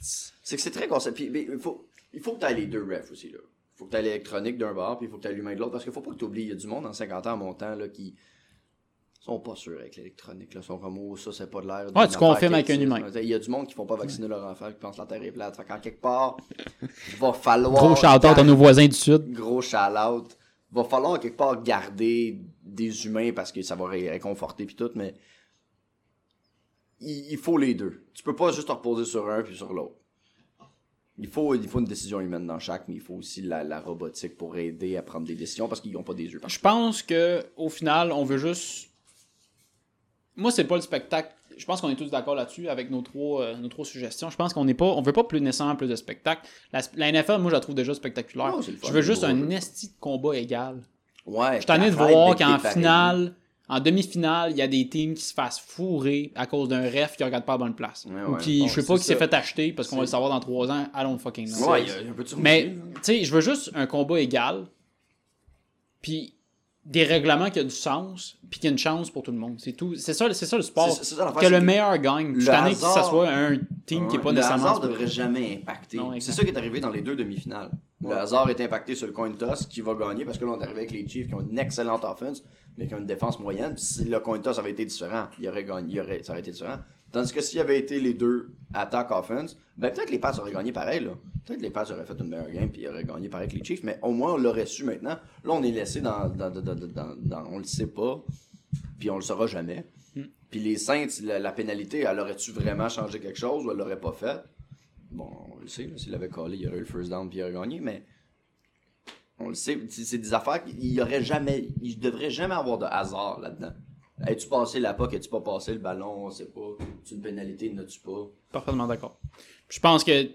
[SPEAKER 4] C'est que c'est très concept. Puis, mais il faut, il faut que tu les deux refs aussi. Là. faut que tu l'électronique d'un bord, puis il faut que tu l'humain de l'autre. Parce qu'il faut pas que tu oublies, il y a du monde en 50 ans en montant là, qui sont pas sûrs avec l'électronique. Là. Ils sont comme, oh, ça, c'est pas de l'air. d'une
[SPEAKER 2] Ouais, Ah, tu
[SPEAKER 4] affaire
[SPEAKER 2] confirmes
[SPEAKER 4] qui
[SPEAKER 2] avec un
[SPEAKER 4] existe.
[SPEAKER 2] humain.
[SPEAKER 4] Il y a du monde qui font pas vacciner leur enfant, qui pensent que la terre est plate. Fait qu'en quelque part, il va falloir.
[SPEAKER 2] Gros shout-out à nos voisins du Sud.
[SPEAKER 4] Gros shout-out. Va falloir quelque part garder des humains parce que ça va ré- réconforter puis tout, mais il, il faut les deux. Tu peux pas juste te reposer sur un puis sur l'autre. Il faut, il faut une décision humaine dans chaque, mais il faut aussi la, la robotique pour aider à prendre des décisions parce qu'ils n'ont pas des yeux.
[SPEAKER 2] Je pense que au final, on veut juste. Moi, c'est pas le spectacle. Je pense qu'on est tous d'accord là-dessus avec nos trois, euh, nos trois suggestions. Je pense qu'on n'est pas, on veut pas plus nécessairement plus de spectacle. La, la NFL, moi, je la trouve déjà spectaculaire.
[SPEAKER 4] Ouais, Oh, c'est le fun,
[SPEAKER 2] je veux
[SPEAKER 4] c'est
[SPEAKER 2] juste
[SPEAKER 4] beau, hein.
[SPEAKER 2] un
[SPEAKER 4] là.
[SPEAKER 2] esti de combat égal.
[SPEAKER 4] Ouais,
[SPEAKER 2] Je suis tanné de
[SPEAKER 4] arrête
[SPEAKER 2] voir
[SPEAKER 4] d'être
[SPEAKER 2] qu'en
[SPEAKER 4] dépareillé.
[SPEAKER 2] finale, en demi-finale, il y a des teams qui se fassent fourrer à cause d'un ref qui regarde pas à bonne place.
[SPEAKER 4] Ouais,
[SPEAKER 2] Ou
[SPEAKER 4] ouais.
[SPEAKER 2] qui,
[SPEAKER 3] Bon,
[SPEAKER 2] je sais
[SPEAKER 3] c'est
[SPEAKER 2] pas, qui
[SPEAKER 3] ça.
[SPEAKER 2] s'est fait acheter parce qu'on va le savoir dans trois ans. Allons le fucking know.
[SPEAKER 4] Ouais, il y a- il y a un peu de surmontée,
[SPEAKER 2] Mais,
[SPEAKER 4] là.
[SPEAKER 2] tu sais, je veux juste un combat égal, puis des règlements qui ont du sens, puis qu'il y a une chance pour tout le monde. C'est tout. C'est ça, c'est ça le sport.
[SPEAKER 4] C'est- c'est ça l'affaire,
[SPEAKER 2] que le
[SPEAKER 4] c'est que
[SPEAKER 2] meilleur gagne. Puis Je suis
[SPEAKER 4] le
[SPEAKER 2] tanné que ça
[SPEAKER 4] hasard-
[SPEAKER 2] soit un team qui est pas
[SPEAKER 4] le
[SPEAKER 2] nécessairement.
[SPEAKER 4] hasard devrait jamais impacter.
[SPEAKER 2] Non,
[SPEAKER 4] c'est
[SPEAKER 2] exact.
[SPEAKER 4] ça qui est arrivé dans les deux demi-finales. Le hasard est impacté sur le coin toss qui va gagner parce que là on est arrivé avec les Chiefs qui ont une excellente offense mais qui ont une défense moyenne. Puis si le coin toss avait été différent, il aurait gagné, il aurait, ça aurait été différent. Tandis que s'il y avait été les deux attaques offense, ben peut-être que les Pats auraient gagné pareil là. Peut-être que les Pats auraient fait une meilleure game puis ils auraient gagné pareil que les Chiefs, mais au moins on l'aurait su maintenant. Là on est laissé dans, dans, dans, dans- dans- dans- on le sait pas puis on le saura jamais.
[SPEAKER 2] Hmm.
[SPEAKER 4] Puis les Saints, la, la pénalité, elle aurait-tu vraiment changé quelque chose ou elle l'aurait pas fait? bon, on le sait, là, s'il avait collé, il aurait eu le first down puis il aurait gagné, mais on le sait, c'est c'est des affaires qu'il y aurait jamais, il devrait jamais avoir de hasard là-dedans. As-tu passé la POC, as-tu pas passé le ballon, on sait pas, tu une pénalité, n'as-tu pas?
[SPEAKER 2] Parfaitement d'accord. Puis Je pense que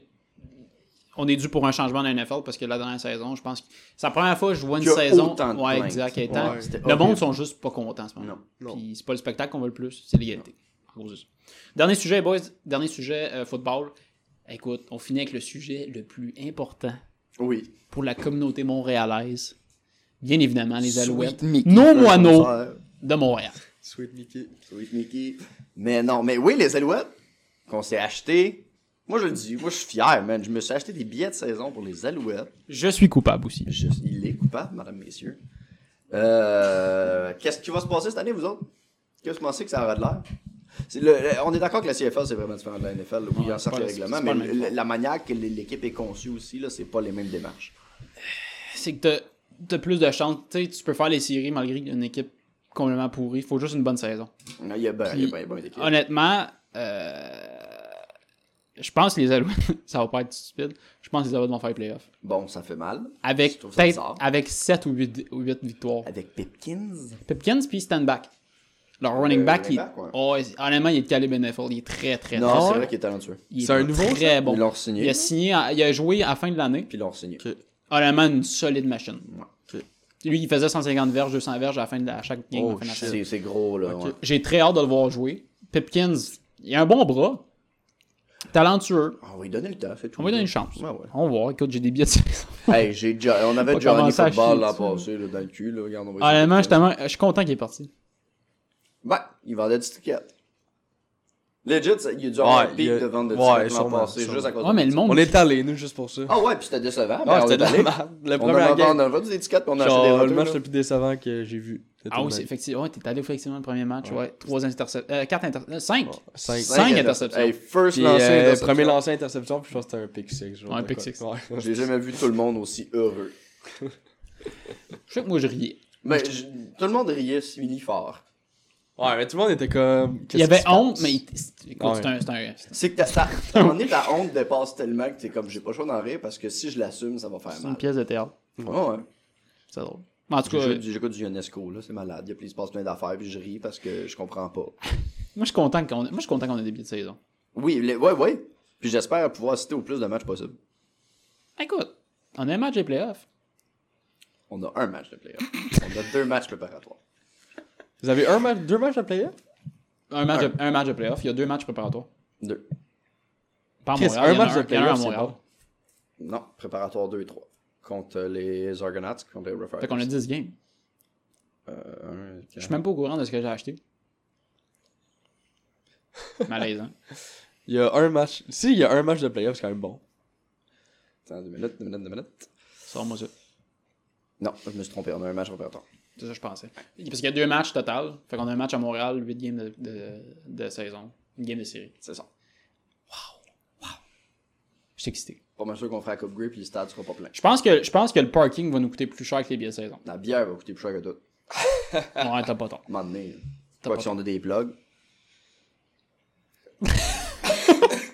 [SPEAKER 2] on est dû pour un changement dans la NFL parce que la dernière saison, je pense que c'est la première fois que je vois une
[SPEAKER 4] Qu'il y a
[SPEAKER 2] saison.
[SPEAKER 4] autant de
[SPEAKER 2] ouais,
[SPEAKER 4] plaintes.
[SPEAKER 2] exact. il y a tant-
[SPEAKER 3] Ouais.
[SPEAKER 4] C'était
[SPEAKER 2] Le monde
[SPEAKER 4] horrible.
[SPEAKER 2] sont juste pas contents en ce moment.
[SPEAKER 3] Non.
[SPEAKER 2] Puis c'est pas le spectacle qu'on veut le plus, c'est l'égalité. Gros yeux. Dernier sujet, boys. Dernier sujet, euh, football. Écoute, on finit avec le sujet le plus important
[SPEAKER 4] Oui.
[SPEAKER 2] pour la communauté montréalaise. Bien évidemment, les Alouettes.
[SPEAKER 7] Mickey.
[SPEAKER 2] Non, moi, non. De Montréal.
[SPEAKER 3] Sweet Mickey.
[SPEAKER 4] Sweet Mickey. Mais non, mais oui, les Alouettes qu'on s'est acheté. Moi, je le dis, moi, je suis fier, man. Je me suis acheté des billets de saison pour les Alouettes.
[SPEAKER 2] Je suis coupable aussi.
[SPEAKER 4] Je- il est coupable, madame, messieurs. Euh, Qu'est-ce qui va se passer cette année, vous autres? Qu'est-ce que vous pensez que ça aura de l'air? C'est le- le- on est d'accord que la CFL, c'est vraiment différent de la NFL. là. Oui, il y a
[SPEAKER 2] Ouais, c'est
[SPEAKER 4] certains
[SPEAKER 2] pas-
[SPEAKER 4] règlements,
[SPEAKER 2] c'est
[SPEAKER 4] mais
[SPEAKER 2] pas le même
[SPEAKER 4] le- la manière que l'équipe est conçue aussi, là, c'est pas les mêmes démarches.
[SPEAKER 2] c'est que t'as- t'as plus de chance. Tu sais, tu peux faire les séries malgré une équipe complètement pourrie. Il faut juste une bonne saison.
[SPEAKER 4] Il y a bien, il y a ben bien, bien d'équipes.
[SPEAKER 2] Honnêtement, euh, je pense que les Alouettes, ça va pas être stupide. Je pense que les Alouettes vont faire les playoffs.
[SPEAKER 4] Bon, ça fait mal. Je
[SPEAKER 2] Avec,
[SPEAKER 4] trouve ça
[SPEAKER 2] peut-être-
[SPEAKER 4] bizarre.
[SPEAKER 2] avec 7 ou 8, victoires.
[SPEAKER 4] Avec Pipkins.
[SPEAKER 2] Pipkins puis Standback. Leur running back,
[SPEAKER 4] Euh, running
[SPEAKER 2] il-
[SPEAKER 4] back, ouais.
[SPEAKER 2] oh, il- honnêtement, il est de calibre NFL. Il est très, très,
[SPEAKER 4] Non, c'est
[SPEAKER 2] très
[SPEAKER 4] vrai qu'il est talentueux.
[SPEAKER 2] il est
[SPEAKER 3] c'est un nouveau,
[SPEAKER 2] très bon.
[SPEAKER 4] Ils l'ont signé.
[SPEAKER 2] Il a signé, en- il a joué à la fin de l'année.
[SPEAKER 4] Puis ils l'ont signé.
[SPEAKER 2] Honnêtement, une solide machine.
[SPEAKER 3] Ok.
[SPEAKER 2] Lui, il faisait 150 verges, 200 verges à, la fin de la- à chaque game. à la
[SPEAKER 4] Oh,
[SPEAKER 2] fin de la saison.
[SPEAKER 4] c'est c'est gros, là. ouais.
[SPEAKER 2] J'ai très hâte de le voir jouer. Pipkins, il a un bon bras. Talentueux.
[SPEAKER 4] On va lui donner le temps, c'est tout.
[SPEAKER 2] On va lui donner une chance.
[SPEAKER 4] Ouais, ouais.
[SPEAKER 2] On va voir. Écoute, j'ai des billets de saison.
[SPEAKER 4] hey, j'ai déjà- on
[SPEAKER 2] On
[SPEAKER 4] avait Johnny
[SPEAKER 2] commence à
[SPEAKER 4] Football
[SPEAKER 2] chier
[SPEAKER 4] l'an
[SPEAKER 2] dessus, là.
[SPEAKER 4] passé, là, dans le cul, là. Regarde, on va essayer
[SPEAKER 2] Honnellement,
[SPEAKER 4] de-
[SPEAKER 2] je suis tellement- je suis content qu'il est parti.
[SPEAKER 4] Ouais, il vendait du ticket. Legit, ça- il a dû avoir
[SPEAKER 3] Ouais,
[SPEAKER 4] un pic
[SPEAKER 3] il a-
[SPEAKER 4] de vente de
[SPEAKER 3] ouais,
[SPEAKER 4] tickets l'an
[SPEAKER 3] sûrement,
[SPEAKER 4] passé,
[SPEAKER 3] sûrement.
[SPEAKER 4] juste à cause
[SPEAKER 2] Ouais, mais le
[SPEAKER 4] de...
[SPEAKER 2] monde.
[SPEAKER 3] On est allé, nous, juste pour ça.
[SPEAKER 4] Ah ouais, puis c'était décevant.
[SPEAKER 3] Ah,
[SPEAKER 4] mais on
[SPEAKER 3] c'était
[SPEAKER 4] est
[SPEAKER 3] de la
[SPEAKER 4] allé.
[SPEAKER 3] merde. Le
[SPEAKER 4] On en a
[SPEAKER 3] premier game.
[SPEAKER 4] on a vendu des tickets, puis on a acheté des
[SPEAKER 3] Genre, le
[SPEAKER 4] retours.
[SPEAKER 3] match
[SPEAKER 4] là.
[SPEAKER 3] le plus décevant que j'ai vu. de
[SPEAKER 2] Ah
[SPEAKER 3] tout
[SPEAKER 2] oui,
[SPEAKER 3] le
[SPEAKER 2] c'est
[SPEAKER 3] match.
[SPEAKER 2] effectivement. Ouais, t'es allé effectivement le premier match. Ouais. Trois interceptions. Euh, quatre interceptions. Cinq.
[SPEAKER 3] Cinq.
[SPEAKER 2] Cinq
[SPEAKER 4] inter-
[SPEAKER 2] interceptions.
[SPEAKER 4] Hey, first
[SPEAKER 3] Puis,
[SPEAKER 4] lancé,
[SPEAKER 3] euh,
[SPEAKER 4] interception.
[SPEAKER 3] premier lancé interception, puis je pense que c'était un pick six. genre,
[SPEAKER 2] Ouais, un
[SPEAKER 3] de
[SPEAKER 2] pick
[SPEAKER 3] quoi.
[SPEAKER 2] six.
[SPEAKER 3] Ouais.
[SPEAKER 4] J'ai jamais vu tout le monde aussi heureux.
[SPEAKER 2] Je sais que moi, je riais.
[SPEAKER 4] Mais je- tout le monde riait, Simili fort.
[SPEAKER 3] Ouais, mais tout le monde était comme.
[SPEAKER 2] Il y avait honte, mais il- c'est- écoute,
[SPEAKER 3] Ouais.
[SPEAKER 2] c'est un. c'est un- c'est
[SPEAKER 4] C'est que t'as- ça, à un moment donné, ta honte dépasse tellement que t'es comme, j'ai pas le choix d'en rire, parce que si je l'assume, ça va faire
[SPEAKER 2] une
[SPEAKER 4] mal.
[SPEAKER 2] pièce de théâtre.
[SPEAKER 4] Ouais, ouais.
[SPEAKER 2] C'est drôle. Mais En tout cas,
[SPEAKER 4] J'écoute du- J'écoute du UNESCO, là, c'est malade. Il, y a- il se passe plein d'affaires, puis je ris parce que je comprends pas.
[SPEAKER 2] moi, je suis content qu'on moi, je suis content qu'on ait des billets de saison.
[SPEAKER 4] Oui, le- ouais, ouais. Puis j'espère pouvoir assister au plus de matchs possible.
[SPEAKER 2] Écoute, on a un match des playoffs.
[SPEAKER 4] On a un match de playoff. On a deux matchs préparatoires.
[SPEAKER 3] Vous avez un match, deux matchs à player
[SPEAKER 2] Un match, de- un match de playoffs. Il y a deux matchs préparatoires.
[SPEAKER 4] Deux.
[SPEAKER 2] Pas à
[SPEAKER 3] Chris,
[SPEAKER 2] Montréal,
[SPEAKER 3] un
[SPEAKER 2] il y en a il y en
[SPEAKER 3] match de
[SPEAKER 2] a un à
[SPEAKER 3] playoff, c'est
[SPEAKER 2] Montréal.
[SPEAKER 3] bon.
[SPEAKER 4] Non, préparatoire 2 et 3. Contre les Argonauts, contre les Rough
[SPEAKER 2] Fait qu'on a 10 games.
[SPEAKER 4] Euh, un,
[SPEAKER 2] Je suis même pas au courant de ce que j'ai acheté. Malaisant.
[SPEAKER 3] Il y a un match. Si, il y a un match de playoff, c'est quand même bon.
[SPEAKER 4] Attends, deux minutes, deux minutes, deux minutes.
[SPEAKER 2] Sors-moi ça.
[SPEAKER 4] Non, je me suis trompé, on a un match préparatoire.
[SPEAKER 2] C'est ça que je pensais. Parce qu'il y a deux matchs total. Fait qu'on a un match à Montréal, 8 games de, de- de saison, une game de série.
[SPEAKER 4] C'est ça.
[SPEAKER 2] Je suis excité.
[SPEAKER 4] Pas mal sûr qu'on fera la Coupe Grey, puis le stade sera pas plein.
[SPEAKER 2] Je pense, que, je pense que le parking va nous coûter plus cher que les billets de saison.
[SPEAKER 4] La bière va coûter plus cher que tout.
[SPEAKER 2] Ouais, t'as pas tort.
[SPEAKER 4] À un moment donné,
[SPEAKER 2] T'as
[SPEAKER 4] quoi
[SPEAKER 2] pas
[SPEAKER 4] que si on a des plugs.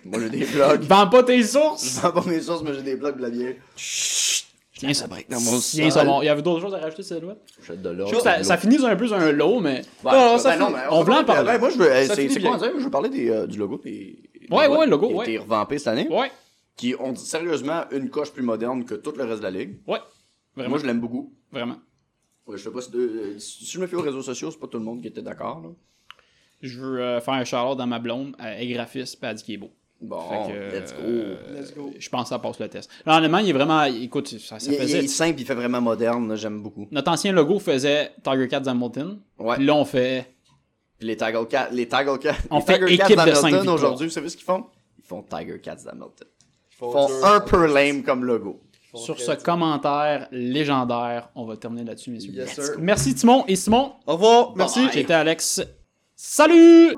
[SPEAKER 4] Moi, j'ai des plugs.
[SPEAKER 2] Vends pas tes sources!
[SPEAKER 4] Je vends pas mes sources, mais j'ai des plugs de la bière.
[SPEAKER 2] Tiens, ça break
[SPEAKER 4] dans mon
[SPEAKER 2] Tiens, ça
[SPEAKER 4] sol.
[SPEAKER 2] bon. Il y avait d'autres choses à rajouter, cette loi.
[SPEAKER 4] Je jette de l'or.
[SPEAKER 2] Je trouve que ça, ça finit un peu sur un lot, mais.
[SPEAKER 4] Bah,
[SPEAKER 3] Non, non,
[SPEAKER 4] c'est-
[SPEAKER 3] ça
[SPEAKER 4] ben
[SPEAKER 3] finit-
[SPEAKER 4] mais
[SPEAKER 2] on
[SPEAKER 4] va
[SPEAKER 2] voulait en parler.
[SPEAKER 4] Ben, moi, je veux, hey,
[SPEAKER 3] Ça
[SPEAKER 4] c'est,
[SPEAKER 3] finit
[SPEAKER 4] c'est quoi,
[SPEAKER 3] bien.
[SPEAKER 4] on dirait? je veux parler des, euh, du logo. Puis,
[SPEAKER 2] Ouais, ouais, le logo,
[SPEAKER 4] qui a
[SPEAKER 2] ouais.
[SPEAKER 4] été revampé cette année.
[SPEAKER 2] Ouais,
[SPEAKER 4] Qui, on dit sérieusement, une coche plus moderne que tout le reste de la ligue.
[SPEAKER 2] ouais. Vraiment,
[SPEAKER 4] Moi, je l'aime beaucoup.
[SPEAKER 2] vraiment.
[SPEAKER 4] Ouais, Je sais pas si, de- euh, si je me fie aux réseaux sociaux, c'est pas tout le monde qui était d'accord. là.
[SPEAKER 2] Je veux euh, faire un shout-out dans ma blonde. Elle est graphiste, puis elle dit qu'il est beau.
[SPEAKER 4] Bon,
[SPEAKER 2] Fait que,
[SPEAKER 4] let's go.
[SPEAKER 2] euh, Je pense que ça passe le test. Là, honnêtement, il est vraiment. Écoute, ça, ça
[SPEAKER 4] il, il
[SPEAKER 2] faisait.
[SPEAKER 4] est simple, il fait vraiment moderne, là, j'aime beaucoup.
[SPEAKER 2] Notre ancien logo faisait Tiger Cats Hamilton.
[SPEAKER 4] Ouais.
[SPEAKER 2] Puis là, on fait.
[SPEAKER 4] Puis les Tiger Cats, les Tiger Cats,
[SPEAKER 2] On
[SPEAKER 4] les
[SPEAKER 2] fait
[SPEAKER 4] Tiger Cats
[SPEAKER 2] équipe de cinq
[SPEAKER 4] d'Hamilton
[SPEAKER 2] victoires.
[SPEAKER 4] aujourd'hui, vous savez ce qu'ils font? Ils font Tiger Cats d'Hamilton. Ils
[SPEAKER 3] font
[SPEAKER 4] font un peu lame comme logo.
[SPEAKER 2] Sur ce commentaire légendaire, on va terminer là-dessus, messieurs.
[SPEAKER 3] Yes,
[SPEAKER 2] Let's
[SPEAKER 3] sir.
[SPEAKER 2] go. Merci, Timon. Et Simon,
[SPEAKER 3] Au revoir, merci.
[SPEAKER 2] j'étais Alex. Salut!